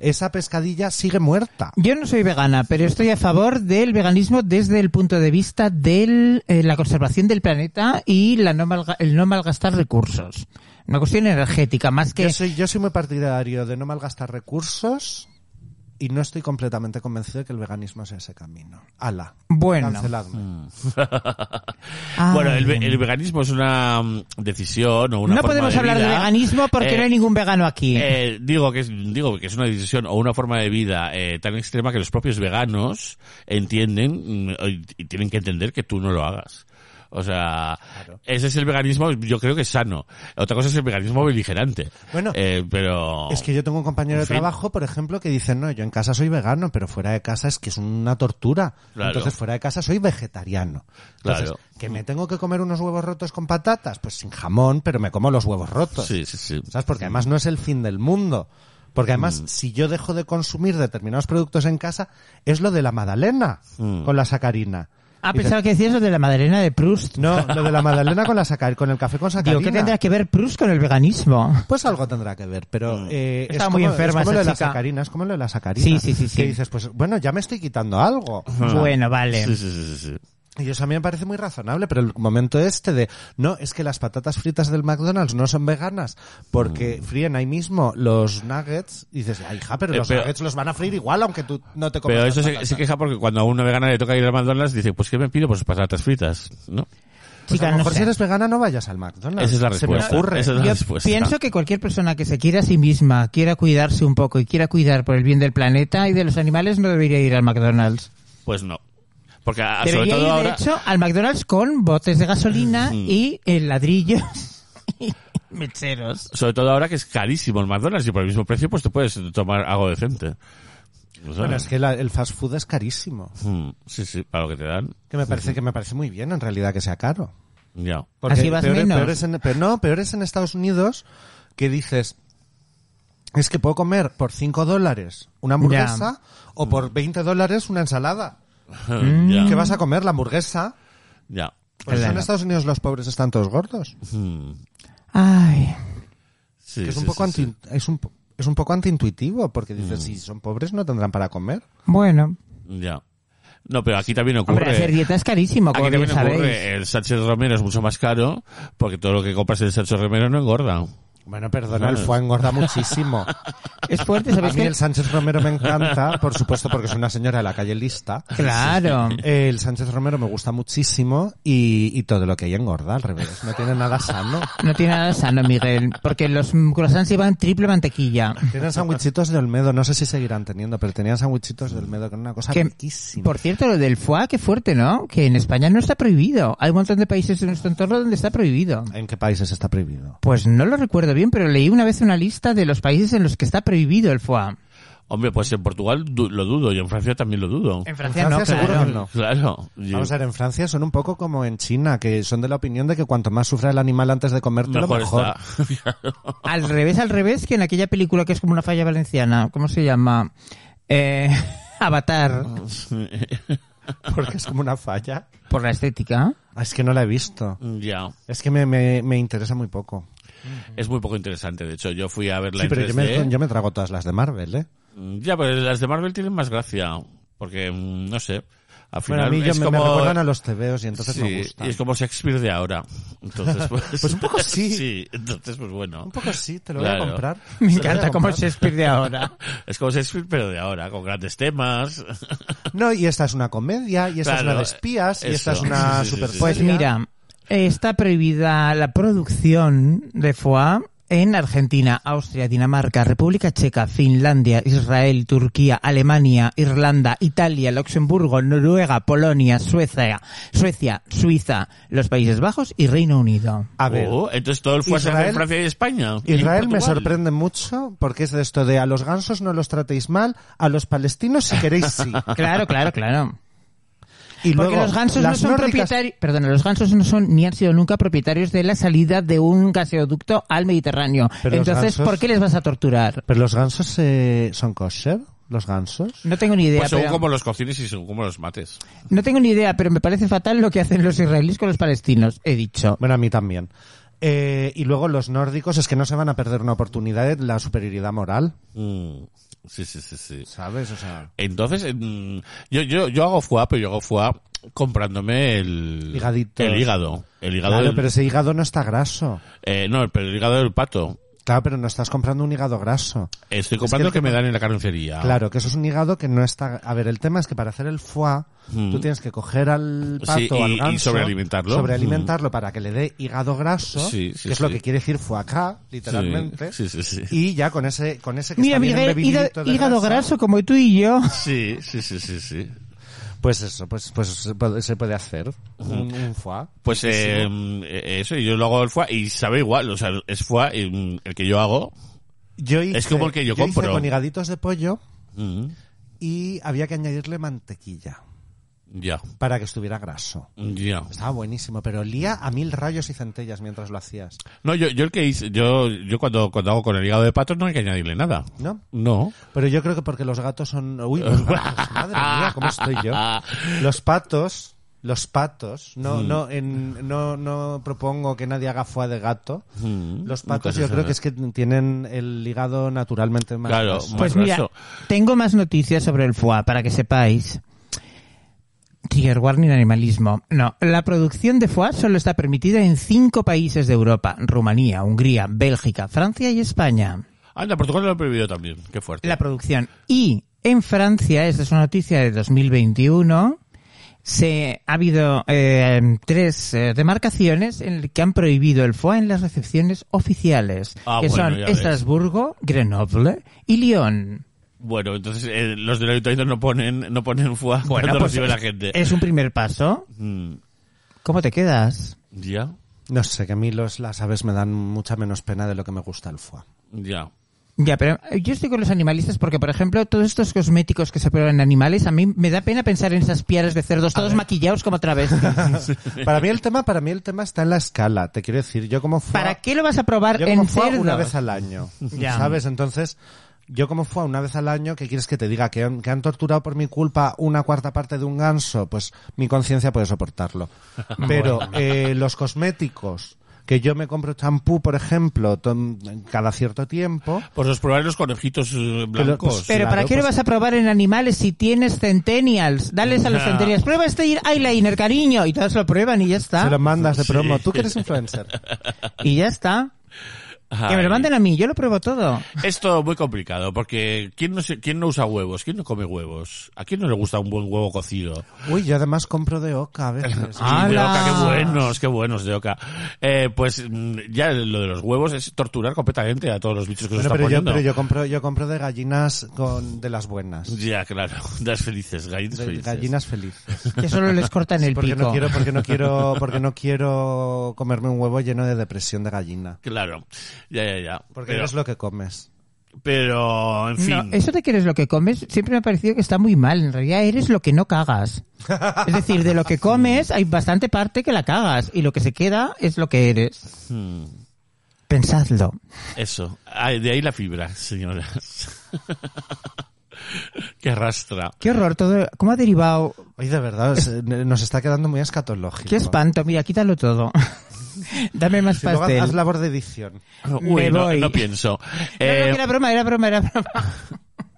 E: esa pescadilla sigue muerta.
F: Yo no soy vegana, pero estoy a favor del veganismo desde el punto de vista de la conservación del planeta y la no malga- el no malgastar recursos. Una cuestión energética, más que...
E: Yo soy, yo soy muy partidario de no malgastar recursos y no estoy completamente convencido de que el veganismo sea ese camino. Ala.
F: Bueno. Ah,
E: Canceladme.
F: Ay.
B: Bueno, el, ve- el veganismo es una mm, decisión o una
F: no
B: forma
F: podemos
B: de
F: hablar de
B: vida.
F: veganismo porque
B: Eh,
F: no hay ningún vegano aquí.
B: Eh, digo que es, digo que es una decisión o una forma de vida eh, tan extrema que los propios veganos entienden mm, y- y tienen que entender que tú no lo hagas. O sea, ese es el veganismo, yo creo que es sano. Otra cosa es el veganismo beligerante.
E: Bueno,
B: Eh, pero
E: Es que yo tengo un compañero de
B: En fin.
E: trabajo, por ejemplo, que dice, no, yo en casa soy vegano, pero fuera de casa es que es una tortura.
B: Claro.
E: Entonces, fuera de casa soy vegetariano. Entonces,
B: Claro.
E: que me tengo que comer unos huevos rotos con patatas, pues sin jamón, pero me como los huevos rotos.
B: sí, sí, sí.
E: ¿Sabes? Porque además no es el fin del mundo. Porque además,
B: Mm.
E: si yo dejo de consumir determinados productos en casa, es lo de la magdalena
B: Mm.
E: con la sacarina.
F: ah,
E: Dice,
F: pensaba que decías lo de la Madalena de Proust.
E: No, lo de la magdalena con la sacarina, con el café con sacarina.
F: Digo, ¿qué tendrá que ver Proust con el veganismo?
E: Pues algo tendrá que ver,
B: Mm.
E: pero eh,
F: Estaba muy enferma
E: es como
F: esa
E: lo de la
F: chica.
E: sacarina, es como lo de la sacarina.
F: Sí, sí, sí, sí.
E: Que dices, pues bueno, ya me estoy quitando algo.
F: Bueno, vale.
B: Ah. Sí, sí, sí, sí, sí.
E: Y eso a mí me parece muy razonable, pero el momento este de, no, es que las patatas fritas del McDonald's no son veganas porque fríen ahí mismo los nuggets. Y dices, ay, hija, pero
B: Mm. Eh,
E: los
B: pero-
E: nuggets los van a freír igual aunque tú no te comas
B: Pero
E: las
B: eso se,
E: patatas.
B: se queja porque cuando a una vegana le toca ir al McDonald's dice, pues ¿qué me pido? Pues patatas fritas, ¿no?
E: Pues
F: Chica,
E: a lo
F: no
E: mejor
F: sé.
E: si eres vegana no vayas al McDonald's.
B: Esa es la
E: Se me
B: respuesta.
E: ocurre.
B: Esa es la
F: Yo
B: respuesta.
F: pienso que cualquier persona que se quiera a sí misma, quiera cuidarse un poco y quiera cuidar por el bien del planeta y de los animales, no debería ir al McDonald's.
B: Pues no. Porque a- Ah, sobre
F: debería
B: todo
F: ir,
B: ahora...
F: de hecho, al McDonald's con botes de gasolina y eh, ladrillos y mecheros.
B: Sobre todo ahora que es carísimo el McDonald's y por el mismo precio pues te puedes tomar algo decente. O sea,
E: Bueno, es que la- el fast food es carísimo.
B: mm, Sí, sí, para lo que te dan.
E: Que me parece, que me parece muy bien en realidad que sea caro.
B: Ya.
E: Porque
F: Así vas
E: peor,
F: menos.
E: peor es en, pero no, peor es en Estados Unidos que dices, es que puedo comer por 5 dólares una hamburguesa o por 20 dólares una ensalada.
B: ya.
E: Mm, ¿Qué vas a comer? La hamburguesa.
B: Ya.
E: Por eso en
F: Claro.
E: Estados Unidos los pobres están todos gordos.
B: Mm,
F: Ay,
B: sí,
E: Que es,
B: sí,
E: un poco
B: sí, Mm. sí.
E: anti- es, un, po- es un poco antiintuitivo porque dices, si son pobres no tendrán para comer.
F: bueno.
B: Ya. No, pero aquí también ocurre...
F: Hombre, hacer dieta es carísimo, como
B: Aquí
F: bien
B: también
F: sabéis.
B: ocurre, el Sánchez Romero es mucho más caro porque todo lo que compras en el Sánchez Romero no engorda.
E: Bueno, perdona, el foie engorda muchísimo.
F: Es fuerte,
E: A
F: ¿sabéis
E: mí
F: qué?
E: el Sánchez Romero me encanta, por supuesto, porque es una señora de la calle lista.
F: Claro.
E: El Sánchez Romero me gusta muchísimo y, y todo lo que hay engorda, al revés. No tiene nada sano.
F: No tiene nada sano, Miguel, porque los mm, croissants llevan triple mantequilla.
E: Tienen sandwichitos de Olmedo, no sé si seguirán teniendo, pero tenían sandwichitos de Olmedo, que era una cosa
F: Que,
E: riquísima.
F: por cierto, lo del foie, qué fuerte, ¿no? Que en España no está prohibido. Hay un montón de países en nuestro entorno donde está prohibido.
E: ¿En qué países está prohibido?
F: Pues no lo recuerdo bien, pero leí una vez una lista de los países en los que está prohibido el foie.
B: Hombre, pues en Portugal du- lo dudo y en Francia también lo dudo.
F: En
E: En
F: Francia,
E: Francia
F: no,
E: seguro
F: claro.
E: que Eh, no.
B: Claro. Y-
E: Vamos a ver, en Francia son un poco como en China, que son de la opinión de que cuanto más sufra el animal antes de comértelo,
B: Mejor
E: mejor.
B: está.
F: Al revés, al revés, que en aquella película que es como una falla valenciana, ¿cómo se llama? Eh, Avatar,
E: Porque es como una falla.
F: por la estética.
E: Ah, Es que no la he visto.
B: ya.
E: Es que me, me, me interesa muy poco.
B: Es muy poco interesante. De hecho, yo fui a verla
E: Sí,
B: en
E: pero yo me,
B: 3D.
E: yo me trago todas las de Marvel, ¿eh?
B: Ya, pero las de Marvel tienen más gracia. Porque, mm, no sé. Al
E: Bueno,
B: final
E: a mí yo
B: es
E: me, me
B: como.
E: recuerdan a los tebeos y entonces
B: Sí,
E: me gusta.
B: y es como Shakespeare de ahora. Entonces, pues,
E: Pues un poco sí.
B: Sí, entonces, pues bueno.
E: Un poco sí, te lo voy
B: Claro.
E: a comprar.
F: Me
E: Te lo voy a
F: encanta cómo
E: comprar.
F: Shakespeare de ahora.
B: Es como Shakespeare, pero de ahora, con grandes temas.
E: No, y esta es una comedia, y esta
B: Claro,
E: es una de espías, y esta es
B: eso.
E: una
B: Sí, sí, sí,
E: super
B: sí, sí.
F: Pues mira, está prohibida la producción de foie en Argentina, Austria, Dinamarca, República Checa, Finlandia, Israel, Turquía, Alemania, Irlanda, Italia, Luxemburgo, Noruega, Polonia, Suecia, Suecia, Suiza, los Países Bajos y Reino Unido.
E: A ver,
B: Oh, entonces todo el fue
E: Israel-
B: en Francia y España. y
E: Israel me
B: Portugal.
E: sorprende mucho porque es de esto de a los gansos no los tratéis mal, a los palestinos si queréis sí.
F: Claro, claro, claro.
E: Y
F: Porque
E: luego,
F: los gansos no
E: las
F: son
E: nórdicas-
F: propietarios, perdona, los gansos no son ni han sido nunca propietarios de la salida de un gaseoducto al Mediterráneo.
E: Pero los
F: Entonces,
E: gansos-
F: ¿por qué les vas a torturar?
E: Pero los gansos eh, son kosher, los gansos.
F: No tengo ni idea.
B: Pues según
F: pero-
B: como los cocines y según como los mates.
F: No tengo ni idea, pero me parece fatal lo que hacen los israelíes con los palestinos, he dicho.
E: Bueno, a mí también. Eh, y luego los nórdicos es que no se van a perder una oportunidad de la superioridad moral,
B: Mm, Sí, sí, sí, sí.
E: ¿sabes? O sea,
B: Entonces, en- yo, yo, yo hago foie, pero yo hago foie comprándome el...
E: Higaditos.
B: El hígado. El hígado
E: claro,
B: del-
E: pero ese hígado no está graso.
B: eh, no, pero el hígado del pato.
E: Claro, pero no estás comprando un hígado graso.
B: Estoy comprando
E: el
B: que,
E: que-
B: me dan en la carnicería.
E: Claro, que eso es un hígado que no está... A ver, el tema es que para hacer el foie,
B: Mm.
E: tú tienes que coger al pato,
B: Sí, y-
E: al
B: y
E: ganso...
B: sobrealimentarlo. Mm.
E: Sobrealimentarlo para que le dé hígado graso,
B: Sí, sí,
E: que es lo
B: sí.
E: que quiere decir foie gras, literalmente.
B: Sí, sí, sí.
E: Y ya con ese, con ese que
F: Mira,
E: está bien
F: Miguel, hígado,
E: embebidito de
F: hígado
E: grasa,
F: graso como tú y yo.
B: Sí, sí, sí, sí, sí.
E: Pues eso, pues, pues se puede- se puede hacer un, un foie.
B: Pues eh, eh, eso, y yo lo hago el foie y sabe igual, o sea, es foie y, mm, el que yo hago.
E: Yo hice,
B: es como el que yo
E: hice
B: compro.
E: con higaditos de pollo
B: mm,
E: y había que añadirle mantequilla
B: Ya,
E: para que estuviera graso.
B: ya.
E: Estaba buenísimo, pero olía a mil rayos y centellas mientras lo hacías,
B: No, yo, yo el que hice, yo, yo cuando, cuando hago con el hígado de pato no hay que añadirle nada.
E: ¿no?
B: No.
E: Pero yo creo que porque los gatos son... Uy, los gatos, madre mía, cómo estoy yo. Los patos, los patos, no,
B: Hmm.
E: no, en- no, no propongo que nadie haga foie de gato.
B: Mm,
E: Los
B: nunca
E: patos
B: se
E: yo creo
B: sabe.
E: que es que tienen el hígado naturalmente más
B: Claro,
E: graso.
F: Pues
B: Más
F: mira,
B: graso.
F: tengo más noticias sobre el foie para que sepáis. Trigger warning animalismo. No, la producción de foie solo está permitida en cinco países de Europa: Rumanía, Hungría, Bélgica, Francia y España.
B: Anda, Portugal lo ha prohibido también. Qué fuerte.
F: la producción. Y en Francia, esta es una noticia de 2021, se ha habido eh, tres eh, demarcaciones en el que han prohibido el foie en las recepciones oficiales,
B: Ah,
F: que
B: bueno,
F: son
B: ya ves.
F: Estrasburgo, Grenoble y Lyon.
B: Bueno, entonces eh, los del ayuntamiento no ponen, no ponen foie cuando
F: pues,
B: recibe la gente.
F: Es un primer paso.
B: Mm,
F: ¿Cómo te quedas?
B: ya,
E: No sé, que a mí los, las aves me dan mucha menos pena de lo que me gusta el foie.
B: ya.
F: Ya, pero eh, yo estoy con los animalistas porque, por ejemplo, todos estos cosméticos que se prueban en animales, a mí me da pena pensar en esas piaras de cerdos, todos maquillados como travestis.
E: Para mí el tema, para mí el tema está en la escala. Te quiero decir, yo como foie,
F: ¿Para qué lo vas a probar
E: yo como
F: en
E: foie
F: cerdos?
E: una vez al año,
F: Ya.
E: ¿sabes? Entonces, yo como foie una vez al año, ¿qué quieres que te diga? ¿Que han, que han torturado por mi culpa una cuarta parte de un ganso? Pues mi conciencia puede soportarlo. Pero eh, los cosméticos, que yo me compro champú, por ejemplo, tom- cada cierto tiempo,
B: Pues los probaré los conejitos eh, blancos.
E: pues,
F: Pero
E: Claro,
F: ¿para qué lo
E: pues-
F: vas a probar en animales si tienes centennials? Dales a los
B: Ya.
F: centennials, prueba este eyeliner, cariño, y todos lo prueban y ya
E: se
F: está.
E: lo mandas de promo. Tú que eres influencer.
F: Y ya está. Que me
B: Ay.
F: lo manden a mí, yo lo pruebo todo.
B: Esto es muy complicado, porque ¿quién no, se- ¿quién no usa huevos? ¿Quién no come huevos? ¿A quién no le gusta un buen huevo cocido?
E: Uy, yo además compro de oca a veces.
B: Sí, de
F: Pues ¡Hala!
B: Oca, qué buenos, qué buenos de Oca. Eh, pues mm, ya lo de los huevos es torturar completamente a todos los bichos que se
E: Bueno,
B: están
E: pero, yo,
B: poniendo.
E: pero yo compro yo compro de gallinas con, de las buenas.
B: Ya, claro, das felices, gallinas
E: De
B: felices.
E: gallinas felices.
F: Que solo les cortan el
E: Porque
F: pico.
E: no quiero porque no quiero porque no quiero comerme un huevo lleno de depresión de gallina,
B: Claro, ya, ya, ya.
E: porque
B: pero,
E: no es lo que comes.
B: pero, en
F: No,
B: fin.
F: eso de que eres lo que comes siempre me ha parecido que está muy mal. En realidad eres lo que no cagas. Es decir, de lo que comes hay bastante parte que la cagas y lo que se queda es lo que eres.
B: Hmm,
F: Pensadlo.
B: Eso. Ah, de ahí la fibra, señoras. que arrastra.
F: Qué horror todo. ¿Cómo ha derivado?
E: Oye, de verdad, se- nos está quedando muy escatológico.
F: Qué espanto. Mira, quítalo todo. Dame más
E: Si luego haz- haz
F: pastel.
E: labor de edición.
B: Uy,
F: Me
B: no,
F: voy.
B: no pienso.
F: No, no,
B: Eh,
F: que era broma, era broma, era broma.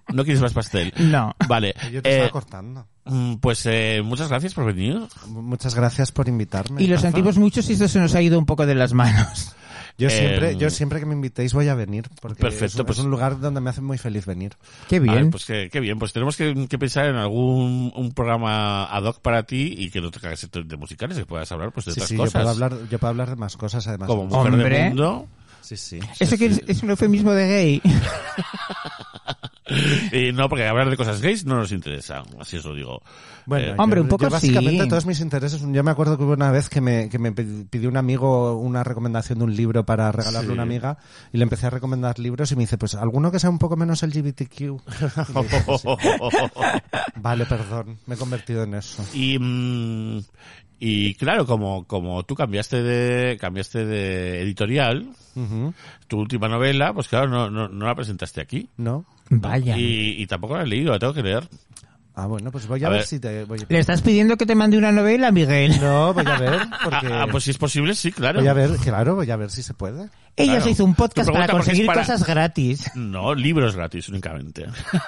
B: ¿no quieres más pastel?
F: No.
B: Vale.
E: Yo te
B: eh,
E: estaba cortando.
B: mm, pues eh, muchas gracias por venir.
E: M- Muchas gracias por invitarme.
F: Y los antiguos muchos y esto se nos ha ido un poco de las manos.
E: Yo
B: Eh,
E: siempre, yo siempre que me invitéis voy a venir. Porque
B: Perfecto,
E: es un, es
B: pues-
E: un lugar donde me hace muy feliz venir.
F: Qué
B: A ver,
F: bien.
B: pues qué, qué bien, pues tenemos que, que pensar en algún un programa ad hoc para ti y que no te cagues de musicales, que puedas hablar pues de
E: Sí,
B: otras
E: sí, yo
B: cosas.
E: puedo, hablar, yo puedo hablar de más cosas además.
B: como mujer del
F: Hombre.
B: mundo.
E: Sí, sí.
F: Eso que es, es un eufemismo de gay.
B: Y no, porque hablar de cosas gays no nos interesa, así os lo digo.
E: Bueno,
B: Eh,
F: hombre,
E: yo-
F: un poco
E: yo básicamente
F: sí.
E: todos mis intereses. Yo me acuerdo que hubo una vez que me, que me pi- pidió un amigo una recomendación de un libro para regalarle
B: Sí.
E: a una amiga y le empecé a recomendar libros y me dice, pues alguno que sea un poco menos LGBTQ. Y le dije, "Pues "Sí". Vale, perdón, me he convertido en eso.
B: y, mm, y claro, como, como tú cambiaste de, cambiaste de editorial,
E: Ujú.
B: tu última novela, pues claro, no, no, no la presentaste aquí.
E: ¿No?
F: Vaya.
B: Y, y tampoco la he leído, la tengo que leer.
E: Ah, bueno, pues voy a,
B: A
E: ver,
B: ver.
E: si te... Voy...
F: Le estás pidiendo que te mande una novela, Miguel.
E: No, voy a ver, porque...
B: Ah, pues si es posible, sí, claro.
E: Voy a ver, claro, voy a ver si se puede.
F: Ella
B: Claro.
F: se hizo un podcast
B: Tu pregunta,
F: para
B: porque es
F: conseguir
B: para-
F: cosas gratis.
B: No, libros gratis únicamente.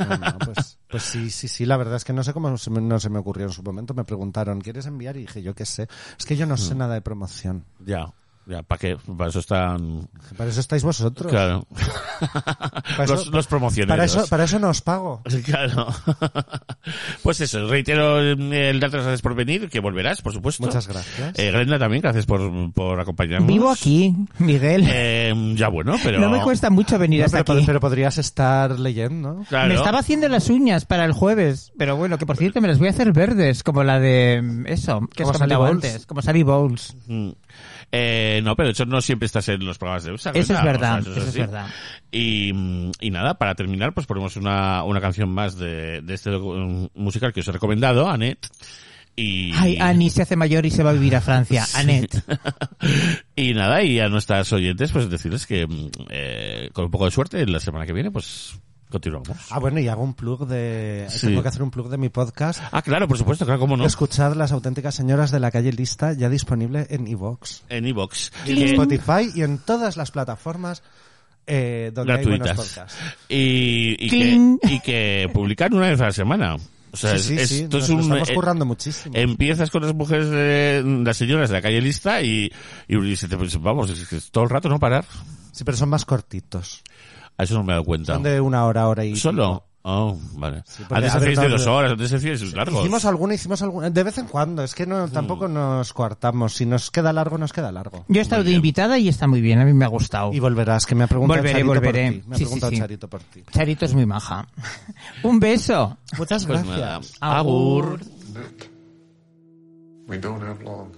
E: Bueno, pues, pues sí, sí, sí, la verdad es que no sé cómo se me- no se me ocurrió en su momento. Me preguntaron, ¿quieres enviar? Y dije, yo qué sé. Es que yo no
B: Mm.
E: sé nada de promoción.
B: ya, ya, ¿para qué? Para eso están...
E: Para eso estáis vosotros.
B: Claro.
E: Para
B: los,
E: eso-
B: los promocioneros.
E: Para eso, para eso no os pago.
B: Claro. Pues eso, reitero eh, el darte las gracias por venir, que volverás, por supuesto.
E: Muchas gracias.
B: Eh, Glenda también, gracias por, por acompañarnos.
F: Vivo aquí, Miguel.
B: Eh, ya bueno, pero...
F: No me cuesta mucho venir
E: No,
F: hasta
E: pero, pod-
F: aquí.
E: pero podrías estar leyendo.
B: Claro.
F: Me estaba haciendo las uñas para el jueves, pero bueno, que por cierto me las voy a hacer verdes, como la de mm, eso, que
E: Como
F: os comentaba
E: Sally Bowles.
F: antes, como Sally Bowles.
B: Mm. Eh, no, pero de hecho no siempre estás en los programas de USA.
F: Eso es verdad,
B: O sea,
F: eso es
B: así.
F: verdad.
B: Y, mm, y nada, para terminar, pues ponemos una, una canción más de, de este docu- musical que os he recomendado, Annette. Y,
F: Ay, Annie se hace mayor y se va a vivir a Francia. Annette.
B: y nada, y a nuestras oyentes, pues decirles que mm, eh, con un poco de suerte, la semana que viene, pues continuamos.
E: Ah, bueno, y hago un plug de...
B: Sí.
E: Tengo que hacer un plug de mi podcast.
B: Ah, claro, por supuesto, claro, cómo no.
E: Escuchad Las auténticas señoras de la calle lista, ya disponible en iVoox.
B: En Evox.
E: en Spotify y en todas las plataformas eh, donde hay buenos
B: gratuitas.
E: podcasts.
B: Y, y, que,
F: Cling.
B: y que publicar una vez a la semana. O sea,
E: Sí,
B: es-
E: sí,
B: es-
E: sí,
B: esto
E: nos
B: es
E: lo
B: un,
E: estamos
B: eh,
E: currando muchísimo.
B: Empiezas con las mujeres, de, las señoras de la calle lista y, y se te, pues, vamos, es que es todo el rato no parar.
E: Sí, pero son más cortitos.
B: A eso no me he dado cuenta.
E: Son de una hora, hora y...
B: ¿Solo? Oh, vale.
E: porque,
B: antes
E: a ver,
B: hacéis de
E: no,
B: dos
E: no.
B: horas, antes hacíais largos.
F: Pues
E: Hicimos alguna, hicimos alguna. De vez en cuando, es que no, tampoco nos coartamos. Si nos queda largo, nos queda largo.
F: Yo he estado de invitada y está muy bien, a mí me ha gustado.
E: Y volverás, que me ha preguntado
F: Volveré,
E: Charito
F: volveré.
E: por ti. Me ha
F: Sí, sí,
E: preguntado
F: sí.
E: Charito por ti.
F: Charito es muy maja. Un beso.
E: Muchas
B: Pues
E: gracias.
B: nada.
F: Agur.
C: Nick, we don't have long.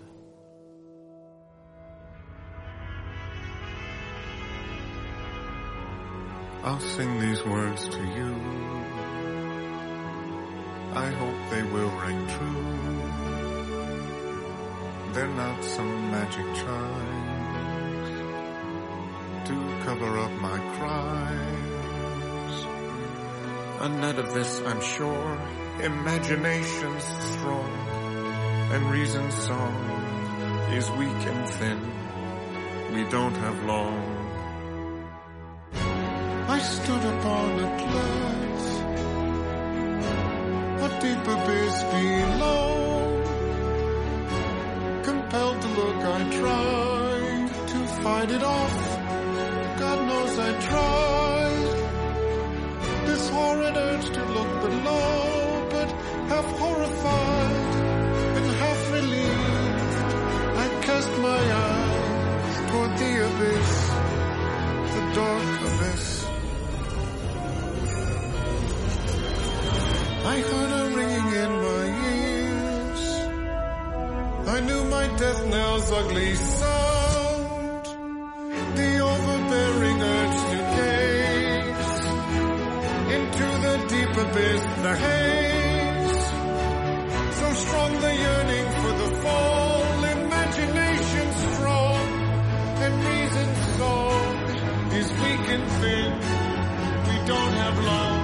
C: I'll sing these words to you. I hope they will ring true. They're not some magic charm to cover up my crimes. A none of this, I'm sure. Imagination's strong, and reason's song is weak and thin. We don't have long. I stood upon a clouds, a deep abyss below. Compelled to look, I tried to fight it off. God as I tried. This horrid urge to look below, but half horrified and half relieved, I cast my eyes toward the abyss, the dark abyss. I heard a ringing in my ears. I knew my death knell's ugly sound. The overbearing urge to gaze into the deep abyss, the haze. So strong the yearning for the fall, imagination strong, and reason song is weak and thin. We don't have long.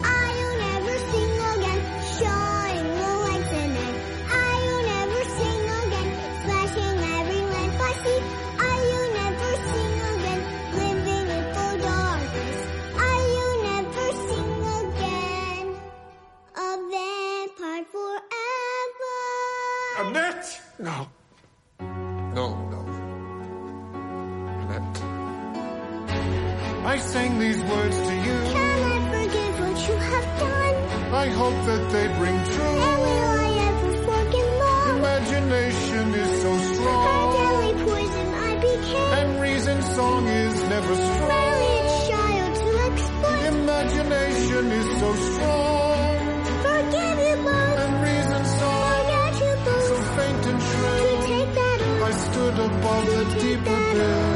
D: Are you never sing again? Showing the lights in it. Are you never sing again? Flashing every lamp I see. Are you never sing again? Living in the darkness. Are you never sing again? A vampire forever.
C: Annette! No. No, no. Annette. I sang these words to you.
D: Can I forgive what you have done?
C: I hope that they bring
D: And will
C: true.
D: I ever forgive love?
C: Imagination is so
D: Her
C: strong.
D: deadly poison I became.
C: And reason's song is never
D: Brilliant
C: strong.
D: child to exploit.
C: Imagination is so strong.
D: Forgive you both.
C: And reason's song
D: Forget you
C: so
D: both.
C: faint and
D: To
C: shrill.
D: take that oath.
C: I stood above the deep abyss.